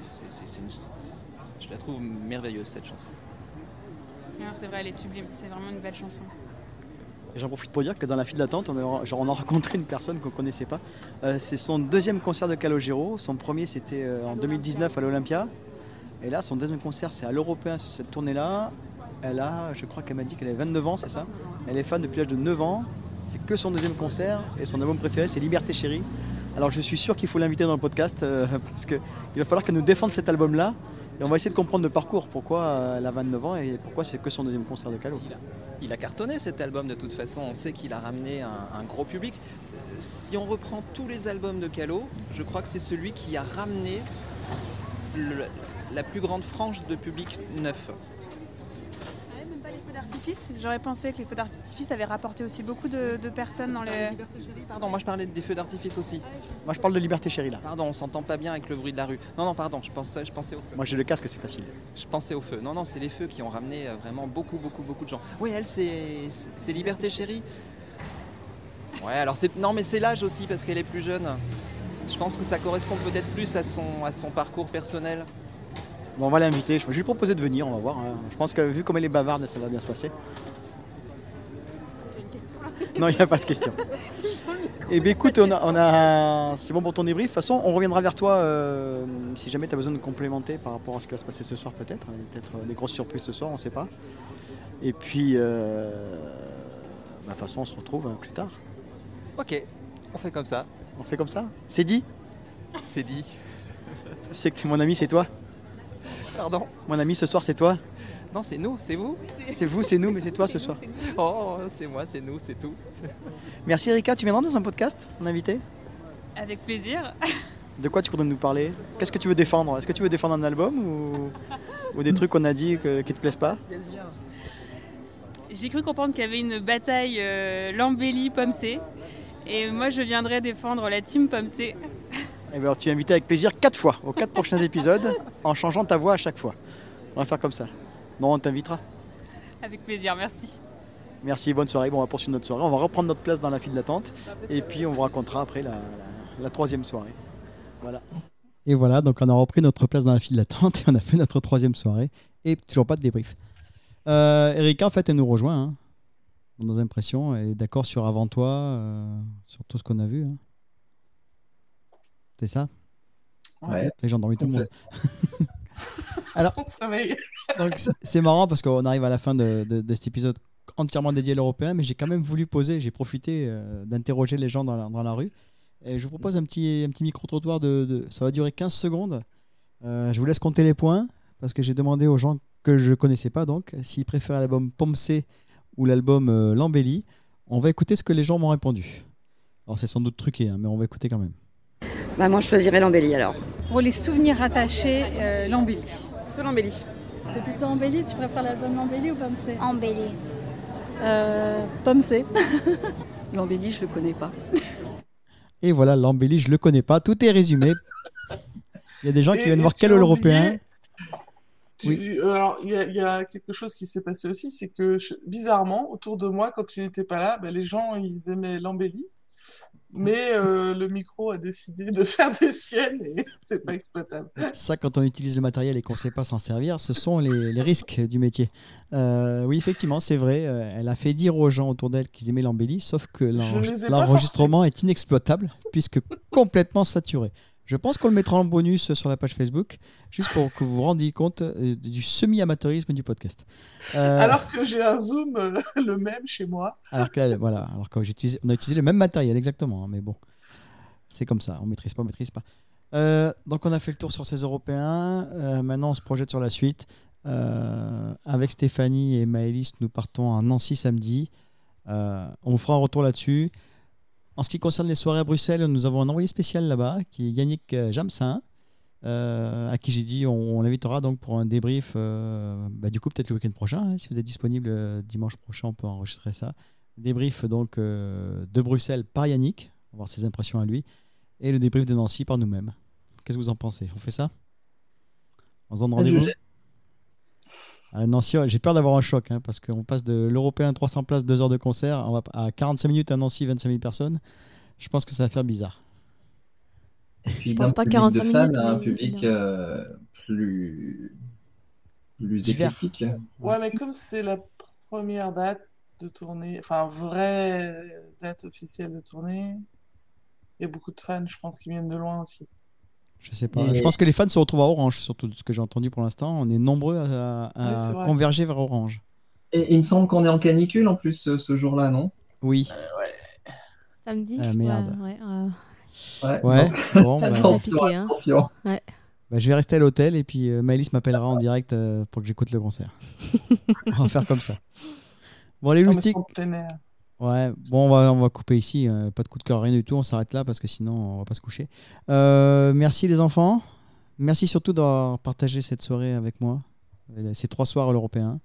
Speaker 6: c'est, c'est- c'est une- c'est- je la trouve merveilleuse, cette chanson.
Speaker 4: Non, C'est vrai, elle est sublime. C'est vraiment une belle chanson.
Speaker 1: Et J'en profite pour dire que dans la file d'attente, on a, genre, on a rencontré une personne qu'on connaissait pas. Euh, c'est son deuxième concert de Calogero. Son premier, c'était euh, en 2019 à l'Olympia. Et là, son deuxième concert, c'est à l'Européen, sur cette tournée-là. Elle a, je crois qu'elle m'a dit qu'elle avait 29 ans, c'est ça Elle est fan depuis l'âge de 9 ans. C'est que son deuxième concert. Et son album préféré, c'est Liberté Chérie. Alors, je suis sûr qu'il faut l'inviter dans le podcast euh, parce qu'il va falloir qu'elle nous défende cet album-là. Et on va essayer de comprendre le parcours, pourquoi euh, elle a 29 ans et pourquoi c'est que son deuxième concert de Calo.
Speaker 6: Il a cartonné cet album de toute façon, on sait qu'il a ramené un, un gros public. Euh, Si on reprend tous les albums de Calo, je crois que c'est celui qui a ramené le- la plus grande frange de public neuf.
Speaker 4: Même pas les feux d'artifice. J'aurais pensé que les feux d'artifice avaient rapporté aussi beaucoup de, de personnes dans les.
Speaker 6: Pardon, moi je parlais des feux d'artifice aussi.
Speaker 1: Moi je parle de Liberté Chérie là.
Speaker 6: Pardon, on s'entend pas bien avec le bruit de la rue. Non, non, pardon, je pensais, je pensais au feu.
Speaker 1: Moi j'ai le casque, c'est facile.
Speaker 6: Je pensais au feu. Non, non, c'est les feux qui ont ramené euh, vraiment beaucoup, beaucoup, beaucoup de gens. Oui, elle, c'est c'est Liberté Chérie. Ouais, alors c'est. Non, mais c'est l'âge aussi parce qu'elle est plus jeune. Je pense que ça correspond peut-être plus à son, à son parcours personnel.
Speaker 1: Bon, on va l'inviter, je vais lui proposer de venir, on va voir. hein. Je pense que vu comme elle est bavarde, ça va bien se passer. Non, il n'y a pas de question. Eh bien écoute, on a, on a- c'est bon pour ton débrief. De toute façon, on reviendra vers toi euh, si jamais tu as besoin de complémenter par rapport à ce qui va se passer ce soir peut-être. Il y a Peut-être euh, des grosses surprises ce soir, on ne sait pas. Et puis, euh, bah, de toute façon, on se retrouve hein, plus tard.
Speaker 6: Ok, on fait comme ça.
Speaker 1: On fait comme ça C'est dit
Speaker 6: C'est dit.
Speaker 1: C'est que t'es mon ami, c'est toi
Speaker 6: Pardon
Speaker 1: Mon ami, ce soir, c'est toi
Speaker 6: Non, c'est nous, c'est vous.
Speaker 1: C'est vous, c'est nous, mais c'est toi ce soir.
Speaker 6: Oh, c'est moi, c'est nous, c'est tout.
Speaker 1: Merci Erika, tu viendras dans un podcast, mon invité
Speaker 4: Avec plaisir.
Speaker 1: De quoi tu voudrais nous parler Qu'est-ce que tu veux défendre Est-ce que tu veux défendre un album ou, ou des trucs qu'on a dit que- qui te plaisent pas
Speaker 4: J'ai cru comprendre qu'il y avait une bataille euh, Lambelli Pomme C. Et moi, je viendrai défendre la team Pomme C.
Speaker 1: Eh bien, tu es invité avec plaisir quatre fois aux quatre prochains épisodes en changeant ta voix à chaque fois. On va faire comme ça. Non, on t'invitera.
Speaker 4: Avec plaisir, merci.
Speaker 1: Merci, bonne soirée. Bon, on va poursuivre notre soirée. On va reprendre notre place dans la file d'attente et puis on vous racontera après la, la- la troisième soirée. Voilà.
Speaker 15: Et voilà, donc on a repris notre place dans la file d'attente et on a fait notre troisième soirée. Et toujours pas de débrief. Euh, Erika, en fait, elle nous rejoint. hein, dans nos impressions. Elle est d'accord sur Avant toi, euh, sur tout ce qu'on a vu. hein. C'est ça
Speaker 5: Ouais.
Speaker 15: T'as- J'ai endormi tout le monde. Alors,
Speaker 5: on sommeille.
Speaker 15: Donc, c'est- c'est marrant parce qu'on arrive à la fin de, de- de cet épisode entièrement dédié à l'européen, mais j'ai quand même voulu poser, j'ai profité euh, d'interroger les gens dans la, dans la rue. Et je vous propose un petit, un petit micro-trottoir, de, de- ça va durer 15 secondes. Euh, je vous laisse compter les points parce que j'ai demandé aux gens que je connaissais pas donc s'ils préfèrent l'album Pomsé ou l'album euh, Lambelli.
Speaker 1: On va écouter ce que les gens m'ont répondu. Alors c'est sans doute truqué, hein, mais on va écouter quand même.
Speaker 2: Bah moi je choisirais l'embellie alors.
Speaker 3: Pour les souvenirs attachés, euh, l'embellie.
Speaker 16: De l'embellie.
Speaker 7: T'es plutôt embellie, tu préfères l'album embellie ou pomme C Euh,
Speaker 8: Embellie.
Speaker 7: pomme C.
Speaker 17: L'embellie, je le connais pas.
Speaker 1: Et voilà, l'embellie, je le connais pas. Tout est résumé. Il y a des gens
Speaker 5: Et-
Speaker 1: qui viennent
Speaker 5: et
Speaker 1: voir
Speaker 5: tu
Speaker 1: quel
Speaker 5: as
Speaker 1: européen.
Speaker 5: oublié- Tu- euh, Alors, il y, a- il y a quelque chose qui s'est passé aussi, c'est que je- bizarrement, autour de moi, quand tu n'étais pas là, ben, les gens, ils aimaient l'embellie, mais euh, le micro a décidé de faire des siennes et c'est pas exploitable.
Speaker 1: Ça, quand on utilise le matériel et qu'on ne sait pas s'en servir, ce sont les, les risques du métier. Euh, oui, effectivement, c'est vrai. euh, elle a fait dire aux gens autour d'elle qu'ils aimaient l'embellie, sauf que l'en-
Speaker 5: les ai pas
Speaker 1: l'enregistrement est inexploitable puisque complètement saturé. Je pense qu'on le mettra en bonus sur la page Facebook, juste pour que vous vous rendiez compte euh, du semi-amateurisme du podcast. Euh,
Speaker 5: Alors que j'ai un Zoom, euh, le même chez moi.
Speaker 1: alors que là, voilà, alors que j'ai utilisé- on a utilisé le même matériel exactement, hein, mais bon, c'est comme ça, on maîtrise pas, on maîtrise pas. Euh, donc on a fait le tour sur ces Européens. Euh, maintenant, on se projette sur la suite. Euh, avec Stéphanie et Maëlys, nous partons à Nancy samedi. Euh, on vous fera un retour là-dessus. En ce qui concerne les soirées à Bruxelles, nous avons un envoyé spécial là-bas, qui est Yannick euh, Jamsin, euh, à qui j'ai dit on, on l'invitera donc pour un débrief, euh, bah, du coup peut-être le week-end prochain, hein, si vous êtes disponible euh, dimanche prochain, on peut enregistrer ça. Débrief donc euh, de Bruxelles par Yannick, on va voir ses impressions à lui, et le débrief de Nancy par nous-mêmes. Qu'est-ce que vous en pensez On fait ça On se donne
Speaker 5: Je-
Speaker 1: rendez-vous ah, Nancy, ouais, j'ai peur d'avoir un choc, hein, parce qu'on passe de l'Européen 300 places, 2 heures de concert, on va à 45 minutes à Nancy, 25 000 personnes. Je pense que ça va faire bizarre.
Speaker 6: Puis
Speaker 9: pense
Speaker 6: d'un
Speaker 9: pas
Speaker 6: public
Speaker 9: 45
Speaker 6: de fans
Speaker 9: minutes,
Speaker 6: à un
Speaker 9: mais-
Speaker 6: public euh, plus, plus
Speaker 5: Divers.
Speaker 6: éclectique.
Speaker 5: Ouais, mais comme c'est la première date de tournée, enfin, vraie date officielle de tournée, il y a beaucoup de fans, je pense, qui viennent de loin aussi.
Speaker 1: Je sais pas.
Speaker 6: Et-
Speaker 1: Je pense que les fans se retrouvent à Orange, surtout de ce que j'ai entendu pour l'instant. On est nombreux à, à-
Speaker 6: Oui, c'est
Speaker 1: à
Speaker 6: vrai.
Speaker 1: converger vers Orange.
Speaker 6: Et il me semble qu'on est en canicule en plus euh, ce, ce jour-là, non
Speaker 1: Oui.
Speaker 6: Euh,
Speaker 9: Samedi
Speaker 1: Ah, merde.
Speaker 9: Ouais, ouais, euh,
Speaker 6: Ouais.
Speaker 1: Ouais.
Speaker 6: non.
Speaker 1: Bon,
Speaker 9: Ça
Speaker 1: bah,
Speaker 9: commence à piquer, hein.
Speaker 6: attention.
Speaker 9: Ouais.
Speaker 1: bah, je vais rester à l'hôtel et puis euh, Maëlys m'appellera en direct euh, pour que j'écoute le concert. on va faire comme ça. Bon, les
Speaker 5: Non, mais
Speaker 1: loustiques.
Speaker 5: c'est en plein air.
Speaker 1: Ouais, bon, on va, on va couper ici. euh, pas de coup de cœur, rien du tout. On s'arrête là parce que sinon, on va pas se coucher. Euh, merci les enfants. Merci surtout d'avoir partagé cette soirée avec moi. euh, Ces trois soirs à l'Européen.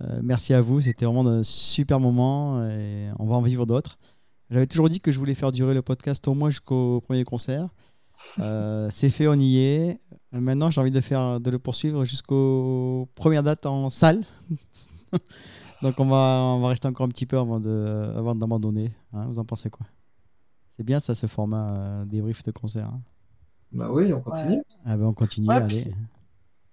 Speaker 1: Euh, merci à vous. C'était vraiment un super moment et on va en vivre d'autres. J'avais toujours dit que je voulais faire durer le podcast au moins jusqu'au premier concert. Euh, c'est fait, on y est. Euh, Maintenant, j'ai envie de, faire, de le poursuivre jusqu'aux premières dates en salle. Donc, on va, on va rester encore un petit peu avant de- avant d'abandonner. hein. vous en pensez quoi C'est bien ça, ce format euh, débrief de concert. hein.
Speaker 6: Bah oui, on continue.
Speaker 5: Ouais.
Speaker 1: Ah ben, on continue.
Speaker 5: Ouais,
Speaker 1: allez.
Speaker 5: puis-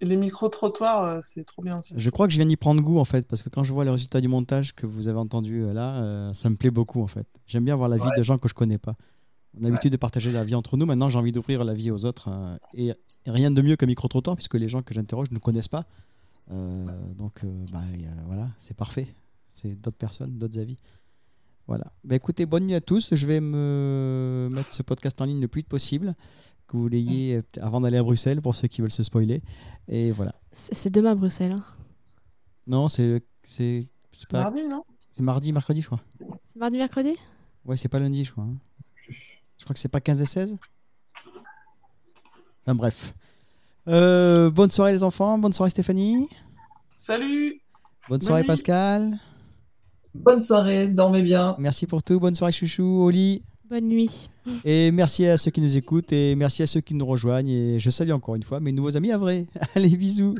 Speaker 5: Et les micro-trottoirs, euh, c'est trop bien aussi.
Speaker 1: Je crois que je viens d'y prendre goût en fait, parce que quand je vois le résultat du montage que vous avez entendu euh, là, euh, ça me plaît beaucoup en fait. J'aime bien voir la vie
Speaker 6: Ouais.
Speaker 1: de gens que je connais pas. On a l'habitude de partager la vie entre nous, maintenant j'ai envie d'ouvrir la vie aux autres. euh, et et rien de mieux qu'un micro-trottoir, puisque les gens que j'interroge ne connaissent pas. Euh, donc euh, bah, et, euh, voilà, c'est parfait. C'est d'autres personnes, d'autres avis. Voilà. Bah, écoutez, bonne nuit à tous. Je vais me mettre ce podcast en ligne le plus vite possible. Que vous l'ayez euh, peut- avant d'aller à Bruxelles pour ceux qui veulent se spoiler. Et voilà.
Speaker 9: C'est c'est demain à Bruxelles. hein.
Speaker 1: Non, c'est. C'est c'est pas-
Speaker 5: Mardi, non
Speaker 1: C'est mardi, mercredi, je crois.
Speaker 9: C'est mardi, mercredi
Speaker 1: Ouais, c'est pas lundi, je crois. hein. Je crois que c'est pas 15 et 16 Enfin bref. Euh, bonne soirée, les enfants. Bonne soirée, Stéphanie.
Speaker 5: Salut
Speaker 1: Bonne soirée,
Speaker 5: Bonne nuit.
Speaker 1: Pascal.
Speaker 6: Bonne soirée, dormez bien.
Speaker 1: Merci pour tout. Bonne soirée, Chouchou, Oli.
Speaker 9: Bonne nuit.
Speaker 1: Et merci à ceux qui nous écoutent et merci à ceux qui nous rejoignent. Et je salue encore une fois mes nouveaux amis à vrai. Allez, bisous.